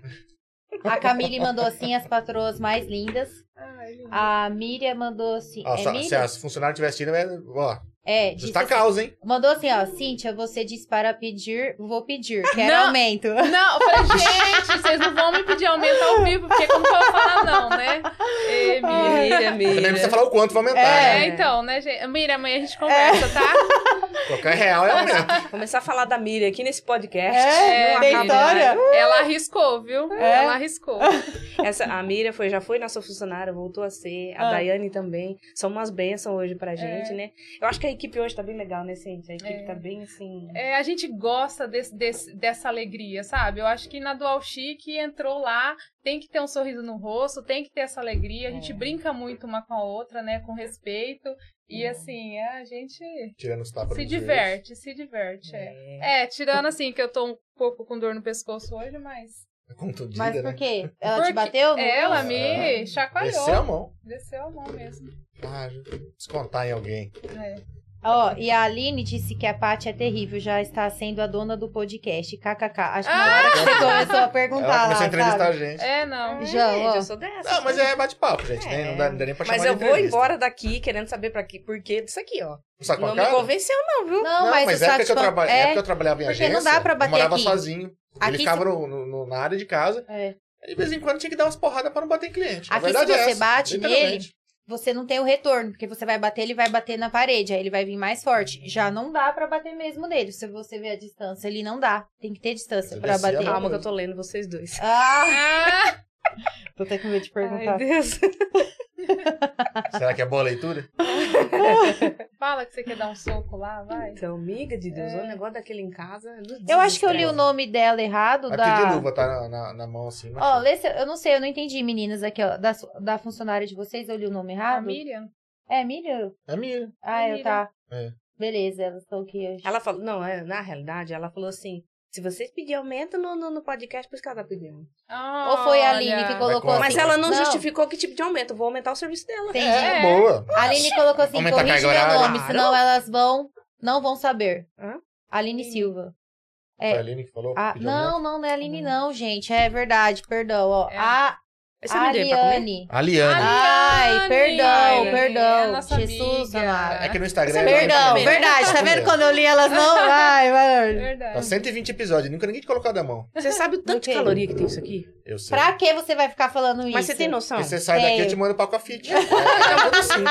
[SPEAKER 1] A Camille mandou assim as patroas mais lindas.
[SPEAKER 4] Ai, lindo.
[SPEAKER 1] A Miriam mandou assim.
[SPEAKER 2] ó,
[SPEAKER 1] é,
[SPEAKER 2] Ah, só- se
[SPEAKER 1] Miriam?
[SPEAKER 2] as funcionárias tivessem tido, ó,
[SPEAKER 1] É, disse
[SPEAKER 2] justa
[SPEAKER 1] assim-
[SPEAKER 2] causa, hein?
[SPEAKER 1] mandou assim, ó. Cíntia, você disse para pedir, vou pedir. Quero
[SPEAKER 4] Não.
[SPEAKER 1] aumento.
[SPEAKER 4] Não, eu falei, gente, vocês não vão me pedir aumento ao vivo, porque como que eu vou falar não, né? Ê,
[SPEAKER 1] É.
[SPEAKER 4] Miriam.
[SPEAKER 5] Miriam,
[SPEAKER 2] Também
[SPEAKER 5] Miriam.
[SPEAKER 2] precisa falar o quanto vai aumentar,
[SPEAKER 4] É,
[SPEAKER 2] né?
[SPEAKER 4] então, né, gente? Miriam, amanhã a gente
[SPEAKER 1] É.
[SPEAKER 4] conversa, tá?
[SPEAKER 2] Qualquer real é aumento.
[SPEAKER 5] Começar a falar da Miriam aqui nesse podcast.
[SPEAKER 1] É,
[SPEAKER 5] Não
[SPEAKER 1] tem
[SPEAKER 5] acaba,
[SPEAKER 1] história?
[SPEAKER 5] né?
[SPEAKER 4] Ela arriscou, viu?
[SPEAKER 1] É.
[SPEAKER 4] Ela arriscou.
[SPEAKER 5] Essa, a Miriam foi, já foi nossa funcionária Nayara voltou a ser, a
[SPEAKER 3] Ah.
[SPEAKER 5] Daiane também. São umas bênçãos hoje pra gente,
[SPEAKER 4] É.
[SPEAKER 5] né? Eu acho que a equipe hoje tá bem legal, né, gente? A equipe
[SPEAKER 4] É.
[SPEAKER 5] tá bem assim.
[SPEAKER 1] Então,
[SPEAKER 4] É, a gente gosta desse, desse- dessa alegria, sabe? Eu acho que na Dual Chic entrou lá, tem que ter um sorriso no rosto, tem que ter essa alegria. A gente
[SPEAKER 1] É.
[SPEAKER 4] brinca muito uma com a outra, né? Com respeito.
[SPEAKER 1] É.
[SPEAKER 4] E assim, a gente
[SPEAKER 2] Tirando os tapas
[SPEAKER 4] se
[SPEAKER 2] dos joelhos.
[SPEAKER 4] diverte, se diverte. É. É, tirando assim, que eu tô um pouco com dor no pescoço hoje, mas.
[SPEAKER 2] Contundida,
[SPEAKER 1] Mas por
[SPEAKER 2] né?
[SPEAKER 1] quê? Ela
[SPEAKER 4] Porque
[SPEAKER 1] te bateu? no
[SPEAKER 4] Ela
[SPEAKER 1] rosto?
[SPEAKER 2] É.
[SPEAKER 4] me chacoalhou.
[SPEAKER 2] Desceu a mão.
[SPEAKER 4] Desceu a mão mesmo.
[SPEAKER 2] Ah, já- descontar em alguém.
[SPEAKER 4] É.
[SPEAKER 1] Ó, e a Aline disse que a Paty é terrível, já está sendo a dona do podcast. KKK. Acho
[SPEAKER 4] Ah!
[SPEAKER 1] que na hora que você começou a perguntar
[SPEAKER 2] Ela
[SPEAKER 1] tá lá,
[SPEAKER 2] começou a entrevistar
[SPEAKER 1] sabe?
[SPEAKER 2] a gente.
[SPEAKER 4] É, não.
[SPEAKER 1] É. Já,
[SPEAKER 5] gente,
[SPEAKER 1] ó.
[SPEAKER 5] eu sou dessa.
[SPEAKER 2] Não, mas é bate-papo, gente. né? Não, dá, não dá nem pra chamar
[SPEAKER 5] Mas
[SPEAKER 2] de
[SPEAKER 5] eu vou
[SPEAKER 2] entrevista. Tá
[SPEAKER 5] embora daqui querendo saber pra que, por que disso aqui, ó.
[SPEAKER 2] Sabe qual é
[SPEAKER 5] Não
[SPEAKER 2] a
[SPEAKER 5] me
[SPEAKER 2] cara?
[SPEAKER 5] convenceu, não, viu?
[SPEAKER 1] Não,
[SPEAKER 2] Não,
[SPEAKER 1] mas,
[SPEAKER 2] mas
[SPEAKER 1] eu
[SPEAKER 2] é
[SPEAKER 1] só
[SPEAKER 2] porque,
[SPEAKER 1] te
[SPEAKER 2] eu
[SPEAKER 1] con-
[SPEAKER 2] traba... é...
[SPEAKER 1] é,
[SPEAKER 2] porque eu trabalhava em
[SPEAKER 1] Porque
[SPEAKER 2] agência.
[SPEAKER 1] não dá pra bater
[SPEAKER 2] eu morava
[SPEAKER 1] aqui.
[SPEAKER 2] sozinho.
[SPEAKER 1] Aqui
[SPEAKER 2] ele ficava no- no- no- na área de casa.
[SPEAKER 1] É.
[SPEAKER 2] E de vez em quando tinha que dar umas porradas pra não bater em cliente. A
[SPEAKER 1] Aqui,
[SPEAKER 2] verdade
[SPEAKER 1] se
[SPEAKER 2] é
[SPEAKER 1] você
[SPEAKER 2] essa,
[SPEAKER 1] bate
[SPEAKER 2] literalmente.
[SPEAKER 1] você não tem o retorno, porque você vai bater, ele vai bater na parede, aí ele vai vir mais forte. Já não dá pra bater mesmo nele, se você vê a distância, ele não dá. Tem que ter distância
[SPEAKER 2] Você
[SPEAKER 1] pra
[SPEAKER 2] descia a
[SPEAKER 1] bater.
[SPEAKER 2] mão.
[SPEAKER 5] Calma que eu tô lendo vocês dois.
[SPEAKER 1] Ah,
[SPEAKER 4] Ah,
[SPEAKER 1] tô até com medo de
[SPEAKER 5] Ai,
[SPEAKER 1] perguntar.
[SPEAKER 5] Deus.
[SPEAKER 2] Será que é boa a leitura?
[SPEAKER 4] fala que você quer dar um soco lá, vai.
[SPEAKER 5] Então, amiga de Deus, o negócio daquele em casa.
[SPEAKER 1] eu acho que eu li o nome dela errado
[SPEAKER 2] Aqui
[SPEAKER 1] da
[SPEAKER 2] de luva tá na, na- na mão assim. mas-
[SPEAKER 1] Ó, lê seu- eu não sei, eu não entendi, meninas, aqui, ó, da, su- da funcionária de vocês, eu li o nome
[SPEAKER 4] A
[SPEAKER 1] errado.
[SPEAKER 4] Miriam?
[SPEAKER 1] É, Miriam?
[SPEAKER 2] É minha.
[SPEAKER 1] Ah,
[SPEAKER 4] É
[SPEAKER 1] eu
[SPEAKER 4] Miriam.
[SPEAKER 1] tá.
[SPEAKER 2] É.
[SPEAKER 1] Beleza, elas estão aqui hoje.
[SPEAKER 5] Ela falou, não, é, na realidade, ela falou assim: se vocês pedirem aumento no, no, no podcast, por isso que ela tá pedindo.
[SPEAKER 1] Ou foi a Aline
[SPEAKER 4] Olha.
[SPEAKER 1] que colocou
[SPEAKER 2] Vai com-
[SPEAKER 1] assim.
[SPEAKER 5] Mas ela não,
[SPEAKER 1] Não.
[SPEAKER 5] justificou que tipo de aumento, eu vou aumentar o serviço dela.
[SPEAKER 1] Entendi.
[SPEAKER 2] É,
[SPEAKER 4] É.
[SPEAKER 2] boa.
[SPEAKER 1] A Aline colocou assim,
[SPEAKER 2] Aumentar a
[SPEAKER 1] corrige
[SPEAKER 2] carga
[SPEAKER 1] meu
[SPEAKER 2] horária.
[SPEAKER 1] nome, senão elas vão, não vão saber.
[SPEAKER 5] Hã?
[SPEAKER 1] Aline
[SPEAKER 5] Sim.
[SPEAKER 1] Silva. É.
[SPEAKER 2] Foi a Aline que falou.
[SPEAKER 1] Ah,
[SPEAKER 2] pediu aumento.
[SPEAKER 1] não, não, não é
[SPEAKER 5] Uhum.
[SPEAKER 1] Aline não, gente. É verdade, perdão. Ó.
[SPEAKER 4] É.
[SPEAKER 1] A
[SPEAKER 5] Você me deu pra comer?
[SPEAKER 1] Aliane.
[SPEAKER 2] A Liane.
[SPEAKER 1] Ai,
[SPEAKER 4] Aliane!
[SPEAKER 1] perdão,
[SPEAKER 4] Ai, é a
[SPEAKER 1] perdão.
[SPEAKER 4] nossa
[SPEAKER 1] Jesus
[SPEAKER 4] amiga.
[SPEAKER 1] amado.
[SPEAKER 2] É que no Instagram...
[SPEAKER 5] Essa é
[SPEAKER 2] ela-
[SPEAKER 1] Perdão,
[SPEAKER 5] também.
[SPEAKER 1] verdade. Tá vendo quando eu li elas não? Ai, vai.
[SPEAKER 2] Tá
[SPEAKER 4] Verdade.
[SPEAKER 2] 120 episódios. Nunca ninguém te colocou da mão.
[SPEAKER 5] Você sabe o tanto de
[SPEAKER 1] Ok.
[SPEAKER 5] caloria que tem isso aqui?
[SPEAKER 2] Eu sei.
[SPEAKER 1] Pra que você vai ficar falando isso?
[SPEAKER 5] Mas você tem
[SPEAKER 1] Então,
[SPEAKER 5] noção?
[SPEAKER 2] E você sai daqui, eu te
[SPEAKER 1] Tenho.
[SPEAKER 2] mando pra Aquafit. É, é tudo assim.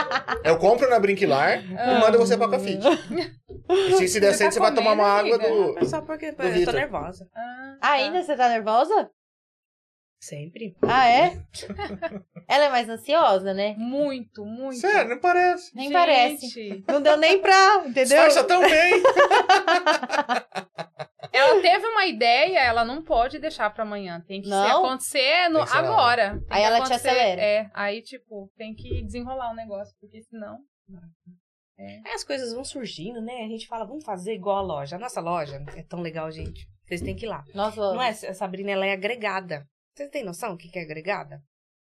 [SPEAKER 2] Eu compro na Brinquilar
[SPEAKER 1] Ah.
[SPEAKER 2] e mando você pra Aquafit. E se, se der
[SPEAKER 4] Você
[SPEAKER 2] sede,
[SPEAKER 4] tá
[SPEAKER 2] você vai tomar uma
[SPEAKER 4] comendo,
[SPEAKER 2] água
[SPEAKER 4] amiga?
[SPEAKER 2] do...
[SPEAKER 5] É Só porque eu tô
[SPEAKER 2] Vitor.
[SPEAKER 5] nervosa.
[SPEAKER 4] Ah, tá.
[SPEAKER 1] Ainda você tá nervosa?
[SPEAKER 5] Sempre.
[SPEAKER 1] Ah, é? Ela é mais ansiosa, né?
[SPEAKER 4] tá. Muito, muito.
[SPEAKER 2] Sério, não parece.
[SPEAKER 1] Nem
[SPEAKER 4] Gente,
[SPEAKER 1] parece. Não deu nem pra, entendeu?
[SPEAKER 2] Disfarça tão bem.
[SPEAKER 4] Ela teve uma ideia, ela não pode deixar pra amanhã. Tem que
[SPEAKER 1] Não?
[SPEAKER 4] se acontecer no,
[SPEAKER 2] Tem que ser na hora.
[SPEAKER 4] agora. Tem
[SPEAKER 1] Aí
[SPEAKER 4] que
[SPEAKER 1] ela te
[SPEAKER 4] acontecer-
[SPEAKER 1] acelera.
[SPEAKER 4] É, aí tipo, tem que desenrolar o negócio, porque senão...
[SPEAKER 5] É, as coisas vão surgindo, né? A gente fala, vamos fazer igual a loja. A nossa loja é tão legal, gente. Vocês têm que ir lá.
[SPEAKER 1] Nós vamos.
[SPEAKER 5] Não é, a Sabrina, ela é agregada. Vocês têm noção o que que é agregada?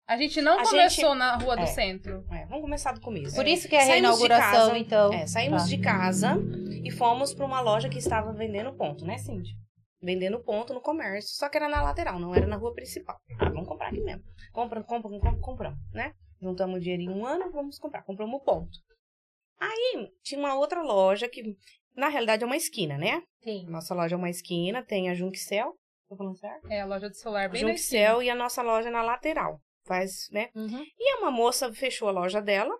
[SPEAKER 4] A gente não
[SPEAKER 5] A
[SPEAKER 4] começou na Rua do
[SPEAKER 5] É.
[SPEAKER 4] Centro.
[SPEAKER 5] É, vamos começar do começo.
[SPEAKER 1] Por isso que é a
[SPEAKER 5] Saímos de
[SPEAKER 1] reinauguração,
[SPEAKER 5] casa.
[SPEAKER 1] então.
[SPEAKER 5] É, saímos
[SPEAKER 1] Tá.
[SPEAKER 5] de casa e fomos pra uma loja que estava vendendo ponto, né, Cindy? Vendendo ponto no comércio, só que era na lateral, não era na rua principal. Ah, vamos comprar aqui mesmo. Compra, compra, compra, compramos, né? Juntamos dinheiro em um ano, vamos comprar. Compramos o ponto. Aí tinha uma outra loja que, na realidade, é uma esquina, né?
[SPEAKER 1] Sim.
[SPEAKER 5] Nossa loja é uma esquina, tem a Junxel. Tô falando certo?
[SPEAKER 4] É, a loja do celular bem na esquina.
[SPEAKER 5] Junxel e a nossa loja na lateral. Faz, né?
[SPEAKER 1] Uhum.
[SPEAKER 5] E uma moça fechou a loja dela.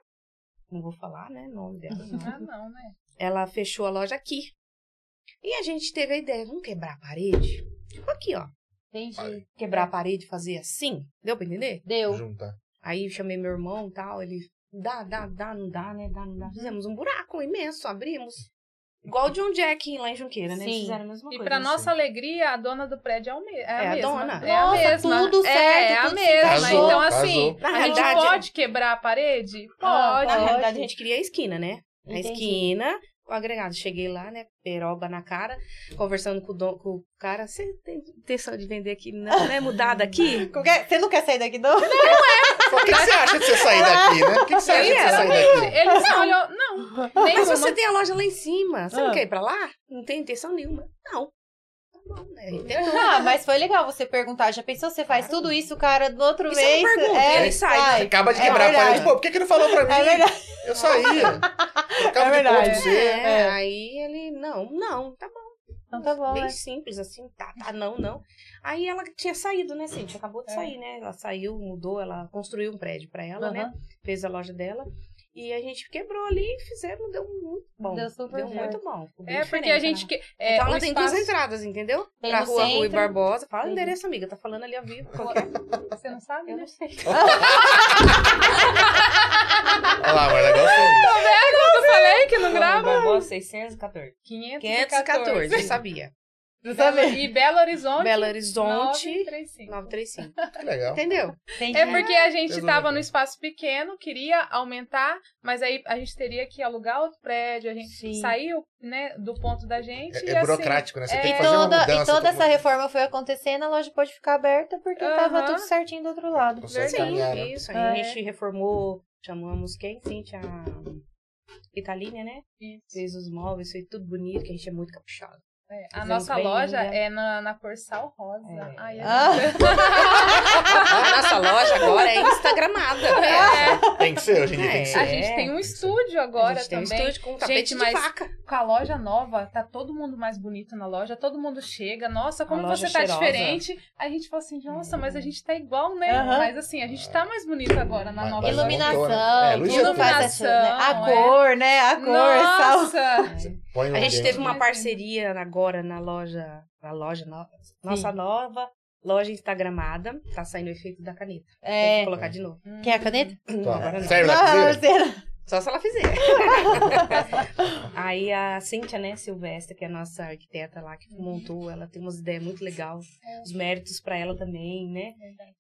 [SPEAKER 5] Não vou falar, né? O nome dela. não.
[SPEAKER 4] Ah, não, né?
[SPEAKER 5] Ela fechou a loja aqui. E a gente teve a ideia, vamos quebrar a parede? Tipo aqui, ó.
[SPEAKER 1] Entendi.
[SPEAKER 5] Quebrar a parede, fazer assim. Deu pra entender?
[SPEAKER 1] Deu.
[SPEAKER 2] Juntar.
[SPEAKER 5] Aí eu chamei meu irmão e tal. Ele, dá, dá, dá, não dá, né? Dá, não
[SPEAKER 1] Uhum.
[SPEAKER 5] dá. Fizemos um buraco imenso, abrimos. Igual o John Jack lá em Junqueira, né? Eles
[SPEAKER 1] Sim.
[SPEAKER 5] fizeram a mesma
[SPEAKER 4] E
[SPEAKER 5] coisa.
[SPEAKER 2] assim.
[SPEAKER 4] pra nossa alegria, a dona do prédio é, o me- é a
[SPEAKER 5] É a
[SPEAKER 4] mesma.
[SPEAKER 5] dona.
[SPEAKER 4] É
[SPEAKER 1] Nossa,
[SPEAKER 4] a mesma.
[SPEAKER 1] tudo
[SPEAKER 4] É,
[SPEAKER 1] certo,
[SPEAKER 4] É, a
[SPEAKER 1] tudo se
[SPEAKER 4] mesma.
[SPEAKER 1] encaixou.
[SPEAKER 2] Casou,
[SPEAKER 4] então, assim,
[SPEAKER 5] casou. Na
[SPEAKER 4] a gente
[SPEAKER 5] realidade-
[SPEAKER 4] pode quebrar a parede?
[SPEAKER 1] Ah,
[SPEAKER 4] Pode.
[SPEAKER 5] Na
[SPEAKER 1] pode.
[SPEAKER 5] realidade, a gente queria a esquina, né? A
[SPEAKER 1] Entendi.
[SPEAKER 5] esquina, o agregado. Cheguei lá, né? Peroba na cara, conversando com o, don- com o cara. Você tem intenção de vender aqui? Não, né? Mudar daqui?
[SPEAKER 2] é?
[SPEAKER 1] Você não quer sair daqui, não?
[SPEAKER 2] O que, que você acha de você sair daqui, né? O que, que você acha de
[SPEAKER 1] é
[SPEAKER 2] você sair daqui?
[SPEAKER 4] Ele só olhou. Não, nem
[SPEAKER 5] Mas
[SPEAKER 4] uma.
[SPEAKER 5] você tem a loja lá em cima. Você
[SPEAKER 1] Ah.
[SPEAKER 5] não quer ir pra lá? Não tem intenção nenhuma. Não. Tá bom, né? A gente tem-
[SPEAKER 1] Ah, mas foi legal você perguntar. Já pensou, você faz tudo isso, o cara, do outro
[SPEAKER 5] E você
[SPEAKER 1] mês...
[SPEAKER 5] não pergunta,
[SPEAKER 1] é,
[SPEAKER 5] ele sai.
[SPEAKER 2] Você acaba de
[SPEAKER 1] É
[SPEAKER 2] quebrar a
[SPEAKER 1] verdade.
[SPEAKER 2] parede. Pô, por que, que não falou pra mim?
[SPEAKER 1] É verdade.
[SPEAKER 2] Eu saía. Trocava
[SPEAKER 1] É
[SPEAKER 2] de cor
[SPEAKER 1] verdade.
[SPEAKER 2] com você.
[SPEAKER 5] É, Aí ele, não, não, tá bom.
[SPEAKER 1] Então tá bom,
[SPEAKER 5] Bem
[SPEAKER 1] né?
[SPEAKER 5] simples assim, tá, tá, não, não. Aí ela tinha saído, né, Cintia? Acabou de
[SPEAKER 4] É.
[SPEAKER 5] sair, né? Ela saiu, mudou, ela construiu um prédio pra ela, né?
[SPEAKER 1] Aham.
[SPEAKER 5] Fez a loja dela. E a gente quebrou ali e fizemos, deu muito bom.
[SPEAKER 1] Deu super
[SPEAKER 5] Deu
[SPEAKER 1] certo.
[SPEAKER 5] muito bom. Ficou bem
[SPEAKER 4] É, porque
[SPEAKER 5] diferente,
[SPEAKER 4] a gente.
[SPEAKER 5] né?
[SPEAKER 4] Que, é,
[SPEAKER 5] então
[SPEAKER 4] o
[SPEAKER 5] ela tem duas
[SPEAKER 4] espaço-
[SPEAKER 5] entradas, entendeu?
[SPEAKER 1] Tem
[SPEAKER 5] pra
[SPEAKER 1] no
[SPEAKER 5] rua Rui
[SPEAKER 1] centro.
[SPEAKER 5] Barbosa. Fala
[SPEAKER 1] Tem-
[SPEAKER 5] o endereço, amiga. Tá falando ali ao vivo.
[SPEAKER 4] Você não sabe,
[SPEAKER 5] Eu
[SPEAKER 4] né?
[SPEAKER 5] não sei.
[SPEAKER 2] Olha lá, mas negócio.
[SPEAKER 4] Eu falei que não
[SPEAKER 5] Rua
[SPEAKER 4] grava.
[SPEAKER 5] Barbosa 614.
[SPEAKER 4] É 514.
[SPEAKER 5] 514, eu sabia.
[SPEAKER 4] E Belo Horizonte.
[SPEAKER 5] Belo Horizonte,
[SPEAKER 4] 935.
[SPEAKER 5] 935.
[SPEAKER 2] Que legal.
[SPEAKER 5] Entendeu?
[SPEAKER 1] Tem
[SPEAKER 4] É
[SPEAKER 1] que-
[SPEAKER 4] porque a gente
[SPEAKER 2] Resolveu.
[SPEAKER 4] tava num espaço pequeno, queria aumentar, mas aí a gente teria que alugar outro prédio, a gente
[SPEAKER 1] Sim.
[SPEAKER 4] saiu né, do ponto da gente.
[SPEAKER 2] É,
[SPEAKER 4] e
[SPEAKER 2] é
[SPEAKER 4] assim,
[SPEAKER 2] burocrático, né? Você
[SPEAKER 4] é-
[SPEAKER 2] tem
[SPEAKER 1] E
[SPEAKER 2] que fazer uma
[SPEAKER 1] toda,
[SPEAKER 2] mudança.
[SPEAKER 1] e toda
[SPEAKER 2] tem
[SPEAKER 1] essa
[SPEAKER 2] que-
[SPEAKER 1] reforma foi acontecendo, a loja pode ficar aberta porque tava
[SPEAKER 4] Aham.
[SPEAKER 1] tudo certinho do outro lado.
[SPEAKER 2] Consegue
[SPEAKER 4] Sim,
[SPEAKER 2] caminhar, né?
[SPEAKER 5] Isso, aí
[SPEAKER 4] É.
[SPEAKER 5] a gente reformou, chamamos quem? Cíntia Italínia, né?
[SPEAKER 4] Isso.
[SPEAKER 5] Fez os móveis, foi tudo bonito, que a gente é muito caprichado.
[SPEAKER 4] É, A
[SPEAKER 5] Fizemos
[SPEAKER 4] nossa
[SPEAKER 5] bem
[SPEAKER 4] loja
[SPEAKER 5] linda.
[SPEAKER 4] é na, na cor sal rosa.
[SPEAKER 5] É.
[SPEAKER 4] Ai, é
[SPEAKER 1] Ah.
[SPEAKER 4] lindo.
[SPEAKER 5] A nossa loja agora é instagramada.
[SPEAKER 4] É,
[SPEAKER 2] Tem que ser, hoje em dia tem que
[SPEAKER 5] É.
[SPEAKER 4] a
[SPEAKER 2] ser.
[SPEAKER 4] gente tem um
[SPEAKER 2] Isso.
[SPEAKER 4] estúdio agora
[SPEAKER 5] a gente tem um
[SPEAKER 4] também.
[SPEAKER 5] estúdio com um tapete de
[SPEAKER 4] mas-
[SPEAKER 5] faca.
[SPEAKER 4] Com a loja nova, tá todo mundo mais bonito na loja, todo mundo chega. Nossa, como
[SPEAKER 5] loja
[SPEAKER 4] você tá
[SPEAKER 5] cheirosa.
[SPEAKER 4] diferente. A gente fala assim, nossa, mas a gente tá igual, né?
[SPEAKER 1] Aham.
[SPEAKER 4] Mas assim, a gente tá mais bonito agora na
[SPEAKER 2] Mas-
[SPEAKER 4] nova
[SPEAKER 2] mas
[SPEAKER 4] loja.
[SPEAKER 2] montou, né?
[SPEAKER 1] Iluminação,
[SPEAKER 2] É, luz
[SPEAKER 1] tudo faz
[SPEAKER 4] natural.
[SPEAKER 1] essa, né?
[SPEAKER 5] é.
[SPEAKER 1] A
[SPEAKER 4] Iluminação,
[SPEAKER 1] cor, né? A cor, sal.
[SPEAKER 4] Nossa!
[SPEAKER 2] Põe
[SPEAKER 4] É.
[SPEAKER 2] um
[SPEAKER 5] A gente
[SPEAKER 2] ambiente.
[SPEAKER 5] teve uma
[SPEAKER 4] Imagina.
[SPEAKER 5] parceria agora na loja, na loja no- nossa
[SPEAKER 1] Sim.
[SPEAKER 5] nova loja instagramada, tá saindo o efeito da caneta. Tem que
[SPEAKER 1] É.
[SPEAKER 5] colocar de novo.
[SPEAKER 1] Quer a caneta?
[SPEAKER 2] Tá.
[SPEAKER 5] Agora não.
[SPEAKER 2] Serve lá
[SPEAKER 1] Não,
[SPEAKER 2] pra você?
[SPEAKER 1] você-
[SPEAKER 5] Só se ela fizer. Aí a Cíntia, né, Silvestre, que é a nossa arquiteta lá que montou, ela tem umas ideias muito legal.
[SPEAKER 4] É.
[SPEAKER 5] Os méritos pra ela também, né?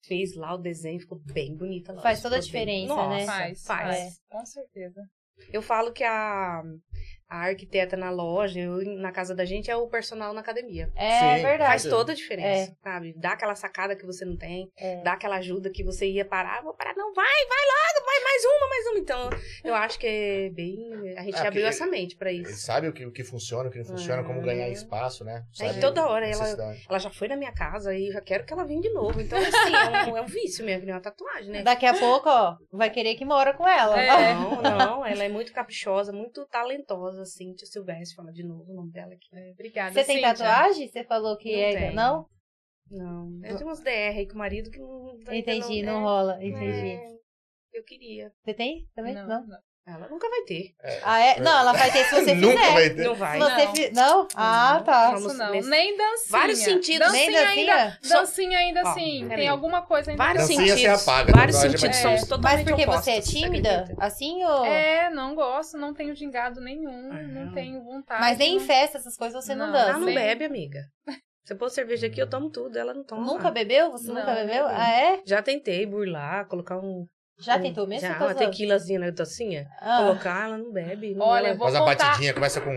[SPEAKER 5] Fez lá o desenho, ficou bem bonita lá.
[SPEAKER 1] Faz toda a
[SPEAKER 5] Ficou bem-
[SPEAKER 1] diferença,
[SPEAKER 5] Nossa,
[SPEAKER 1] né?
[SPEAKER 4] Hum, Faz,
[SPEAKER 5] faz.
[SPEAKER 4] faz. Com certeza.
[SPEAKER 5] Eu falo que a, a arquiteta na loja, eu, na casa da gente, é o personal na academia.
[SPEAKER 1] É
[SPEAKER 2] Sim,
[SPEAKER 1] verdade.
[SPEAKER 5] Faz
[SPEAKER 2] Sim.
[SPEAKER 5] toda a diferença, sabe? Dá aquela sacada que você não tem,
[SPEAKER 1] É.
[SPEAKER 5] dá aquela ajuda que você ia parar, vou parar, não, vai, vai logo, vai mais uma, mais uma. Então, eu acho que é bem. A gente
[SPEAKER 2] Ah,
[SPEAKER 5] abriu
[SPEAKER 2] porque-
[SPEAKER 5] essa mente pra
[SPEAKER 2] Ele
[SPEAKER 5] isso.
[SPEAKER 2] sabe o que, o que funciona, o que não funciona, como ganhar espaço, né? Sabe
[SPEAKER 5] toda hora ela-
[SPEAKER 2] necessidade.
[SPEAKER 5] Ela já foi na minha casa e eu já quero que ela venha de novo. Então, assim, é um, é um vício mesmo, que nem uma tatuagem, né?
[SPEAKER 1] Daqui a pouco, ó, vai querer que mora com ela.
[SPEAKER 4] É.
[SPEAKER 5] Não, não, ela é muito caprichosa, muito talentosa, assim. Tia Silvestre, fala de novo o nome dela aqui.
[SPEAKER 4] É, Obrigada.
[SPEAKER 1] Você tem
[SPEAKER 4] Cíntia.
[SPEAKER 1] tatuagem? Você falou que
[SPEAKER 5] Não
[SPEAKER 1] é.
[SPEAKER 5] tenho.
[SPEAKER 1] Não?
[SPEAKER 5] Não, eu tenho uns DR aí com o marido que não. ainda
[SPEAKER 1] Entendi,
[SPEAKER 5] é,
[SPEAKER 1] não rola. Entendi.
[SPEAKER 5] é, eu queria.
[SPEAKER 1] Você tem também?
[SPEAKER 4] Não, não.
[SPEAKER 5] Ela nunca vai ter.
[SPEAKER 1] Ah, é? Não, ela vai ter se você fizer.
[SPEAKER 2] Nunca vai ter.
[SPEAKER 5] Não vai.
[SPEAKER 1] Se você
[SPEAKER 4] Não.
[SPEAKER 1] fi- não? Ah, tá.
[SPEAKER 5] Vamos
[SPEAKER 4] Isso não.
[SPEAKER 5] nesse-
[SPEAKER 4] Nem dancinha.
[SPEAKER 5] Vários sentidos.
[SPEAKER 4] Dancinha
[SPEAKER 1] Nem dancinha?
[SPEAKER 4] ainda. Dancinha ainda
[SPEAKER 5] Ó,
[SPEAKER 4] sim. Tem
[SPEAKER 5] peraí.
[SPEAKER 4] alguma coisa ainda.
[SPEAKER 5] Vários
[SPEAKER 4] que eu-
[SPEAKER 2] Dancinha
[SPEAKER 5] sentidos.
[SPEAKER 2] você apaga,
[SPEAKER 5] vários
[SPEAKER 2] tatuagem
[SPEAKER 5] sentidos
[SPEAKER 4] vai-
[SPEAKER 5] somos
[SPEAKER 4] É.
[SPEAKER 5] totalmente
[SPEAKER 1] Mas porque
[SPEAKER 5] opostos,
[SPEAKER 1] você é tímida?
[SPEAKER 5] acredita?
[SPEAKER 1] Assim ou.
[SPEAKER 4] É, não gosto, não tenho gingado nenhum,
[SPEAKER 5] Ah,
[SPEAKER 4] não
[SPEAKER 5] não.
[SPEAKER 4] tenho vontade. É
[SPEAKER 1] Mas nem em
[SPEAKER 4] não-
[SPEAKER 1] festa, essas coisas você não,
[SPEAKER 4] Não,
[SPEAKER 1] dança.
[SPEAKER 5] Ela não
[SPEAKER 4] Sim.
[SPEAKER 5] bebe, amiga. Você pôs cerveja aqui, eu tomo tudo. Ela não toma.
[SPEAKER 1] Nunca bebeu? Você
[SPEAKER 4] Não,
[SPEAKER 1] nunca
[SPEAKER 4] não
[SPEAKER 1] bebeu?
[SPEAKER 5] bebi.
[SPEAKER 1] Ah, é?
[SPEAKER 5] Já tentei burlar, colocar um...
[SPEAKER 1] Já
[SPEAKER 5] um-
[SPEAKER 1] tentou mesmo?
[SPEAKER 5] Já,
[SPEAKER 1] Você tá
[SPEAKER 5] uma
[SPEAKER 1] zoando?
[SPEAKER 5] tequilazinha na tacinha.
[SPEAKER 1] Ah.
[SPEAKER 5] Colocar, ela não bebe. Não, é
[SPEAKER 4] Olha,
[SPEAKER 5] ela...
[SPEAKER 4] vou
[SPEAKER 2] Faz uma
[SPEAKER 4] contar.
[SPEAKER 2] batidinha, começa com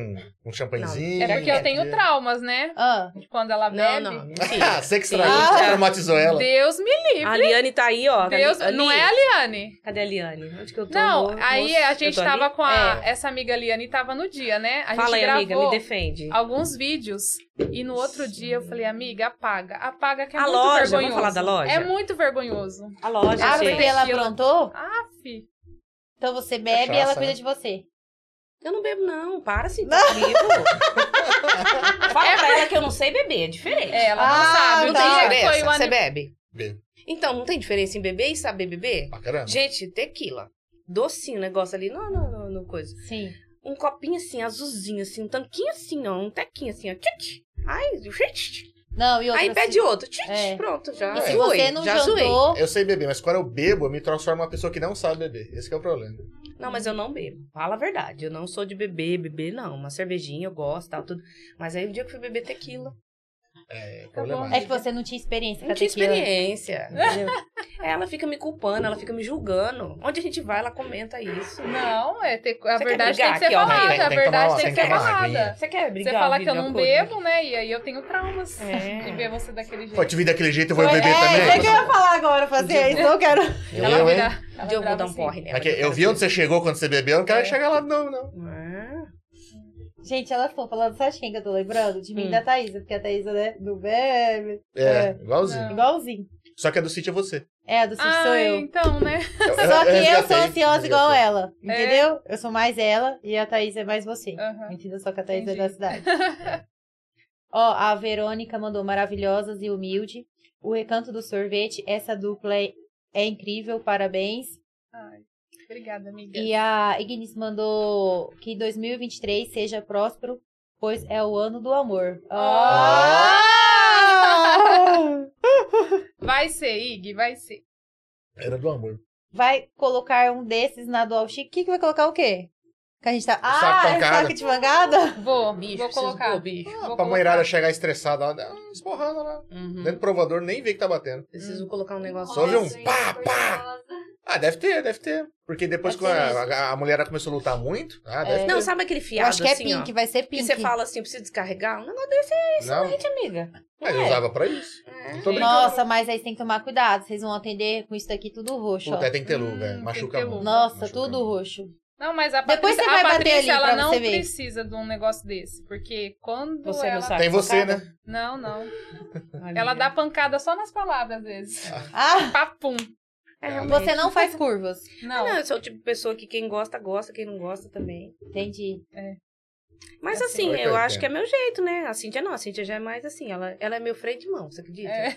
[SPEAKER 2] um champanhezinho.
[SPEAKER 4] É porque eu tenho
[SPEAKER 2] trauma.
[SPEAKER 4] traumas, né?
[SPEAKER 1] Ah.
[SPEAKER 4] De Quando ela
[SPEAKER 5] Não,
[SPEAKER 4] bebe.
[SPEAKER 5] não.
[SPEAKER 2] Ah,
[SPEAKER 5] mentira.
[SPEAKER 2] você que estragou,
[SPEAKER 1] Ah.
[SPEAKER 2] você traumatizou ela.
[SPEAKER 4] Deus me livre.
[SPEAKER 5] A Liane tá aí, ó.
[SPEAKER 4] Deus,
[SPEAKER 5] Ali-
[SPEAKER 4] não é a Liane.
[SPEAKER 5] Cadê a Liane? Onde que eu tô?
[SPEAKER 4] Não,
[SPEAKER 5] Moço,
[SPEAKER 4] aí a
[SPEAKER 5] Então, eu
[SPEAKER 4] gente
[SPEAKER 5] tô ali? é.
[SPEAKER 4] tava com a, essa amiga Liane, tava no dia, né? A
[SPEAKER 5] Fala
[SPEAKER 4] gente
[SPEAKER 5] aí,
[SPEAKER 4] gravou
[SPEAKER 5] amiga, me defende.
[SPEAKER 4] alguns vídeos e no outro dia eu falei, amiga, apaga. Apaga que é
[SPEAKER 5] A
[SPEAKER 4] muito
[SPEAKER 5] loja,
[SPEAKER 4] vergonhoso.
[SPEAKER 5] vamos falar da loja?
[SPEAKER 4] É muito vergonhoso.
[SPEAKER 5] A loja,
[SPEAKER 1] Ah,
[SPEAKER 5] gente.
[SPEAKER 1] porque ela
[SPEAKER 4] Estilo.
[SPEAKER 1] aprontou?
[SPEAKER 4] Ah, fi.
[SPEAKER 1] Então você bebe e
[SPEAKER 2] Cachaça,
[SPEAKER 1] ela cuida
[SPEAKER 2] né?
[SPEAKER 1] de você.
[SPEAKER 5] Eu não bebo, não. Para, assim, tá vivo. Fala pra ela que eu não sei beber, é diferente.
[SPEAKER 4] É, ela não
[SPEAKER 1] Ah,
[SPEAKER 4] sabe.
[SPEAKER 5] não
[SPEAKER 4] o dia
[SPEAKER 1] tá.
[SPEAKER 4] que foi o
[SPEAKER 5] Você
[SPEAKER 4] aniversário.
[SPEAKER 5] bebe?
[SPEAKER 2] Bebo.
[SPEAKER 5] Então, não tem diferença em beber e saber beber?
[SPEAKER 2] Pra caramba.
[SPEAKER 5] Gente, tequila. Docinho o negócio ali. Não, não, não, não, coisa.
[SPEAKER 1] Sim.
[SPEAKER 5] Um copinho assim, azulzinho, assim, um tanquinho assim, ó. Um tequinho assim, ó. Tchic. Ai, tchic.
[SPEAKER 1] Não, e outra.
[SPEAKER 5] Aí pede outro. Tchic.
[SPEAKER 1] É.
[SPEAKER 5] Pronto, já.
[SPEAKER 1] E se
[SPEAKER 2] É.
[SPEAKER 5] fui,
[SPEAKER 1] você não
[SPEAKER 5] já zoei.
[SPEAKER 1] jantou,
[SPEAKER 2] Eu sei beber, mas quando eu bebo, eu me transformo em uma pessoa que não sabe beber. Esse que é o problema.
[SPEAKER 5] Não, mas eu não bebo. Fala a verdade. Eu não sou de beber, beber, não. Uma cervejinha eu gosto, tal, tudo. Mas aí o dia que eu fui beber tequila.
[SPEAKER 2] É
[SPEAKER 4] bom.
[SPEAKER 1] é
[SPEAKER 2] problemático.
[SPEAKER 1] que você não tinha experiência.
[SPEAKER 5] Não
[SPEAKER 1] com
[SPEAKER 5] tinha
[SPEAKER 1] tequila.
[SPEAKER 5] experiência. entendeu? ela fica me culpando, ela fica me julgando. Onde a gente vai, ela comenta isso.
[SPEAKER 4] Não, é ter, a
[SPEAKER 5] Você quer
[SPEAKER 4] verdade tem
[SPEAKER 5] brigar
[SPEAKER 4] que ser
[SPEAKER 5] aqui, ó?
[SPEAKER 4] falada.
[SPEAKER 2] Tem- tem
[SPEAKER 4] a
[SPEAKER 2] que tomar-
[SPEAKER 4] verdade tem que
[SPEAKER 2] tem
[SPEAKER 4] ser
[SPEAKER 2] que tomar uma
[SPEAKER 4] falada.
[SPEAKER 2] aguinha.
[SPEAKER 5] Você quer
[SPEAKER 4] Você
[SPEAKER 5] brigar?
[SPEAKER 4] fala que
[SPEAKER 5] vive
[SPEAKER 4] eu não
[SPEAKER 5] a cor?
[SPEAKER 4] bebo, né? E aí eu tenho traumas
[SPEAKER 5] É.
[SPEAKER 4] de ver você daquele jeito.
[SPEAKER 2] Pô, te vi daquele jeito, eu vou beber
[SPEAKER 1] é,
[SPEAKER 2] também.
[SPEAKER 1] isso que eu ia falar agora, fazer isso. Eu quero.
[SPEAKER 4] Ela
[SPEAKER 2] eu, hein?
[SPEAKER 4] vira.
[SPEAKER 5] Um
[SPEAKER 4] ela
[SPEAKER 5] dia eu vou
[SPEAKER 4] brava
[SPEAKER 5] dar um
[SPEAKER 4] assim.
[SPEAKER 5] porre nela.
[SPEAKER 2] Mas É que eu vi onde você chegou quando você bebeu, eu não quero chegar lá, não, não.
[SPEAKER 5] Ah,
[SPEAKER 1] Gente, ela ficou falando, sabe de quem que eu tô lembrando? De mim e
[SPEAKER 5] Hum.
[SPEAKER 1] da Thaísa, porque a Thaísa, né? Não bebe.
[SPEAKER 2] É,
[SPEAKER 1] É.
[SPEAKER 2] igualzinho.
[SPEAKER 4] Não.
[SPEAKER 1] Igualzinho.
[SPEAKER 2] Só que a do sítio é você.
[SPEAKER 1] É, a do Cid sou
[SPEAKER 4] Ah,
[SPEAKER 1] eu.
[SPEAKER 4] então, né?
[SPEAKER 1] Só
[SPEAKER 2] é
[SPEAKER 1] que eu sou
[SPEAKER 2] resgatei,
[SPEAKER 1] ansiosa igual
[SPEAKER 2] resgatei.
[SPEAKER 1] ela, entendeu? Eu sou mais ela e a Thaís é mais você.
[SPEAKER 4] Aham.
[SPEAKER 1] Mentira, só que a Thaís
[SPEAKER 4] Ah, Entendi.
[SPEAKER 1] é da cidade. Ó, a Verônica mandou maravilhosas e humilde. O recanto do sorvete, essa dupla é, é incrível, parabéns.
[SPEAKER 4] Ai. Obrigada, amiga.
[SPEAKER 1] E a Ignis mandou que 2023 seja próspero, pois é o ano do amor. Ah!
[SPEAKER 4] Vai ser, Ig, vai ser.
[SPEAKER 2] Era do amor.
[SPEAKER 1] Vai colocar um desses na Dual Chic. O que, que vai colocar o quê? Que a gente tá.
[SPEAKER 2] saco
[SPEAKER 1] Ah, é
[SPEAKER 2] pancada.
[SPEAKER 1] saco de mangada?
[SPEAKER 4] Vou,
[SPEAKER 5] Bicho,
[SPEAKER 4] vou
[SPEAKER 5] preciso
[SPEAKER 4] colocar.
[SPEAKER 5] pôr, bicho.
[SPEAKER 4] Vou
[SPEAKER 2] Pra
[SPEAKER 4] colocar. Hum.
[SPEAKER 2] mulherada né? chegar estressada, ela dá uma esporrada lá.
[SPEAKER 5] Uhum.
[SPEAKER 2] Dentro do provador, nem vê que tá batendo.
[SPEAKER 1] Hum.
[SPEAKER 5] Preciso colocar um negócio.
[SPEAKER 2] Só ouve um pá, pá. Ah, deve ter, deve ter. Porque
[SPEAKER 4] É
[SPEAKER 2] depois que
[SPEAKER 1] Deve
[SPEAKER 2] a,
[SPEAKER 1] ser
[SPEAKER 2] a, a mulherada começou a lutar muito, ah, deve
[SPEAKER 5] É. Não, sabe aquele fiado
[SPEAKER 1] É. Eu acho que é
[SPEAKER 5] assim, ó?
[SPEAKER 1] pink, vai ser
[SPEAKER 5] Que
[SPEAKER 1] pink.
[SPEAKER 5] você fala assim, eu preciso descarregar. Um negócio
[SPEAKER 2] ter. Não,
[SPEAKER 5] de amiga.
[SPEAKER 2] mas eu usava pra isso.
[SPEAKER 4] É.
[SPEAKER 2] Não tô brincando.
[SPEAKER 1] Nossa, mas aí você tem que tomar cuidado. Vocês vão atender com isso daqui tudo roxo, ó.
[SPEAKER 2] Puta, é aí tem que ter lu,
[SPEAKER 4] Hum,
[SPEAKER 2] velho.
[SPEAKER 4] tem
[SPEAKER 2] Machuca
[SPEAKER 4] que ter
[SPEAKER 2] muito.
[SPEAKER 4] lu.
[SPEAKER 1] Nossa,
[SPEAKER 2] Machuca
[SPEAKER 1] tudo
[SPEAKER 2] muito.
[SPEAKER 1] roxo.
[SPEAKER 4] Não, mas a
[SPEAKER 1] Depois
[SPEAKER 4] Patrícia,
[SPEAKER 1] você vai
[SPEAKER 4] a
[SPEAKER 1] bater
[SPEAKER 4] Patrícia
[SPEAKER 1] ali pra
[SPEAKER 4] ela não
[SPEAKER 1] você ver.
[SPEAKER 4] precisa de um negócio desse. Porque quando
[SPEAKER 1] é
[SPEAKER 5] Você
[SPEAKER 4] ela...
[SPEAKER 5] não sabe.
[SPEAKER 2] Tem você, né?
[SPEAKER 4] Não, não.
[SPEAKER 5] Ai,
[SPEAKER 4] Ela dá
[SPEAKER 5] amiga.
[SPEAKER 4] pancada só nas palavras, às vezes.
[SPEAKER 1] Ah,
[SPEAKER 4] Papum.
[SPEAKER 5] É, realmente.
[SPEAKER 1] você não faz curvas.
[SPEAKER 4] Não.
[SPEAKER 5] Não, eu sou o tipo de pessoa que quem gosta, gosta, quem não gosta também.
[SPEAKER 1] Entendi.
[SPEAKER 5] Mas
[SPEAKER 4] É
[SPEAKER 5] assim,
[SPEAKER 2] assim.
[SPEAKER 5] eu acho que é meu jeito, né? A Cintia não, a Cintia já é mais assim. Ela, ela é meu freio de mão, você acredita?
[SPEAKER 4] É.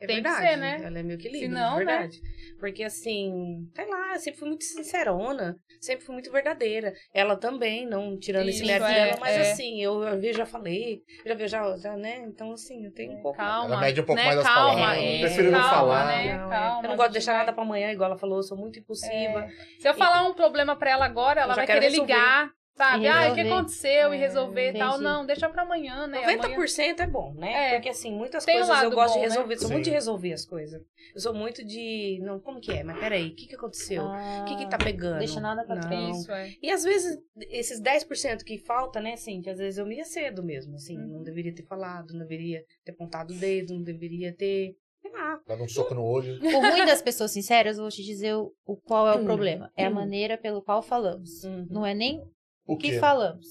[SPEAKER 5] É
[SPEAKER 4] Tem que
[SPEAKER 5] verdade.
[SPEAKER 4] ser, né?
[SPEAKER 5] Ela é meu equilíbrio,
[SPEAKER 4] Se não,
[SPEAKER 5] de verdade. Porque assim, sei lá, eu sempre fui muito sincerona, sempre fui muito verdadeira. Ela também, não tirando
[SPEAKER 4] Isso,
[SPEAKER 5] esse mérito
[SPEAKER 4] é,
[SPEAKER 5] dela, mas
[SPEAKER 4] é.
[SPEAKER 5] assim, eu, eu já falei, já vi, já, já, né? Então assim, eu tenho um pouco.
[SPEAKER 4] É, Calma.
[SPEAKER 2] Ela mede um pouco
[SPEAKER 4] né?
[SPEAKER 2] mais as
[SPEAKER 4] calma,
[SPEAKER 2] palavras.
[SPEAKER 4] é,
[SPEAKER 2] Prefiro não
[SPEAKER 4] calma,
[SPEAKER 2] falar.
[SPEAKER 4] Né?
[SPEAKER 5] Não, é.
[SPEAKER 4] Calma,
[SPEAKER 5] eu não
[SPEAKER 4] a
[SPEAKER 5] gosto
[SPEAKER 4] gente
[SPEAKER 5] de deixar
[SPEAKER 4] vai- É.
[SPEAKER 5] nada pra amanhã, igual ela falou, eu sou muito impulsiva.
[SPEAKER 4] Se eu falar um problema pra ela agora, ela
[SPEAKER 5] Eu já
[SPEAKER 4] vai
[SPEAKER 5] quero
[SPEAKER 4] querer
[SPEAKER 5] resolver.
[SPEAKER 4] ligar, sabe?
[SPEAKER 1] E
[SPEAKER 4] Ah, o que
[SPEAKER 1] resolver.
[SPEAKER 4] aconteceu? E
[SPEAKER 5] É,
[SPEAKER 4] resolver e tal.
[SPEAKER 1] entendi.
[SPEAKER 4] Não, deixa pra amanhã, né? Amanhã...
[SPEAKER 5] 90% é bom, né?
[SPEAKER 4] É.
[SPEAKER 5] Porque assim, muitas
[SPEAKER 4] Tem um
[SPEAKER 5] coisas eu
[SPEAKER 4] lado
[SPEAKER 5] gosto
[SPEAKER 4] bom,
[SPEAKER 5] de
[SPEAKER 4] né?
[SPEAKER 5] resolver. Sou muito
[SPEAKER 2] Sim.
[SPEAKER 5] de resolver as coisas. Eu sou muito de. Não, como que é? Mas peraí, o que, que aconteceu? O que, que tá
[SPEAKER 4] Ah,
[SPEAKER 5] pegando?
[SPEAKER 1] Ah, Deixa nada pra
[SPEAKER 5] Não.
[SPEAKER 1] trás.
[SPEAKER 4] Isso, é.
[SPEAKER 5] E às vezes, esses 10% que falta, né, assim, que às vezes eu me cedo mesmo, assim,
[SPEAKER 4] Uhum.
[SPEAKER 5] não deveria ter falado, não deveria ter apontado o dedo, não deveria ter. Sei lá.
[SPEAKER 2] Dava um soco no olho.
[SPEAKER 1] O ruim das pessoas sinceras, eu vou te dizer o, o qual é o
[SPEAKER 5] Hum.
[SPEAKER 1] problema. É a
[SPEAKER 5] Hum.
[SPEAKER 1] maneira pelo qual falamos.
[SPEAKER 5] Uhum.
[SPEAKER 1] Não é nem
[SPEAKER 2] O
[SPEAKER 1] o que
[SPEAKER 2] quê?
[SPEAKER 1] falamos.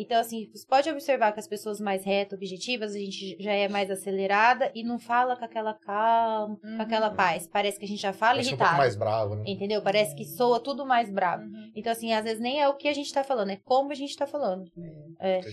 [SPEAKER 1] Então, assim, você pode observar que as pessoas mais retas, objetivas, a gente já é mais acelerada e não fala com aquela calma,
[SPEAKER 4] Uhum.
[SPEAKER 1] com aquela paz. Parece que a gente já fala
[SPEAKER 2] Parece um pouco
[SPEAKER 1] irritado.
[SPEAKER 2] mais bravo, né?
[SPEAKER 1] Entendeu? Parece que soa tudo mais bravo.
[SPEAKER 4] Uhum.
[SPEAKER 1] Então, assim, às vezes nem é o que a gente tá falando, é como a gente tá falando.
[SPEAKER 2] Tem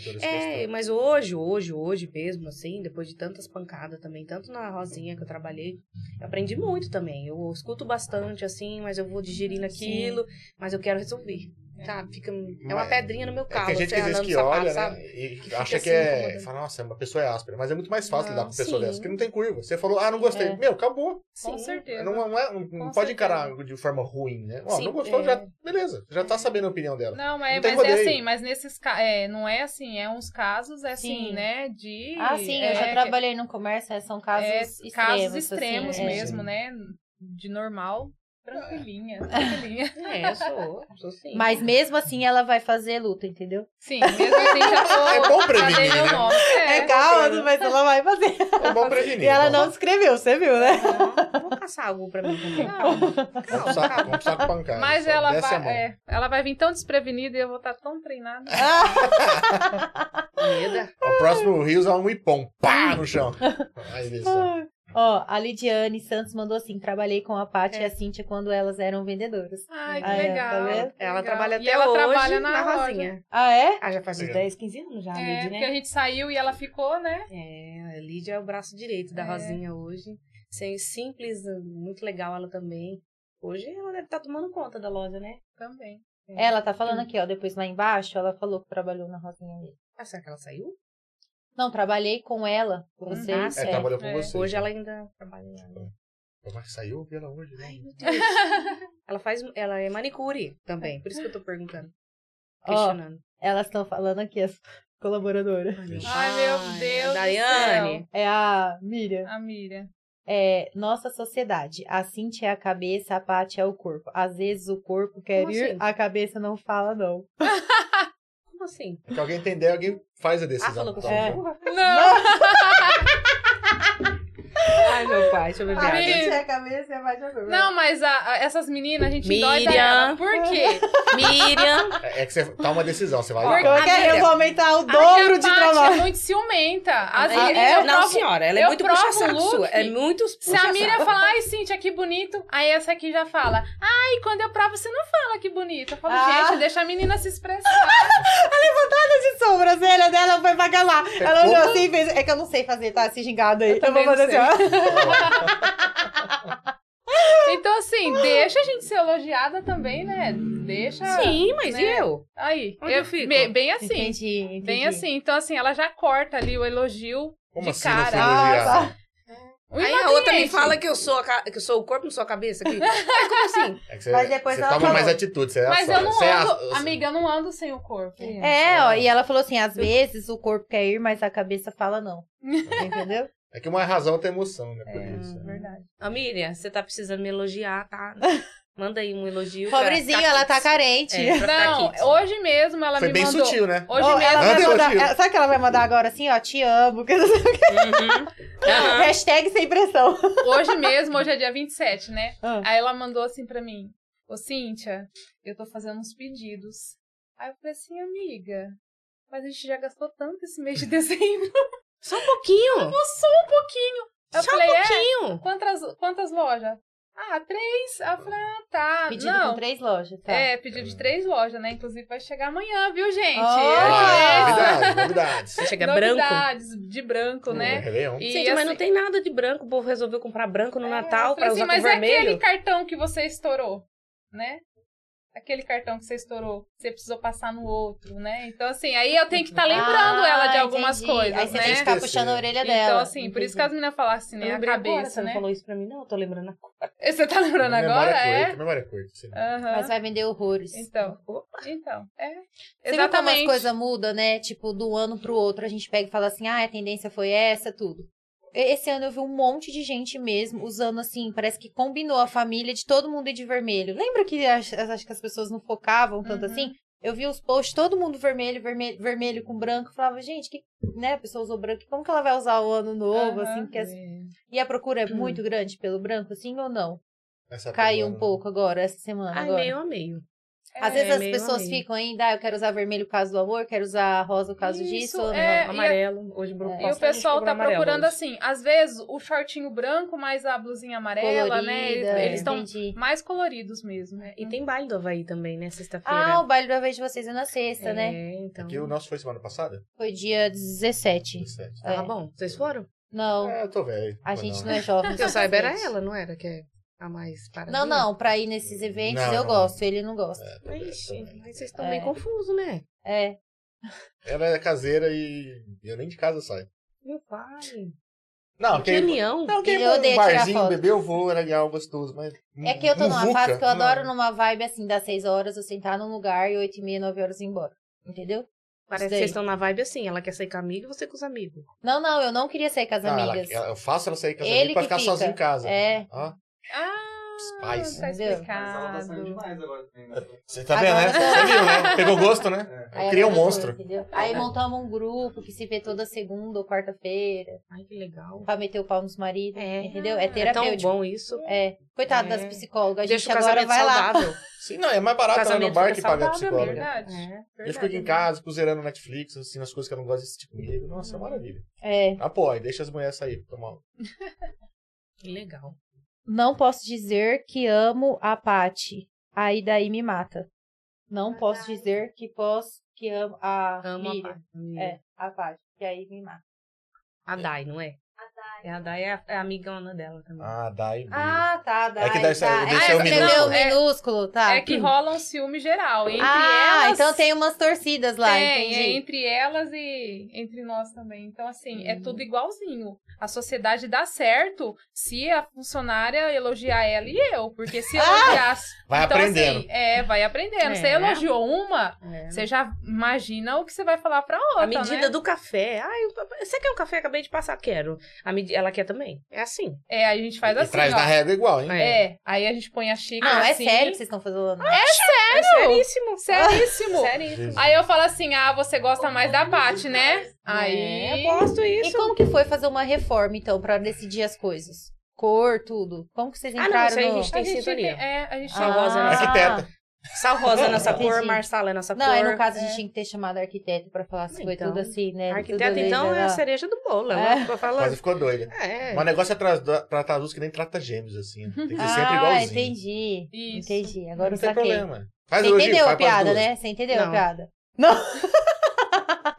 [SPEAKER 2] toda essa
[SPEAKER 5] É,
[SPEAKER 2] questão.
[SPEAKER 5] mas hoje, hoje, hoje mesmo, assim, depois de tantas pancadas também, tanto na Rosinha que eu trabalhei, eu aprendi muito também. Eu escuto bastante, assim, mas eu vou digerindo aquilo, mas eu quero resolver. Tá, fica. É uma
[SPEAKER 2] Mas-
[SPEAKER 5] pedrinha no meu
[SPEAKER 2] É que
[SPEAKER 5] carro,
[SPEAKER 2] tem gente que
[SPEAKER 5] você
[SPEAKER 2] às vezes
[SPEAKER 5] andando
[SPEAKER 2] que
[SPEAKER 5] no sapato,
[SPEAKER 2] olha,
[SPEAKER 5] sabe?
[SPEAKER 2] né? E
[SPEAKER 5] fica
[SPEAKER 2] acha
[SPEAKER 5] assim,
[SPEAKER 2] que é.
[SPEAKER 5] incomodando.
[SPEAKER 2] Fala, nossa, uma pessoa é áspera. Mas é muito mais fácil
[SPEAKER 5] Não,
[SPEAKER 2] lidar com pessoa
[SPEAKER 5] sim.
[SPEAKER 2] dessa, porque não tem curva. Você falou, ah, não gostei.
[SPEAKER 1] É.
[SPEAKER 2] Meu, acabou.
[SPEAKER 4] Com
[SPEAKER 5] Sim.
[SPEAKER 4] certeza.
[SPEAKER 2] Não, não é- não- não
[SPEAKER 4] Com
[SPEAKER 2] pode
[SPEAKER 4] certeza.
[SPEAKER 2] encarar de forma ruim, né? Ó,
[SPEAKER 5] Sim,
[SPEAKER 2] não gostou,
[SPEAKER 5] é.
[SPEAKER 2] já. Beleza, já tá sabendo a opinião dela.
[SPEAKER 4] Não, é,
[SPEAKER 2] Não tem
[SPEAKER 4] mas é
[SPEAKER 2] rodeio.
[SPEAKER 4] assim, mas nesses ca- é, não é assim, é uns casos é assim,
[SPEAKER 1] Sim.
[SPEAKER 4] né? De
[SPEAKER 1] Ah, sim,
[SPEAKER 4] é,
[SPEAKER 1] eu já
[SPEAKER 4] que-
[SPEAKER 1] trabalhei no comércio, é, são casos
[SPEAKER 4] é,
[SPEAKER 1] extremos.
[SPEAKER 4] casos
[SPEAKER 1] assim,
[SPEAKER 4] extremos
[SPEAKER 1] é.
[SPEAKER 4] mesmo, né? De normal, tranquilinha, tranquilinha.
[SPEAKER 5] É, eu sou, eu sou sim.
[SPEAKER 1] Mas mesmo assim ela vai fazer luta, entendeu?
[SPEAKER 4] Sim, mesmo assim já tô.
[SPEAKER 2] É bom prevenir,
[SPEAKER 4] Cadê meu
[SPEAKER 2] né?
[SPEAKER 4] nome? É.
[SPEAKER 1] calma, mas ela vai fazer.
[SPEAKER 2] É bom prevenir. Vamos-
[SPEAKER 1] descreveu, você viu, né?
[SPEAKER 5] Não, vou caçar algo pra mim também.
[SPEAKER 4] Não,
[SPEAKER 2] Vamos pro saco, vamos pro saco pancada.
[SPEAKER 4] mas
[SPEAKER 2] só
[SPEAKER 4] ela
[SPEAKER 2] desce a
[SPEAKER 4] vai,
[SPEAKER 2] mão.
[SPEAKER 4] é, ela vai vir tão desprevenida e eu vou estar tão treinada.
[SPEAKER 5] Medo.
[SPEAKER 2] O próximo Rios é um ipom. Pá! No chão. Aí ele só.
[SPEAKER 1] Ó, a Lidiane Santos mandou assim: trabalhei com a Paty e a Cíntia quando elas eram vendedoras.
[SPEAKER 4] Ai, que
[SPEAKER 1] Ah, é, tá
[SPEAKER 4] legal.
[SPEAKER 1] vendo?
[SPEAKER 5] Ela
[SPEAKER 4] legal.
[SPEAKER 5] trabalha
[SPEAKER 4] E
[SPEAKER 5] até
[SPEAKER 4] ela
[SPEAKER 5] hoje
[SPEAKER 4] trabalha na
[SPEAKER 5] na,
[SPEAKER 4] loja.
[SPEAKER 5] Rosinha.
[SPEAKER 1] Ah, é?
[SPEAKER 5] Ah, já faz uns
[SPEAKER 2] Legal.
[SPEAKER 5] 10, 15 anos já,
[SPEAKER 4] É,
[SPEAKER 5] a Lid,
[SPEAKER 4] porque
[SPEAKER 5] né?
[SPEAKER 4] a gente saiu e ela ficou, né?
[SPEAKER 5] É, a Lídia é o braço direito da
[SPEAKER 4] É.
[SPEAKER 5] Rosinha hoje. Sem simples, ah, muito legal ela também. Hoje ela deve estar tomando conta da loja, né?
[SPEAKER 4] Também.
[SPEAKER 1] Ela tá falando aqui, ó, depois lá embaixo, ela falou que trabalhou na Rosinha mesmo.
[SPEAKER 5] Ah, será que ela saiu?
[SPEAKER 1] Não, trabalhei com ela, com
[SPEAKER 5] Uhum.
[SPEAKER 1] vocês.
[SPEAKER 5] Ah,
[SPEAKER 2] É,
[SPEAKER 1] é.
[SPEAKER 2] trabalhou com
[SPEAKER 4] É.
[SPEAKER 2] você.
[SPEAKER 5] Hoje ela ainda trabalha.
[SPEAKER 2] Mas saiu pela hoje, né?
[SPEAKER 5] Ai, meu Deus. ela faz. Ela é manicure também, por isso que eu tô perguntando.
[SPEAKER 1] Ó.
[SPEAKER 5] Questionando.
[SPEAKER 1] Elas estão falando aqui, as colaboradoras.
[SPEAKER 4] Ai, meu Deus do
[SPEAKER 5] Daiane.
[SPEAKER 1] É a Miriam.
[SPEAKER 4] A Miriam.
[SPEAKER 1] É nossa sociedade. A Cintia é a cabeça, a Paty é o corpo. Às vezes o corpo quer
[SPEAKER 5] Como
[SPEAKER 1] ir,
[SPEAKER 5] assim?
[SPEAKER 1] a cabeça não fala, não.
[SPEAKER 5] Como assim?
[SPEAKER 2] É que alguém entender, alguém faz a decisão.
[SPEAKER 5] Ah, falou que eu sou
[SPEAKER 2] Então,
[SPEAKER 1] É.
[SPEAKER 5] burra?
[SPEAKER 4] Não,
[SPEAKER 5] Ai, meu pai, deixa eu beber
[SPEAKER 4] A
[SPEAKER 5] água.
[SPEAKER 4] Miriam.
[SPEAKER 1] a cabeça e a Paty é o corpo.
[SPEAKER 4] não mas a- a- essas meninas a gente dói
[SPEAKER 5] Miriam.
[SPEAKER 4] dela. Por quê?
[SPEAKER 5] Miriam.
[SPEAKER 2] É, é que você tá uma decisão, você vai
[SPEAKER 5] Ó,
[SPEAKER 2] lá.
[SPEAKER 1] Eu, quero, eu vou aumentar o
[SPEAKER 4] Porque
[SPEAKER 1] dobro
[SPEAKER 4] a
[SPEAKER 1] de
[SPEAKER 4] Paty
[SPEAKER 1] trabalho.
[SPEAKER 4] é muito ciumenta. As
[SPEAKER 1] Ah,
[SPEAKER 4] meninas,
[SPEAKER 1] é?
[SPEAKER 4] eu
[SPEAKER 5] Não,
[SPEAKER 4] provo-
[SPEAKER 5] senhora, ela é
[SPEAKER 4] eu
[SPEAKER 5] muito
[SPEAKER 4] provo
[SPEAKER 5] puxação
[SPEAKER 4] o look.
[SPEAKER 5] sua. É muito
[SPEAKER 4] Se a
[SPEAKER 5] puxação.
[SPEAKER 4] Miriam falar, ai, Cintia, que bonito, aí essa aqui já fala, ai, quando eu provo, você não fala que bonito. Eu falo,
[SPEAKER 1] Ah.
[SPEAKER 4] gente, deixa a menina se expressar.
[SPEAKER 1] de sobrancelha dela foi pra lá. Ela
[SPEAKER 2] Pegou?
[SPEAKER 1] olhou assim e fez. É que eu não sei fazer, tá? Esse gingado aí. Eu, vou
[SPEAKER 4] também
[SPEAKER 1] fazer
[SPEAKER 4] não
[SPEAKER 1] assim, ó.
[SPEAKER 4] Então, assim, assim, deixa a gente ser elogiada também, né? Deixa.
[SPEAKER 5] Sim, mas
[SPEAKER 4] né?
[SPEAKER 5] e eu?
[SPEAKER 4] Aí,
[SPEAKER 5] Onde eu fico?
[SPEAKER 4] me- bem assim.
[SPEAKER 1] Entendi, entendi.
[SPEAKER 4] Bem assim. Então, assim, ela já corta ali o elogio.
[SPEAKER 2] Como
[SPEAKER 4] De
[SPEAKER 2] assim não foi
[SPEAKER 4] cara.
[SPEAKER 1] Ah,
[SPEAKER 2] elogiado?
[SPEAKER 1] tá.
[SPEAKER 4] O
[SPEAKER 5] Aí a outra me
[SPEAKER 4] ingrediente.
[SPEAKER 5] fala que eu sou, a ca- que eu sou o corpo, não sou a cabeça. Que... Mas como assim?
[SPEAKER 2] É que você,
[SPEAKER 1] Mas depois
[SPEAKER 2] você
[SPEAKER 1] ela
[SPEAKER 2] toma
[SPEAKER 1] falou.
[SPEAKER 2] mais atitude, você é
[SPEAKER 4] Mas
[SPEAKER 2] ação,
[SPEAKER 4] eu não
[SPEAKER 2] você é a-
[SPEAKER 4] ando,
[SPEAKER 2] você-
[SPEAKER 4] amiga, eu não ando sem o corpo.
[SPEAKER 1] É, ó, e ela falou assim: às vezes o corpo quer ir, mas a cabeça fala não. Entendeu?
[SPEAKER 2] É que uma razão tem emoção, né? Por
[SPEAKER 1] É,
[SPEAKER 2] isso.
[SPEAKER 4] Verdade.
[SPEAKER 5] Ó, Miriam, você tá precisando me elogiar, tá? Manda aí um elogio. pra
[SPEAKER 1] Pobrezinha,
[SPEAKER 5] ficar
[SPEAKER 1] ela tá
[SPEAKER 5] kits.
[SPEAKER 1] carente.
[SPEAKER 5] É, pra ficar
[SPEAKER 4] Não,
[SPEAKER 5] kits.
[SPEAKER 4] hoje mesmo ela
[SPEAKER 2] Foi
[SPEAKER 4] me
[SPEAKER 2] bem
[SPEAKER 4] mandou.
[SPEAKER 2] sutil, né?
[SPEAKER 4] Hoje
[SPEAKER 1] Ó,
[SPEAKER 4] mesmo.
[SPEAKER 1] ela vai
[SPEAKER 2] Manda
[SPEAKER 1] mandar-
[SPEAKER 2] elogio.
[SPEAKER 1] ela- sabe que ela vai mandar agora assim, ó? Te amo.
[SPEAKER 5] Uhum. Aham.
[SPEAKER 1] Hashtag sem pressão.
[SPEAKER 4] Hoje mesmo, hoje é dia 27, né?
[SPEAKER 1] Ah.
[SPEAKER 4] Aí ela mandou assim pra mim: Ô Cíntia, eu tô fazendo uns pedidos. Aí eu falei assim, amiga, mas a gente já gastou tanto esse mês de dezembro.
[SPEAKER 5] Só um pouquinho.
[SPEAKER 4] Passou um pouquinho. Eu
[SPEAKER 5] Só
[SPEAKER 4] falei,
[SPEAKER 5] um
[SPEAKER 4] é?
[SPEAKER 5] pouquinho.
[SPEAKER 4] Quantas, quantas lojas? Ah, três. Aí eu falei, ah, tá.
[SPEAKER 1] Pedido
[SPEAKER 4] não.
[SPEAKER 1] com três lojas, tá?
[SPEAKER 4] É, pedido de três lojas, né? Inclusive vai chegar amanhã, viu, gente?
[SPEAKER 1] É.
[SPEAKER 4] É,
[SPEAKER 2] é
[SPEAKER 1] Olha!
[SPEAKER 4] Olha!
[SPEAKER 2] Novidades, novidades.
[SPEAKER 5] Chega branco.
[SPEAKER 4] Novidades de branco,
[SPEAKER 2] É,
[SPEAKER 4] né?
[SPEAKER 2] Réveillon.
[SPEAKER 4] E,
[SPEAKER 5] Gente, mas
[SPEAKER 4] assim,
[SPEAKER 5] não tem nada de branco. O povo resolveu comprar branco no
[SPEAKER 4] É,
[SPEAKER 5] Natal
[SPEAKER 4] eu falei
[SPEAKER 5] pra usar
[SPEAKER 4] assim,
[SPEAKER 5] com
[SPEAKER 4] mas é
[SPEAKER 5] vermelho.
[SPEAKER 4] aquele cartão que você estourou, né? Aquele cartão que você estourou, você precisou passar no outro, né? Então, assim, aí eu tenho que estar lembrando
[SPEAKER 1] Ah,
[SPEAKER 4] ela de algumas
[SPEAKER 1] entendi.
[SPEAKER 4] coisas,
[SPEAKER 1] Aí você
[SPEAKER 4] né?
[SPEAKER 1] tem que ficar puxando a orelha dela.
[SPEAKER 4] Então, assim, por isso que as meninas falam assim,
[SPEAKER 5] Eu
[SPEAKER 4] né? A
[SPEAKER 5] lembrei agora,
[SPEAKER 4] cabeça,
[SPEAKER 5] você não
[SPEAKER 4] né?
[SPEAKER 5] falou isso pra mim, não? Eu tô lembrando agora.
[SPEAKER 4] Você tá lembrando
[SPEAKER 2] Memória
[SPEAKER 4] agora,
[SPEAKER 2] curta,
[SPEAKER 4] é?
[SPEAKER 2] Memória curta. você lembra.
[SPEAKER 4] Aham.
[SPEAKER 1] Mas vai vender horrores.
[SPEAKER 4] Então, então,
[SPEAKER 1] Você
[SPEAKER 4] é.
[SPEAKER 1] viu como as
[SPEAKER 4] Exatamente.
[SPEAKER 1] coisas mudam, né? Tipo, do ano pro outro, a gente pega e fala assim, ah, a tendência foi essa, tudo. E- Esse ano eu vi um monte de gente mesmo usando assim, parece que combinou a família de todo mundo ir de vermelho. Lembra que as- as- acho que as pessoas não focavam tanto
[SPEAKER 4] Uhum.
[SPEAKER 1] assim? Eu vi os posts, todo mundo vermelho, vermelho, vermelho com branco. Eu Falava, gente, que, né? A pessoa usou branco, como que ela vai usar o ano novo,
[SPEAKER 4] Aham. Hum.
[SPEAKER 1] assim? Porque as- E a procura é muito grande pelo branco, assim ou não?
[SPEAKER 2] Essa
[SPEAKER 1] Caiu um
[SPEAKER 2] pegou,
[SPEAKER 1] pouco agora, essa semana.
[SPEAKER 5] Ai,
[SPEAKER 1] agora.
[SPEAKER 5] meio a meio.
[SPEAKER 1] Às
[SPEAKER 4] É,
[SPEAKER 1] vezes as
[SPEAKER 5] meio
[SPEAKER 1] pessoas
[SPEAKER 5] amei.
[SPEAKER 1] ficam ainda, ah, eu quero usar vermelho por causa do amor, quero usar rosa por causa disso. né?
[SPEAKER 4] Isso,
[SPEAKER 1] ou não?
[SPEAKER 4] é, e a-
[SPEAKER 5] Tá amarelo. Hoje
[SPEAKER 1] É.
[SPEAKER 5] Bruno
[SPEAKER 4] E o pessoal tá procurando assim, às vezes o shortinho branco mais a blusinha amarela, né? Eles-
[SPEAKER 1] Colorida,
[SPEAKER 4] Eles estão
[SPEAKER 1] entendi.
[SPEAKER 4] mais coloridos mesmo. né?
[SPEAKER 5] É, E tem baile do Havaí também, né?
[SPEAKER 1] Ah,
[SPEAKER 5] Sexta-feira.
[SPEAKER 1] o baile do vez de vocês é na sexta, né?
[SPEAKER 5] É, então.
[SPEAKER 2] Aqui o nosso foi semana passada?
[SPEAKER 1] Foi dia 17.
[SPEAKER 2] 17.
[SPEAKER 1] É.
[SPEAKER 5] Tá bom. Vocês foram?
[SPEAKER 1] Não,
[SPEAKER 2] É, eu tô velho.
[SPEAKER 1] a
[SPEAKER 2] Foi
[SPEAKER 1] gente não,
[SPEAKER 2] né?
[SPEAKER 1] é jovem.
[SPEAKER 5] Se eu saiba, era
[SPEAKER 1] 17.
[SPEAKER 5] ela, não era? Que é a mais
[SPEAKER 1] Não,
[SPEAKER 5] paradinha?
[SPEAKER 1] não, pra ir nesses eventos
[SPEAKER 2] Não,
[SPEAKER 1] eu
[SPEAKER 2] não.
[SPEAKER 1] gosto, ele não gosta.
[SPEAKER 2] É, tô velho,
[SPEAKER 5] Ixi,
[SPEAKER 2] tô velho.
[SPEAKER 5] aí vocês estão
[SPEAKER 1] É.
[SPEAKER 5] bem confusos, né?
[SPEAKER 1] É.
[SPEAKER 2] Ela é caseira e eu nem de casa saio.
[SPEAKER 5] Meu pai.
[SPEAKER 2] Não,
[SPEAKER 5] Que
[SPEAKER 2] quem...
[SPEAKER 5] união.
[SPEAKER 2] Não, quem
[SPEAKER 1] Ele
[SPEAKER 2] for um
[SPEAKER 1] odeia tirar
[SPEAKER 2] barzinho,
[SPEAKER 1] foto.
[SPEAKER 2] beber, eu vou, era algo gostoso, mas...
[SPEAKER 1] É que eu tô numa
[SPEAKER 2] muvuca,
[SPEAKER 1] fase que eu adoro
[SPEAKER 2] não. é?
[SPEAKER 1] numa vibe assim, das 6 horas eu sentar num lugar e 8 e meia, 9 horas ir embora. Entendeu?
[SPEAKER 5] Parece
[SPEAKER 1] Isso daí.
[SPEAKER 5] que vocês estão na vibe assim. Ela quer sair com a amiga e você com os amigos.
[SPEAKER 1] Não, não, eu não queria sair com as
[SPEAKER 2] Não, ela-
[SPEAKER 1] amigas.
[SPEAKER 2] ela- eu faço ela sair com as
[SPEAKER 1] Ele
[SPEAKER 2] amigas pra
[SPEAKER 1] que
[SPEAKER 2] ficar
[SPEAKER 1] fica.
[SPEAKER 2] sozinha em casa.
[SPEAKER 1] É.
[SPEAKER 2] Ó,
[SPEAKER 4] Ah,
[SPEAKER 2] os pais.
[SPEAKER 4] tá
[SPEAKER 1] Entendeu?
[SPEAKER 6] Mas ela tá saindo
[SPEAKER 4] explicado.
[SPEAKER 6] demais agora também. né?
[SPEAKER 2] Você tá vendo, né?
[SPEAKER 1] Agora eu
[SPEAKER 2] Você viu, né? Pegou gosto, né?
[SPEAKER 6] É.
[SPEAKER 1] Aí
[SPEAKER 2] Cria um
[SPEAKER 1] agora eu tô,
[SPEAKER 2] monstro.
[SPEAKER 1] entendeu? Aí
[SPEAKER 5] É.
[SPEAKER 1] montamos um grupo que se vê toda segunda ou quarta-feira
[SPEAKER 5] Ai, que legal.
[SPEAKER 1] pra meter o pau nos maridos,
[SPEAKER 5] É.
[SPEAKER 1] entendeu? É
[SPEAKER 5] É tão
[SPEAKER 1] terapêutico.
[SPEAKER 5] bom isso.
[SPEAKER 1] É, coitado
[SPEAKER 5] É.
[SPEAKER 1] das psicólogas, a gente
[SPEAKER 5] Deixa o
[SPEAKER 1] agora
[SPEAKER 5] casamento
[SPEAKER 1] vai lá.
[SPEAKER 5] saudável.
[SPEAKER 2] Sim, não, é mais barato ela no
[SPEAKER 5] Casamento
[SPEAKER 2] bar
[SPEAKER 5] fica
[SPEAKER 2] que pagar a
[SPEAKER 5] saudável, é
[SPEAKER 4] Verdade,
[SPEAKER 2] psicóloga.
[SPEAKER 4] É verdade.
[SPEAKER 2] Eu fico em casa, fico zerando Netflix, assim, nas coisas que ela não gosta de assistir comigo. Nossa, é maravilha.
[SPEAKER 1] É,
[SPEAKER 2] Apoie, deixa as mulheres sair, um. tomar.
[SPEAKER 5] Que legal.
[SPEAKER 1] não posso dizer que amo a Pati, aí daí me mata. Não posso dizer que posso que amo a
[SPEAKER 5] Ah, tá. Amo a
[SPEAKER 1] Miriam.
[SPEAKER 5] Pai.
[SPEAKER 1] É, a Pati, que aí me mata.
[SPEAKER 5] A Dai, não é? A Dai. É a Dai é a, é a amigona dela também.
[SPEAKER 2] Ah, dai.
[SPEAKER 1] Ah, tá, daí,
[SPEAKER 2] É que daí
[SPEAKER 1] tá.
[SPEAKER 2] saiu- daí
[SPEAKER 1] Ah,
[SPEAKER 4] saiu
[SPEAKER 1] você
[SPEAKER 4] minúsculo.
[SPEAKER 1] leu o
[SPEAKER 4] É-
[SPEAKER 1] minúsculo, tá.
[SPEAKER 4] É que rola um ciúme geral. Entre
[SPEAKER 1] ah,
[SPEAKER 4] elas.
[SPEAKER 1] então tem umas torcidas lá,
[SPEAKER 4] tem, é
[SPEAKER 1] entendi.
[SPEAKER 4] entre elas e entre nós também. Então, assim, é
[SPEAKER 2] Hum.
[SPEAKER 4] tudo igualzinho. A sociedade dá certo se a funcionária elogiar ela e eu. Porque
[SPEAKER 1] Ah!
[SPEAKER 4] se elogiar.
[SPEAKER 2] Vai
[SPEAKER 4] então,
[SPEAKER 2] aprendendo.
[SPEAKER 4] assim, é, vai aprendendo.
[SPEAKER 5] É.
[SPEAKER 4] Você elogiou uma,
[SPEAKER 5] É.
[SPEAKER 4] você já imagina o que você vai falar pra outra.
[SPEAKER 5] A medida
[SPEAKER 4] né?
[SPEAKER 5] do café. Ai, você quer um café? Acabei de passar. Quero. A medi- Ela quer também. É assim.
[SPEAKER 4] É, aí a gente faz
[SPEAKER 2] e
[SPEAKER 4] assim.
[SPEAKER 2] traz
[SPEAKER 4] ó.
[SPEAKER 2] na régua igual, hein?
[SPEAKER 4] É. aí a gente põe a xícara.
[SPEAKER 1] Não, é
[SPEAKER 4] assim.
[SPEAKER 1] sério que vocês estão falando.
[SPEAKER 5] É seríssimo.
[SPEAKER 4] Seríssimo.
[SPEAKER 5] Seríssimo.
[SPEAKER 2] Jesus.
[SPEAKER 4] Aí eu falo assim: ah, você gosta mais da Paty, né?
[SPEAKER 5] É,
[SPEAKER 4] Aí.
[SPEAKER 5] eu gosto
[SPEAKER 1] E
[SPEAKER 5] isso.
[SPEAKER 1] como que foi fazer uma reforma, então, pra decidir as coisas? Cor, tudo. Como que vocês
[SPEAKER 5] Ah, não,
[SPEAKER 1] entraram
[SPEAKER 5] isso aí a
[SPEAKER 1] no... Ah.
[SPEAKER 5] gente tem sintonia.
[SPEAKER 4] é, a
[SPEAKER 2] Ah,
[SPEAKER 4] gente
[SPEAKER 5] Só rosa, né?
[SPEAKER 2] Arquiteta.
[SPEAKER 5] Sal rosa é nossa cor,
[SPEAKER 1] Entendi.
[SPEAKER 5] Marsala é nossa
[SPEAKER 1] Não,
[SPEAKER 5] cor.
[SPEAKER 1] aí no caso a gente tinha que ter chamado arquiteto pra falar se
[SPEAKER 5] Ah,
[SPEAKER 1] foi
[SPEAKER 5] então.
[SPEAKER 1] tudo assim, né?
[SPEAKER 5] Arquiteto,
[SPEAKER 1] Tudo
[SPEAKER 5] então,
[SPEAKER 1] legal.
[SPEAKER 5] é a cereja do bolo. É.
[SPEAKER 1] É.
[SPEAKER 5] o que eu tô
[SPEAKER 2] Quase
[SPEAKER 5] falando.
[SPEAKER 2] ficou doida.
[SPEAKER 5] É.
[SPEAKER 2] Mas o negócio é tra- tratar luz que nem trata gêmeos, assim. Tem que ser sempre
[SPEAKER 1] Ah,
[SPEAKER 2] igualzinho.
[SPEAKER 1] entendi.
[SPEAKER 4] Isso.
[SPEAKER 1] Entendi. Agora
[SPEAKER 2] Não
[SPEAKER 1] eu
[SPEAKER 2] tem
[SPEAKER 1] saquei.
[SPEAKER 2] problema. Faz
[SPEAKER 1] Você
[SPEAKER 2] elogio,
[SPEAKER 1] entendeu
[SPEAKER 2] faz
[SPEAKER 1] a
[SPEAKER 2] pras
[SPEAKER 1] piada,
[SPEAKER 2] duas.
[SPEAKER 1] né? Você entendeu a
[SPEAKER 5] Não.
[SPEAKER 1] piada.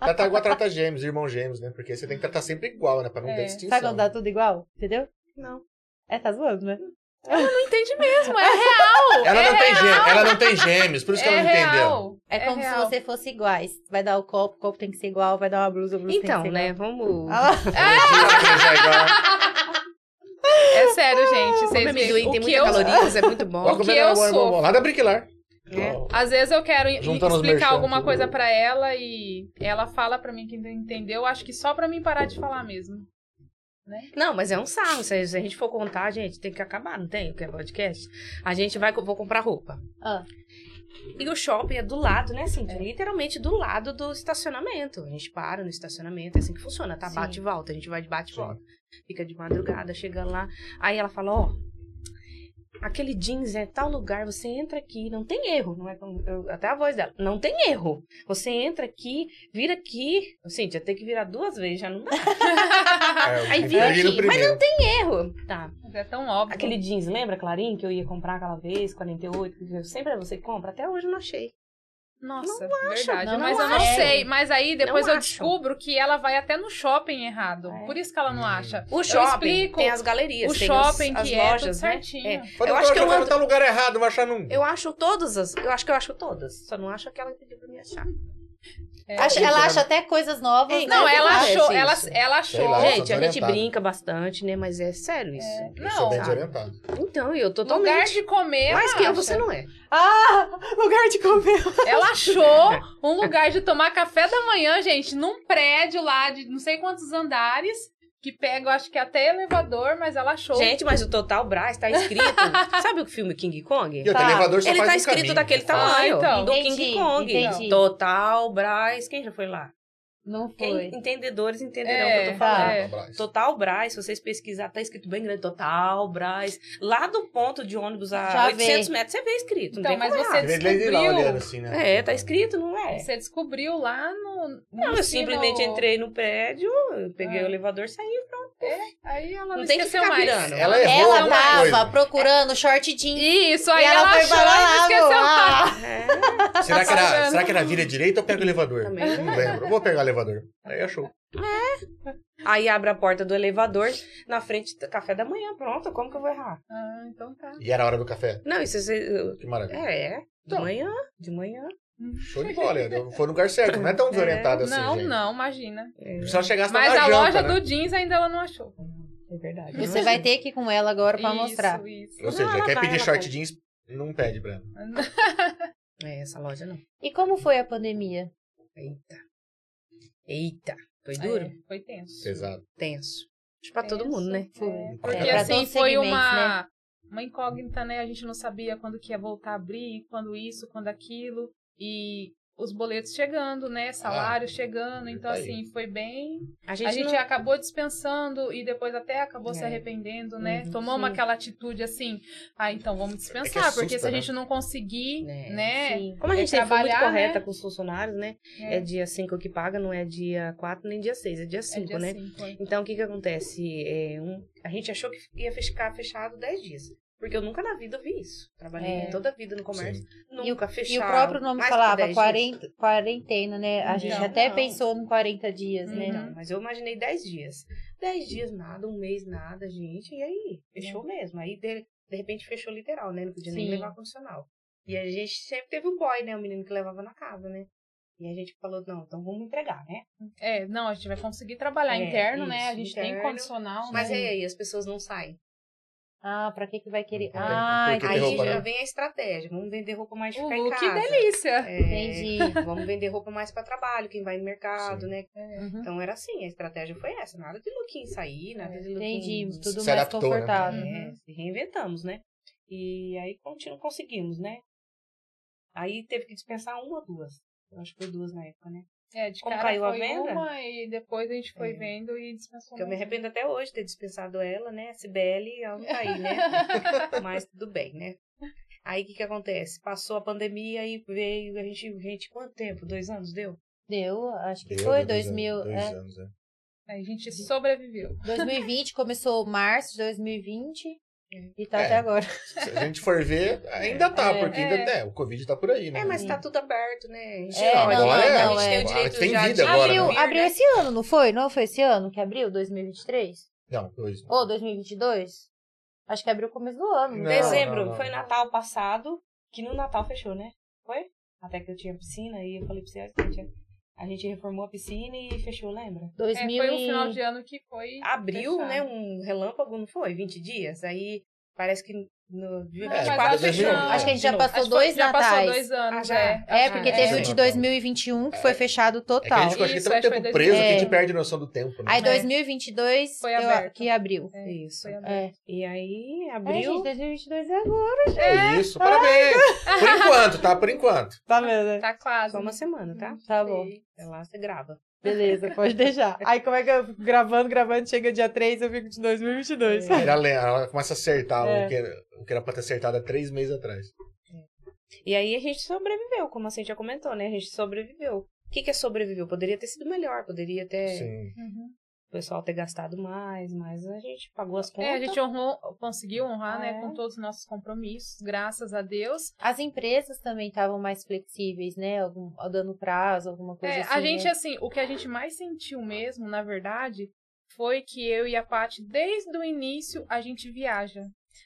[SPEAKER 2] Tratar igual trata gêmeos, irmão gêmeos, né? Porque você tem que tratar sempre igual, né? Pra não
[SPEAKER 4] É.
[SPEAKER 2] ter distinção.
[SPEAKER 1] Sabe quando dá tudo igual? Entendeu?
[SPEAKER 5] Não.
[SPEAKER 1] É, tá zoando, né?
[SPEAKER 4] Ela não entende mesmo, é real.
[SPEAKER 2] Ela
[SPEAKER 4] é
[SPEAKER 2] não tem gêmeos, ela não tem gêmeos, por isso que
[SPEAKER 4] é
[SPEAKER 2] ela não entendeu.
[SPEAKER 4] real.
[SPEAKER 1] É como se
[SPEAKER 4] real.
[SPEAKER 1] você fosse iguais. Vai dar o copo, o copo tem que ser igual, vai dar uma blusa, a blusa
[SPEAKER 5] Então,
[SPEAKER 1] tem que ser
[SPEAKER 5] né?
[SPEAKER 1] igual.
[SPEAKER 5] Vamos.
[SPEAKER 1] Ah lá.
[SPEAKER 2] Ela não pensa igual.
[SPEAKER 4] É sério, gente. Vocês
[SPEAKER 5] Come
[SPEAKER 4] veem
[SPEAKER 5] amendoim,
[SPEAKER 4] o que
[SPEAKER 5] tem muitas
[SPEAKER 4] eu...
[SPEAKER 5] calorias, é muito
[SPEAKER 2] Olha
[SPEAKER 5] bom.
[SPEAKER 4] O
[SPEAKER 2] como
[SPEAKER 4] que
[SPEAKER 2] ela
[SPEAKER 4] eu
[SPEAKER 2] é boa, é boa,
[SPEAKER 4] sou.
[SPEAKER 2] boa. Lá da Briquilar.
[SPEAKER 5] É.
[SPEAKER 4] Às vezes eu quero i-
[SPEAKER 2] Juntando os
[SPEAKER 4] explicar
[SPEAKER 2] merchan.
[SPEAKER 4] alguma coisa pra ela e ela fala pra mim que não entendeu. Acho que só pra mim parar de falar mesmo.
[SPEAKER 5] Não, mas é um sarro. Se a se a gente for contar, gente, tem que acabar, não tem? O que é podcast? A gente vai, vou comprar roupa.
[SPEAKER 1] Ah.
[SPEAKER 5] E o shopping é do lado, né, assim, literalmente do lado do estacionamento. A gente para no estacionamento, é assim que funciona, tá?
[SPEAKER 1] Sim.
[SPEAKER 5] Bate e volta, a gente vai de bate e
[SPEAKER 2] Sim.
[SPEAKER 5] volta. Fica de madrugada, chega lá. Aí ela fala, ó, aquele jeans é tal lugar, você entra aqui, não tem erro. Não é como- eu- até a voz dela, não tem erro. Você entra aqui, vira aqui. Assim, já tem que virar duas vezes, já não dá
[SPEAKER 2] É,
[SPEAKER 5] Aí
[SPEAKER 2] eu
[SPEAKER 5] vira
[SPEAKER 2] peguei no
[SPEAKER 5] aqui, mas
[SPEAKER 2] primeiro.
[SPEAKER 5] não tem erro. Tá.
[SPEAKER 4] Mas é tão óbvio.
[SPEAKER 5] Aquele jeans, lembra, Clarim, que eu ia comprar aquela vez, 48, que sempre é você que compra? Até hoje eu não achei.
[SPEAKER 4] Nossa, verdade.
[SPEAKER 1] não,
[SPEAKER 4] mas
[SPEAKER 1] não
[SPEAKER 4] eu não
[SPEAKER 1] acho.
[SPEAKER 4] sei. Mas aí depois
[SPEAKER 5] Não
[SPEAKER 4] eu
[SPEAKER 5] acho.
[SPEAKER 4] descubro que ela vai até no shopping errado.
[SPEAKER 5] É.
[SPEAKER 4] Por isso que ela não
[SPEAKER 2] Hum.
[SPEAKER 4] acha.
[SPEAKER 5] O
[SPEAKER 4] explico.
[SPEAKER 5] tem as galerias,
[SPEAKER 4] O
[SPEAKER 5] tem
[SPEAKER 4] shopping
[SPEAKER 5] os, as
[SPEAKER 4] que é tudo
[SPEAKER 5] lojas, né?
[SPEAKER 4] certinho.
[SPEAKER 5] É.
[SPEAKER 2] Mas
[SPEAKER 5] Eu acho que eu
[SPEAKER 2] quero
[SPEAKER 5] ando-
[SPEAKER 2] estar no lugar errado, não vai achar nunca.
[SPEAKER 5] Eu acho todas as. Eu acho que eu acho todas. Só não acho aquela que pediu pra me achar.
[SPEAKER 4] É.
[SPEAKER 1] Acha- ela acha até coisas novas.
[SPEAKER 5] Ei,
[SPEAKER 1] né?
[SPEAKER 4] Não,
[SPEAKER 5] Mas
[SPEAKER 4] ela
[SPEAKER 5] não
[SPEAKER 4] achou,
[SPEAKER 5] acontece
[SPEAKER 4] ela,
[SPEAKER 5] é isso.
[SPEAKER 4] ela
[SPEAKER 2] Sei
[SPEAKER 4] achou.
[SPEAKER 2] lá.
[SPEAKER 5] gente, a
[SPEAKER 2] desorientado.
[SPEAKER 5] gente brinca bastante, né? Mas é sério isso.
[SPEAKER 2] Eu sou
[SPEAKER 4] Não,
[SPEAKER 2] bem
[SPEAKER 5] sabe?
[SPEAKER 2] desorientado.
[SPEAKER 5] Então, eu totalmente.
[SPEAKER 4] lugar de comer.
[SPEAKER 5] Mas
[SPEAKER 4] ela
[SPEAKER 5] que eu,
[SPEAKER 4] acha.
[SPEAKER 5] você não é.
[SPEAKER 1] Ah, lugar de comer.
[SPEAKER 4] Ela
[SPEAKER 5] é.
[SPEAKER 4] achou um lugar de tomar café da manhã, gente, num prédio lá de não sei quantos andares, que pega, eu acho que até elevador, mas ela achou.
[SPEAKER 5] Gente, mas o Total Brás tá escrito. sabe o filme King Kong?
[SPEAKER 2] E o
[SPEAKER 1] Tá.
[SPEAKER 2] elevador só
[SPEAKER 5] Ele
[SPEAKER 2] faz
[SPEAKER 5] tá
[SPEAKER 2] um
[SPEAKER 5] escrito
[SPEAKER 2] caminho.
[SPEAKER 5] daquele
[SPEAKER 2] Ah,
[SPEAKER 5] tamanho.
[SPEAKER 4] então.
[SPEAKER 5] do
[SPEAKER 1] Entendi,
[SPEAKER 5] King Kong.
[SPEAKER 1] entendi.
[SPEAKER 5] Total Brás. Quem já foi lá?
[SPEAKER 1] Não
[SPEAKER 5] Quem
[SPEAKER 1] foi. tá.
[SPEAKER 5] entendedores entenderão o que eu
[SPEAKER 4] É,
[SPEAKER 5] tô falando.
[SPEAKER 4] é.
[SPEAKER 2] Brás.
[SPEAKER 5] Total Brás, se vocês pesquisar, tá escrito bem grande, Total Brás. Lá do ponto de ônibus a
[SPEAKER 1] Já
[SPEAKER 5] 800
[SPEAKER 1] vê.
[SPEAKER 5] metros, você vê escrito. Não
[SPEAKER 4] Então,
[SPEAKER 5] tem
[SPEAKER 4] mas
[SPEAKER 5] como
[SPEAKER 4] você
[SPEAKER 5] errar.
[SPEAKER 2] Ele lê de lá
[SPEAKER 4] descobriu.
[SPEAKER 2] olhando assim, né?
[SPEAKER 5] É, tá escrito, não é?
[SPEAKER 4] Você descobriu lá no. no
[SPEAKER 5] Não, eu
[SPEAKER 4] ensino-
[SPEAKER 5] simplesmente entrei no prédio, eu peguei
[SPEAKER 1] É.
[SPEAKER 4] Ah.
[SPEAKER 5] o elevador e saí.
[SPEAKER 4] Aí ela não,
[SPEAKER 5] Não tem que
[SPEAKER 4] esqueceu
[SPEAKER 5] ficar
[SPEAKER 4] mais.
[SPEAKER 5] virando.
[SPEAKER 2] Ela errou né?
[SPEAKER 1] Ela
[SPEAKER 2] alguma
[SPEAKER 1] tava
[SPEAKER 2] coisa.
[SPEAKER 1] procurando short jeans.
[SPEAKER 4] Isso,
[SPEAKER 1] E
[SPEAKER 4] aí
[SPEAKER 1] ela
[SPEAKER 4] ela,
[SPEAKER 1] foi
[SPEAKER 4] achou
[SPEAKER 1] pra lá,
[SPEAKER 4] e não esqueceu
[SPEAKER 1] meu,
[SPEAKER 4] mais.
[SPEAKER 5] É,
[SPEAKER 2] Será que,
[SPEAKER 4] Tá
[SPEAKER 2] era,
[SPEAKER 4] vendo?
[SPEAKER 2] será que era vira direita ou pega o elevador?
[SPEAKER 5] Também.
[SPEAKER 2] Eu Não lembro. Eu Vou pegar o elevador. Aí achou.
[SPEAKER 5] Aí abre a porta do elevador, na frente, tá café da manhã, pronto, como que eu vou errar?
[SPEAKER 4] Ah, então tá.
[SPEAKER 2] E era a hora do café.
[SPEAKER 5] Não, isso você...
[SPEAKER 2] Que maravilha.
[SPEAKER 5] É, é. De
[SPEAKER 2] Então.
[SPEAKER 5] manhã, de manhã.
[SPEAKER 2] Show de bola, Leandro. Foi no lugar certo. Não é tão desorientado assim,
[SPEAKER 4] não,
[SPEAKER 2] gente.
[SPEAKER 4] não, imagina.
[SPEAKER 2] Se ela chegasse na
[SPEAKER 4] Mas a
[SPEAKER 2] janta,
[SPEAKER 4] loja
[SPEAKER 2] né?
[SPEAKER 4] do jeans ainda ela não achou.
[SPEAKER 5] É verdade.
[SPEAKER 1] Você vai ter que ir com ela agora pra
[SPEAKER 4] Isso,
[SPEAKER 1] mostrar.
[SPEAKER 4] Isso.
[SPEAKER 2] Ou
[SPEAKER 5] Não,
[SPEAKER 2] seja,
[SPEAKER 5] ela
[SPEAKER 2] quer
[SPEAKER 5] vai,
[SPEAKER 2] pedir
[SPEAKER 5] ela
[SPEAKER 2] short
[SPEAKER 5] compra.
[SPEAKER 2] jeans, não pede pra ela.
[SPEAKER 5] É, essa loja não.
[SPEAKER 1] E como foi a pandemia?
[SPEAKER 5] Eita. Eita. Foi duro?
[SPEAKER 4] É, foi tenso.
[SPEAKER 2] Pesado.
[SPEAKER 5] Tenso.
[SPEAKER 1] Tipo,
[SPEAKER 5] Acho pra todo mundo, né?
[SPEAKER 1] Foi.
[SPEAKER 4] Porque
[SPEAKER 2] É, pra
[SPEAKER 4] assim,
[SPEAKER 1] todos os
[SPEAKER 4] foi
[SPEAKER 1] segmentos,
[SPEAKER 4] uma, uma incógnita, né? A gente não sabia quando que ia voltar a abrir, quando isso, quando aquilo. E os boletos chegando, né? Salário chegando. Então,
[SPEAKER 2] tá aí.
[SPEAKER 4] assim, foi bem.
[SPEAKER 5] A gente,
[SPEAKER 4] A gente
[SPEAKER 5] não...
[SPEAKER 4] acabou dispensando e depois até acabou se
[SPEAKER 5] É.
[SPEAKER 4] arrependendo, né?
[SPEAKER 5] Uhum,
[SPEAKER 4] Tomamos
[SPEAKER 1] sim.
[SPEAKER 4] aquela atitude assim, ah, então vamos dispensar, porque
[SPEAKER 2] assusta,
[SPEAKER 4] se a
[SPEAKER 2] né?
[SPEAKER 4] gente não conseguir,
[SPEAKER 5] É,
[SPEAKER 4] né?
[SPEAKER 1] Sim.
[SPEAKER 5] Como a gente sempre foi muito
[SPEAKER 4] trabalhar, né?
[SPEAKER 5] correta com os funcionários, né? É,
[SPEAKER 4] É.
[SPEAKER 5] dia 5 que paga, não é dia 4 nem dia 6, é dia 5,
[SPEAKER 4] dia
[SPEAKER 5] né?
[SPEAKER 4] cinco, é.
[SPEAKER 5] Então, o que que acontece? É, um- A gente achou que ia ficar fechado 10 dias. Porque eu nunca na vida vi isso. Trabalhei
[SPEAKER 1] É.
[SPEAKER 5] toda a vida no comércio. Nunca fechado.
[SPEAKER 1] E o próprio nome
[SPEAKER 5] mais que
[SPEAKER 1] falava
[SPEAKER 5] 10 dias.
[SPEAKER 1] quarenta- quarentena, né? A
[SPEAKER 4] Não,
[SPEAKER 1] gente até
[SPEAKER 4] não.
[SPEAKER 1] pensou em 40 dias, né?
[SPEAKER 4] Uhum.
[SPEAKER 5] Não, mas eu imaginei 10 dias. 10 dias nada, um mês nada, gente. E aí? Fechou mesmo. Aí, de, de repente, fechou literal, né? Não podia nem
[SPEAKER 1] Uhum. Sim.
[SPEAKER 5] levar condicional. E a gente sempre teve o boy, né? O menino que levava na casa, né? E a gente falou, não, então vamos entregar, né?
[SPEAKER 4] É, não, a gente vai conseguir trabalhar
[SPEAKER 5] É,
[SPEAKER 4] interno, né? A
[SPEAKER 5] isso,
[SPEAKER 4] gente tem
[SPEAKER 5] interno.
[SPEAKER 4] condicional,
[SPEAKER 5] Mas
[SPEAKER 4] né?
[SPEAKER 5] e aí, as pessoas não saem.
[SPEAKER 1] Ah, pra que que vai querer?
[SPEAKER 2] Não tem,
[SPEAKER 1] Ah,
[SPEAKER 2] porque
[SPEAKER 5] Aí
[SPEAKER 2] tem roupa,
[SPEAKER 5] já
[SPEAKER 2] né?
[SPEAKER 1] entendi.
[SPEAKER 5] vem a estratégia. Vamos vender roupa mais de
[SPEAKER 4] O
[SPEAKER 5] ficar em
[SPEAKER 4] look,
[SPEAKER 5] casa.
[SPEAKER 4] delícia.
[SPEAKER 5] É,
[SPEAKER 1] Uh, Entendi.
[SPEAKER 5] Vamos vender roupa mais pra trabalho, quem vai no mercado,
[SPEAKER 2] Sim.
[SPEAKER 5] né?
[SPEAKER 1] Uhum.
[SPEAKER 5] Então era assim, a estratégia foi essa. Nada de lookinho sair,
[SPEAKER 4] É,
[SPEAKER 5] nada de lookinho.
[SPEAKER 1] Entendi. Tudo
[SPEAKER 2] Se
[SPEAKER 1] mais
[SPEAKER 2] adaptou, né?
[SPEAKER 1] confortável.
[SPEAKER 4] Uhum.
[SPEAKER 5] É, se reinventamos, né? E aí continu, conseguimos, né? Aí teve que dispensar uma, duas. Eu acho que foi duas na época, né?
[SPEAKER 4] É, de
[SPEAKER 5] Como
[SPEAKER 4] cara
[SPEAKER 5] caiu a
[SPEAKER 4] foi
[SPEAKER 5] venda?
[SPEAKER 4] uma e depois a gente foi
[SPEAKER 5] É.
[SPEAKER 4] vendo e dispensou.
[SPEAKER 5] Que eu me
[SPEAKER 4] mais.
[SPEAKER 5] arrependo até hoje de ter dispensado ela, né? A Cibele, ela não tá aí, né? Mas tudo bem, né? Aí o que que acontece? Passou a pandemia e veio, a gente, gente, quanto tempo? Dois anos deu?
[SPEAKER 1] Deu, acho que
[SPEAKER 2] Deu,
[SPEAKER 1] foi,
[SPEAKER 2] deu dois
[SPEAKER 1] 2000,
[SPEAKER 2] anos, dois
[SPEAKER 1] é.
[SPEAKER 2] anos, é.
[SPEAKER 4] A gente sobreviveu.
[SPEAKER 1] 2020, começou março de 2020 e tá
[SPEAKER 2] É.
[SPEAKER 1] até agora.
[SPEAKER 2] Se a gente for ver, ainda tá,
[SPEAKER 1] É.
[SPEAKER 2] porque ainda é, o Covid tá por aí, né?
[SPEAKER 5] É, mas tá tudo aberto, né? A gente
[SPEAKER 1] É,
[SPEAKER 5] pode,
[SPEAKER 1] não,
[SPEAKER 5] né?
[SPEAKER 1] não,
[SPEAKER 5] a gente
[SPEAKER 2] Agora
[SPEAKER 1] é.
[SPEAKER 5] tem o direito
[SPEAKER 2] tem
[SPEAKER 5] já
[SPEAKER 2] vida
[SPEAKER 5] de
[SPEAKER 2] agora, né?
[SPEAKER 1] abriu,
[SPEAKER 5] vir,
[SPEAKER 1] abriu
[SPEAKER 5] né?
[SPEAKER 1] esse ano, não foi? Não foi esse ano que abriu, 2023?
[SPEAKER 2] Não, dois.
[SPEAKER 1] Ou 2022? Acho que abriu o começo do ano. né?
[SPEAKER 2] Não,
[SPEAKER 4] é,
[SPEAKER 5] Dezembro,
[SPEAKER 2] não, não.
[SPEAKER 5] foi Natal passado, que no Natal fechou, né? Foi? Até que eu tinha piscina e eu falei pra vocês que eu tinha- a gente reformou a piscina e fechou, lembra?
[SPEAKER 4] É,
[SPEAKER 1] 2000
[SPEAKER 4] foi um final
[SPEAKER 1] e-
[SPEAKER 4] de ano que foi.
[SPEAKER 5] Abriu,
[SPEAKER 4] fechado.
[SPEAKER 5] né, um relâmpago, não foi? 20 dias, aí parece que no dia
[SPEAKER 4] É,
[SPEAKER 2] mas
[SPEAKER 5] 24
[SPEAKER 2] acho que
[SPEAKER 5] fechou.
[SPEAKER 2] não.
[SPEAKER 1] Acho que a gente
[SPEAKER 5] De
[SPEAKER 1] já
[SPEAKER 5] novo.
[SPEAKER 1] passou
[SPEAKER 4] Acho que foi-
[SPEAKER 1] dois
[SPEAKER 4] já
[SPEAKER 1] natais.
[SPEAKER 4] passou dois anos,
[SPEAKER 5] Ah, já.
[SPEAKER 4] é.
[SPEAKER 1] É,
[SPEAKER 4] Acho
[SPEAKER 1] porque
[SPEAKER 4] que
[SPEAKER 1] teve
[SPEAKER 4] é.
[SPEAKER 1] o de 2021 que foi fechado
[SPEAKER 2] É que a
[SPEAKER 1] total.
[SPEAKER 2] gente fica
[SPEAKER 4] Isso,
[SPEAKER 2] aqui
[SPEAKER 4] acho que
[SPEAKER 2] tanto tempo
[SPEAKER 4] foi
[SPEAKER 2] preso que a
[SPEAKER 1] dezembro.
[SPEAKER 2] gente perde a noção do tempo, né?
[SPEAKER 1] Aí 2022
[SPEAKER 4] É. Foi
[SPEAKER 1] eu-
[SPEAKER 4] aberto.
[SPEAKER 1] que abriu.
[SPEAKER 4] É,
[SPEAKER 5] Isso.
[SPEAKER 4] foi aberto.
[SPEAKER 1] É.
[SPEAKER 5] E aí
[SPEAKER 1] É, gente,
[SPEAKER 5] abriu.
[SPEAKER 1] 2022 é agora.
[SPEAKER 2] É isso, parabéns! Por enquanto, tá? Por enquanto.
[SPEAKER 1] Tá vendo?
[SPEAKER 4] Tá quase.
[SPEAKER 5] Só uma semana, tá?
[SPEAKER 1] Tá bom.
[SPEAKER 5] Até lá você grava.
[SPEAKER 1] Beleza, pode deixar. Aí como é que eu gravando, gravando, chega dia 3, eu fico de 2022.
[SPEAKER 4] É.
[SPEAKER 2] Aí Ela, ela começa a acertar
[SPEAKER 1] É.
[SPEAKER 2] o, que era, o que era pra ter acertado há três meses atrás.
[SPEAKER 5] E aí a gente sobreviveu, como a gente já comentou, né? A gente sobreviveu. O que, que é sobreviver? Poderia ter sido melhor, poderia ter
[SPEAKER 2] Sim.
[SPEAKER 4] Uhum.
[SPEAKER 5] o pessoal ter gastado mais, mas a gente pagou as contas.
[SPEAKER 4] É, a gente honrou, conseguiu honrar, né,
[SPEAKER 5] É.
[SPEAKER 4] com todos os nossos compromissos, graças a Deus.
[SPEAKER 1] As empresas também estavam mais flexíveis, né? Algum, dando prazo, alguma coisa
[SPEAKER 4] É,
[SPEAKER 1] assim.
[SPEAKER 4] a gente,
[SPEAKER 1] né?
[SPEAKER 4] assim, o que a gente mais sentiu mesmo, na verdade, foi que eu e a Paty, desde o início, a gente viaja.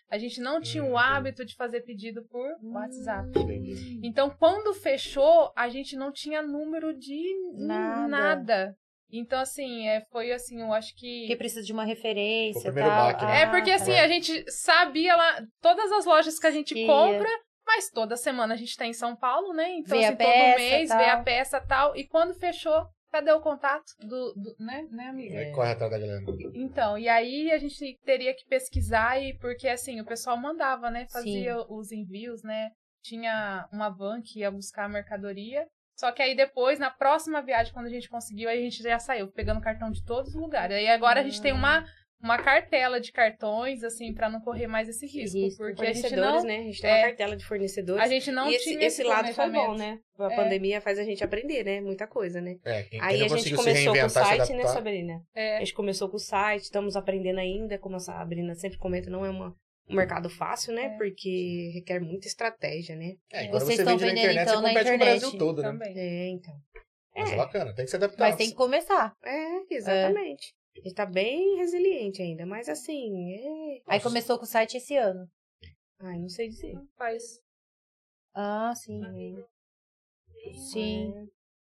[SPEAKER 4] A gente não tinha
[SPEAKER 1] Uhum.
[SPEAKER 2] Hum.
[SPEAKER 4] o hábito de fazer pedido por WhatsApp.
[SPEAKER 2] Entendi.
[SPEAKER 1] Hum.
[SPEAKER 4] Então, quando fechou, a gente não tinha número de
[SPEAKER 1] Nada.
[SPEAKER 4] nada. Então, assim, é, foi assim, eu acho que.
[SPEAKER 1] Porque precisa de uma referência.
[SPEAKER 2] Foi o primeiro
[SPEAKER 1] tal.
[SPEAKER 2] baque, né?
[SPEAKER 4] É porque
[SPEAKER 1] Ah,
[SPEAKER 4] assim,
[SPEAKER 2] tá.
[SPEAKER 4] a gente sabia lá todas as lojas que a gente
[SPEAKER 1] Ia.
[SPEAKER 4] compra, mas toda semana a gente tá em São Paulo, né? Então,
[SPEAKER 1] Vê a
[SPEAKER 4] assim,
[SPEAKER 1] peça,
[SPEAKER 4] todo mês vê a
[SPEAKER 1] tal.
[SPEAKER 4] peça tal. E quando fechou, cadê o contato do, do- né, né,
[SPEAKER 5] É.
[SPEAKER 4] amiga?
[SPEAKER 2] Aí corre atrás da galera.
[SPEAKER 4] Então, e aí a gente teria que pesquisar, e porque assim, o pessoal mandava, né? Fazia os envios, né? Tinha uma van que ia buscar a mercadoria. Só que aí depois, na próxima viagem, quando a gente conseguiu, aí a gente já saiu, pegando cartão de todos os lugares. Aí agora a gente tem
[SPEAKER 5] Ah.
[SPEAKER 4] uma, uma cartela de cartões, assim, pra não correr mais esse risco.
[SPEAKER 1] risco.
[SPEAKER 4] Porque a gente
[SPEAKER 5] fornecedores,
[SPEAKER 4] não.
[SPEAKER 5] né? A gente tem
[SPEAKER 4] é.
[SPEAKER 5] uma cartela de fornecedores.
[SPEAKER 4] A gente não
[SPEAKER 5] e esse,
[SPEAKER 4] tinha
[SPEAKER 5] esse lado foi bom,
[SPEAKER 4] planejamento.
[SPEAKER 5] né? A
[SPEAKER 4] É.
[SPEAKER 5] pandemia faz a gente aprender, né? Muita coisa, né?
[SPEAKER 2] É, quem, quem
[SPEAKER 5] Aí
[SPEAKER 2] não
[SPEAKER 5] a gente
[SPEAKER 2] conseguiu se
[SPEAKER 5] começou com o
[SPEAKER 2] reinventar, se
[SPEAKER 5] site, né,
[SPEAKER 2] adaptar.
[SPEAKER 5] Sabrina? A
[SPEAKER 4] É,
[SPEAKER 5] gente começou com o site, estamos aprendendo ainda, como a Sabrina sempre comenta, não é uma- um mercado fácil, né?
[SPEAKER 4] É.
[SPEAKER 5] Porque requer muita estratégia, né?
[SPEAKER 2] É, agora
[SPEAKER 1] Vocês
[SPEAKER 2] você
[SPEAKER 1] estão
[SPEAKER 2] vende na
[SPEAKER 1] vendendo,
[SPEAKER 2] internet,
[SPEAKER 1] então,
[SPEAKER 2] você
[SPEAKER 1] na
[SPEAKER 2] compete com o
[SPEAKER 1] internet
[SPEAKER 2] Brasil todo, né?
[SPEAKER 4] também.
[SPEAKER 5] É, então.
[SPEAKER 2] Mas é
[SPEAKER 5] É,
[SPEAKER 2] bacana, tem que se adaptar.
[SPEAKER 1] tá. Mas tem que começar.
[SPEAKER 5] é exatamente. A gente tá bem resiliente ainda, mas assim, é...
[SPEAKER 1] Aí começou com o site esse ano.
[SPEAKER 5] Ai, não sei dizer.
[SPEAKER 4] Faz.
[SPEAKER 1] Ah, sim. Sim.
[SPEAKER 5] É.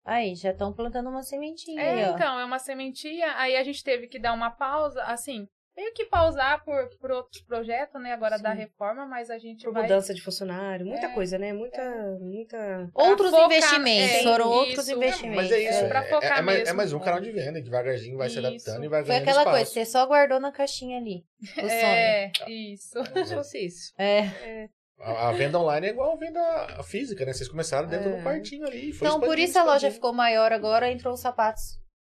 [SPEAKER 1] Aí, já estão plantando uma sementinha.
[SPEAKER 4] Uhum. É,
[SPEAKER 1] aí, ó.
[SPEAKER 4] então, é uma sementia. Aí a gente teve que dar uma pausa, assim, meio que pausar por, por outros projetos, né? Agora da
[SPEAKER 1] Sim.
[SPEAKER 4] reforma, mas a gente
[SPEAKER 5] Por
[SPEAKER 4] vai.
[SPEAKER 5] mudança de funcionário, muita
[SPEAKER 4] É,
[SPEAKER 5] coisa, né? Muita, muita...
[SPEAKER 1] Outros
[SPEAKER 4] focar-
[SPEAKER 1] investimentos.
[SPEAKER 4] é,
[SPEAKER 1] foram
[SPEAKER 4] isso,
[SPEAKER 1] outros
[SPEAKER 4] é,
[SPEAKER 1] investimentos.
[SPEAKER 2] Mas é isso,
[SPEAKER 4] É,
[SPEAKER 2] é,
[SPEAKER 4] pra focar
[SPEAKER 2] é- é mais, é
[SPEAKER 4] mesmo.
[SPEAKER 2] mais um canal de venda, devagarzinho vai se
[SPEAKER 4] Isso.
[SPEAKER 2] adaptando e vai
[SPEAKER 1] Foi
[SPEAKER 2] ganhando
[SPEAKER 1] aquela
[SPEAKER 2] espaço.
[SPEAKER 1] coisa, você só guardou na caixinha ali. O sonho. É.
[SPEAKER 4] É, isso.
[SPEAKER 5] Como se fosse isso.
[SPEAKER 2] A, a venda online é igual a venda física, né? Vocês começaram dentro
[SPEAKER 5] É.
[SPEAKER 2] do quartinho ali. Foi
[SPEAKER 1] Então, por
[SPEAKER 2] expandindo,
[SPEAKER 1] isso a loja
[SPEAKER 2] expandindo.
[SPEAKER 1] ficou maior agora, entrou os sapatos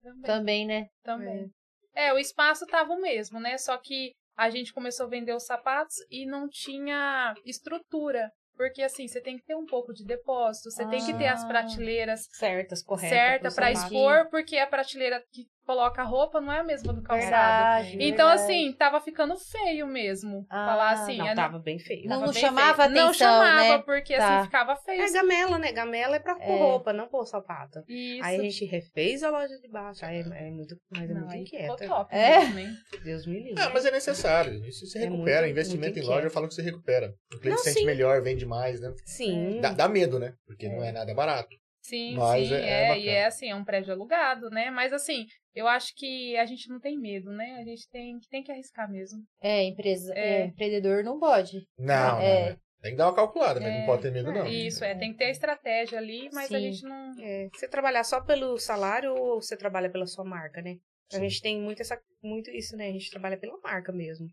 [SPEAKER 4] Também.
[SPEAKER 1] também, né?
[SPEAKER 4] também. É. o espaço tava o mesmo, né? Só que a gente começou a vender os sapatos e não tinha estrutura. Porque assim, você tem que ter um pouco de depósito, você tem que ter as
[SPEAKER 1] Ah.
[SPEAKER 4] prateleiras
[SPEAKER 5] Certas, corretas. ah,
[SPEAKER 4] certa
[SPEAKER 5] pro
[SPEAKER 4] para
[SPEAKER 5] sapato.
[SPEAKER 1] sapato.
[SPEAKER 4] expor, porque a prateleira que coloca a roupa não é a mesma do calçado.
[SPEAKER 1] Verdade,
[SPEAKER 4] Então,
[SPEAKER 1] verdade.
[SPEAKER 4] assim, tava ficando feio mesmo.
[SPEAKER 1] Ah,
[SPEAKER 4] falar assim,
[SPEAKER 5] Não,
[SPEAKER 4] é,
[SPEAKER 2] tá.
[SPEAKER 5] tava bem feio.
[SPEAKER 1] Não,
[SPEAKER 4] tava
[SPEAKER 1] não
[SPEAKER 4] bem
[SPEAKER 1] chamava
[SPEAKER 4] feio. Não
[SPEAKER 1] atenção,
[SPEAKER 4] chamava,
[SPEAKER 1] né?
[SPEAKER 4] porque
[SPEAKER 1] Tá.
[SPEAKER 4] assim ficava feio.
[SPEAKER 5] É gamela, né? Gamela é pra pôr
[SPEAKER 1] É.
[SPEAKER 5] roupa, não pôr sapato.
[SPEAKER 4] Isso.
[SPEAKER 5] Aí a gente refez a loja de baixo. Aí é, é muito, mas é
[SPEAKER 4] não,
[SPEAKER 5] muito
[SPEAKER 4] aí ficou
[SPEAKER 5] inquieta.
[SPEAKER 4] top
[SPEAKER 1] É?
[SPEAKER 4] mesmo, hein?
[SPEAKER 5] Deus me livre.
[SPEAKER 2] Ah, mas é necessário. Isso se
[SPEAKER 5] É muito-
[SPEAKER 2] recupera. Investimento
[SPEAKER 5] muito
[SPEAKER 2] em loja, eu
[SPEAKER 5] inquieto.
[SPEAKER 2] falo que se recupera. O cliente
[SPEAKER 5] Não,
[SPEAKER 2] se sente
[SPEAKER 5] sim.
[SPEAKER 2] melhor, vende mais, né?
[SPEAKER 5] Sim.
[SPEAKER 2] Dá, dá medo, né? Porque não é nada barato.
[SPEAKER 4] Sim,
[SPEAKER 2] Mas
[SPEAKER 4] sim,
[SPEAKER 2] é- é
[SPEAKER 4] é,
[SPEAKER 2] bacana.
[SPEAKER 4] e é assim, é um prédio alugado, né? Mas assim, eu acho que a gente não tem medo, né? A gente tem, tem que arriscar mesmo.
[SPEAKER 1] É, empresa, é,
[SPEAKER 4] É.
[SPEAKER 1] empreendedor não pode.
[SPEAKER 2] Não,
[SPEAKER 1] É.
[SPEAKER 2] não, é. Tem que dar uma calculada, mas não
[SPEAKER 4] É.
[SPEAKER 2] pode ter medo, não.
[SPEAKER 4] Isso, é, tem que ter a estratégia ali, mas a
[SPEAKER 1] Sim.
[SPEAKER 4] gente não.
[SPEAKER 5] É, você trabalhar só pelo salário ou você trabalha pela sua marca, né? A gente tem muito, essa, muito isso, né? A gente trabalha pela marca mesmo.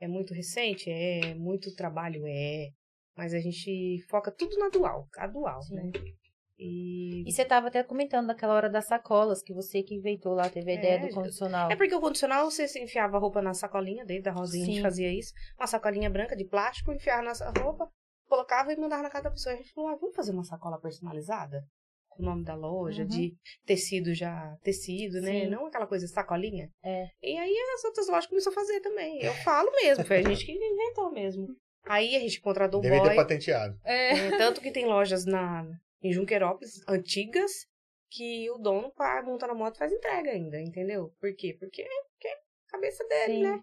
[SPEAKER 5] É muito recente? É. Muito trabalho? É. Mas a gente foca tudo na dual. A dual,
[SPEAKER 1] Sim.
[SPEAKER 5] né? E...
[SPEAKER 1] E você tava até comentando naquela hora das sacolas, que você que inventou lá, teve a
[SPEAKER 5] É,
[SPEAKER 1] ideia do
[SPEAKER 5] eu-
[SPEAKER 1] condicional.
[SPEAKER 5] É porque o condicional você se enfiava a roupa na sacolinha, desde a rosinha a
[SPEAKER 1] Sim.
[SPEAKER 5] gente fazia isso. Uma sacolinha branca de plástico, enfiava na sa- roupa, colocava e mandava na casa da pessoa. A gente falou, ah, vamos fazer uma sacola personalizada? Com o nome da loja,
[SPEAKER 1] Uhum.
[SPEAKER 5] de tecido já, tecido, né?
[SPEAKER 1] Sim.
[SPEAKER 5] Não aquela coisa sacolinha.
[SPEAKER 1] É.
[SPEAKER 5] E aí as outras lojas começaram a fazer também. Eu falo mesmo, foi a gente que inventou mesmo. Aí a gente contratou o
[SPEAKER 2] Deve ter
[SPEAKER 5] um boy.
[SPEAKER 2] patenteado.
[SPEAKER 1] Ah,
[SPEAKER 4] É,
[SPEAKER 5] É, tanto que tem lojas na, em Junquerópolis antigas que o dono pa- monta na moto e faz entrega ainda, entendeu? Por quê? Porque, porque é a cabeça dele,
[SPEAKER 1] Sim.
[SPEAKER 5] né?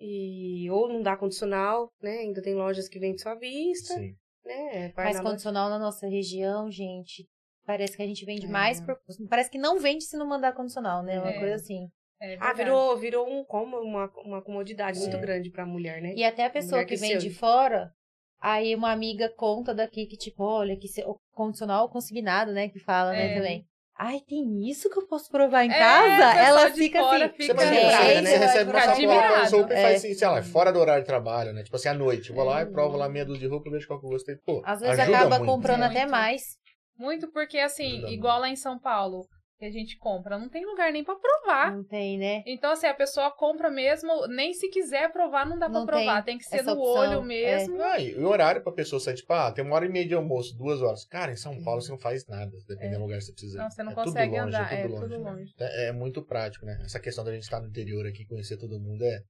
[SPEAKER 5] E ou não dá condicional, né? Ainda tem lojas que vendem só à vista,
[SPEAKER 2] Sim.
[SPEAKER 5] né? Vai
[SPEAKER 1] Mas
[SPEAKER 5] na loja-
[SPEAKER 1] condicional na nossa região, gente, parece que a gente vende
[SPEAKER 5] É.
[SPEAKER 1] mais por. Parece que não vende se não mandar condicional, né? Uma
[SPEAKER 4] É.
[SPEAKER 1] coisa assim.
[SPEAKER 4] É
[SPEAKER 5] Ah,
[SPEAKER 4] verdade.
[SPEAKER 5] virou, virou um, como uma, uma comodidade muito
[SPEAKER 2] Sim.
[SPEAKER 5] grande pra mulher, né?
[SPEAKER 1] E até a pessoa
[SPEAKER 5] Mulher
[SPEAKER 1] que
[SPEAKER 5] que
[SPEAKER 1] vem
[SPEAKER 5] se-
[SPEAKER 1] de fora, aí uma amiga conta daqui que, tipo, olha, que se- o condicional consignado, né? Que fala, né,
[SPEAKER 4] É.
[SPEAKER 1] também. Ai, tem isso que eu posso provar em
[SPEAKER 4] É,
[SPEAKER 1] casa?
[SPEAKER 4] pessoal
[SPEAKER 1] Ela
[SPEAKER 4] de
[SPEAKER 1] fica
[SPEAKER 4] fora
[SPEAKER 1] assim.
[SPEAKER 2] Você
[SPEAKER 4] fica-
[SPEAKER 2] mais
[SPEAKER 1] Gente,
[SPEAKER 2] lembrada,
[SPEAKER 5] né?
[SPEAKER 2] né? Você
[SPEAKER 1] vai
[SPEAKER 2] recebe uma
[SPEAKER 1] ficar
[SPEAKER 2] sacola,
[SPEAKER 4] admirado.
[SPEAKER 2] uma roupa e
[SPEAKER 1] É.
[SPEAKER 2] faz assim, sei lá, fora do horário de trabalho, né? Tipo assim, à noite. Eu vou lá e provo lá meia dúzia de roupa, vejo qual que eu gostei. Pô,
[SPEAKER 1] Às vezes
[SPEAKER 2] ajuda
[SPEAKER 1] acaba
[SPEAKER 2] muito. né?
[SPEAKER 1] comprando até
[SPEAKER 4] Muito.
[SPEAKER 1] mais.
[SPEAKER 4] Muito porque, assim,
[SPEAKER 2] Ajuda
[SPEAKER 4] igual lá em São Paulo, que a gente compra, não tem lugar nem pra provar.
[SPEAKER 1] Não tem, né?
[SPEAKER 4] Então, assim, a pessoa compra mesmo, nem se quiser provar, não dá
[SPEAKER 1] Não
[SPEAKER 4] pra provar. Tem, que ser
[SPEAKER 1] essa
[SPEAKER 4] no
[SPEAKER 1] opção, é.
[SPEAKER 4] olho mesmo.
[SPEAKER 2] Ah, e o horário pra pessoa sair, tipo, ah, tem uma hora e meia de almoço, duas horas. Cara, em São Paulo você não faz nada, dependendo do lugar que você precisa. ir.
[SPEAKER 4] Não, você não
[SPEAKER 2] É tudo
[SPEAKER 4] consegue
[SPEAKER 2] longe,
[SPEAKER 4] andar.
[SPEAKER 2] É
[SPEAKER 4] É
[SPEAKER 2] tudo longe. né?
[SPEAKER 4] longe.
[SPEAKER 2] É, é muito prático, né? Essa questão da gente estar no interior aqui, conhecer todo mundo, é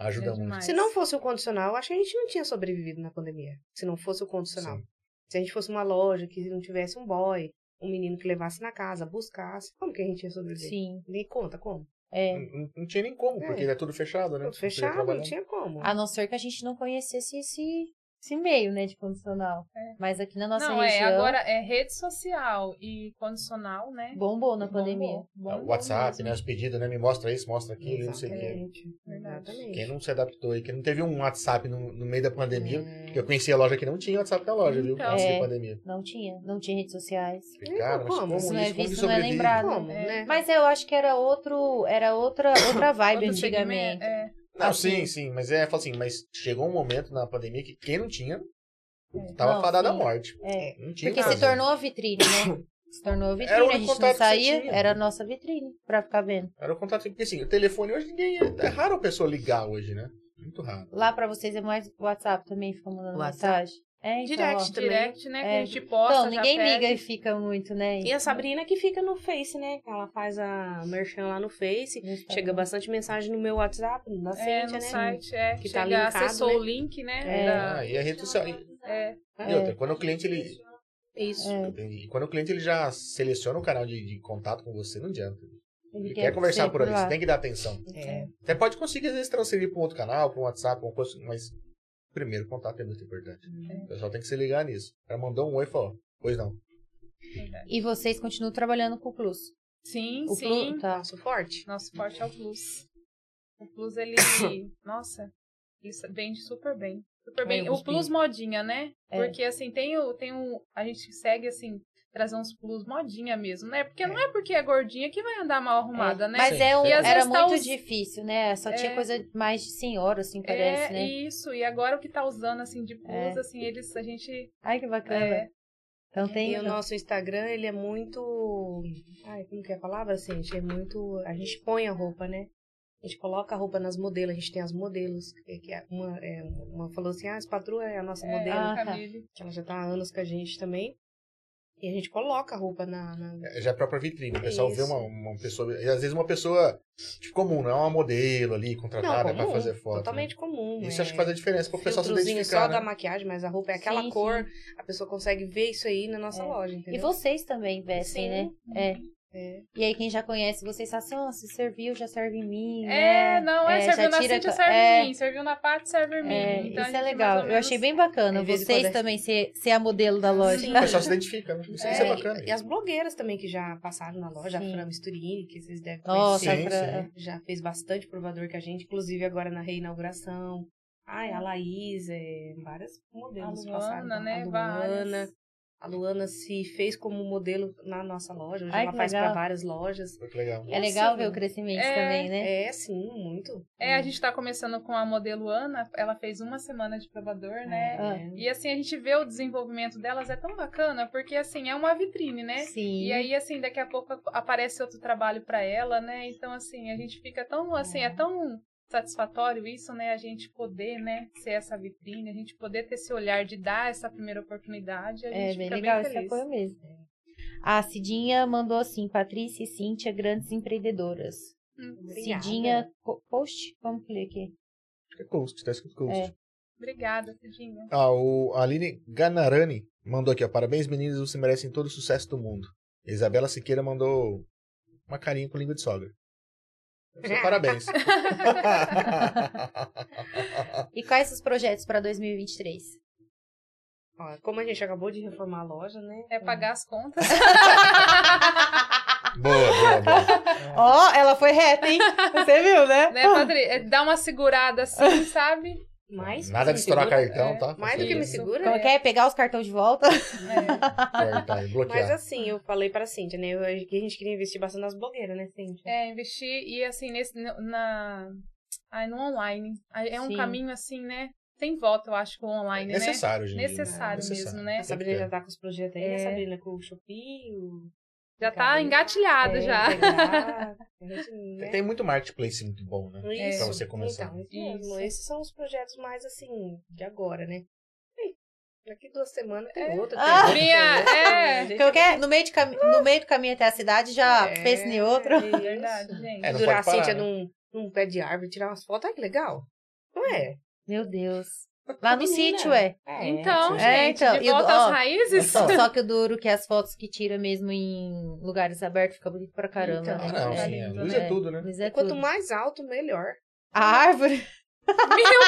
[SPEAKER 2] ajuda
[SPEAKER 4] É
[SPEAKER 2] muito.
[SPEAKER 4] demais.
[SPEAKER 5] Se não fosse o condicional, eu acho que a gente não tinha sobrevivido na pandemia. Se não fosse o condicional.
[SPEAKER 2] Sim.
[SPEAKER 5] Se a gente fosse uma loja que não tivesse um boy, um menino que levasse na casa, buscasse, como que a gente ia sobreviver?
[SPEAKER 1] Sim.
[SPEAKER 5] Me conta, como?
[SPEAKER 1] É.
[SPEAKER 2] Não, não- não tinha nem como,
[SPEAKER 5] É.
[SPEAKER 2] porque é tudo fechado, né?
[SPEAKER 5] Tudo
[SPEAKER 2] Você não podia
[SPEAKER 5] fechado, não
[SPEAKER 2] trabalhar. Ah,
[SPEAKER 5] tinha como.
[SPEAKER 1] A não ser que a gente não conhecesse esse, esse meio, né, de condicional.
[SPEAKER 4] É.
[SPEAKER 1] Mas aqui na nossa
[SPEAKER 4] não,
[SPEAKER 1] região,
[SPEAKER 4] é agora é rede social e condicional, né?
[SPEAKER 1] bombou na
[SPEAKER 4] Bombou,
[SPEAKER 1] pandemia.
[SPEAKER 4] bombou
[SPEAKER 2] O WhatsApp,
[SPEAKER 4] mesmo.
[SPEAKER 2] né? Os pedidos, né? Me mostra isso, mostra aquilo, não
[SPEAKER 5] é.
[SPEAKER 2] sei o quê.
[SPEAKER 5] Exatamente.
[SPEAKER 4] Verdade.
[SPEAKER 2] Quem
[SPEAKER 5] Exatamente.
[SPEAKER 2] não se adaptou aí, quem não teve um WhatsApp no, no meio da pandemia.
[SPEAKER 5] É.
[SPEAKER 2] Porque eu conheci a loja que não tinha WhatsApp na loja, viu?
[SPEAKER 4] Então.
[SPEAKER 2] Antes
[SPEAKER 1] É.
[SPEAKER 2] da pandemia.
[SPEAKER 1] Não tinha, não tinha redes sociais.
[SPEAKER 2] Falei, Cara, mas
[SPEAKER 5] Como?
[SPEAKER 2] como
[SPEAKER 5] Isso
[SPEAKER 2] isso?
[SPEAKER 1] não é
[SPEAKER 2] Como que
[SPEAKER 1] visto, não é
[SPEAKER 2] sobrevive?
[SPEAKER 1] lembrado.
[SPEAKER 5] Como,
[SPEAKER 4] É.
[SPEAKER 5] né?
[SPEAKER 1] Mas eu acho que era outro, era outra, outra vibe
[SPEAKER 4] Outro
[SPEAKER 1] antigamente.
[SPEAKER 4] segmento, é.
[SPEAKER 2] Não,
[SPEAKER 1] Assim.
[SPEAKER 2] sim, sim. Mas é, eu falo assim, mas chegou um momento na pandemia que quem não tinha, tava
[SPEAKER 1] É. Não,
[SPEAKER 2] fadado à
[SPEAKER 1] sim.
[SPEAKER 2] morte.
[SPEAKER 1] É.
[SPEAKER 2] Não tinha
[SPEAKER 1] Porque
[SPEAKER 2] nada.
[SPEAKER 1] se tornou a vitrine, né? Se tornou a
[SPEAKER 2] Era o
[SPEAKER 1] vitrine, a
[SPEAKER 2] único
[SPEAKER 1] gente não
[SPEAKER 2] contato que você
[SPEAKER 1] saía,
[SPEAKER 2] tinha.
[SPEAKER 1] era a nossa vitrine pra ficar vendo.
[SPEAKER 2] Era o contato. Porque assim, o telefone hoje ninguém. É raro a pessoa ligar hoje, né? Muito raro.
[SPEAKER 1] Lá pra vocês é mais WhatsApp também, fica mandando
[SPEAKER 3] WhatsApp.
[SPEAKER 1] mensagem. É, então, ó.
[SPEAKER 5] Direct. também.
[SPEAKER 4] Direct, né?
[SPEAKER 1] É.
[SPEAKER 4] Que a gente posta.
[SPEAKER 1] Então,
[SPEAKER 4] já
[SPEAKER 1] ninguém
[SPEAKER 4] pede.
[SPEAKER 1] liga e fica muito, né?
[SPEAKER 5] E a Sabrina que fica no Face, né? Ela faz a merchan lá no Face.
[SPEAKER 1] No Instagram.
[SPEAKER 5] Chega bastante mensagem no meu WhatsApp, na
[SPEAKER 4] É,
[SPEAKER 5] Cíntia,
[SPEAKER 4] no
[SPEAKER 5] né?
[SPEAKER 4] site, é.
[SPEAKER 5] Que tá
[SPEAKER 4] Chega,
[SPEAKER 5] linkado,
[SPEAKER 4] acessou
[SPEAKER 5] né?
[SPEAKER 4] o link, né?
[SPEAKER 1] É.
[SPEAKER 4] da-
[SPEAKER 2] Ah, e a rede social. E,
[SPEAKER 4] é.
[SPEAKER 2] e outra, quando o cliente ele.
[SPEAKER 5] Isso.
[SPEAKER 1] É.
[SPEAKER 2] E quando o cliente ele já seleciona o canal de, de contato com você, não adianta. Ele quer,
[SPEAKER 1] ser
[SPEAKER 2] conversar por ali,
[SPEAKER 1] lá.
[SPEAKER 2] você tem que dar atenção.
[SPEAKER 3] É.
[SPEAKER 5] um
[SPEAKER 2] Até pode conseguir, às vezes, transferir para um outro canal, para um WhatsApp, alguma coisa, mas o primeiro contato é muito importante.
[SPEAKER 5] Uhum.
[SPEAKER 2] O pessoal tem que se ligar nisso. O cara mandou um oi e falou, pois não.
[SPEAKER 1] E vocês continuam trabalhando com o Plus.
[SPEAKER 4] Sim,
[SPEAKER 1] O
[SPEAKER 4] sim.
[SPEAKER 1] Plus, tá.
[SPEAKER 5] Nosso forte.
[SPEAKER 4] Nosso forte é o Plus. O Plus, ele. Nossa, ele vende super bem. Super bem.
[SPEAKER 3] É,
[SPEAKER 4] o Plus
[SPEAKER 3] gostei.
[SPEAKER 4] modinha, né?
[SPEAKER 1] É.
[SPEAKER 4] Porque assim, tem o. Tem o a gente segue assim. Trazer uns plus modinha mesmo, né? Porque não é porque é gordinha que vai andar mal arrumada, né?
[SPEAKER 1] Mas
[SPEAKER 2] Sim.
[SPEAKER 1] é um,
[SPEAKER 4] E às
[SPEAKER 1] era
[SPEAKER 4] vezes tá
[SPEAKER 1] muito
[SPEAKER 4] os-
[SPEAKER 1] difícil, né? Só tinha
[SPEAKER 4] É.
[SPEAKER 1] coisa mais de senhora, assim, parece,
[SPEAKER 4] é
[SPEAKER 1] né?
[SPEAKER 4] isso. E agora o que tá usando assim de plus,
[SPEAKER 1] É.
[SPEAKER 4] assim, eles a gente.
[SPEAKER 1] Ai, que bacana.
[SPEAKER 4] É.
[SPEAKER 1] Então tem...
[SPEAKER 5] E o nosso Instagram, ele é muito. Ai, como que é a palavra, gente? É muito. A gente põe a roupa, né? A gente coloca a roupa nas modelos, a gente tem as modelos. Que que é uma, é, uma falou assim, ah, as patroa é a nossa
[SPEAKER 4] É,
[SPEAKER 5] modelo.
[SPEAKER 1] Ah, tá.
[SPEAKER 4] Camille.
[SPEAKER 5] que Ela já tá há anos com a gente também. E a gente coloca a roupa na. na-
[SPEAKER 2] É, Já é a própria vitrine. O pessoal vê
[SPEAKER 5] Isso.
[SPEAKER 2] uma, uma pessoa. E às vezes uma pessoa tipo, comum, não é uma modelo ali, contratada para
[SPEAKER 5] comum,
[SPEAKER 2] É fazer foto. né?
[SPEAKER 5] Totalmente comum.
[SPEAKER 2] Isso
[SPEAKER 5] é,
[SPEAKER 2] acho que faz a diferença para o pessoal se
[SPEAKER 5] filtrozinho só
[SPEAKER 2] identificar.
[SPEAKER 5] da
[SPEAKER 2] Né?
[SPEAKER 5] maquiagem, mas a roupa é aquela
[SPEAKER 1] Sim,
[SPEAKER 5] cor, a pessoa consegue ver isso aí na nossa
[SPEAKER 1] É.
[SPEAKER 5] loja,
[SPEAKER 1] E
[SPEAKER 5] entendeu?
[SPEAKER 1] vocês também vestem,
[SPEAKER 5] Sim.
[SPEAKER 1] né? É.
[SPEAKER 5] É.
[SPEAKER 1] E aí, quem já conhece, vocês falam assim, ó, se serviu, já serve em mim,
[SPEAKER 4] É,
[SPEAKER 1] né?
[SPEAKER 4] não, é,
[SPEAKER 1] É, já
[SPEAKER 4] serviu na
[SPEAKER 1] tira
[SPEAKER 4] Cintia,
[SPEAKER 1] co-
[SPEAKER 4] serve
[SPEAKER 1] é.
[SPEAKER 4] em mim. Serviu na parte, serve em mim.
[SPEAKER 1] É,
[SPEAKER 4] Então,
[SPEAKER 1] isso é
[SPEAKER 4] a gente
[SPEAKER 1] legal.
[SPEAKER 4] mais ou
[SPEAKER 1] Eu achei
[SPEAKER 4] menos-
[SPEAKER 1] bem bacana
[SPEAKER 5] Aí, de vez em
[SPEAKER 1] vocês
[SPEAKER 5] quando é-
[SPEAKER 1] também ser, ser a modelo da loja.
[SPEAKER 5] Sim.
[SPEAKER 2] O pessoal se identifica, né? Isso é,
[SPEAKER 5] É,
[SPEAKER 2] bacana.
[SPEAKER 5] E as blogueiras também que já passaram na loja,
[SPEAKER 1] Sim.
[SPEAKER 5] a Fran Misturini, que vocês devem
[SPEAKER 1] Nossa,
[SPEAKER 5] conhecer.
[SPEAKER 2] Sim,
[SPEAKER 1] pra-
[SPEAKER 5] Já fez bastante provador que a gente, inclusive agora na reinauguração. Ai, a Laís, é, várias
[SPEAKER 4] A
[SPEAKER 5] modelos passaram.
[SPEAKER 4] Luana, né?
[SPEAKER 5] A
[SPEAKER 4] Várias.
[SPEAKER 5] Luana. A Luana se fez como modelo na nossa loja. Hoje
[SPEAKER 1] Ai,
[SPEAKER 5] ela
[SPEAKER 1] que
[SPEAKER 5] faz
[SPEAKER 1] legal.
[SPEAKER 5] para várias lojas.
[SPEAKER 2] Muito legal.
[SPEAKER 1] é legal
[SPEAKER 5] Assim,
[SPEAKER 1] ver o crescimento
[SPEAKER 4] é,
[SPEAKER 1] também, né?
[SPEAKER 5] É, sim, muito.
[SPEAKER 4] É,
[SPEAKER 1] Uhum.
[SPEAKER 4] a gente tá começando com a modelo Ana, ela fez uma semana de provador, né?
[SPEAKER 1] Ah.
[SPEAKER 5] É.
[SPEAKER 4] E assim, a gente vê o desenvolvimento delas, é tão bacana, porque assim, é uma vitrine, né?
[SPEAKER 1] Sim.
[SPEAKER 4] E aí, assim, daqui a pouco aparece outro trabalho pra ela, né? Então, assim, a gente fica tão, assim, é, tão satisfatório isso, né? A gente poder, né, ser essa vitrine, a gente poder ter esse olhar de dar essa primeira oportunidade, a
[SPEAKER 1] É
[SPEAKER 4] gente
[SPEAKER 1] bem
[SPEAKER 4] fica
[SPEAKER 1] legal
[SPEAKER 4] bem
[SPEAKER 1] esse
[SPEAKER 4] feliz.
[SPEAKER 1] apoio mesmo. A Cidinha mandou assim, Patrícia e Cíntia, grandes empreendedoras.
[SPEAKER 4] Hum,
[SPEAKER 5] Obrigada.
[SPEAKER 1] Cidinha, co- post? Vamos ler aqui.
[SPEAKER 2] Acho que é coast, tá escrito coast.
[SPEAKER 1] É.
[SPEAKER 4] Obrigada, Cidinha.
[SPEAKER 2] Ah, o a Aline Ganarani mandou aqui, ó. Parabéns, meninas, vocês merecem todo o sucesso do mundo. Isabela Siqueira mandou uma carinha com língua de sogra. Você, parabéns.
[SPEAKER 1] E quais os projetos para 2023?
[SPEAKER 5] Ó, como a gente acabou de reformar a loja, né?
[SPEAKER 4] É pagar as contas.
[SPEAKER 2] boa, boa, boa.
[SPEAKER 3] Ó, ela foi reta, hein? Você viu, né?
[SPEAKER 4] né, Padre? É dar uma segurada assim, sabe?
[SPEAKER 5] Hum, Mais
[SPEAKER 2] Nada de estourar cartão,
[SPEAKER 4] É,
[SPEAKER 2] tá?
[SPEAKER 5] Mais do
[SPEAKER 2] Você
[SPEAKER 5] que me
[SPEAKER 4] Isso.
[SPEAKER 5] segura,
[SPEAKER 3] Como
[SPEAKER 5] né?
[SPEAKER 3] é que é? Pegar os cartões de volta?
[SPEAKER 4] É.
[SPEAKER 2] cortar e
[SPEAKER 5] Mas
[SPEAKER 2] bloquear.
[SPEAKER 5] assim, eu falei pra Cintia, né? Eu- que a gente queria investir bastante nas blogueiras, né, Cintia?
[SPEAKER 4] É, investir e assim, nesse, no- na, ai, no online. Ai, É um
[SPEAKER 1] Sim.
[SPEAKER 4] caminho assim, né? Tem volta, eu acho, com o online, né?
[SPEAKER 2] necessário, gente.
[SPEAKER 4] Necessário mesmo, né?
[SPEAKER 5] A Sabrina já
[SPEAKER 2] já...
[SPEAKER 5] tá com os projetos aí, né,
[SPEAKER 4] É.
[SPEAKER 5] Sabrina? Com o Shopee, o...
[SPEAKER 4] Já tá engatilhado
[SPEAKER 5] É,
[SPEAKER 4] já.
[SPEAKER 5] pegar, a gente, né?
[SPEAKER 2] Tem muito marketplace muito bom, né?
[SPEAKER 5] Isso.
[SPEAKER 4] pra
[SPEAKER 2] você começar.
[SPEAKER 5] Então, isso mesmo.
[SPEAKER 4] Isso.
[SPEAKER 5] Esses são os projetos mais assim, de agora, né? E Daqui duas semanas tem
[SPEAKER 4] É.
[SPEAKER 5] outra.
[SPEAKER 3] Ah!
[SPEAKER 4] Minha, é.
[SPEAKER 5] Tem
[SPEAKER 3] Como é que é? No meio, de cami- no meio do caminho até a cidade, já
[SPEAKER 1] É,
[SPEAKER 3] pensa em outra.
[SPEAKER 4] É verdade, gente.
[SPEAKER 2] É, não
[SPEAKER 5] Durar a
[SPEAKER 2] pode parar,
[SPEAKER 5] Cíntia
[SPEAKER 2] né?
[SPEAKER 5] num, num pé de árvore, tirar umas fotos, ai que legal. Não é?
[SPEAKER 1] Meu Deus. Lá no
[SPEAKER 5] Menina.
[SPEAKER 1] sítio, é.
[SPEAKER 5] É.
[SPEAKER 4] Então,
[SPEAKER 2] sim.
[SPEAKER 4] gente,
[SPEAKER 1] É, então,
[SPEAKER 4] de
[SPEAKER 1] e o- ó,
[SPEAKER 4] volta às raízes.
[SPEAKER 2] Então,
[SPEAKER 1] Só, só que o duro que as fotos que tira mesmo em lugares abertos fica bonito pra caramba,
[SPEAKER 5] Então,
[SPEAKER 2] Ah,
[SPEAKER 1] né?
[SPEAKER 2] não,
[SPEAKER 1] É.
[SPEAKER 2] sim. A
[SPEAKER 4] lindo,
[SPEAKER 2] luz é
[SPEAKER 1] né?
[SPEAKER 2] tudo, né?
[SPEAKER 1] Mas é
[SPEAKER 5] Quanto
[SPEAKER 1] tudo.
[SPEAKER 5] mais alto, melhor.
[SPEAKER 1] A árvore.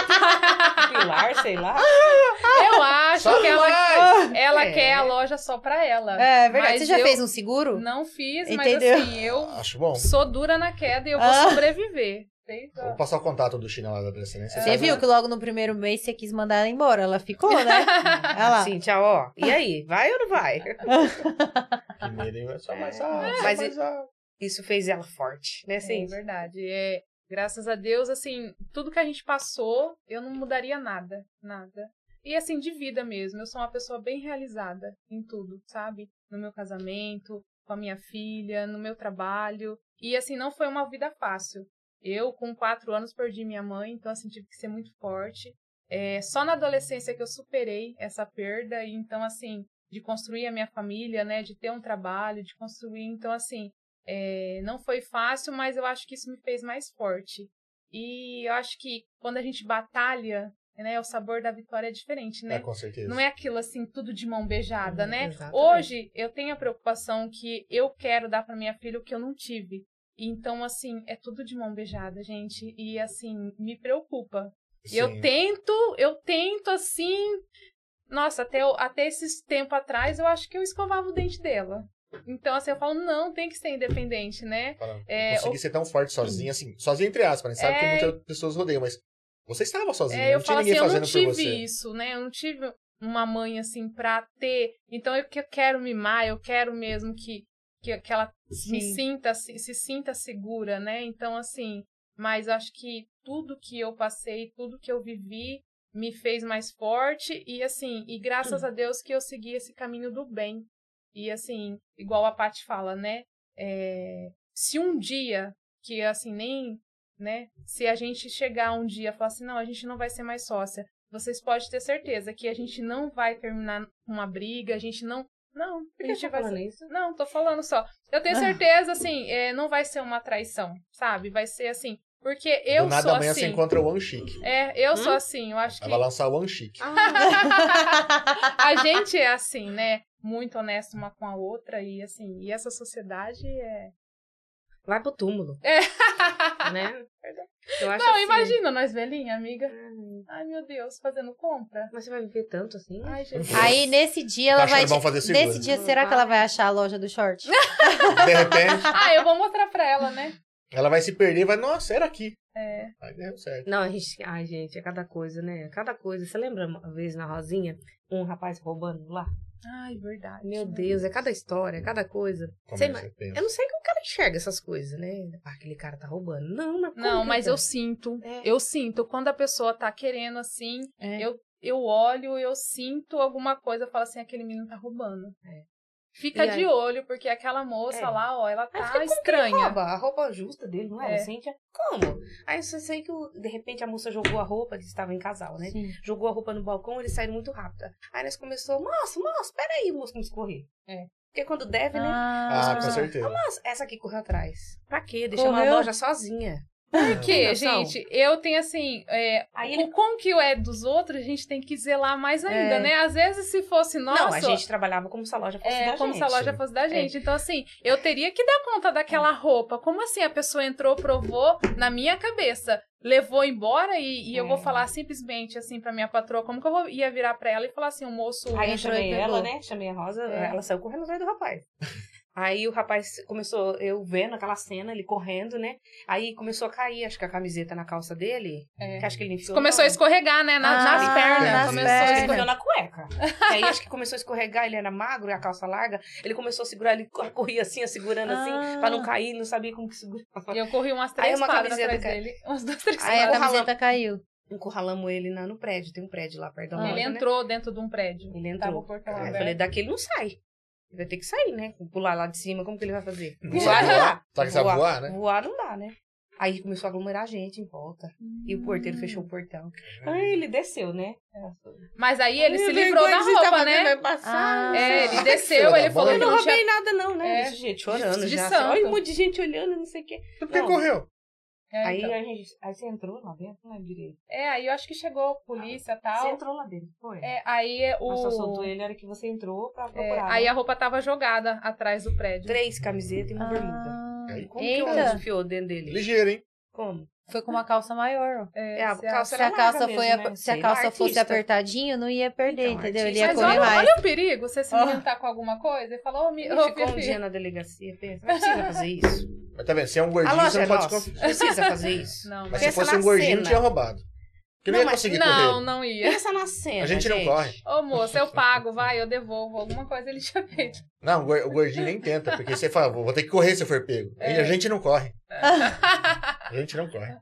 [SPEAKER 5] Pilar, sei lá.
[SPEAKER 4] Eu acho
[SPEAKER 2] Só
[SPEAKER 4] que ela,
[SPEAKER 2] mais!
[SPEAKER 4] ela
[SPEAKER 5] É.
[SPEAKER 4] quer a loja só pra ela.
[SPEAKER 1] É verdade.
[SPEAKER 4] Mas
[SPEAKER 1] Você já
[SPEAKER 4] eu-
[SPEAKER 1] fez um seguro?
[SPEAKER 4] Não fiz,
[SPEAKER 1] Entendeu?
[SPEAKER 4] mas assim, eu
[SPEAKER 2] Acho bom.
[SPEAKER 4] sou dura na queda e eu vou
[SPEAKER 1] Ah.
[SPEAKER 4] sobreviver. Fez a-
[SPEAKER 2] Vou passar o contato do chinelada dessa, né?
[SPEAKER 1] Você viu que logo no primeiro mês você quis mandar ela embora. Ela ficou, né? Olha lá.
[SPEAKER 5] Cíntia, Assim, ó. E aí, vai ou não vai?
[SPEAKER 2] Primeiro, só mais
[SPEAKER 5] É.
[SPEAKER 2] a... só
[SPEAKER 5] Mas
[SPEAKER 2] mais
[SPEAKER 5] e-
[SPEAKER 2] a-
[SPEAKER 5] Isso fez ela forte, né,
[SPEAKER 4] Sim, é
[SPEAKER 5] Cíntia?
[SPEAKER 4] verdade. É, graças a Deus, assim, tudo que a gente passou, eu não mudaria nada, nada. E assim, de vida mesmo, eu sou uma pessoa bem realizada em tudo, sabe? No meu casamento, com a minha filha, no meu trabalho. E assim, não foi uma vida fácil. Eu, com quatro anos, perdi minha mãe, então assim, tive que ser muito forte. É, só na adolescência que eu superei essa perda, e então assim, de construir a minha família, né? De ter um trabalho, de construir. Então assim, é, não foi fácil, mas eu acho que isso me fez mais forte. E eu acho que quando a gente batalha, né, o sabor da vitória é diferente,
[SPEAKER 2] É,
[SPEAKER 4] né?
[SPEAKER 2] com certeza.
[SPEAKER 4] Não é aquilo assim, tudo de mão beijada,
[SPEAKER 5] Hum,
[SPEAKER 4] né?
[SPEAKER 5] exatamente.
[SPEAKER 4] Hoje eu tenho a preocupação que eu quero dar para minha filha o que eu não tive. Então, assim, é tudo de mão beijada, gente. E assim, me preocupa. E Eu
[SPEAKER 2] Sim.
[SPEAKER 4] tento, eu tento assim. Nossa, até, eu- até esses tempo atrás eu acho que eu escovava o dente dela. Então, assim, eu falo, não, tem que ser independente, né?
[SPEAKER 2] Fala,
[SPEAKER 4] É,
[SPEAKER 2] eu consegui ser tão forte sozinha, assim, sozinha entre aspas, né? Sabe que
[SPEAKER 4] É.
[SPEAKER 2] muitas pessoas rodeiam, mas você estava sozinha,
[SPEAKER 4] É, eu
[SPEAKER 2] não tinha
[SPEAKER 4] falo assim,
[SPEAKER 2] ninguém
[SPEAKER 4] eu não
[SPEAKER 2] fazendo por
[SPEAKER 4] tive
[SPEAKER 2] você.
[SPEAKER 4] isso, né? Eu não tive uma mãe assim pra ter. Então eu que- quero mimar, eu quero mesmo que, que, que ela me
[SPEAKER 1] Sim.
[SPEAKER 4] sinta, se, se sinta segura, né? Então, assim, mas acho que tudo que eu passei, tudo que eu vivi me fez mais forte e assim, e graças a Deus que eu segui esse caminho do bem. E assim, igual a Paty fala, né? É, se um dia que assim nem né? Se a gente chegar um dia e falar assim, não, a gente não vai ser mais sócia, vocês podem ter certeza que a gente não vai terminar com uma briga, a gente não. Não,
[SPEAKER 5] Por
[SPEAKER 4] a
[SPEAKER 5] que eu
[SPEAKER 4] gente
[SPEAKER 5] tô
[SPEAKER 4] vai
[SPEAKER 5] falando
[SPEAKER 4] ser.
[SPEAKER 5] isso? Ah.
[SPEAKER 4] Não, tô falando só. Eu tenho certeza, assim, é, não vai ser uma traição, sabe? Vai ser assim. Porque eu
[SPEAKER 2] Do nada
[SPEAKER 4] sou
[SPEAKER 2] amanhã
[SPEAKER 4] assim.
[SPEAKER 2] você encontra o One Chic.
[SPEAKER 4] É, eu sou assim, eu acho que.
[SPEAKER 2] Ela vai lançar o One
[SPEAKER 5] Ah,
[SPEAKER 2] Chic.
[SPEAKER 4] A gente é assim, né? Muito honesta uma com a outra e assim, e essa sociedade é.
[SPEAKER 5] Vai pro túmulo. Né? Eu acho
[SPEAKER 4] Não,
[SPEAKER 5] assim, né?
[SPEAKER 4] imagina nós velhinha, amiga. Ai, meu Deus, fazendo compra.
[SPEAKER 5] Mas você vai viver tanto assim?
[SPEAKER 4] Ai, Jesus.
[SPEAKER 1] Aí nesse dia ela
[SPEAKER 2] Tá achando
[SPEAKER 1] vai.
[SPEAKER 2] bom fazer seguro.
[SPEAKER 1] Nesse dia, será que ela vai achar a loja do short?
[SPEAKER 2] De repente,
[SPEAKER 4] Ah, eu vou mostrar pra ela, né?
[SPEAKER 2] ela vai se perder e vai, nossa, era aqui.
[SPEAKER 4] É.
[SPEAKER 2] Aí deu certo.
[SPEAKER 5] Não, a gente. Ai, gente, é cada coisa, né? Cada coisa. Você lembra uma vez na Rosinha? Um rapaz roubando lá?
[SPEAKER 4] Ai, verdade.
[SPEAKER 5] Meu Deus, é cada história, é cada coisa.
[SPEAKER 2] Como
[SPEAKER 5] Sei
[SPEAKER 2] você pensa.
[SPEAKER 5] Eu não sei que o cara enxerga essas coisas, né? Ah, aquele cara tá roubando. Não, mas. como
[SPEAKER 4] Não,
[SPEAKER 5] que
[SPEAKER 4] mas
[SPEAKER 5] tá?
[SPEAKER 4] eu sinto.
[SPEAKER 5] É.
[SPEAKER 4] Eu sinto. Quando a pessoa tá querendo assim,
[SPEAKER 1] É.
[SPEAKER 4] eu, eu olho, eu sinto alguma coisa, eu falo assim, aquele menino tá roubando.
[SPEAKER 5] É.
[SPEAKER 4] Fica
[SPEAKER 5] E aí?
[SPEAKER 4] de olho, porque aquela moça
[SPEAKER 5] É.
[SPEAKER 4] lá, ó, ela
[SPEAKER 5] Aí
[SPEAKER 4] tá
[SPEAKER 5] fica como que ele
[SPEAKER 4] estranha.
[SPEAKER 5] rouba? A roupa justa dele, não era,
[SPEAKER 4] É.
[SPEAKER 5] Cíntia? Como? Aí você sei que, o- de repente, a moça jogou a roupa, eles estavam em casal, né?
[SPEAKER 1] Sim.
[SPEAKER 5] Jogou a roupa no balcão, eles saíram muito rápido. Aí nós começou, moço, moço, peraí, moço, vamos correr.
[SPEAKER 4] É.
[SPEAKER 5] Porque quando deve, né?
[SPEAKER 2] Ah,
[SPEAKER 1] Ah,
[SPEAKER 2] com certeza.
[SPEAKER 5] Nossa, essa aqui correu atrás. Pra quê? Deixou uma
[SPEAKER 1] Correu?
[SPEAKER 5] loja sozinha.
[SPEAKER 2] Ah,
[SPEAKER 4] Por quê,
[SPEAKER 5] noção.
[SPEAKER 4] gente? Eu tenho assim. é,
[SPEAKER 5] Aí
[SPEAKER 4] o quão que é dos outros, a gente tem que zelar mais ainda,
[SPEAKER 5] É.
[SPEAKER 4] né? Às vezes, se fosse nosso.
[SPEAKER 5] Não, a gente trabalhava como se a loja fosse
[SPEAKER 4] É,
[SPEAKER 5] da
[SPEAKER 4] como
[SPEAKER 5] gente. É.
[SPEAKER 4] se a loja fosse da gente. Então, assim, eu teria que dar conta daquela roupa. Como assim? A pessoa entrou, provou na minha cabeça, levou embora e, e eu
[SPEAKER 5] É.
[SPEAKER 4] vou falar simplesmente assim pra minha patroa, como que eu vou, ia virar pra ela e falar assim, o moço.
[SPEAKER 5] Aí
[SPEAKER 1] Entrou
[SPEAKER 5] eu
[SPEAKER 1] e
[SPEAKER 5] chamei
[SPEAKER 1] pegou.
[SPEAKER 5] ela, né? Chamei a Rosa,
[SPEAKER 4] É.
[SPEAKER 5] ela saiu correndo atrás do rapaz. Aí o rapaz começou, eu vendo aquela cena, ele correndo, né? Aí começou a cair, acho que a camiseta na calça dele.
[SPEAKER 4] É.
[SPEAKER 5] Que acho que ele enfiou.
[SPEAKER 4] Começou a
[SPEAKER 5] na-
[SPEAKER 4] escorregar, né? na-
[SPEAKER 1] Ah,
[SPEAKER 4] nas pernas.
[SPEAKER 2] nas
[SPEAKER 4] começou a
[SPEAKER 1] pernas.
[SPEAKER 4] escorregar.
[SPEAKER 5] escorreu na cueca. E aí acho que começou a escorregar, ele era magro e a calça larga. Ele começou a segurar, ele cor- corria assim, ó, segurando assim,
[SPEAKER 1] Ah.
[SPEAKER 5] pra não cair, não sabia como que segurar.
[SPEAKER 4] E eu corri umas
[SPEAKER 5] Aí
[SPEAKER 4] três
[SPEAKER 5] uma
[SPEAKER 4] quadras
[SPEAKER 5] camiseta
[SPEAKER 4] atrás
[SPEAKER 5] cai.
[SPEAKER 4] dele. Umas duas, três
[SPEAKER 5] Aí
[SPEAKER 1] Aí a
[SPEAKER 4] quadras.
[SPEAKER 5] eu ralando.
[SPEAKER 1] camiseta caiu.
[SPEAKER 5] Encurralamos ele na, no prédio, tem um prédio lá perto da
[SPEAKER 1] Ah.
[SPEAKER 5] loja,
[SPEAKER 4] Ele
[SPEAKER 5] né?
[SPEAKER 4] entrou É. dentro de um prédio.
[SPEAKER 5] Ele
[SPEAKER 4] Tava
[SPEAKER 5] entrou.
[SPEAKER 4] o portão
[SPEAKER 5] Aí eu
[SPEAKER 4] aberto.
[SPEAKER 5] falei, daqui ele não sai. Ele vai ter que sair, né? Pular lá de cima, como que ele vai fazer?
[SPEAKER 2] Não sabe voar. Só que sabe
[SPEAKER 5] Voar.
[SPEAKER 2] voar, né?
[SPEAKER 5] Voar não dá, né? Aí começou a aglomerar gente em volta. E o porteiro fechou o portão. Aí ele desceu, né?
[SPEAKER 4] Mas aí ele
[SPEAKER 5] Ai,
[SPEAKER 4] se
[SPEAKER 5] vergonha
[SPEAKER 4] livrou da
[SPEAKER 5] que você tá
[SPEAKER 4] roupa,
[SPEAKER 5] fazendo,
[SPEAKER 4] né?
[SPEAKER 5] vai passar.
[SPEAKER 1] Ah.
[SPEAKER 4] É, ele
[SPEAKER 2] Filha
[SPEAKER 4] desceu,
[SPEAKER 2] da
[SPEAKER 4] ele falou
[SPEAKER 2] mãe.
[SPEAKER 4] que
[SPEAKER 5] Eu não
[SPEAKER 4] não
[SPEAKER 5] roubei
[SPEAKER 4] tinha
[SPEAKER 5] nada, não, né?
[SPEAKER 4] É.
[SPEAKER 5] Esse gente chorando.
[SPEAKER 4] De- de
[SPEAKER 5] já, assim,
[SPEAKER 4] santo.
[SPEAKER 5] Olha um monte de gente olhando, não sei o quê.
[SPEAKER 2] Por que
[SPEAKER 5] Não.
[SPEAKER 2] correu?
[SPEAKER 4] É,
[SPEAKER 5] Aí,
[SPEAKER 4] então.
[SPEAKER 5] a gente, aí você entrou lá dentro, não lembro direito.
[SPEAKER 4] É, aí eu acho que chegou a polícia e
[SPEAKER 5] Você
[SPEAKER 4] tal.
[SPEAKER 5] entrou lá dentro, foi?
[SPEAKER 4] É, aí é,
[SPEAKER 5] Mas só soltou
[SPEAKER 4] o.
[SPEAKER 5] ele na hora que você entrou pra
[SPEAKER 4] é,
[SPEAKER 5] procurar.
[SPEAKER 4] aí
[SPEAKER 5] né? Ah.
[SPEAKER 4] a roupa tava jogada atrás do prédio.
[SPEAKER 5] Três camisetas e uma bermuda.
[SPEAKER 1] Ah.
[SPEAKER 2] Aí,
[SPEAKER 5] Como que o
[SPEAKER 1] Eita.
[SPEAKER 5] anjo enfiou dentro dele?
[SPEAKER 2] Ligeiro, hein?
[SPEAKER 5] Como?
[SPEAKER 1] Foi com uma calça maior. ó.
[SPEAKER 4] É,
[SPEAKER 5] É, a
[SPEAKER 4] se a-
[SPEAKER 5] calça
[SPEAKER 1] Se
[SPEAKER 5] era
[SPEAKER 1] a calça,
[SPEAKER 5] larga
[SPEAKER 1] foi
[SPEAKER 5] mesmo,
[SPEAKER 1] a-
[SPEAKER 5] né?
[SPEAKER 1] se a
[SPEAKER 5] Sei.
[SPEAKER 1] calça fosse
[SPEAKER 5] Artista.
[SPEAKER 1] apertadinho, não ia perder,
[SPEAKER 5] Então,
[SPEAKER 1] entendeu? Ele
[SPEAKER 5] artista.
[SPEAKER 1] ia
[SPEAKER 4] Mas
[SPEAKER 1] correr
[SPEAKER 4] olha,
[SPEAKER 1] mais.
[SPEAKER 4] olha o perigo, você se
[SPEAKER 1] Ó.
[SPEAKER 4] inventar com alguma coisa e falar, ô, mi-
[SPEAKER 5] Ele
[SPEAKER 4] ô,
[SPEAKER 5] ficou um
[SPEAKER 4] Fifi.
[SPEAKER 5] dia na delegacia, pensa, não precisa fazer isso.
[SPEAKER 2] Mas tá vendo, se é um
[SPEAKER 5] A
[SPEAKER 2] gordinho, você
[SPEAKER 5] loja é
[SPEAKER 2] não pode
[SPEAKER 5] nossa,
[SPEAKER 2] desconfiar.
[SPEAKER 5] não precisa fazer isso.
[SPEAKER 4] Não,
[SPEAKER 2] Mas
[SPEAKER 4] mas...
[SPEAKER 2] se
[SPEAKER 5] Pensa
[SPEAKER 2] fosse um
[SPEAKER 5] na
[SPEAKER 2] gordinho,
[SPEAKER 5] cena.
[SPEAKER 2] tinha roubado. Que não,
[SPEAKER 5] Não,
[SPEAKER 2] ia
[SPEAKER 5] mas-
[SPEAKER 2] conseguir
[SPEAKER 4] não,
[SPEAKER 2] correr.
[SPEAKER 4] não ia.
[SPEAKER 5] Pensa na
[SPEAKER 4] É,
[SPEAKER 5] cena,
[SPEAKER 2] A gente não corre.
[SPEAKER 4] Ô, moço, eu pago, vai, eu devolvo. Alguma coisa ele tinha feito.
[SPEAKER 2] Não, o gor- o gordinho nem tenta, porque você fala, vou vou ter que correr se eu for pego.
[SPEAKER 4] É.
[SPEAKER 2] E A gente não corre. A gente não corre.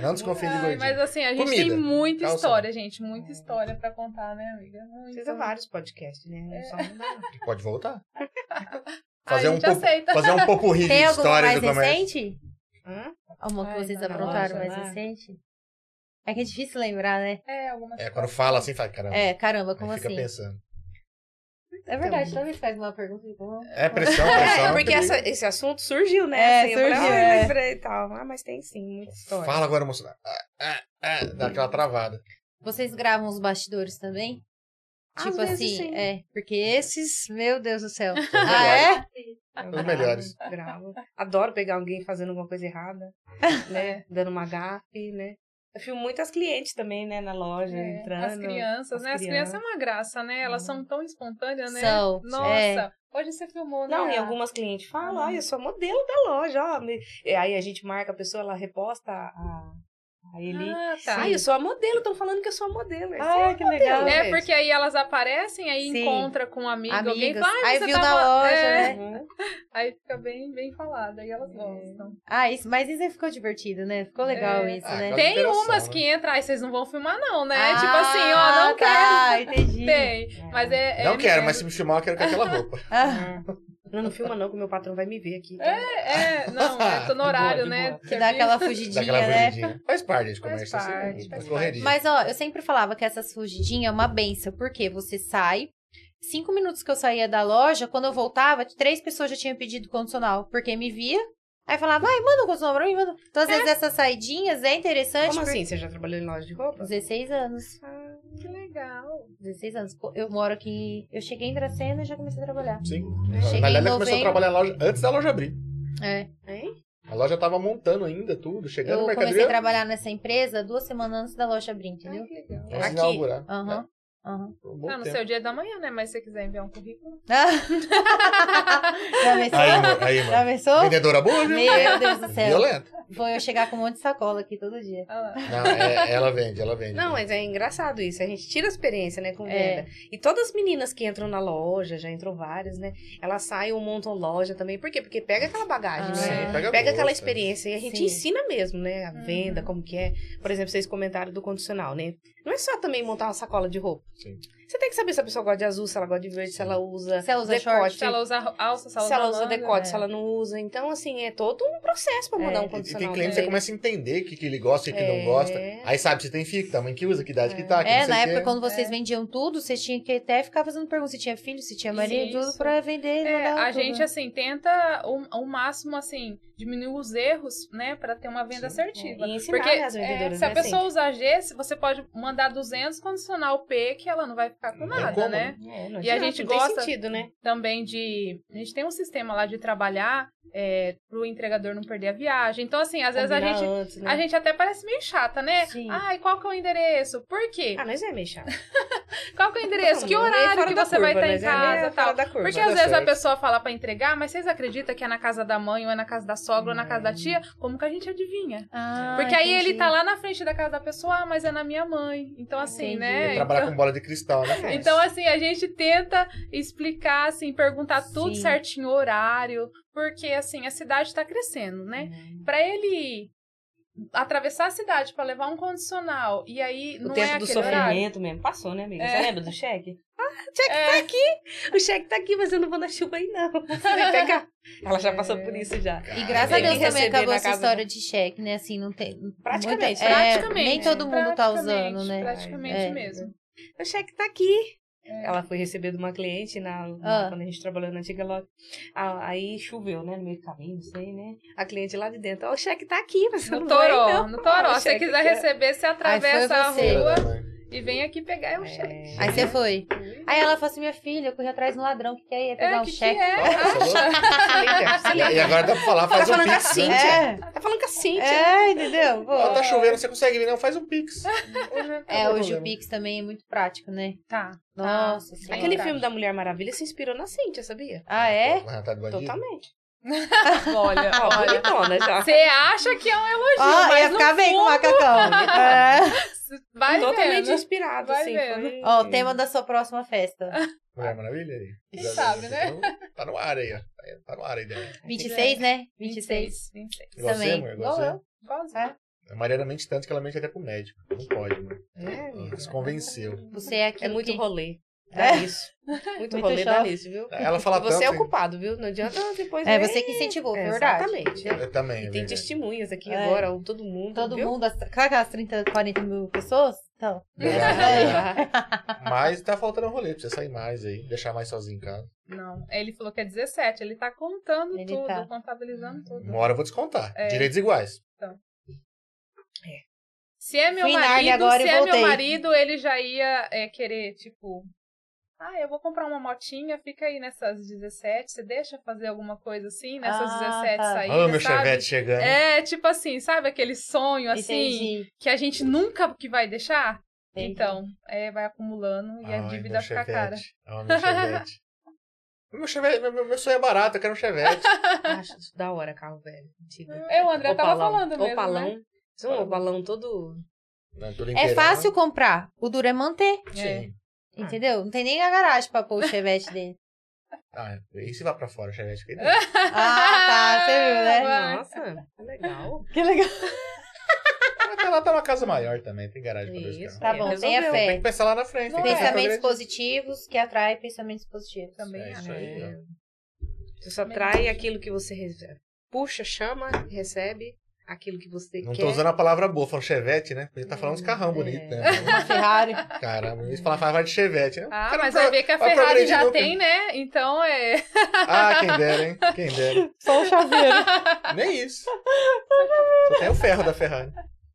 [SPEAKER 2] Não desconfie de
[SPEAKER 4] Ai,
[SPEAKER 2] gordinho.
[SPEAKER 4] mas assim, a gente
[SPEAKER 2] Comida.
[SPEAKER 4] tem muita
[SPEAKER 2] Calça.
[SPEAKER 4] história, gente. Muita história pra contar, né, amiga? Muito.
[SPEAKER 5] Precisa vários podcasts, né? Só não dá.
[SPEAKER 2] Pode voltar.
[SPEAKER 4] Ai,
[SPEAKER 2] Fazer
[SPEAKER 4] a
[SPEAKER 2] um,
[SPEAKER 4] gente
[SPEAKER 2] pouco,
[SPEAKER 4] aceita.
[SPEAKER 2] fazer um pouco rir de
[SPEAKER 1] Tem alguma
[SPEAKER 2] história
[SPEAKER 1] mais
[SPEAKER 2] do comércio.
[SPEAKER 1] recente?
[SPEAKER 5] Hã?
[SPEAKER 1] Alguma
[SPEAKER 4] Ai,
[SPEAKER 1] que vocês
[SPEAKER 4] na
[SPEAKER 1] aprontaram
[SPEAKER 4] loja
[SPEAKER 1] mais
[SPEAKER 5] lá.
[SPEAKER 1] recente? É que é difícil lembrar, né?
[SPEAKER 4] É, alguma
[SPEAKER 2] É, quando fala assim, fala, caramba.
[SPEAKER 1] É, caramba, como
[SPEAKER 2] Aí fica
[SPEAKER 1] assim?
[SPEAKER 2] pensando.
[SPEAKER 4] Então,
[SPEAKER 1] É verdade, toda vez que faz uma pergunta, então...
[SPEAKER 2] É pressão, pressão.
[SPEAKER 5] É, porque
[SPEAKER 2] perigo.
[SPEAKER 5] essa- esse assunto surgiu, né?
[SPEAKER 1] É,
[SPEAKER 5] Assim, eu falei,
[SPEAKER 1] surgiu,
[SPEAKER 5] "Ah, eu
[SPEAKER 1] é.
[SPEAKER 5] lembrei e tal. Ah, mas tem sim, muita história.
[SPEAKER 2] Fala agora, moço. Ah, ah, ah, dá aquela travada.
[SPEAKER 1] Vocês gravam os bastidores também?
[SPEAKER 5] Às
[SPEAKER 1] tipo
[SPEAKER 5] vezes,
[SPEAKER 1] assim,
[SPEAKER 5] sim.
[SPEAKER 1] é. Porque esses, meu Deus do céu.
[SPEAKER 2] melhores.
[SPEAKER 1] ah, é?
[SPEAKER 5] Eu
[SPEAKER 2] Os melhores.
[SPEAKER 5] Gravo. Adoro pegar alguém fazendo alguma coisa errada, né? Dando uma gafe, né? Eu filmo muitas clientes também, né? Na loja,
[SPEAKER 4] É,
[SPEAKER 5] entrando.
[SPEAKER 4] As crianças,
[SPEAKER 5] as
[SPEAKER 4] né? As crianças é uma graça, né? Elas
[SPEAKER 5] É.
[SPEAKER 4] são tão espontâneas, né?
[SPEAKER 1] São,
[SPEAKER 4] Nossa,
[SPEAKER 1] é.
[SPEAKER 4] hoje você filmou, né? Uhum.
[SPEAKER 5] Não, e
[SPEAKER 4] Ah,
[SPEAKER 5] algumas clientes falam, ai, eu sou modelo da loja, ó. me- E Aí a gente marca a pessoa, ela reposta a, a Eli.
[SPEAKER 4] Ah, tá.
[SPEAKER 5] Ai, eu sou a modelo, estão falando que eu sou a modelo. Você
[SPEAKER 1] Ai,
[SPEAKER 5] é a
[SPEAKER 1] que
[SPEAKER 5] modelo,
[SPEAKER 1] legal.
[SPEAKER 4] É,
[SPEAKER 5] gente.
[SPEAKER 4] porque aí elas aparecem, aí
[SPEAKER 1] Sim.
[SPEAKER 4] encontra com um amigo, alguém
[SPEAKER 1] Amigas.
[SPEAKER 4] fala, ah,
[SPEAKER 1] Aí
[SPEAKER 4] você
[SPEAKER 1] viu na
[SPEAKER 4] tava-
[SPEAKER 1] loja,
[SPEAKER 4] é.
[SPEAKER 1] né?
[SPEAKER 5] Uhum.
[SPEAKER 4] Aí fica bem, bem falado, aí
[SPEAKER 5] É.
[SPEAKER 4] elas gostam.
[SPEAKER 1] Ah, isso, mas isso aí ficou divertido, né? Ficou legal
[SPEAKER 4] É.
[SPEAKER 1] isso,
[SPEAKER 2] Ah,
[SPEAKER 1] né?
[SPEAKER 2] Faz
[SPEAKER 4] Tem
[SPEAKER 2] interação,
[SPEAKER 4] umas
[SPEAKER 2] né?
[SPEAKER 4] que entram, ai, vocês não vão filmar não, né?
[SPEAKER 1] Ah,
[SPEAKER 4] tipo assim, ó, não
[SPEAKER 1] tá, entendi.
[SPEAKER 4] quero. Tem,
[SPEAKER 5] É.
[SPEAKER 4] mas é... é
[SPEAKER 2] não quero,
[SPEAKER 4] mesmo.
[SPEAKER 2] mas se me filmar, eu quero com aquela roupa.
[SPEAKER 1] Ah,
[SPEAKER 5] Uhum. Não, não filma não, que o meu patrão vai me ver aqui.
[SPEAKER 4] É, é, não, é, tô no
[SPEAKER 2] De boa,
[SPEAKER 4] horário,
[SPEAKER 2] de
[SPEAKER 4] né?
[SPEAKER 2] boa.
[SPEAKER 1] que
[SPEAKER 4] Você
[SPEAKER 1] dá
[SPEAKER 4] viu?
[SPEAKER 1] aquela
[SPEAKER 2] Dá
[SPEAKER 1] fugidinha,
[SPEAKER 2] aquela
[SPEAKER 1] né?
[SPEAKER 2] fugidinha. Faz parte de
[SPEAKER 4] Faz
[SPEAKER 2] comércio, assim,
[SPEAKER 4] parte,
[SPEAKER 2] né?
[SPEAKER 4] faz
[SPEAKER 2] correria.
[SPEAKER 1] Mas, ó, eu sempre falava que essas fugidinhas é uma benção, porque você sai. Cinco minutos que eu saía da loja, quando eu voltava, três pessoas já tinham pedido condicional, porque me via. Aí falava, ai, manda o condicional pra mim, manda. Então, às vezes, essas saidinhas é interessante.
[SPEAKER 5] Como
[SPEAKER 1] porque-
[SPEAKER 5] assim? Você já trabalhou em loja de roupa?
[SPEAKER 1] 16 anos.
[SPEAKER 4] Que legal.
[SPEAKER 1] 16 anos. Pô, Eu moro aqui. Eu cheguei em Dracena e já comecei a trabalhar.
[SPEAKER 2] Sim.
[SPEAKER 1] Cheguei
[SPEAKER 2] Na
[SPEAKER 1] É. em
[SPEAKER 2] verdade, ela começou a
[SPEAKER 1] novembro.
[SPEAKER 2] trabalhar a loja antes da loja abrir.
[SPEAKER 1] É.
[SPEAKER 4] então
[SPEAKER 5] Hein?
[SPEAKER 2] A loja tava montando ainda tudo, chegando
[SPEAKER 1] Eu
[SPEAKER 2] no mercadoria.
[SPEAKER 1] comecei a trabalhar nessa empresa duas semanas antes da loja abrir, entendeu?
[SPEAKER 4] Ai, que legal.
[SPEAKER 2] antes de
[SPEAKER 5] aqui.
[SPEAKER 2] inaugurar.
[SPEAKER 1] Aham.
[SPEAKER 2] né?
[SPEAKER 1] Aham.
[SPEAKER 2] Foi um bom
[SPEAKER 4] Ah, no
[SPEAKER 2] tempo.
[SPEAKER 4] seu dia da manhã, né? Mas se você quiser enviar um currículo.
[SPEAKER 1] Já pensou?
[SPEAKER 2] Aí, mano, aí,
[SPEAKER 1] Já
[SPEAKER 2] mano.
[SPEAKER 1] pensou?
[SPEAKER 2] Vendedora boa, viu?
[SPEAKER 1] Meu Deus do céu.
[SPEAKER 2] Violenta.
[SPEAKER 1] Vou eu chegar com um monte de sacola aqui todo dia.
[SPEAKER 4] Olha lá.
[SPEAKER 2] Não, é- ela vende, ela vende.
[SPEAKER 5] Não, mas é engraçado isso. A gente tira a experiência, né, com
[SPEAKER 1] É.
[SPEAKER 5] venda. E todas as meninas que entram na loja, já entrou várias, né? Elas saem ou montam loja também. Por quê? Porque pega aquela bagagem,
[SPEAKER 1] Ah.
[SPEAKER 2] Sim,
[SPEAKER 5] né?
[SPEAKER 1] é.
[SPEAKER 2] pega,
[SPEAKER 5] Pega
[SPEAKER 2] gosto.
[SPEAKER 5] aquela experiência e a gente
[SPEAKER 1] Sim.
[SPEAKER 5] ensina mesmo, né? A
[SPEAKER 4] Uhum.
[SPEAKER 5] venda, como que é. Por exemplo, vocês comentaram do condicional, né? Não é só também montar uma sacola de roupa.
[SPEAKER 2] Sim.
[SPEAKER 5] Você tem que saber se a pessoa gosta de azul, se ela gosta de verde, se ela usa.
[SPEAKER 1] Se ela usa
[SPEAKER 5] decote,
[SPEAKER 1] short,
[SPEAKER 4] Se ela usa alça, se ela
[SPEAKER 5] se
[SPEAKER 4] usa,
[SPEAKER 5] ela usa
[SPEAKER 4] manga,
[SPEAKER 5] decote,
[SPEAKER 1] é.
[SPEAKER 5] se ela não usa. Então, assim, é todo um processo pra mudar
[SPEAKER 1] É.
[SPEAKER 5] um
[SPEAKER 1] E-
[SPEAKER 2] E tem
[SPEAKER 5] condicional.
[SPEAKER 2] cliente que você
[SPEAKER 5] dele.
[SPEAKER 2] começa a entender o que, que ele gosta e o que
[SPEAKER 5] É.
[SPEAKER 2] não gosta. Aí sabe se tem filho, que tamanho que usa, que idade que tá. Que
[SPEAKER 1] É,
[SPEAKER 2] não sei
[SPEAKER 1] na
[SPEAKER 2] o
[SPEAKER 1] época,
[SPEAKER 2] quê.
[SPEAKER 1] quando vocês
[SPEAKER 4] É.
[SPEAKER 1] vendiam tudo, vocês tinham que até ficar fazendo perguntas se tinha filho, se tinha marido,
[SPEAKER 4] Isso.
[SPEAKER 1] tudo pra vender.
[SPEAKER 4] É,
[SPEAKER 1] mandar
[SPEAKER 4] a
[SPEAKER 1] tudo.
[SPEAKER 4] gente, assim, tenta o, ao máximo, assim, diminuir os erros, né? Pra ter uma venda
[SPEAKER 2] é.
[SPEAKER 4] assertiva.
[SPEAKER 5] E ensinar
[SPEAKER 4] Porque
[SPEAKER 5] né, as
[SPEAKER 4] é,
[SPEAKER 5] vendedoras,
[SPEAKER 4] se a
[SPEAKER 5] né,
[SPEAKER 4] pessoa usar G, se você pode mandar 200 condicional P, que ela não vai ficar com
[SPEAKER 2] Não tem
[SPEAKER 4] nada,
[SPEAKER 2] como,
[SPEAKER 4] né?
[SPEAKER 2] né?
[SPEAKER 5] sempre. É, não
[SPEAKER 4] e a
[SPEAKER 5] adianta,
[SPEAKER 4] gente
[SPEAKER 5] não tem
[SPEAKER 4] gosta-
[SPEAKER 5] sentido, né?
[SPEAKER 4] também de. A gente tem um sistema lá de trabalhar é, pro entregador não perder a viagem. Então, assim, às vezes a
[SPEAKER 5] Combinar
[SPEAKER 4] gente.
[SPEAKER 5] antes, né?
[SPEAKER 4] A gente até parece meio chata, né?
[SPEAKER 1] Sim.
[SPEAKER 4] Ai, qual que é o endereço? Por quê?
[SPEAKER 5] Ah, nós é meio chato.
[SPEAKER 4] Qual que é o endereço? Que
[SPEAKER 5] Todo mundo. É
[SPEAKER 4] horário
[SPEAKER 5] fora
[SPEAKER 4] que
[SPEAKER 5] da
[SPEAKER 4] você vai
[SPEAKER 5] curva,
[SPEAKER 4] estar em
[SPEAKER 5] nós é
[SPEAKER 4] casa e
[SPEAKER 5] meio fora
[SPEAKER 4] tal?
[SPEAKER 5] da curva. né?
[SPEAKER 2] Vai
[SPEAKER 4] Porque às
[SPEAKER 2] dar
[SPEAKER 4] vezes a
[SPEAKER 2] certo.
[SPEAKER 4] pessoa fala pra entregar, mas vocês acreditam que é na casa da mãe, ou é na casa da sogra, ou é na casa da tia? Como que a gente adivinha?
[SPEAKER 1] Ah,
[SPEAKER 4] Porque aí ele
[SPEAKER 1] entendi.
[SPEAKER 4] tá lá na frente da casa da pessoa, ah, mas é na minha mãe. Então, assim,
[SPEAKER 1] Entendi.
[SPEAKER 4] né?
[SPEAKER 2] É trabalhar com bola de cristal, né?
[SPEAKER 5] É.
[SPEAKER 4] Então, assim, a gente tenta explicar, assim, perguntar tudo
[SPEAKER 1] Sim.
[SPEAKER 4] certinho, horário, porque, assim, a cidade está crescendo, né? Pra ele atravessar a cidade pra levar um condicional, e aí
[SPEAKER 5] O
[SPEAKER 4] não
[SPEAKER 5] tempo
[SPEAKER 4] é
[SPEAKER 5] do
[SPEAKER 4] aquele
[SPEAKER 5] sofrimento
[SPEAKER 4] horário.
[SPEAKER 5] mesmo. Passou, né, amiga?
[SPEAKER 4] É.
[SPEAKER 5] Você lembra do cheque? Ah, o cheque tá aqui! O cheque tá aqui, mas eu não vou na chuva aí, não. Você vem pegar. Ela já passou
[SPEAKER 4] É.
[SPEAKER 5] por isso já.
[SPEAKER 1] E graças a
[SPEAKER 2] Ah,
[SPEAKER 5] Tem que
[SPEAKER 1] Deus também
[SPEAKER 5] receber
[SPEAKER 1] acabou
[SPEAKER 5] na
[SPEAKER 1] essa
[SPEAKER 5] casa-
[SPEAKER 1] história de cheque, né? Assim, não tem.
[SPEAKER 5] Praticamente,
[SPEAKER 1] muita- é,
[SPEAKER 4] praticamente.
[SPEAKER 1] nem todo mundo tá usando, né?
[SPEAKER 4] Praticamente
[SPEAKER 1] É.
[SPEAKER 4] mesmo.
[SPEAKER 5] O cheque tá aqui.
[SPEAKER 4] É.
[SPEAKER 5] Ela foi receber de uma cliente na, na-
[SPEAKER 1] Ah.
[SPEAKER 5] quando a gente trabalhou na antiga loja. Ah, aí choveu, né? No meio do caminho, não sei, né? A cliente lá de dentro, ó, o cheque tá aqui, mas eu
[SPEAKER 4] No
[SPEAKER 5] não vai,
[SPEAKER 4] Toró,
[SPEAKER 1] então.
[SPEAKER 5] não.
[SPEAKER 4] no Toró.
[SPEAKER 5] Ah, o
[SPEAKER 4] Se você
[SPEAKER 5] cheque
[SPEAKER 4] quiser
[SPEAKER 5] aqui, ó.
[SPEAKER 4] receber, você atravessa a
[SPEAKER 1] é-
[SPEAKER 2] é
[SPEAKER 1] você.
[SPEAKER 4] rua e vem aqui pegar o cheque.
[SPEAKER 5] É.
[SPEAKER 1] Aí você foi. Aí ela falou assim: minha filha, eu corri atrás do ladrão, que quer pegar
[SPEAKER 4] É,
[SPEAKER 1] um
[SPEAKER 4] que que
[SPEAKER 1] cheque.
[SPEAKER 4] é?
[SPEAKER 5] tá é
[SPEAKER 2] E e agora dá pra falar, faz um
[SPEAKER 5] falando com a
[SPEAKER 2] pix, né?
[SPEAKER 5] Cintia.
[SPEAKER 1] É,
[SPEAKER 5] Tá falando com a Cintia.
[SPEAKER 1] é, entendeu? Pô.
[SPEAKER 2] Ó, tá chovendo, você consegue vir, não? Faz um pix.
[SPEAKER 1] É, hoje o
[SPEAKER 2] pix.
[SPEAKER 1] Pix também é muito prático, né?
[SPEAKER 4] Tá.
[SPEAKER 1] Nossa Senhora.
[SPEAKER 5] Aquele filme da Mulher Maravilha se inspirou na Cintia, sabia?
[SPEAKER 1] Ah, é?
[SPEAKER 2] tá
[SPEAKER 5] Totalmente.
[SPEAKER 4] Ah, Olha,
[SPEAKER 5] Ó,
[SPEAKER 4] olha.
[SPEAKER 5] bonitona já.
[SPEAKER 4] Você acha que é um elogio,
[SPEAKER 1] Ó,
[SPEAKER 4] mas
[SPEAKER 1] ia
[SPEAKER 4] no
[SPEAKER 1] ficar bem com o macacão. É.
[SPEAKER 4] fundo, vai
[SPEAKER 5] Totalmente
[SPEAKER 4] vendo.
[SPEAKER 5] inspirado,
[SPEAKER 4] Vai
[SPEAKER 5] assim.
[SPEAKER 4] vendo.
[SPEAKER 5] foi-
[SPEAKER 1] Ó, o tema da sua próxima festa.
[SPEAKER 2] Mulher é Maravilha aí.
[SPEAKER 4] Quem
[SPEAKER 2] Já-
[SPEAKER 4] sabe, né?
[SPEAKER 2] então, Tá no ar aí, ó. Tá- Tá no ar aí, né?
[SPEAKER 1] 26, né? 26.
[SPEAKER 4] 26. 26.
[SPEAKER 2] Igual
[SPEAKER 1] Também.
[SPEAKER 2] você, amor? Igual
[SPEAKER 4] Igual
[SPEAKER 2] você?
[SPEAKER 4] eu. Igualzinho.
[SPEAKER 1] É.
[SPEAKER 2] A Mariana mente tanto que ela mente até pro médico. Não pode, mano.
[SPEAKER 5] É, amiga.
[SPEAKER 2] Ela Se convenceu.
[SPEAKER 1] Você é aquilo
[SPEAKER 5] É muito
[SPEAKER 1] que...
[SPEAKER 5] rolê. Dá
[SPEAKER 1] É.
[SPEAKER 5] nisso. Muito
[SPEAKER 1] Muito
[SPEAKER 5] rolê, dá
[SPEAKER 1] chove.
[SPEAKER 5] nisso, viu?
[SPEAKER 2] Ela fala
[SPEAKER 5] E você é
[SPEAKER 2] tanto.
[SPEAKER 5] o culpado, viu? Não adianta depois...
[SPEAKER 1] É,
[SPEAKER 5] nem-
[SPEAKER 1] você que incentivou,
[SPEAKER 5] É,
[SPEAKER 1] é, verdade.
[SPEAKER 5] Exatamente.
[SPEAKER 2] Eu também.
[SPEAKER 5] E
[SPEAKER 2] é
[SPEAKER 5] tem
[SPEAKER 2] verdade.
[SPEAKER 5] testemunhas aqui
[SPEAKER 1] É.
[SPEAKER 5] agora, ou todo mundo,
[SPEAKER 1] Todo
[SPEAKER 5] viu?
[SPEAKER 1] mundo, as- sabe aquelas 30, 40 mil pessoas? Então,
[SPEAKER 4] né?
[SPEAKER 2] Verdade, é. Mas tá faltando um rolê pra você sair mais aí. Deixar mais sozinho em casa.
[SPEAKER 4] Não, ele falou que é 17. Ele tá contando
[SPEAKER 1] Ele
[SPEAKER 4] tudo,
[SPEAKER 1] tá.
[SPEAKER 4] contabilizando tudo.
[SPEAKER 2] Uma hora eu vou descontar.
[SPEAKER 4] É.
[SPEAKER 2] Direitos iguais.
[SPEAKER 4] Se é meu
[SPEAKER 1] Fui na Arne
[SPEAKER 4] marido,
[SPEAKER 1] agora
[SPEAKER 4] se
[SPEAKER 1] e
[SPEAKER 4] é
[SPEAKER 1] voltei.
[SPEAKER 4] meu marido, ele já ia é, querer, tipo... Ah, eu vou comprar uma motinha, fica aí nessas 17. Você deixa fazer alguma coisa assim, nessas
[SPEAKER 1] Ah,
[SPEAKER 4] 17
[SPEAKER 1] tá.
[SPEAKER 2] Ô,
[SPEAKER 4] saídas,
[SPEAKER 2] meu
[SPEAKER 4] sabe?
[SPEAKER 2] chevette chegando.
[SPEAKER 4] É, tipo assim, sabe aquele sonho, assim,
[SPEAKER 1] entendi.
[SPEAKER 4] que a gente nunca que vai deixar?
[SPEAKER 1] Entendi.
[SPEAKER 4] Então, é, vai acumulando e a
[SPEAKER 2] Ai,
[SPEAKER 4] dívida
[SPEAKER 2] meu
[SPEAKER 4] fica cara.
[SPEAKER 2] Chevette. Ó, meu chevette. meu chevette. Meu, meu, meu sonho é barato, eu quero um chevette.
[SPEAKER 5] É. Acho isso da hora, carro velho. Antigo.
[SPEAKER 4] É, o André tava
[SPEAKER 5] Opalão.
[SPEAKER 4] falando mesmo,
[SPEAKER 5] Opalão.
[SPEAKER 4] né?
[SPEAKER 5] Isso é um balão todo...
[SPEAKER 2] Não, tudo
[SPEAKER 1] É
[SPEAKER 2] inteirão,
[SPEAKER 1] fácil comprar, o duro é manter,
[SPEAKER 2] né?
[SPEAKER 4] É.
[SPEAKER 2] Sim.
[SPEAKER 1] entendeu? Não tem nem a garagem pra pôr o chevette dele.
[SPEAKER 2] Ah, e se vai pra fora o chevette? Fica aí
[SPEAKER 1] Ah, tá, você viu, né?
[SPEAKER 4] Vai.
[SPEAKER 5] Nossa, que legal.
[SPEAKER 1] Que legal.
[SPEAKER 2] Mas tá lá tá uma casa maior também, tem garagem pra dois carros.
[SPEAKER 5] Isso,
[SPEAKER 2] É,
[SPEAKER 1] Tá bom,
[SPEAKER 5] resolveu.
[SPEAKER 1] tenha fé.
[SPEAKER 2] Tem que pensar lá na frente. tem que pensar pra
[SPEAKER 1] Pensamentos
[SPEAKER 2] frente.
[SPEAKER 1] positivos que atraem pensamentos positivos.
[SPEAKER 4] Também
[SPEAKER 2] É isso
[SPEAKER 4] acho.
[SPEAKER 2] aí, ó.
[SPEAKER 5] Você só trai aquilo que você recebe. puxa, chama, recebe aquilo que você
[SPEAKER 2] Não
[SPEAKER 5] quer.
[SPEAKER 2] tô usando a palavra boa, falando chevette, né? Podia tá falando uns carrão bonito, né?
[SPEAKER 1] Uma Ferrari.
[SPEAKER 2] Caramba, eles falam falar de chevette, né?
[SPEAKER 4] Ah,
[SPEAKER 2] Cara,
[SPEAKER 4] mas
[SPEAKER 2] pro-
[SPEAKER 4] vai ver que a
[SPEAKER 2] vai
[SPEAKER 4] Ferrari
[SPEAKER 2] progredir
[SPEAKER 4] já
[SPEAKER 2] nunca.
[SPEAKER 4] tem, né? Então é.
[SPEAKER 2] Ah, quem dera, hein? Quem dera.
[SPEAKER 1] Só um chaveiro.
[SPEAKER 2] Nem isso. Só tem o ferro da Ferrari.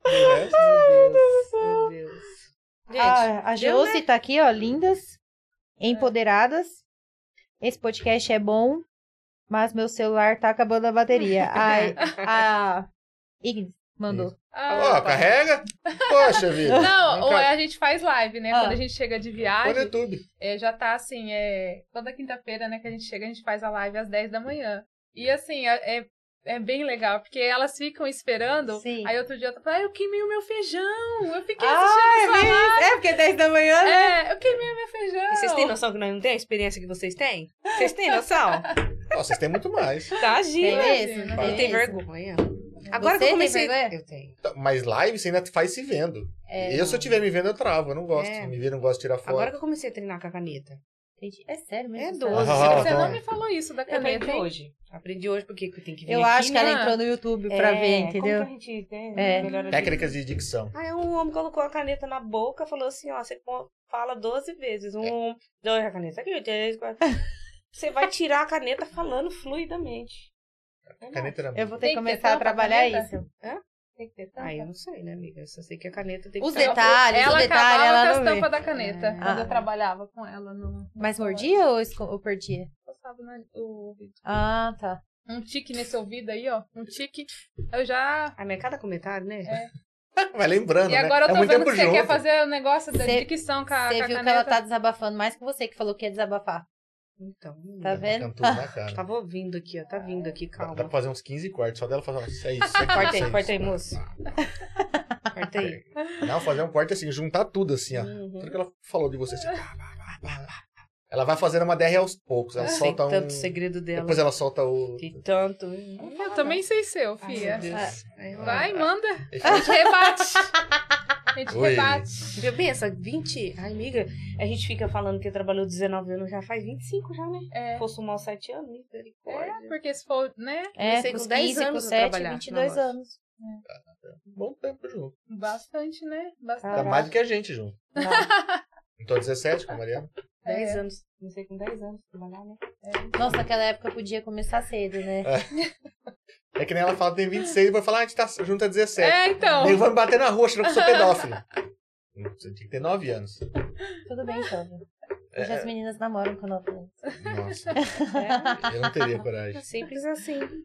[SPEAKER 2] O resto, meu Deus.
[SPEAKER 5] Meu Deus. Gente,
[SPEAKER 1] Ah, a
[SPEAKER 5] deu,
[SPEAKER 1] Josi É. tá aqui, ó, lindas, empoderadas. Esse podcast é bom, mas meu celular tá acabando a bateria. Ai, a Ignis mandou.
[SPEAKER 4] Ah,
[SPEAKER 2] Ó,
[SPEAKER 4] tá.
[SPEAKER 2] carrega. Poxa vida.
[SPEAKER 4] Não, ou é,
[SPEAKER 2] Nunca-
[SPEAKER 4] a gente faz live, né?
[SPEAKER 1] Ah.
[SPEAKER 4] Quando a gente chega de
[SPEAKER 2] Põe no
[SPEAKER 4] viagem,
[SPEAKER 2] YouTube.
[SPEAKER 4] é, já tá assim, é, toda quinta-feira, né, que a gente chega, a gente faz a live às 10 da manhã. E assim, a- é, é bem legal, porque elas ficam esperando.
[SPEAKER 1] Sim.
[SPEAKER 4] Aí outro dia eu falando, ah, eu queimei o meu feijão. Eu fiquei assistindo.
[SPEAKER 3] Ah, é, mesmo? é porque 10 da manhã, né?
[SPEAKER 4] É, eu queimei o meu feijão.
[SPEAKER 5] E vocês têm noção que nós não temos a experiência que vocês têm? Vocês têm noção?
[SPEAKER 2] Ó, vocês têm muito mais.
[SPEAKER 5] Tá,
[SPEAKER 1] Tem
[SPEAKER 5] Gina.
[SPEAKER 1] mesmo, não tem
[SPEAKER 5] Ele tem
[SPEAKER 1] mesmo.
[SPEAKER 5] vergonha.
[SPEAKER 1] Você
[SPEAKER 5] Agora que eu
[SPEAKER 1] tem
[SPEAKER 5] comecei.
[SPEAKER 1] vergonha?
[SPEAKER 5] Eu tenho.
[SPEAKER 2] Então, Mas live você ainda faz se vendo.
[SPEAKER 1] É,
[SPEAKER 2] eu, se eu tiver me vendo, eu travo. Eu não gosto.
[SPEAKER 5] É.
[SPEAKER 2] Me ver, eu não gosto de tirar foto.
[SPEAKER 5] Agora que eu comecei a treinar com a caneta.
[SPEAKER 1] Entendi. É sério mesmo?
[SPEAKER 5] É
[SPEAKER 1] sabe?
[SPEAKER 5] doze.
[SPEAKER 2] Ah,
[SPEAKER 4] Você
[SPEAKER 2] tá.
[SPEAKER 4] não me falou isso da
[SPEAKER 5] Eu aprendi
[SPEAKER 4] caneta, hein?
[SPEAKER 5] hoje. Aprendi hoje porque tem que vir
[SPEAKER 1] Eu
[SPEAKER 5] aqui,
[SPEAKER 1] acho que ela
[SPEAKER 4] né?
[SPEAKER 1] entrou no YouTube
[SPEAKER 5] né?
[SPEAKER 1] pra
[SPEAKER 5] É,
[SPEAKER 1] ver, entendeu?
[SPEAKER 5] Como que a gente tem
[SPEAKER 1] É.
[SPEAKER 5] melhor
[SPEAKER 2] Técnicas de dicção.
[SPEAKER 5] Aí um homem colocou a caneta na boca falou assim, ó, você co- fala 12 vezes. Um, dois, a caneta aqui, três, quatro. Você vai tirar a caneta falando fluidamente. Eu não-
[SPEAKER 2] Caneta na mão.
[SPEAKER 1] Eu vou ter
[SPEAKER 4] Tem
[SPEAKER 1] que é?
[SPEAKER 4] que
[SPEAKER 1] começar
[SPEAKER 4] ter
[SPEAKER 1] a trabalhar
[SPEAKER 4] tampa,
[SPEAKER 1] isso.
[SPEAKER 4] Tem que ter tampa.
[SPEAKER 5] Ah, eu não sei, né, amiga? Eu só sei que a caneta tem que tá
[SPEAKER 1] Os
[SPEAKER 5] estar-
[SPEAKER 2] Ah,
[SPEAKER 1] detalhes,
[SPEAKER 4] ela
[SPEAKER 1] o detalhe,
[SPEAKER 4] acabava
[SPEAKER 1] ela
[SPEAKER 4] com
[SPEAKER 1] não
[SPEAKER 4] a
[SPEAKER 1] vê.
[SPEAKER 4] estampa da caneta.
[SPEAKER 1] Ah.
[SPEAKER 4] Quando eu trabalhava com ela no.
[SPEAKER 1] Mas mordia ou, esco- ou perdia?
[SPEAKER 4] Passava na- o ouvido.
[SPEAKER 1] Ah, tá.
[SPEAKER 4] Um tique nesse ouvido aí, ó. Um tique. Eu já.
[SPEAKER 5] Ah, mas cada comentário, né?
[SPEAKER 4] É.
[SPEAKER 2] Vai lembrando,
[SPEAKER 4] E
[SPEAKER 2] né?
[SPEAKER 4] agora eu
[SPEAKER 2] é
[SPEAKER 4] tô
[SPEAKER 2] muito
[SPEAKER 4] vendo
[SPEAKER 2] tempo
[SPEAKER 4] que você
[SPEAKER 2] junto.
[SPEAKER 4] quer fazer o negócio da
[SPEAKER 1] Cê-
[SPEAKER 4] dicção com a, com
[SPEAKER 1] Você
[SPEAKER 4] a
[SPEAKER 1] viu
[SPEAKER 4] caneta.
[SPEAKER 1] que ela tá desabafando mais que você que falou que ia desabafar.
[SPEAKER 5] Então,
[SPEAKER 1] Tá vendo?
[SPEAKER 2] Tocando tudo na cara.
[SPEAKER 5] tava ouvindo aqui, ó. Tá vindo aqui, calma.
[SPEAKER 2] Dá pra fazer uns 15 cortes. Só dela é fazer uns 6.
[SPEAKER 5] Corta aí, corta aí, moço. Corta aí.
[SPEAKER 2] Não, fazer um corte assim, juntar tudo assim, ó.
[SPEAKER 5] Uhum.
[SPEAKER 2] Tudo que ela falou de você. Assim, pá, pá, pá, pá, pá. ela vai fazendo uma DR aos poucos. Ela
[SPEAKER 5] Sei
[SPEAKER 2] solta um.
[SPEAKER 5] tanto segredo dela.
[SPEAKER 2] Depois ela solta o.
[SPEAKER 5] Que tanto.
[SPEAKER 4] Eu também sei seu,
[SPEAKER 5] Ai, meu
[SPEAKER 4] filha.
[SPEAKER 5] Deus. Ai,
[SPEAKER 4] Vai, manda.
[SPEAKER 2] Esse-
[SPEAKER 4] A gente rebate. A gente
[SPEAKER 2] Oi.
[SPEAKER 4] rebate.
[SPEAKER 5] Eu pensa, 20. Ai, amiga, a gente fica falando que trabalhou 19 anos, já faz 25 já, né?
[SPEAKER 4] É.
[SPEAKER 5] Fosse somar os 7 anos, misericórdia.
[SPEAKER 4] É, porque se for, né?
[SPEAKER 1] É,
[SPEAKER 5] Comecei
[SPEAKER 1] com os
[SPEAKER 5] com 10
[SPEAKER 1] 15, com
[SPEAKER 5] anos a
[SPEAKER 1] 7,
[SPEAKER 5] trabalhar
[SPEAKER 1] 22
[SPEAKER 5] na loja.
[SPEAKER 1] anos.
[SPEAKER 2] Bom tempo junto.
[SPEAKER 4] Bastante, né?
[SPEAKER 2] Tá
[SPEAKER 4] Bastante.
[SPEAKER 5] Caraca.
[SPEAKER 2] mais do que a gente junto. Não tô 17 com a Mariana.
[SPEAKER 5] 10
[SPEAKER 4] É.
[SPEAKER 5] anos. Comecei com 10 anos pra trabalhar, né?
[SPEAKER 1] Nossa, naquela época podia começar cedo, né?
[SPEAKER 2] É que nem ela fala, tem 26 e vai falar, ah, a gente tá junto a 17.
[SPEAKER 4] É, então.
[SPEAKER 2] Nego vai me bater na rua, achando que eu sou pedófilo. Hum, Você tinha que ter 9 anos.
[SPEAKER 1] Tudo bem, então. viu?
[SPEAKER 2] É,
[SPEAKER 1] Hoje as meninas namoram com 9 anos.
[SPEAKER 2] Nossa,
[SPEAKER 5] É.
[SPEAKER 2] eu não teria coragem.
[SPEAKER 5] Simples assim.
[SPEAKER 4] Hum,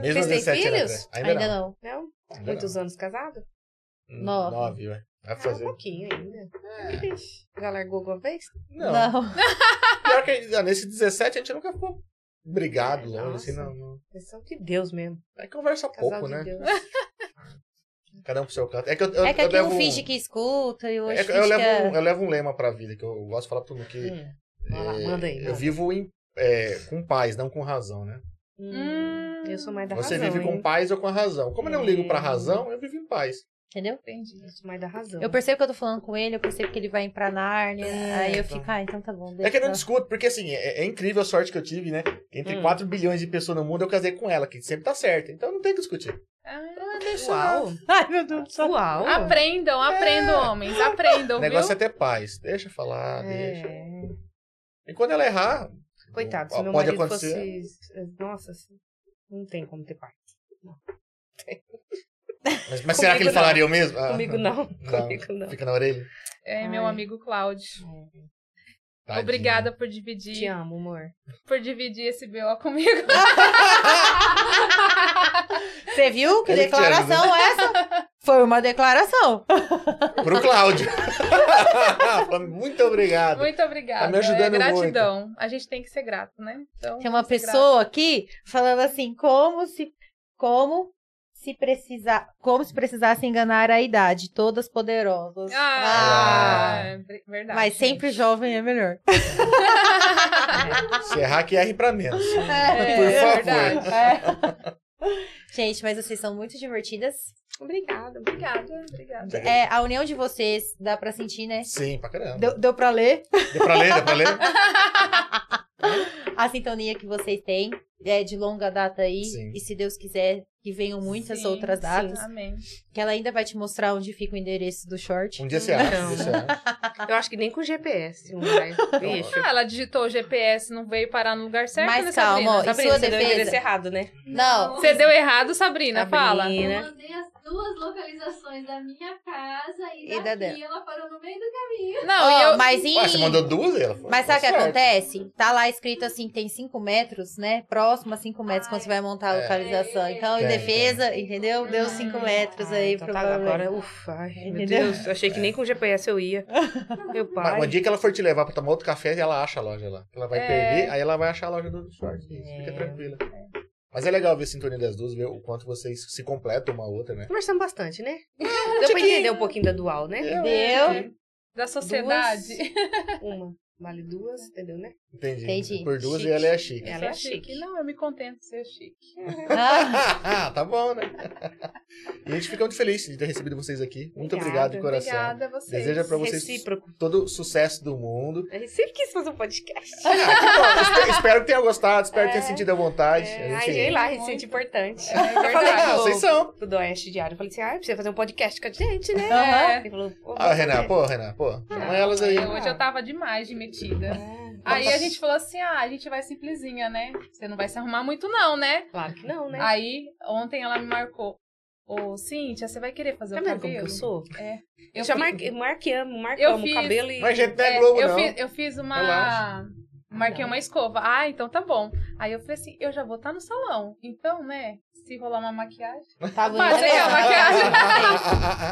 [SPEAKER 2] Mesmo aos
[SPEAKER 5] Vocês têm
[SPEAKER 2] 17 anos.
[SPEAKER 5] filhos?
[SPEAKER 2] né? Ainda,
[SPEAKER 1] Ainda
[SPEAKER 2] não.
[SPEAKER 1] não.
[SPEAKER 5] Não?
[SPEAKER 2] Ainda
[SPEAKER 5] Muitos anos casado?
[SPEAKER 2] não.
[SPEAKER 1] Nove.
[SPEAKER 2] 9, ué. Vai
[SPEAKER 5] Ah, um
[SPEAKER 2] fazer.
[SPEAKER 5] pouquinho ainda. Ixi, Já largou alguma vez?
[SPEAKER 2] Não.
[SPEAKER 1] Não.
[SPEAKER 2] Pior que ah, nesse 17 a gente nunca ficou brigado longe, assim,
[SPEAKER 5] Nossa.
[SPEAKER 2] não. não.
[SPEAKER 5] São de Deus mesmo.
[SPEAKER 2] É conversa
[SPEAKER 5] Casal
[SPEAKER 2] pouco,
[SPEAKER 5] de
[SPEAKER 2] né?
[SPEAKER 5] Deus.
[SPEAKER 2] Cada um pro seu canto. É que eu, eu,
[SPEAKER 1] É que
[SPEAKER 2] eu
[SPEAKER 1] aqui
[SPEAKER 2] levo
[SPEAKER 1] um finge que escuta e o
[SPEAKER 2] é
[SPEAKER 1] outro
[SPEAKER 2] que eu
[SPEAKER 1] finge que
[SPEAKER 2] levo, um,
[SPEAKER 1] é...
[SPEAKER 2] eu levo um lema pra vida, que eu gosto de falar pra todo mundo que
[SPEAKER 5] Hum, vai lá,
[SPEAKER 2] é,
[SPEAKER 5] manda aí,
[SPEAKER 2] eu
[SPEAKER 5] manda.
[SPEAKER 2] vivo em- é, com paz, não com razão, né?
[SPEAKER 5] Hum, eu sou mais da
[SPEAKER 2] Você
[SPEAKER 5] razão.
[SPEAKER 2] vive com
[SPEAKER 5] hein? Hum.
[SPEAKER 2] paz ou com a razão. Como eu não ligo pra razão, eu vivo em paz.
[SPEAKER 1] Entendeu?
[SPEAKER 4] Entendi.
[SPEAKER 5] Eu sou mais da razão.
[SPEAKER 1] Eu percebo que eu tô falando com ele, eu percebo que ele vai entrar na Nárnia. aí eu fico, ah, então tá bom.
[SPEAKER 2] É
[SPEAKER 1] deixa
[SPEAKER 2] que eu não
[SPEAKER 1] lá.
[SPEAKER 2] discuto, porque assim, é, é incrível a sorte que eu tive, né? Entre
[SPEAKER 5] Hum.
[SPEAKER 2] 4 bilhões de pessoas no mundo, eu casei com ela, que sempre tá certa. Então não tem que discutir.
[SPEAKER 4] Ah,
[SPEAKER 5] Uau!
[SPEAKER 1] Ai, meu Deus.
[SPEAKER 5] Uau!
[SPEAKER 4] aprendam, aprendam,
[SPEAKER 1] É.
[SPEAKER 4] homens. Aprendam,
[SPEAKER 2] Oh. O negócio
[SPEAKER 4] viu?
[SPEAKER 2] é ter paz. Deixa falar, Ah, deixa.
[SPEAKER 5] É.
[SPEAKER 2] E quando ela errar,
[SPEAKER 5] Coitado, se
[SPEAKER 2] Ó,
[SPEAKER 5] meu
[SPEAKER 2] pode
[SPEAKER 5] marido
[SPEAKER 2] acontecer.
[SPEAKER 5] fosse. Nossa, assim, não tem como ter paz.
[SPEAKER 2] mas, mas será que
[SPEAKER 5] Comigo
[SPEAKER 2] ele
[SPEAKER 5] não.
[SPEAKER 2] falaria o mesmo? Ah,
[SPEAKER 5] Comigo não.
[SPEAKER 2] Não.
[SPEAKER 5] Comigo não.
[SPEAKER 2] Fica na orelha.
[SPEAKER 4] É, meu
[SPEAKER 5] Ai.
[SPEAKER 4] amigo Cláudio.
[SPEAKER 1] É.
[SPEAKER 2] Tadinho.
[SPEAKER 4] Obrigada por
[SPEAKER 5] Te
[SPEAKER 4] dividir,
[SPEAKER 5] amo, amor.
[SPEAKER 4] por dividir esse BO comigo.
[SPEAKER 1] Você viu que
[SPEAKER 2] Ele te ama, né?
[SPEAKER 1] declaração é essa? Foi uma declaração.
[SPEAKER 2] Pro Cláudio. Muito obrigado.
[SPEAKER 4] Muito obrigada.
[SPEAKER 2] Tá me ajudando
[SPEAKER 4] é gratidão. A gente tem que ser grato, né? Então,
[SPEAKER 1] Tem uma
[SPEAKER 4] vamos ser
[SPEAKER 1] pessoa aqui falando assim, como se como se precisar, como se precisasse enganar a idade, todas poderosas.
[SPEAKER 4] gratos. Ah,
[SPEAKER 2] Ah.
[SPEAKER 4] é ver- verdade.
[SPEAKER 1] Mas sempre jovem é melhor.
[SPEAKER 2] Se errar, que erre pra menos.
[SPEAKER 4] É,
[SPEAKER 2] Por
[SPEAKER 4] é
[SPEAKER 2] favor.
[SPEAKER 4] verdade.
[SPEAKER 1] É. Gente, mas vocês são muito divertidas.
[SPEAKER 5] Obrigada.
[SPEAKER 4] Obrigada, obrigada.
[SPEAKER 1] É, a união de vocês dá pra sentir, né?
[SPEAKER 2] Sim, pra caramba. Deu,
[SPEAKER 1] Deu, deu pra ler
[SPEAKER 2] pra ler, deu pra ler?
[SPEAKER 1] a sintonia que vocês têm, é de longa data aí.
[SPEAKER 2] Sim.
[SPEAKER 1] E se Deus quiser, que venham muitas
[SPEAKER 4] Sim,
[SPEAKER 1] outras
[SPEAKER 4] sim,
[SPEAKER 1] datas.
[SPEAKER 4] Amém.
[SPEAKER 1] Que ela ainda vai te mostrar onde fica o endereço do short.
[SPEAKER 2] Um dia você acha.
[SPEAKER 5] Não.
[SPEAKER 2] Um dia você acha.
[SPEAKER 5] Eu acho que nem com GPS, um vai.
[SPEAKER 1] Tá
[SPEAKER 5] Bicho.
[SPEAKER 4] Ah, ela digitou o GPS, não veio parar no lugar certo,
[SPEAKER 1] Mas
[SPEAKER 4] né,
[SPEAKER 1] calma,
[SPEAKER 4] Sabrina?
[SPEAKER 1] ó,
[SPEAKER 4] Sabrina,
[SPEAKER 1] em sua
[SPEAKER 5] você deu o endereço
[SPEAKER 1] defesa.
[SPEAKER 5] errado, né?
[SPEAKER 1] Não.
[SPEAKER 4] Você deu errado, Sabrina, fala.
[SPEAKER 6] Eu
[SPEAKER 1] né?
[SPEAKER 5] Sabrina.
[SPEAKER 6] mandei as duas localizações da minha casa e,
[SPEAKER 1] E da
[SPEAKER 6] daqui.
[SPEAKER 1] dela.
[SPEAKER 6] Ela parou no meio do
[SPEAKER 4] Não,
[SPEAKER 1] Ó,
[SPEAKER 4] e eu...
[SPEAKER 1] mas em...
[SPEAKER 2] Ué, Ah, você mandou duas ela falou,
[SPEAKER 1] Mas sabe o que
[SPEAKER 2] tá certo.
[SPEAKER 1] acontece? Tá lá escrito assim, tem 5 metros, né? Próximo a 5 metros quando você vai montar a
[SPEAKER 2] É.
[SPEAKER 1] localização. Então, em
[SPEAKER 2] Tem,
[SPEAKER 1] defesa, entendeu? Deu 5 metros aí
[SPEAKER 5] então
[SPEAKER 1] pro
[SPEAKER 5] tá,
[SPEAKER 1] problema.
[SPEAKER 5] agora, ufa, ai, meu
[SPEAKER 1] Entendeu?
[SPEAKER 5] Deus, eu achei que nem com GPS eu ia. Meu
[SPEAKER 2] Mas
[SPEAKER 5] pai.
[SPEAKER 2] um dia que ela for te levar pra tomar outro café, ela acha a loja lá. Ela vai
[SPEAKER 4] É.
[SPEAKER 2] perder, aí ela vai achar a loja do short. Isso, Fica tranquila. Mas é legal ver a sintonia das duas, ver o quanto vocês se completam uma a outra, né?
[SPEAKER 5] Conversamos bastante, né?
[SPEAKER 1] Ah,
[SPEAKER 5] Deu pra entender um pouquinho da dual, né?
[SPEAKER 3] Deu?
[SPEAKER 4] Da sociedade.
[SPEAKER 5] Uma vale duas, entendeu, né?
[SPEAKER 2] Entendi.
[SPEAKER 3] Entendi.
[SPEAKER 2] Por duas
[SPEAKER 3] Chique.
[SPEAKER 2] ela é chique.
[SPEAKER 5] Ela é
[SPEAKER 4] Sou
[SPEAKER 5] chique.
[SPEAKER 4] Não, eu me contento de ser chique.
[SPEAKER 3] Ah,
[SPEAKER 2] tá bom, né? e a gente fica muito feliz de ter recebido vocês aqui. Muito obrigado de
[SPEAKER 5] Obrigada.
[SPEAKER 2] coração.
[SPEAKER 4] Obrigada a vocês.
[SPEAKER 2] Deseja pra vocês
[SPEAKER 5] Recíproco.
[SPEAKER 2] todo o sucesso do mundo.
[SPEAKER 5] A gente sempre quis fazer um podcast.
[SPEAKER 2] Ah, que bom. Espe- espero que tenham gostado, espero que tenham sentido à vontade.
[SPEAKER 5] É,
[SPEAKER 2] a
[SPEAKER 5] ai,
[SPEAKER 2] gente...
[SPEAKER 5] sei lá, a gente
[SPEAKER 4] Muito.
[SPEAKER 5] se sente importante.
[SPEAKER 4] É
[SPEAKER 2] Ah,
[SPEAKER 4] verdade.
[SPEAKER 2] vocês são.
[SPEAKER 5] Do Oeste Diário. Eu falei assim, ah, precisa fazer um podcast com a gente, né?
[SPEAKER 4] Aham.
[SPEAKER 5] Ele falou, pô,
[SPEAKER 2] Ah,
[SPEAKER 5] vou
[SPEAKER 2] Renan,
[SPEAKER 5] fazer.
[SPEAKER 2] pô, Renan, pô. Chama elas aí.
[SPEAKER 4] Hoje eu tava demais de metida.
[SPEAKER 5] É.
[SPEAKER 4] Aí a gente falou assim: ah, a gente vai simplesinha, né? Você não vai se arrumar muito, não, né?
[SPEAKER 5] Claro que não, né?
[SPEAKER 4] Aí, ontem ela me marcou. Ô, Cíntia, você vai querer fazer
[SPEAKER 5] Tá
[SPEAKER 4] o
[SPEAKER 5] vendo como que
[SPEAKER 4] cabelo? É.
[SPEAKER 5] eu sou?
[SPEAKER 4] Eu
[SPEAKER 5] Eu já
[SPEAKER 4] fi-
[SPEAKER 5] marquei, marqueamos,
[SPEAKER 4] Eu
[SPEAKER 5] marcamos
[SPEAKER 4] fiz-
[SPEAKER 5] o cabelo e...
[SPEAKER 2] Mas a gente não é
[SPEAKER 4] É,
[SPEAKER 2] Globo,
[SPEAKER 4] eu,
[SPEAKER 2] não.
[SPEAKER 4] Fiz, eu fiz uma.
[SPEAKER 2] Relaxa.
[SPEAKER 5] Tá.
[SPEAKER 4] Marquei uma escova. Ah, então tá bom. Aí eu falei assim: eu já vou estar no salão. Então, né? Se rolar uma maquiagem.
[SPEAKER 1] Tá bonita
[SPEAKER 4] Passei a
[SPEAKER 1] mesmo.
[SPEAKER 4] maquiagem.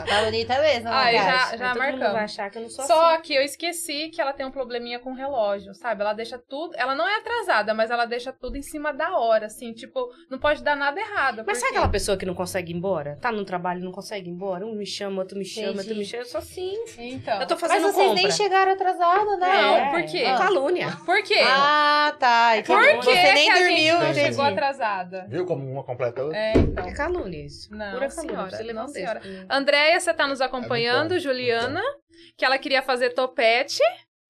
[SPEAKER 1] Tá bonita mesmo,
[SPEAKER 4] Aí assim.
[SPEAKER 5] Tá
[SPEAKER 4] já,
[SPEAKER 1] maquiagem.
[SPEAKER 4] já
[SPEAKER 5] todo mundo vai
[SPEAKER 4] marcamos.
[SPEAKER 5] achar que eu não sou
[SPEAKER 4] Só
[SPEAKER 5] assim.
[SPEAKER 4] que eu esqueci que ela tem um probleminha com o relógio, sabe? Ela deixa tudo. Ela não é atrasada, mas ela deixa tudo em cima da hora, assim. Tipo, não pode dar nada errado.
[SPEAKER 5] Mas sabe
[SPEAKER 4] porque-
[SPEAKER 5] aquela pessoa que não consegue ir embora? Tá no trabalho e não consegue ir embora? Um me chama, outro me chama, outro me
[SPEAKER 1] Entendi.
[SPEAKER 5] chama. Eu sou assim.
[SPEAKER 4] Então.
[SPEAKER 5] Eu tô
[SPEAKER 1] Mas
[SPEAKER 5] fazendo
[SPEAKER 1] vocês
[SPEAKER 5] compra.
[SPEAKER 1] nem chegaram atrasadas, né?
[SPEAKER 4] Não,
[SPEAKER 5] É.
[SPEAKER 4] por quê?
[SPEAKER 1] Ah.
[SPEAKER 5] Calúnia.
[SPEAKER 4] Por quê?
[SPEAKER 1] Ah, tá.
[SPEAKER 4] por
[SPEAKER 1] entendi.
[SPEAKER 4] que
[SPEAKER 1] Você nem
[SPEAKER 4] que a
[SPEAKER 1] dormiu,
[SPEAKER 4] gente não
[SPEAKER 2] entendi.
[SPEAKER 4] chegou atrasada?
[SPEAKER 2] Viu como uma completa a outra?
[SPEAKER 4] É, então.
[SPEAKER 5] É calúnia isso.
[SPEAKER 4] Não,
[SPEAKER 5] Pura
[SPEAKER 4] senhora,
[SPEAKER 5] calúnia. Você levou
[SPEAKER 4] não,
[SPEAKER 5] um
[SPEAKER 4] senhora.
[SPEAKER 5] texto.
[SPEAKER 4] Andréia, você tá nos acompanhando,
[SPEAKER 2] É, não pode,
[SPEAKER 4] Juliana, que ela queria fazer topete,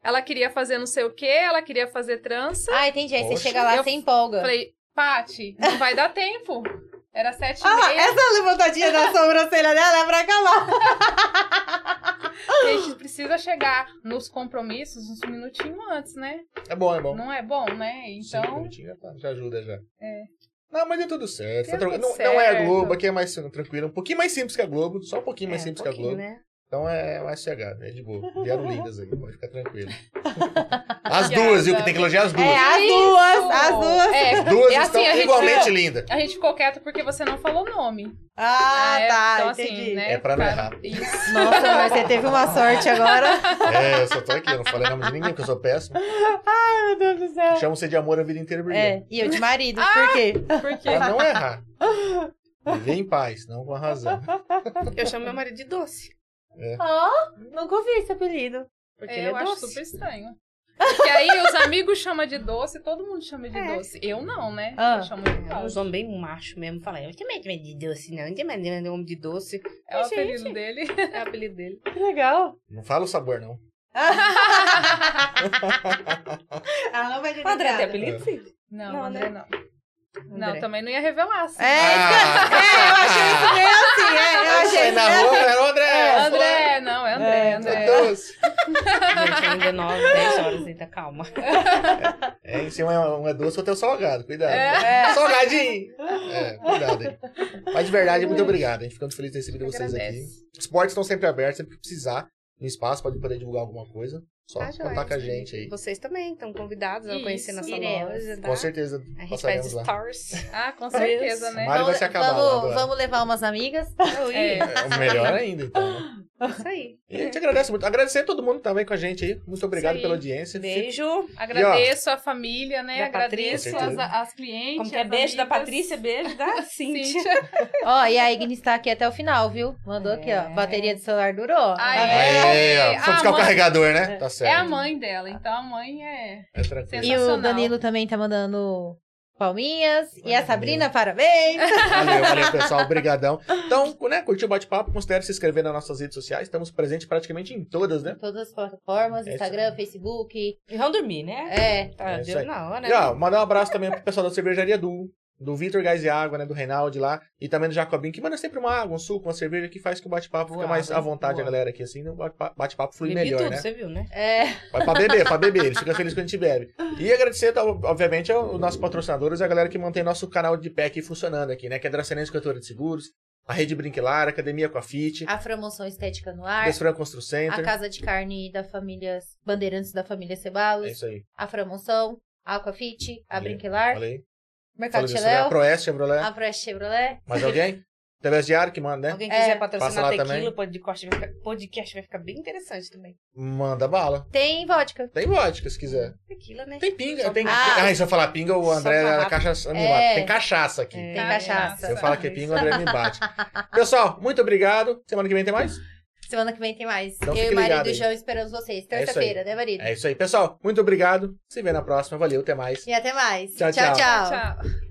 [SPEAKER 4] ela queria fazer não sei o quê, ela queria fazer trança.
[SPEAKER 1] Ah, entendi. Aí você
[SPEAKER 2] Poxa.
[SPEAKER 1] chega lá,
[SPEAKER 4] Eu
[SPEAKER 1] você empolga.
[SPEAKER 4] Falei, Pati, não vai dar tempo. Era sete
[SPEAKER 1] Ah,
[SPEAKER 4] e
[SPEAKER 1] lá,
[SPEAKER 4] meia,
[SPEAKER 1] essa levantadinha da sobrancelha dela é pra calar.
[SPEAKER 4] a gente precisa chegar nos compromissos uns minutinhos antes, né?
[SPEAKER 2] É bom, é bom.
[SPEAKER 4] Não é bom, né?
[SPEAKER 2] Cinco
[SPEAKER 4] Então,
[SPEAKER 2] minutinhos já, tá, já ajuda já.
[SPEAKER 4] É.
[SPEAKER 2] Não, mas deu tudo certo.
[SPEAKER 4] Deu
[SPEAKER 2] tá tranquilo.
[SPEAKER 4] tudo
[SPEAKER 2] não, não é a
[SPEAKER 4] certo.
[SPEAKER 2] Globo, aqui é mais tranquilo. Um pouquinho mais simples que a Globo. Só um pouquinho mais
[SPEAKER 5] É,
[SPEAKER 2] simples
[SPEAKER 5] um
[SPEAKER 2] que a Globo.
[SPEAKER 5] pouquinho, né?
[SPEAKER 2] Então é mais chegado, é de boa. Vieram lindas aí, pode ficar tranquilo. As duas, viu? Que tem que elogiar as duas.
[SPEAKER 1] É, as
[SPEAKER 4] Isso!
[SPEAKER 1] duas, as duas.
[SPEAKER 4] É,
[SPEAKER 2] As duas
[SPEAKER 4] é assim,
[SPEAKER 2] estão
[SPEAKER 4] a gente-
[SPEAKER 2] igualmente lindas.
[SPEAKER 4] a gente ficou quieto porque você não falou nome.
[SPEAKER 1] Ah,
[SPEAKER 4] é,
[SPEAKER 1] tá,
[SPEAKER 4] então,
[SPEAKER 1] entendi.
[SPEAKER 4] assim, né?
[SPEAKER 2] É pra não
[SPEAKER 4] cara,
[SPEAKER 2] errar.
[SPEAKER 4] Isso.
[SPEAKER 1] Nossa, mas é você teve uma sorte agora.
[SPEAKER 2] É, eu só tô aqui, eu não falei nome de ninguém, porque eu sou péssimo.
[SPEAKER 1] Meu Deus do céu. Ah!
[SPEAKER 2] Chamo você de amor a vida inteira,
[SPEAKER 1] É,
[SPEAKER 2] Brilhante.
[SPEAKER 1] e eu de marido, por quê?
[SPEAKER 4] Por quê?
[SPEAKER 2] Pra não errar. Viver em paz, não com a razão.
[SPEAKER 5] Eu chamo meu marido de doce.
[SPEAKER 1] Ó, nunca ouvi esse apelido.
[SPEAKER 5] Porque
[SPEAKER 4] É,
[SPEAKER 5] ele é
[SPEAKER 4] eu acho
[SPEAKER 5] doce.
[SPEAKER 4] super estranho. Porque aí os amigos chamam de doce, todo mundo chama de
[SPEAKER 5] É.
[SPEAKER 4] doce. Eu não, né?
[SPEAKER 1] Ah.
[SPEAKER 4] Eu chamo de
[SPEAKER 5] É, Uns
[SPEAKER 4] doce.
[SPEAKER 5] homens bem macho mesmo. Fala, eu também não é de doce, não. Eu também não é homem de doce.
[SPEAKER 4] É o
[SPEAKER 5] Gente.
[SPEAKER 4] apelido dele.
[SPEAKER 5] É o apelido dele.
[SPEAKER 1] Que legal.
[SPEAKER 2] Não fala o sabor, não.
[SPEAKER 1] Ela não vai
[SPEAKER 5] O André tem
[SPEAKER 1] dizer.
[SPEAKER 5] apelido, sim?
[SPEAKER 4] Não,
[SPEAKER 5] Não,
[SPEAKER 4] André não. Não,
[SPEAKER 5] André.
[SPEAKER 4] também não ia revelar, assim.
[SPEAKER 1] né? É,
[SPEAKER 2] Ah.
[SPEAKER 1] então- é, eu achei isso meio assim, é. Eu achei
[SPEAKER 2] Sai na
[SPEAKER 1] isso
[SPEAKER 2] rua, né, André?
[SPEAKER 4] É André, não, é André,
[SPEAKER 1] É,
[SPEAKER 4] André.
[SPEAKER 2] É doce.
[SPEAKER 5] Gente, ainda 9, 10 horas, ainda calma.
[SPEAKER 2] É, em cima é um é doce, outro é o salgado, cuidado.
[SPEAKER 1] É.
[SPEAKER 2] Salgadinho! É, cuidado aí. Mas de verdade, muito obrigado. A gente fica muito feliz de ter recebido
[SPEAKER 4] Eu
[SPEAKER 2] vocês
[SPEAKER 4] agradeço.
[SPEAKER 2] aqui. Os portos estão sempre abertos, sempre que precisar. No espaço, pode poder divulgar alguma coisa. Só
[SPEAKER 5] Tá, joia.
[SPEAKER 2] contar com a gente aí.
[SPEAKER 5] Vocês também estão convidados a
[SPEAKER 4] Isso.
[SPEAKER 5] conhecer nossa
[SPEAKER 1] Iremos.
[SPEAKER 5] loja, tá?
[SPEAKER 2] Com certeza
[SPEAKER 5] A gente
[SPEAKER 2] passaremos
[SPEAKER 5] faz
[SPEAKER 2] lá.
[SPEAKER 5] stories.
[SPEAKER 4] Ah,
[SPEAKER 5] É
[SPEAKER 4] com certeza, né?
[SPEAKER 2] Mari vai se acabar lá do
[SPEAKER 1] vamos,
[SPEAKER 2] lado.
[SPEAKER 1] vamos levar umas amigas.
[SPEAKER 4] É.
[SPEAKER 2] É, melhor ainda, então. né?
[SPEAKER 5] Isso aí.
[SPEAKER 2] E a gente agradece muito. Agradecer a todo mundo tá também com a gente aí. Muito obrigado
[SPEAKER 4] aí.
[SPEAKER 2] pela audiência.
[SPEAKER 5] Beijo.
[SPEAKER 4] Agradeço a família, né?
[SPEAKER 5] Da
[SPEAKER 4] Agradeço
[SPEAKER 2] Patrícia.
[SPEAKER 4] as, as clientes.
[SPEAKER 5] Como que é
[SPEAKER 4] as
[SPEAKER 5] beijo da
[SPEAKER 4] amigas.
[SPEAKER 5] Patrícia, beijo da Cintia.
[SPEAKER 4] Cíntia.
[SPEAKER 1] Ó, e a Ignis tá aqui até o final, viu? Mandou aqui, ó.
[SPEAKER 5] É.
[SPEAKER 1] Bateria do celular durou. Tá
[SPEAKER 4] Ai,
[SPEAKER 2] Aê,
[SPEAKER 4] É.
[SPEAKER 2] ó. Só
[SPEAKER 4] Ah,
[SPEAKER 2] buscar o
[SPEAKER 4] mãe.
[SPEAKER 2] carregador, né? Tá
[SPEAKER 4] É a
[SPEAKER 2] certo.
[SPEAKER 4] mãe dela, então a mãe é.
[SPEAKER 2] É tranquilo.
[SPEAKER 1] E o
[SPEAKER 4] sensacional.
[SPEAKER 1] Danilo também tá mandando palminhas. E
[SPEAKER 2] Olha,
[SPEAKER 1] a Sabrina, parabéns.
[SPEAKER 2] Valeu, valeu, pessoal. Obrigadão. Então, né, curtiu o bate-papo, considere se inscrever nas nossas redes sociais. Estamos presentes praticamente em todas, né?
[SPEAKER 1] Todas as plataformas,
[SPEAKER 2] É isso
[SPEAKER 1] Instagram, Facebook.
[SPEAKER 5] E vão dormir, né?
[SPEAKER 1] É.
[SPEAKER 5] Tá,
[SPEAKER 2] É isso
[SPEAKER 5] deu
[SPEAKER 2] aí.
[SPEAKER 5] na hora, né?
[SPEAKER 2] E, ó, mandar um abraço também pro pessoal da cervejaria do do Vitor Gás e Água, né? Do Reinaldo lá. E também do Jacobinho, que manda sempre uma água, um suco, uma cerveja, que faz que o bate-papo fica
[SPEAKER 5] Boa,
[SPEAKER 2] mais à
[SPEAKER 5] água,
[SPEAKER 2] vontade
[SPEAKER 5] boa.
[SPEAKER 2] a galera aqui, assim. O bate-pa- bate-papo flui
[SPEAKER 5] Bebi
[SPEAKER 2] melhor,
[SPEAKER 5] tudo,
[SPEAKER 2] né?
[SPEAKER 5] você viu, né?
[SPEAKER 1] É.
[SPEAKER 2] Mas pra beber, pra beber. Eles ficam felizes quando a gente bebe. E agradecer, tá, obviamente, aos nossos patrocinadores e a galera que mantém nosso canal de pé aqui funcionando aqui, né? Que é a Dracenense Cantora de Seguros, a Rede Brinquilar, a Academia Coafit, a
[SPEAKER 1] Afromoção Estética no Ar.
[SPEAKER 2] Desfran Constru
[SPEAKER 1] A
[SPEAKER 2] Center.
[SPEAKER 1] Casa de Carne da família Bandeirantes da família
[SPEAKER 2] É
[SPEAKER 1] Cebalos,
[SPEAKER 2] isso aí.
[SPEAKER 1] a Framonção, a Aquafit, a
[SPEAKER 2] Valeu,
[SPEAKER 1] Brinquilar,
[SPEAKER 2] Falei.
[SPEAKER 1] Mercado
[SPEAKER 2] Falei disso, né? A
[SPEAKER 1] Cheléu,
[SPEAKER 2] Proeste, Chevrolet.
[SPEAKER 1] a Fresh Chevrolet.
[SPEAKER 2] Mais alguém? Através diário que manda, né?
[SPEAKER 5] Ah. Alguém quiser
[SPEAKER 2] Passa
[SPEAKER 1] É.
[SPEAKER 2] lá
[SPEAKER 5] patrocinar
[SPEAKER 2] também.
[SPEAKER 5] tequila, podcast vai, ficar, podcast vai ficar bem interessante também.
[SPEAKER 2] Manda bala.
[SPEAKER 1] Tem vodka.
[SPEAKER 2] Tem vodka, se quiser.
[SPEAKER 5] Tequila, né?
[SPEAKER 2] Tem pinga.
[SPEAKER 5] Só
[SPEAKER 2] Tem...
[SPEAKER 1] pra-
[SPEAKER 2] Ah, se eu falar pinga, o
[SPEAKER 5] Só
[SPEAKER 2] André
[SPEAKER 5] pra
[SPEAKER 2] era
[SPEAKER 5] rápido.
[SPEAKER 2] cachaça. me
[SPEAKER 1] É.
[SPEAKER 2] bate. Tem cachaça aqui.
[SPEAKER 5] É.
[SPEAKER 1] Tem
[SPEAKER 2] Se eu
[SPEAKER 1] cachaça.
[SPEAKER 4] Cachaça.
[SPEAKER 2] falar que é pinga, o André me bate. Pessoal, muito obrigado. Semana que vem tem mais?
[SPEAKER 1] Semana que vem tem mais.
[SPEAKER 2] Então
[SPEAKER 1] Eu
[SPEAKER 2] fique
[SPEAKER 1] e marido
[SPEAKER 2] ligado aí. É
[SPEAKER 1] do João esperamos vocês.
[SPEAKER 2] aí.
[SPEAKER 1] Terça-feira, né, marido?
[SPEAKER 2] É isso aí. Pessoal, muito obrigado. Se vê na próxima. Valeu, até mais.
[SPEAKER 1] E até mais.
[SPEAKER 2] Tchau, tchau.
[SPEAKER 1] tchau.
[SPEAKER 4] Tchau.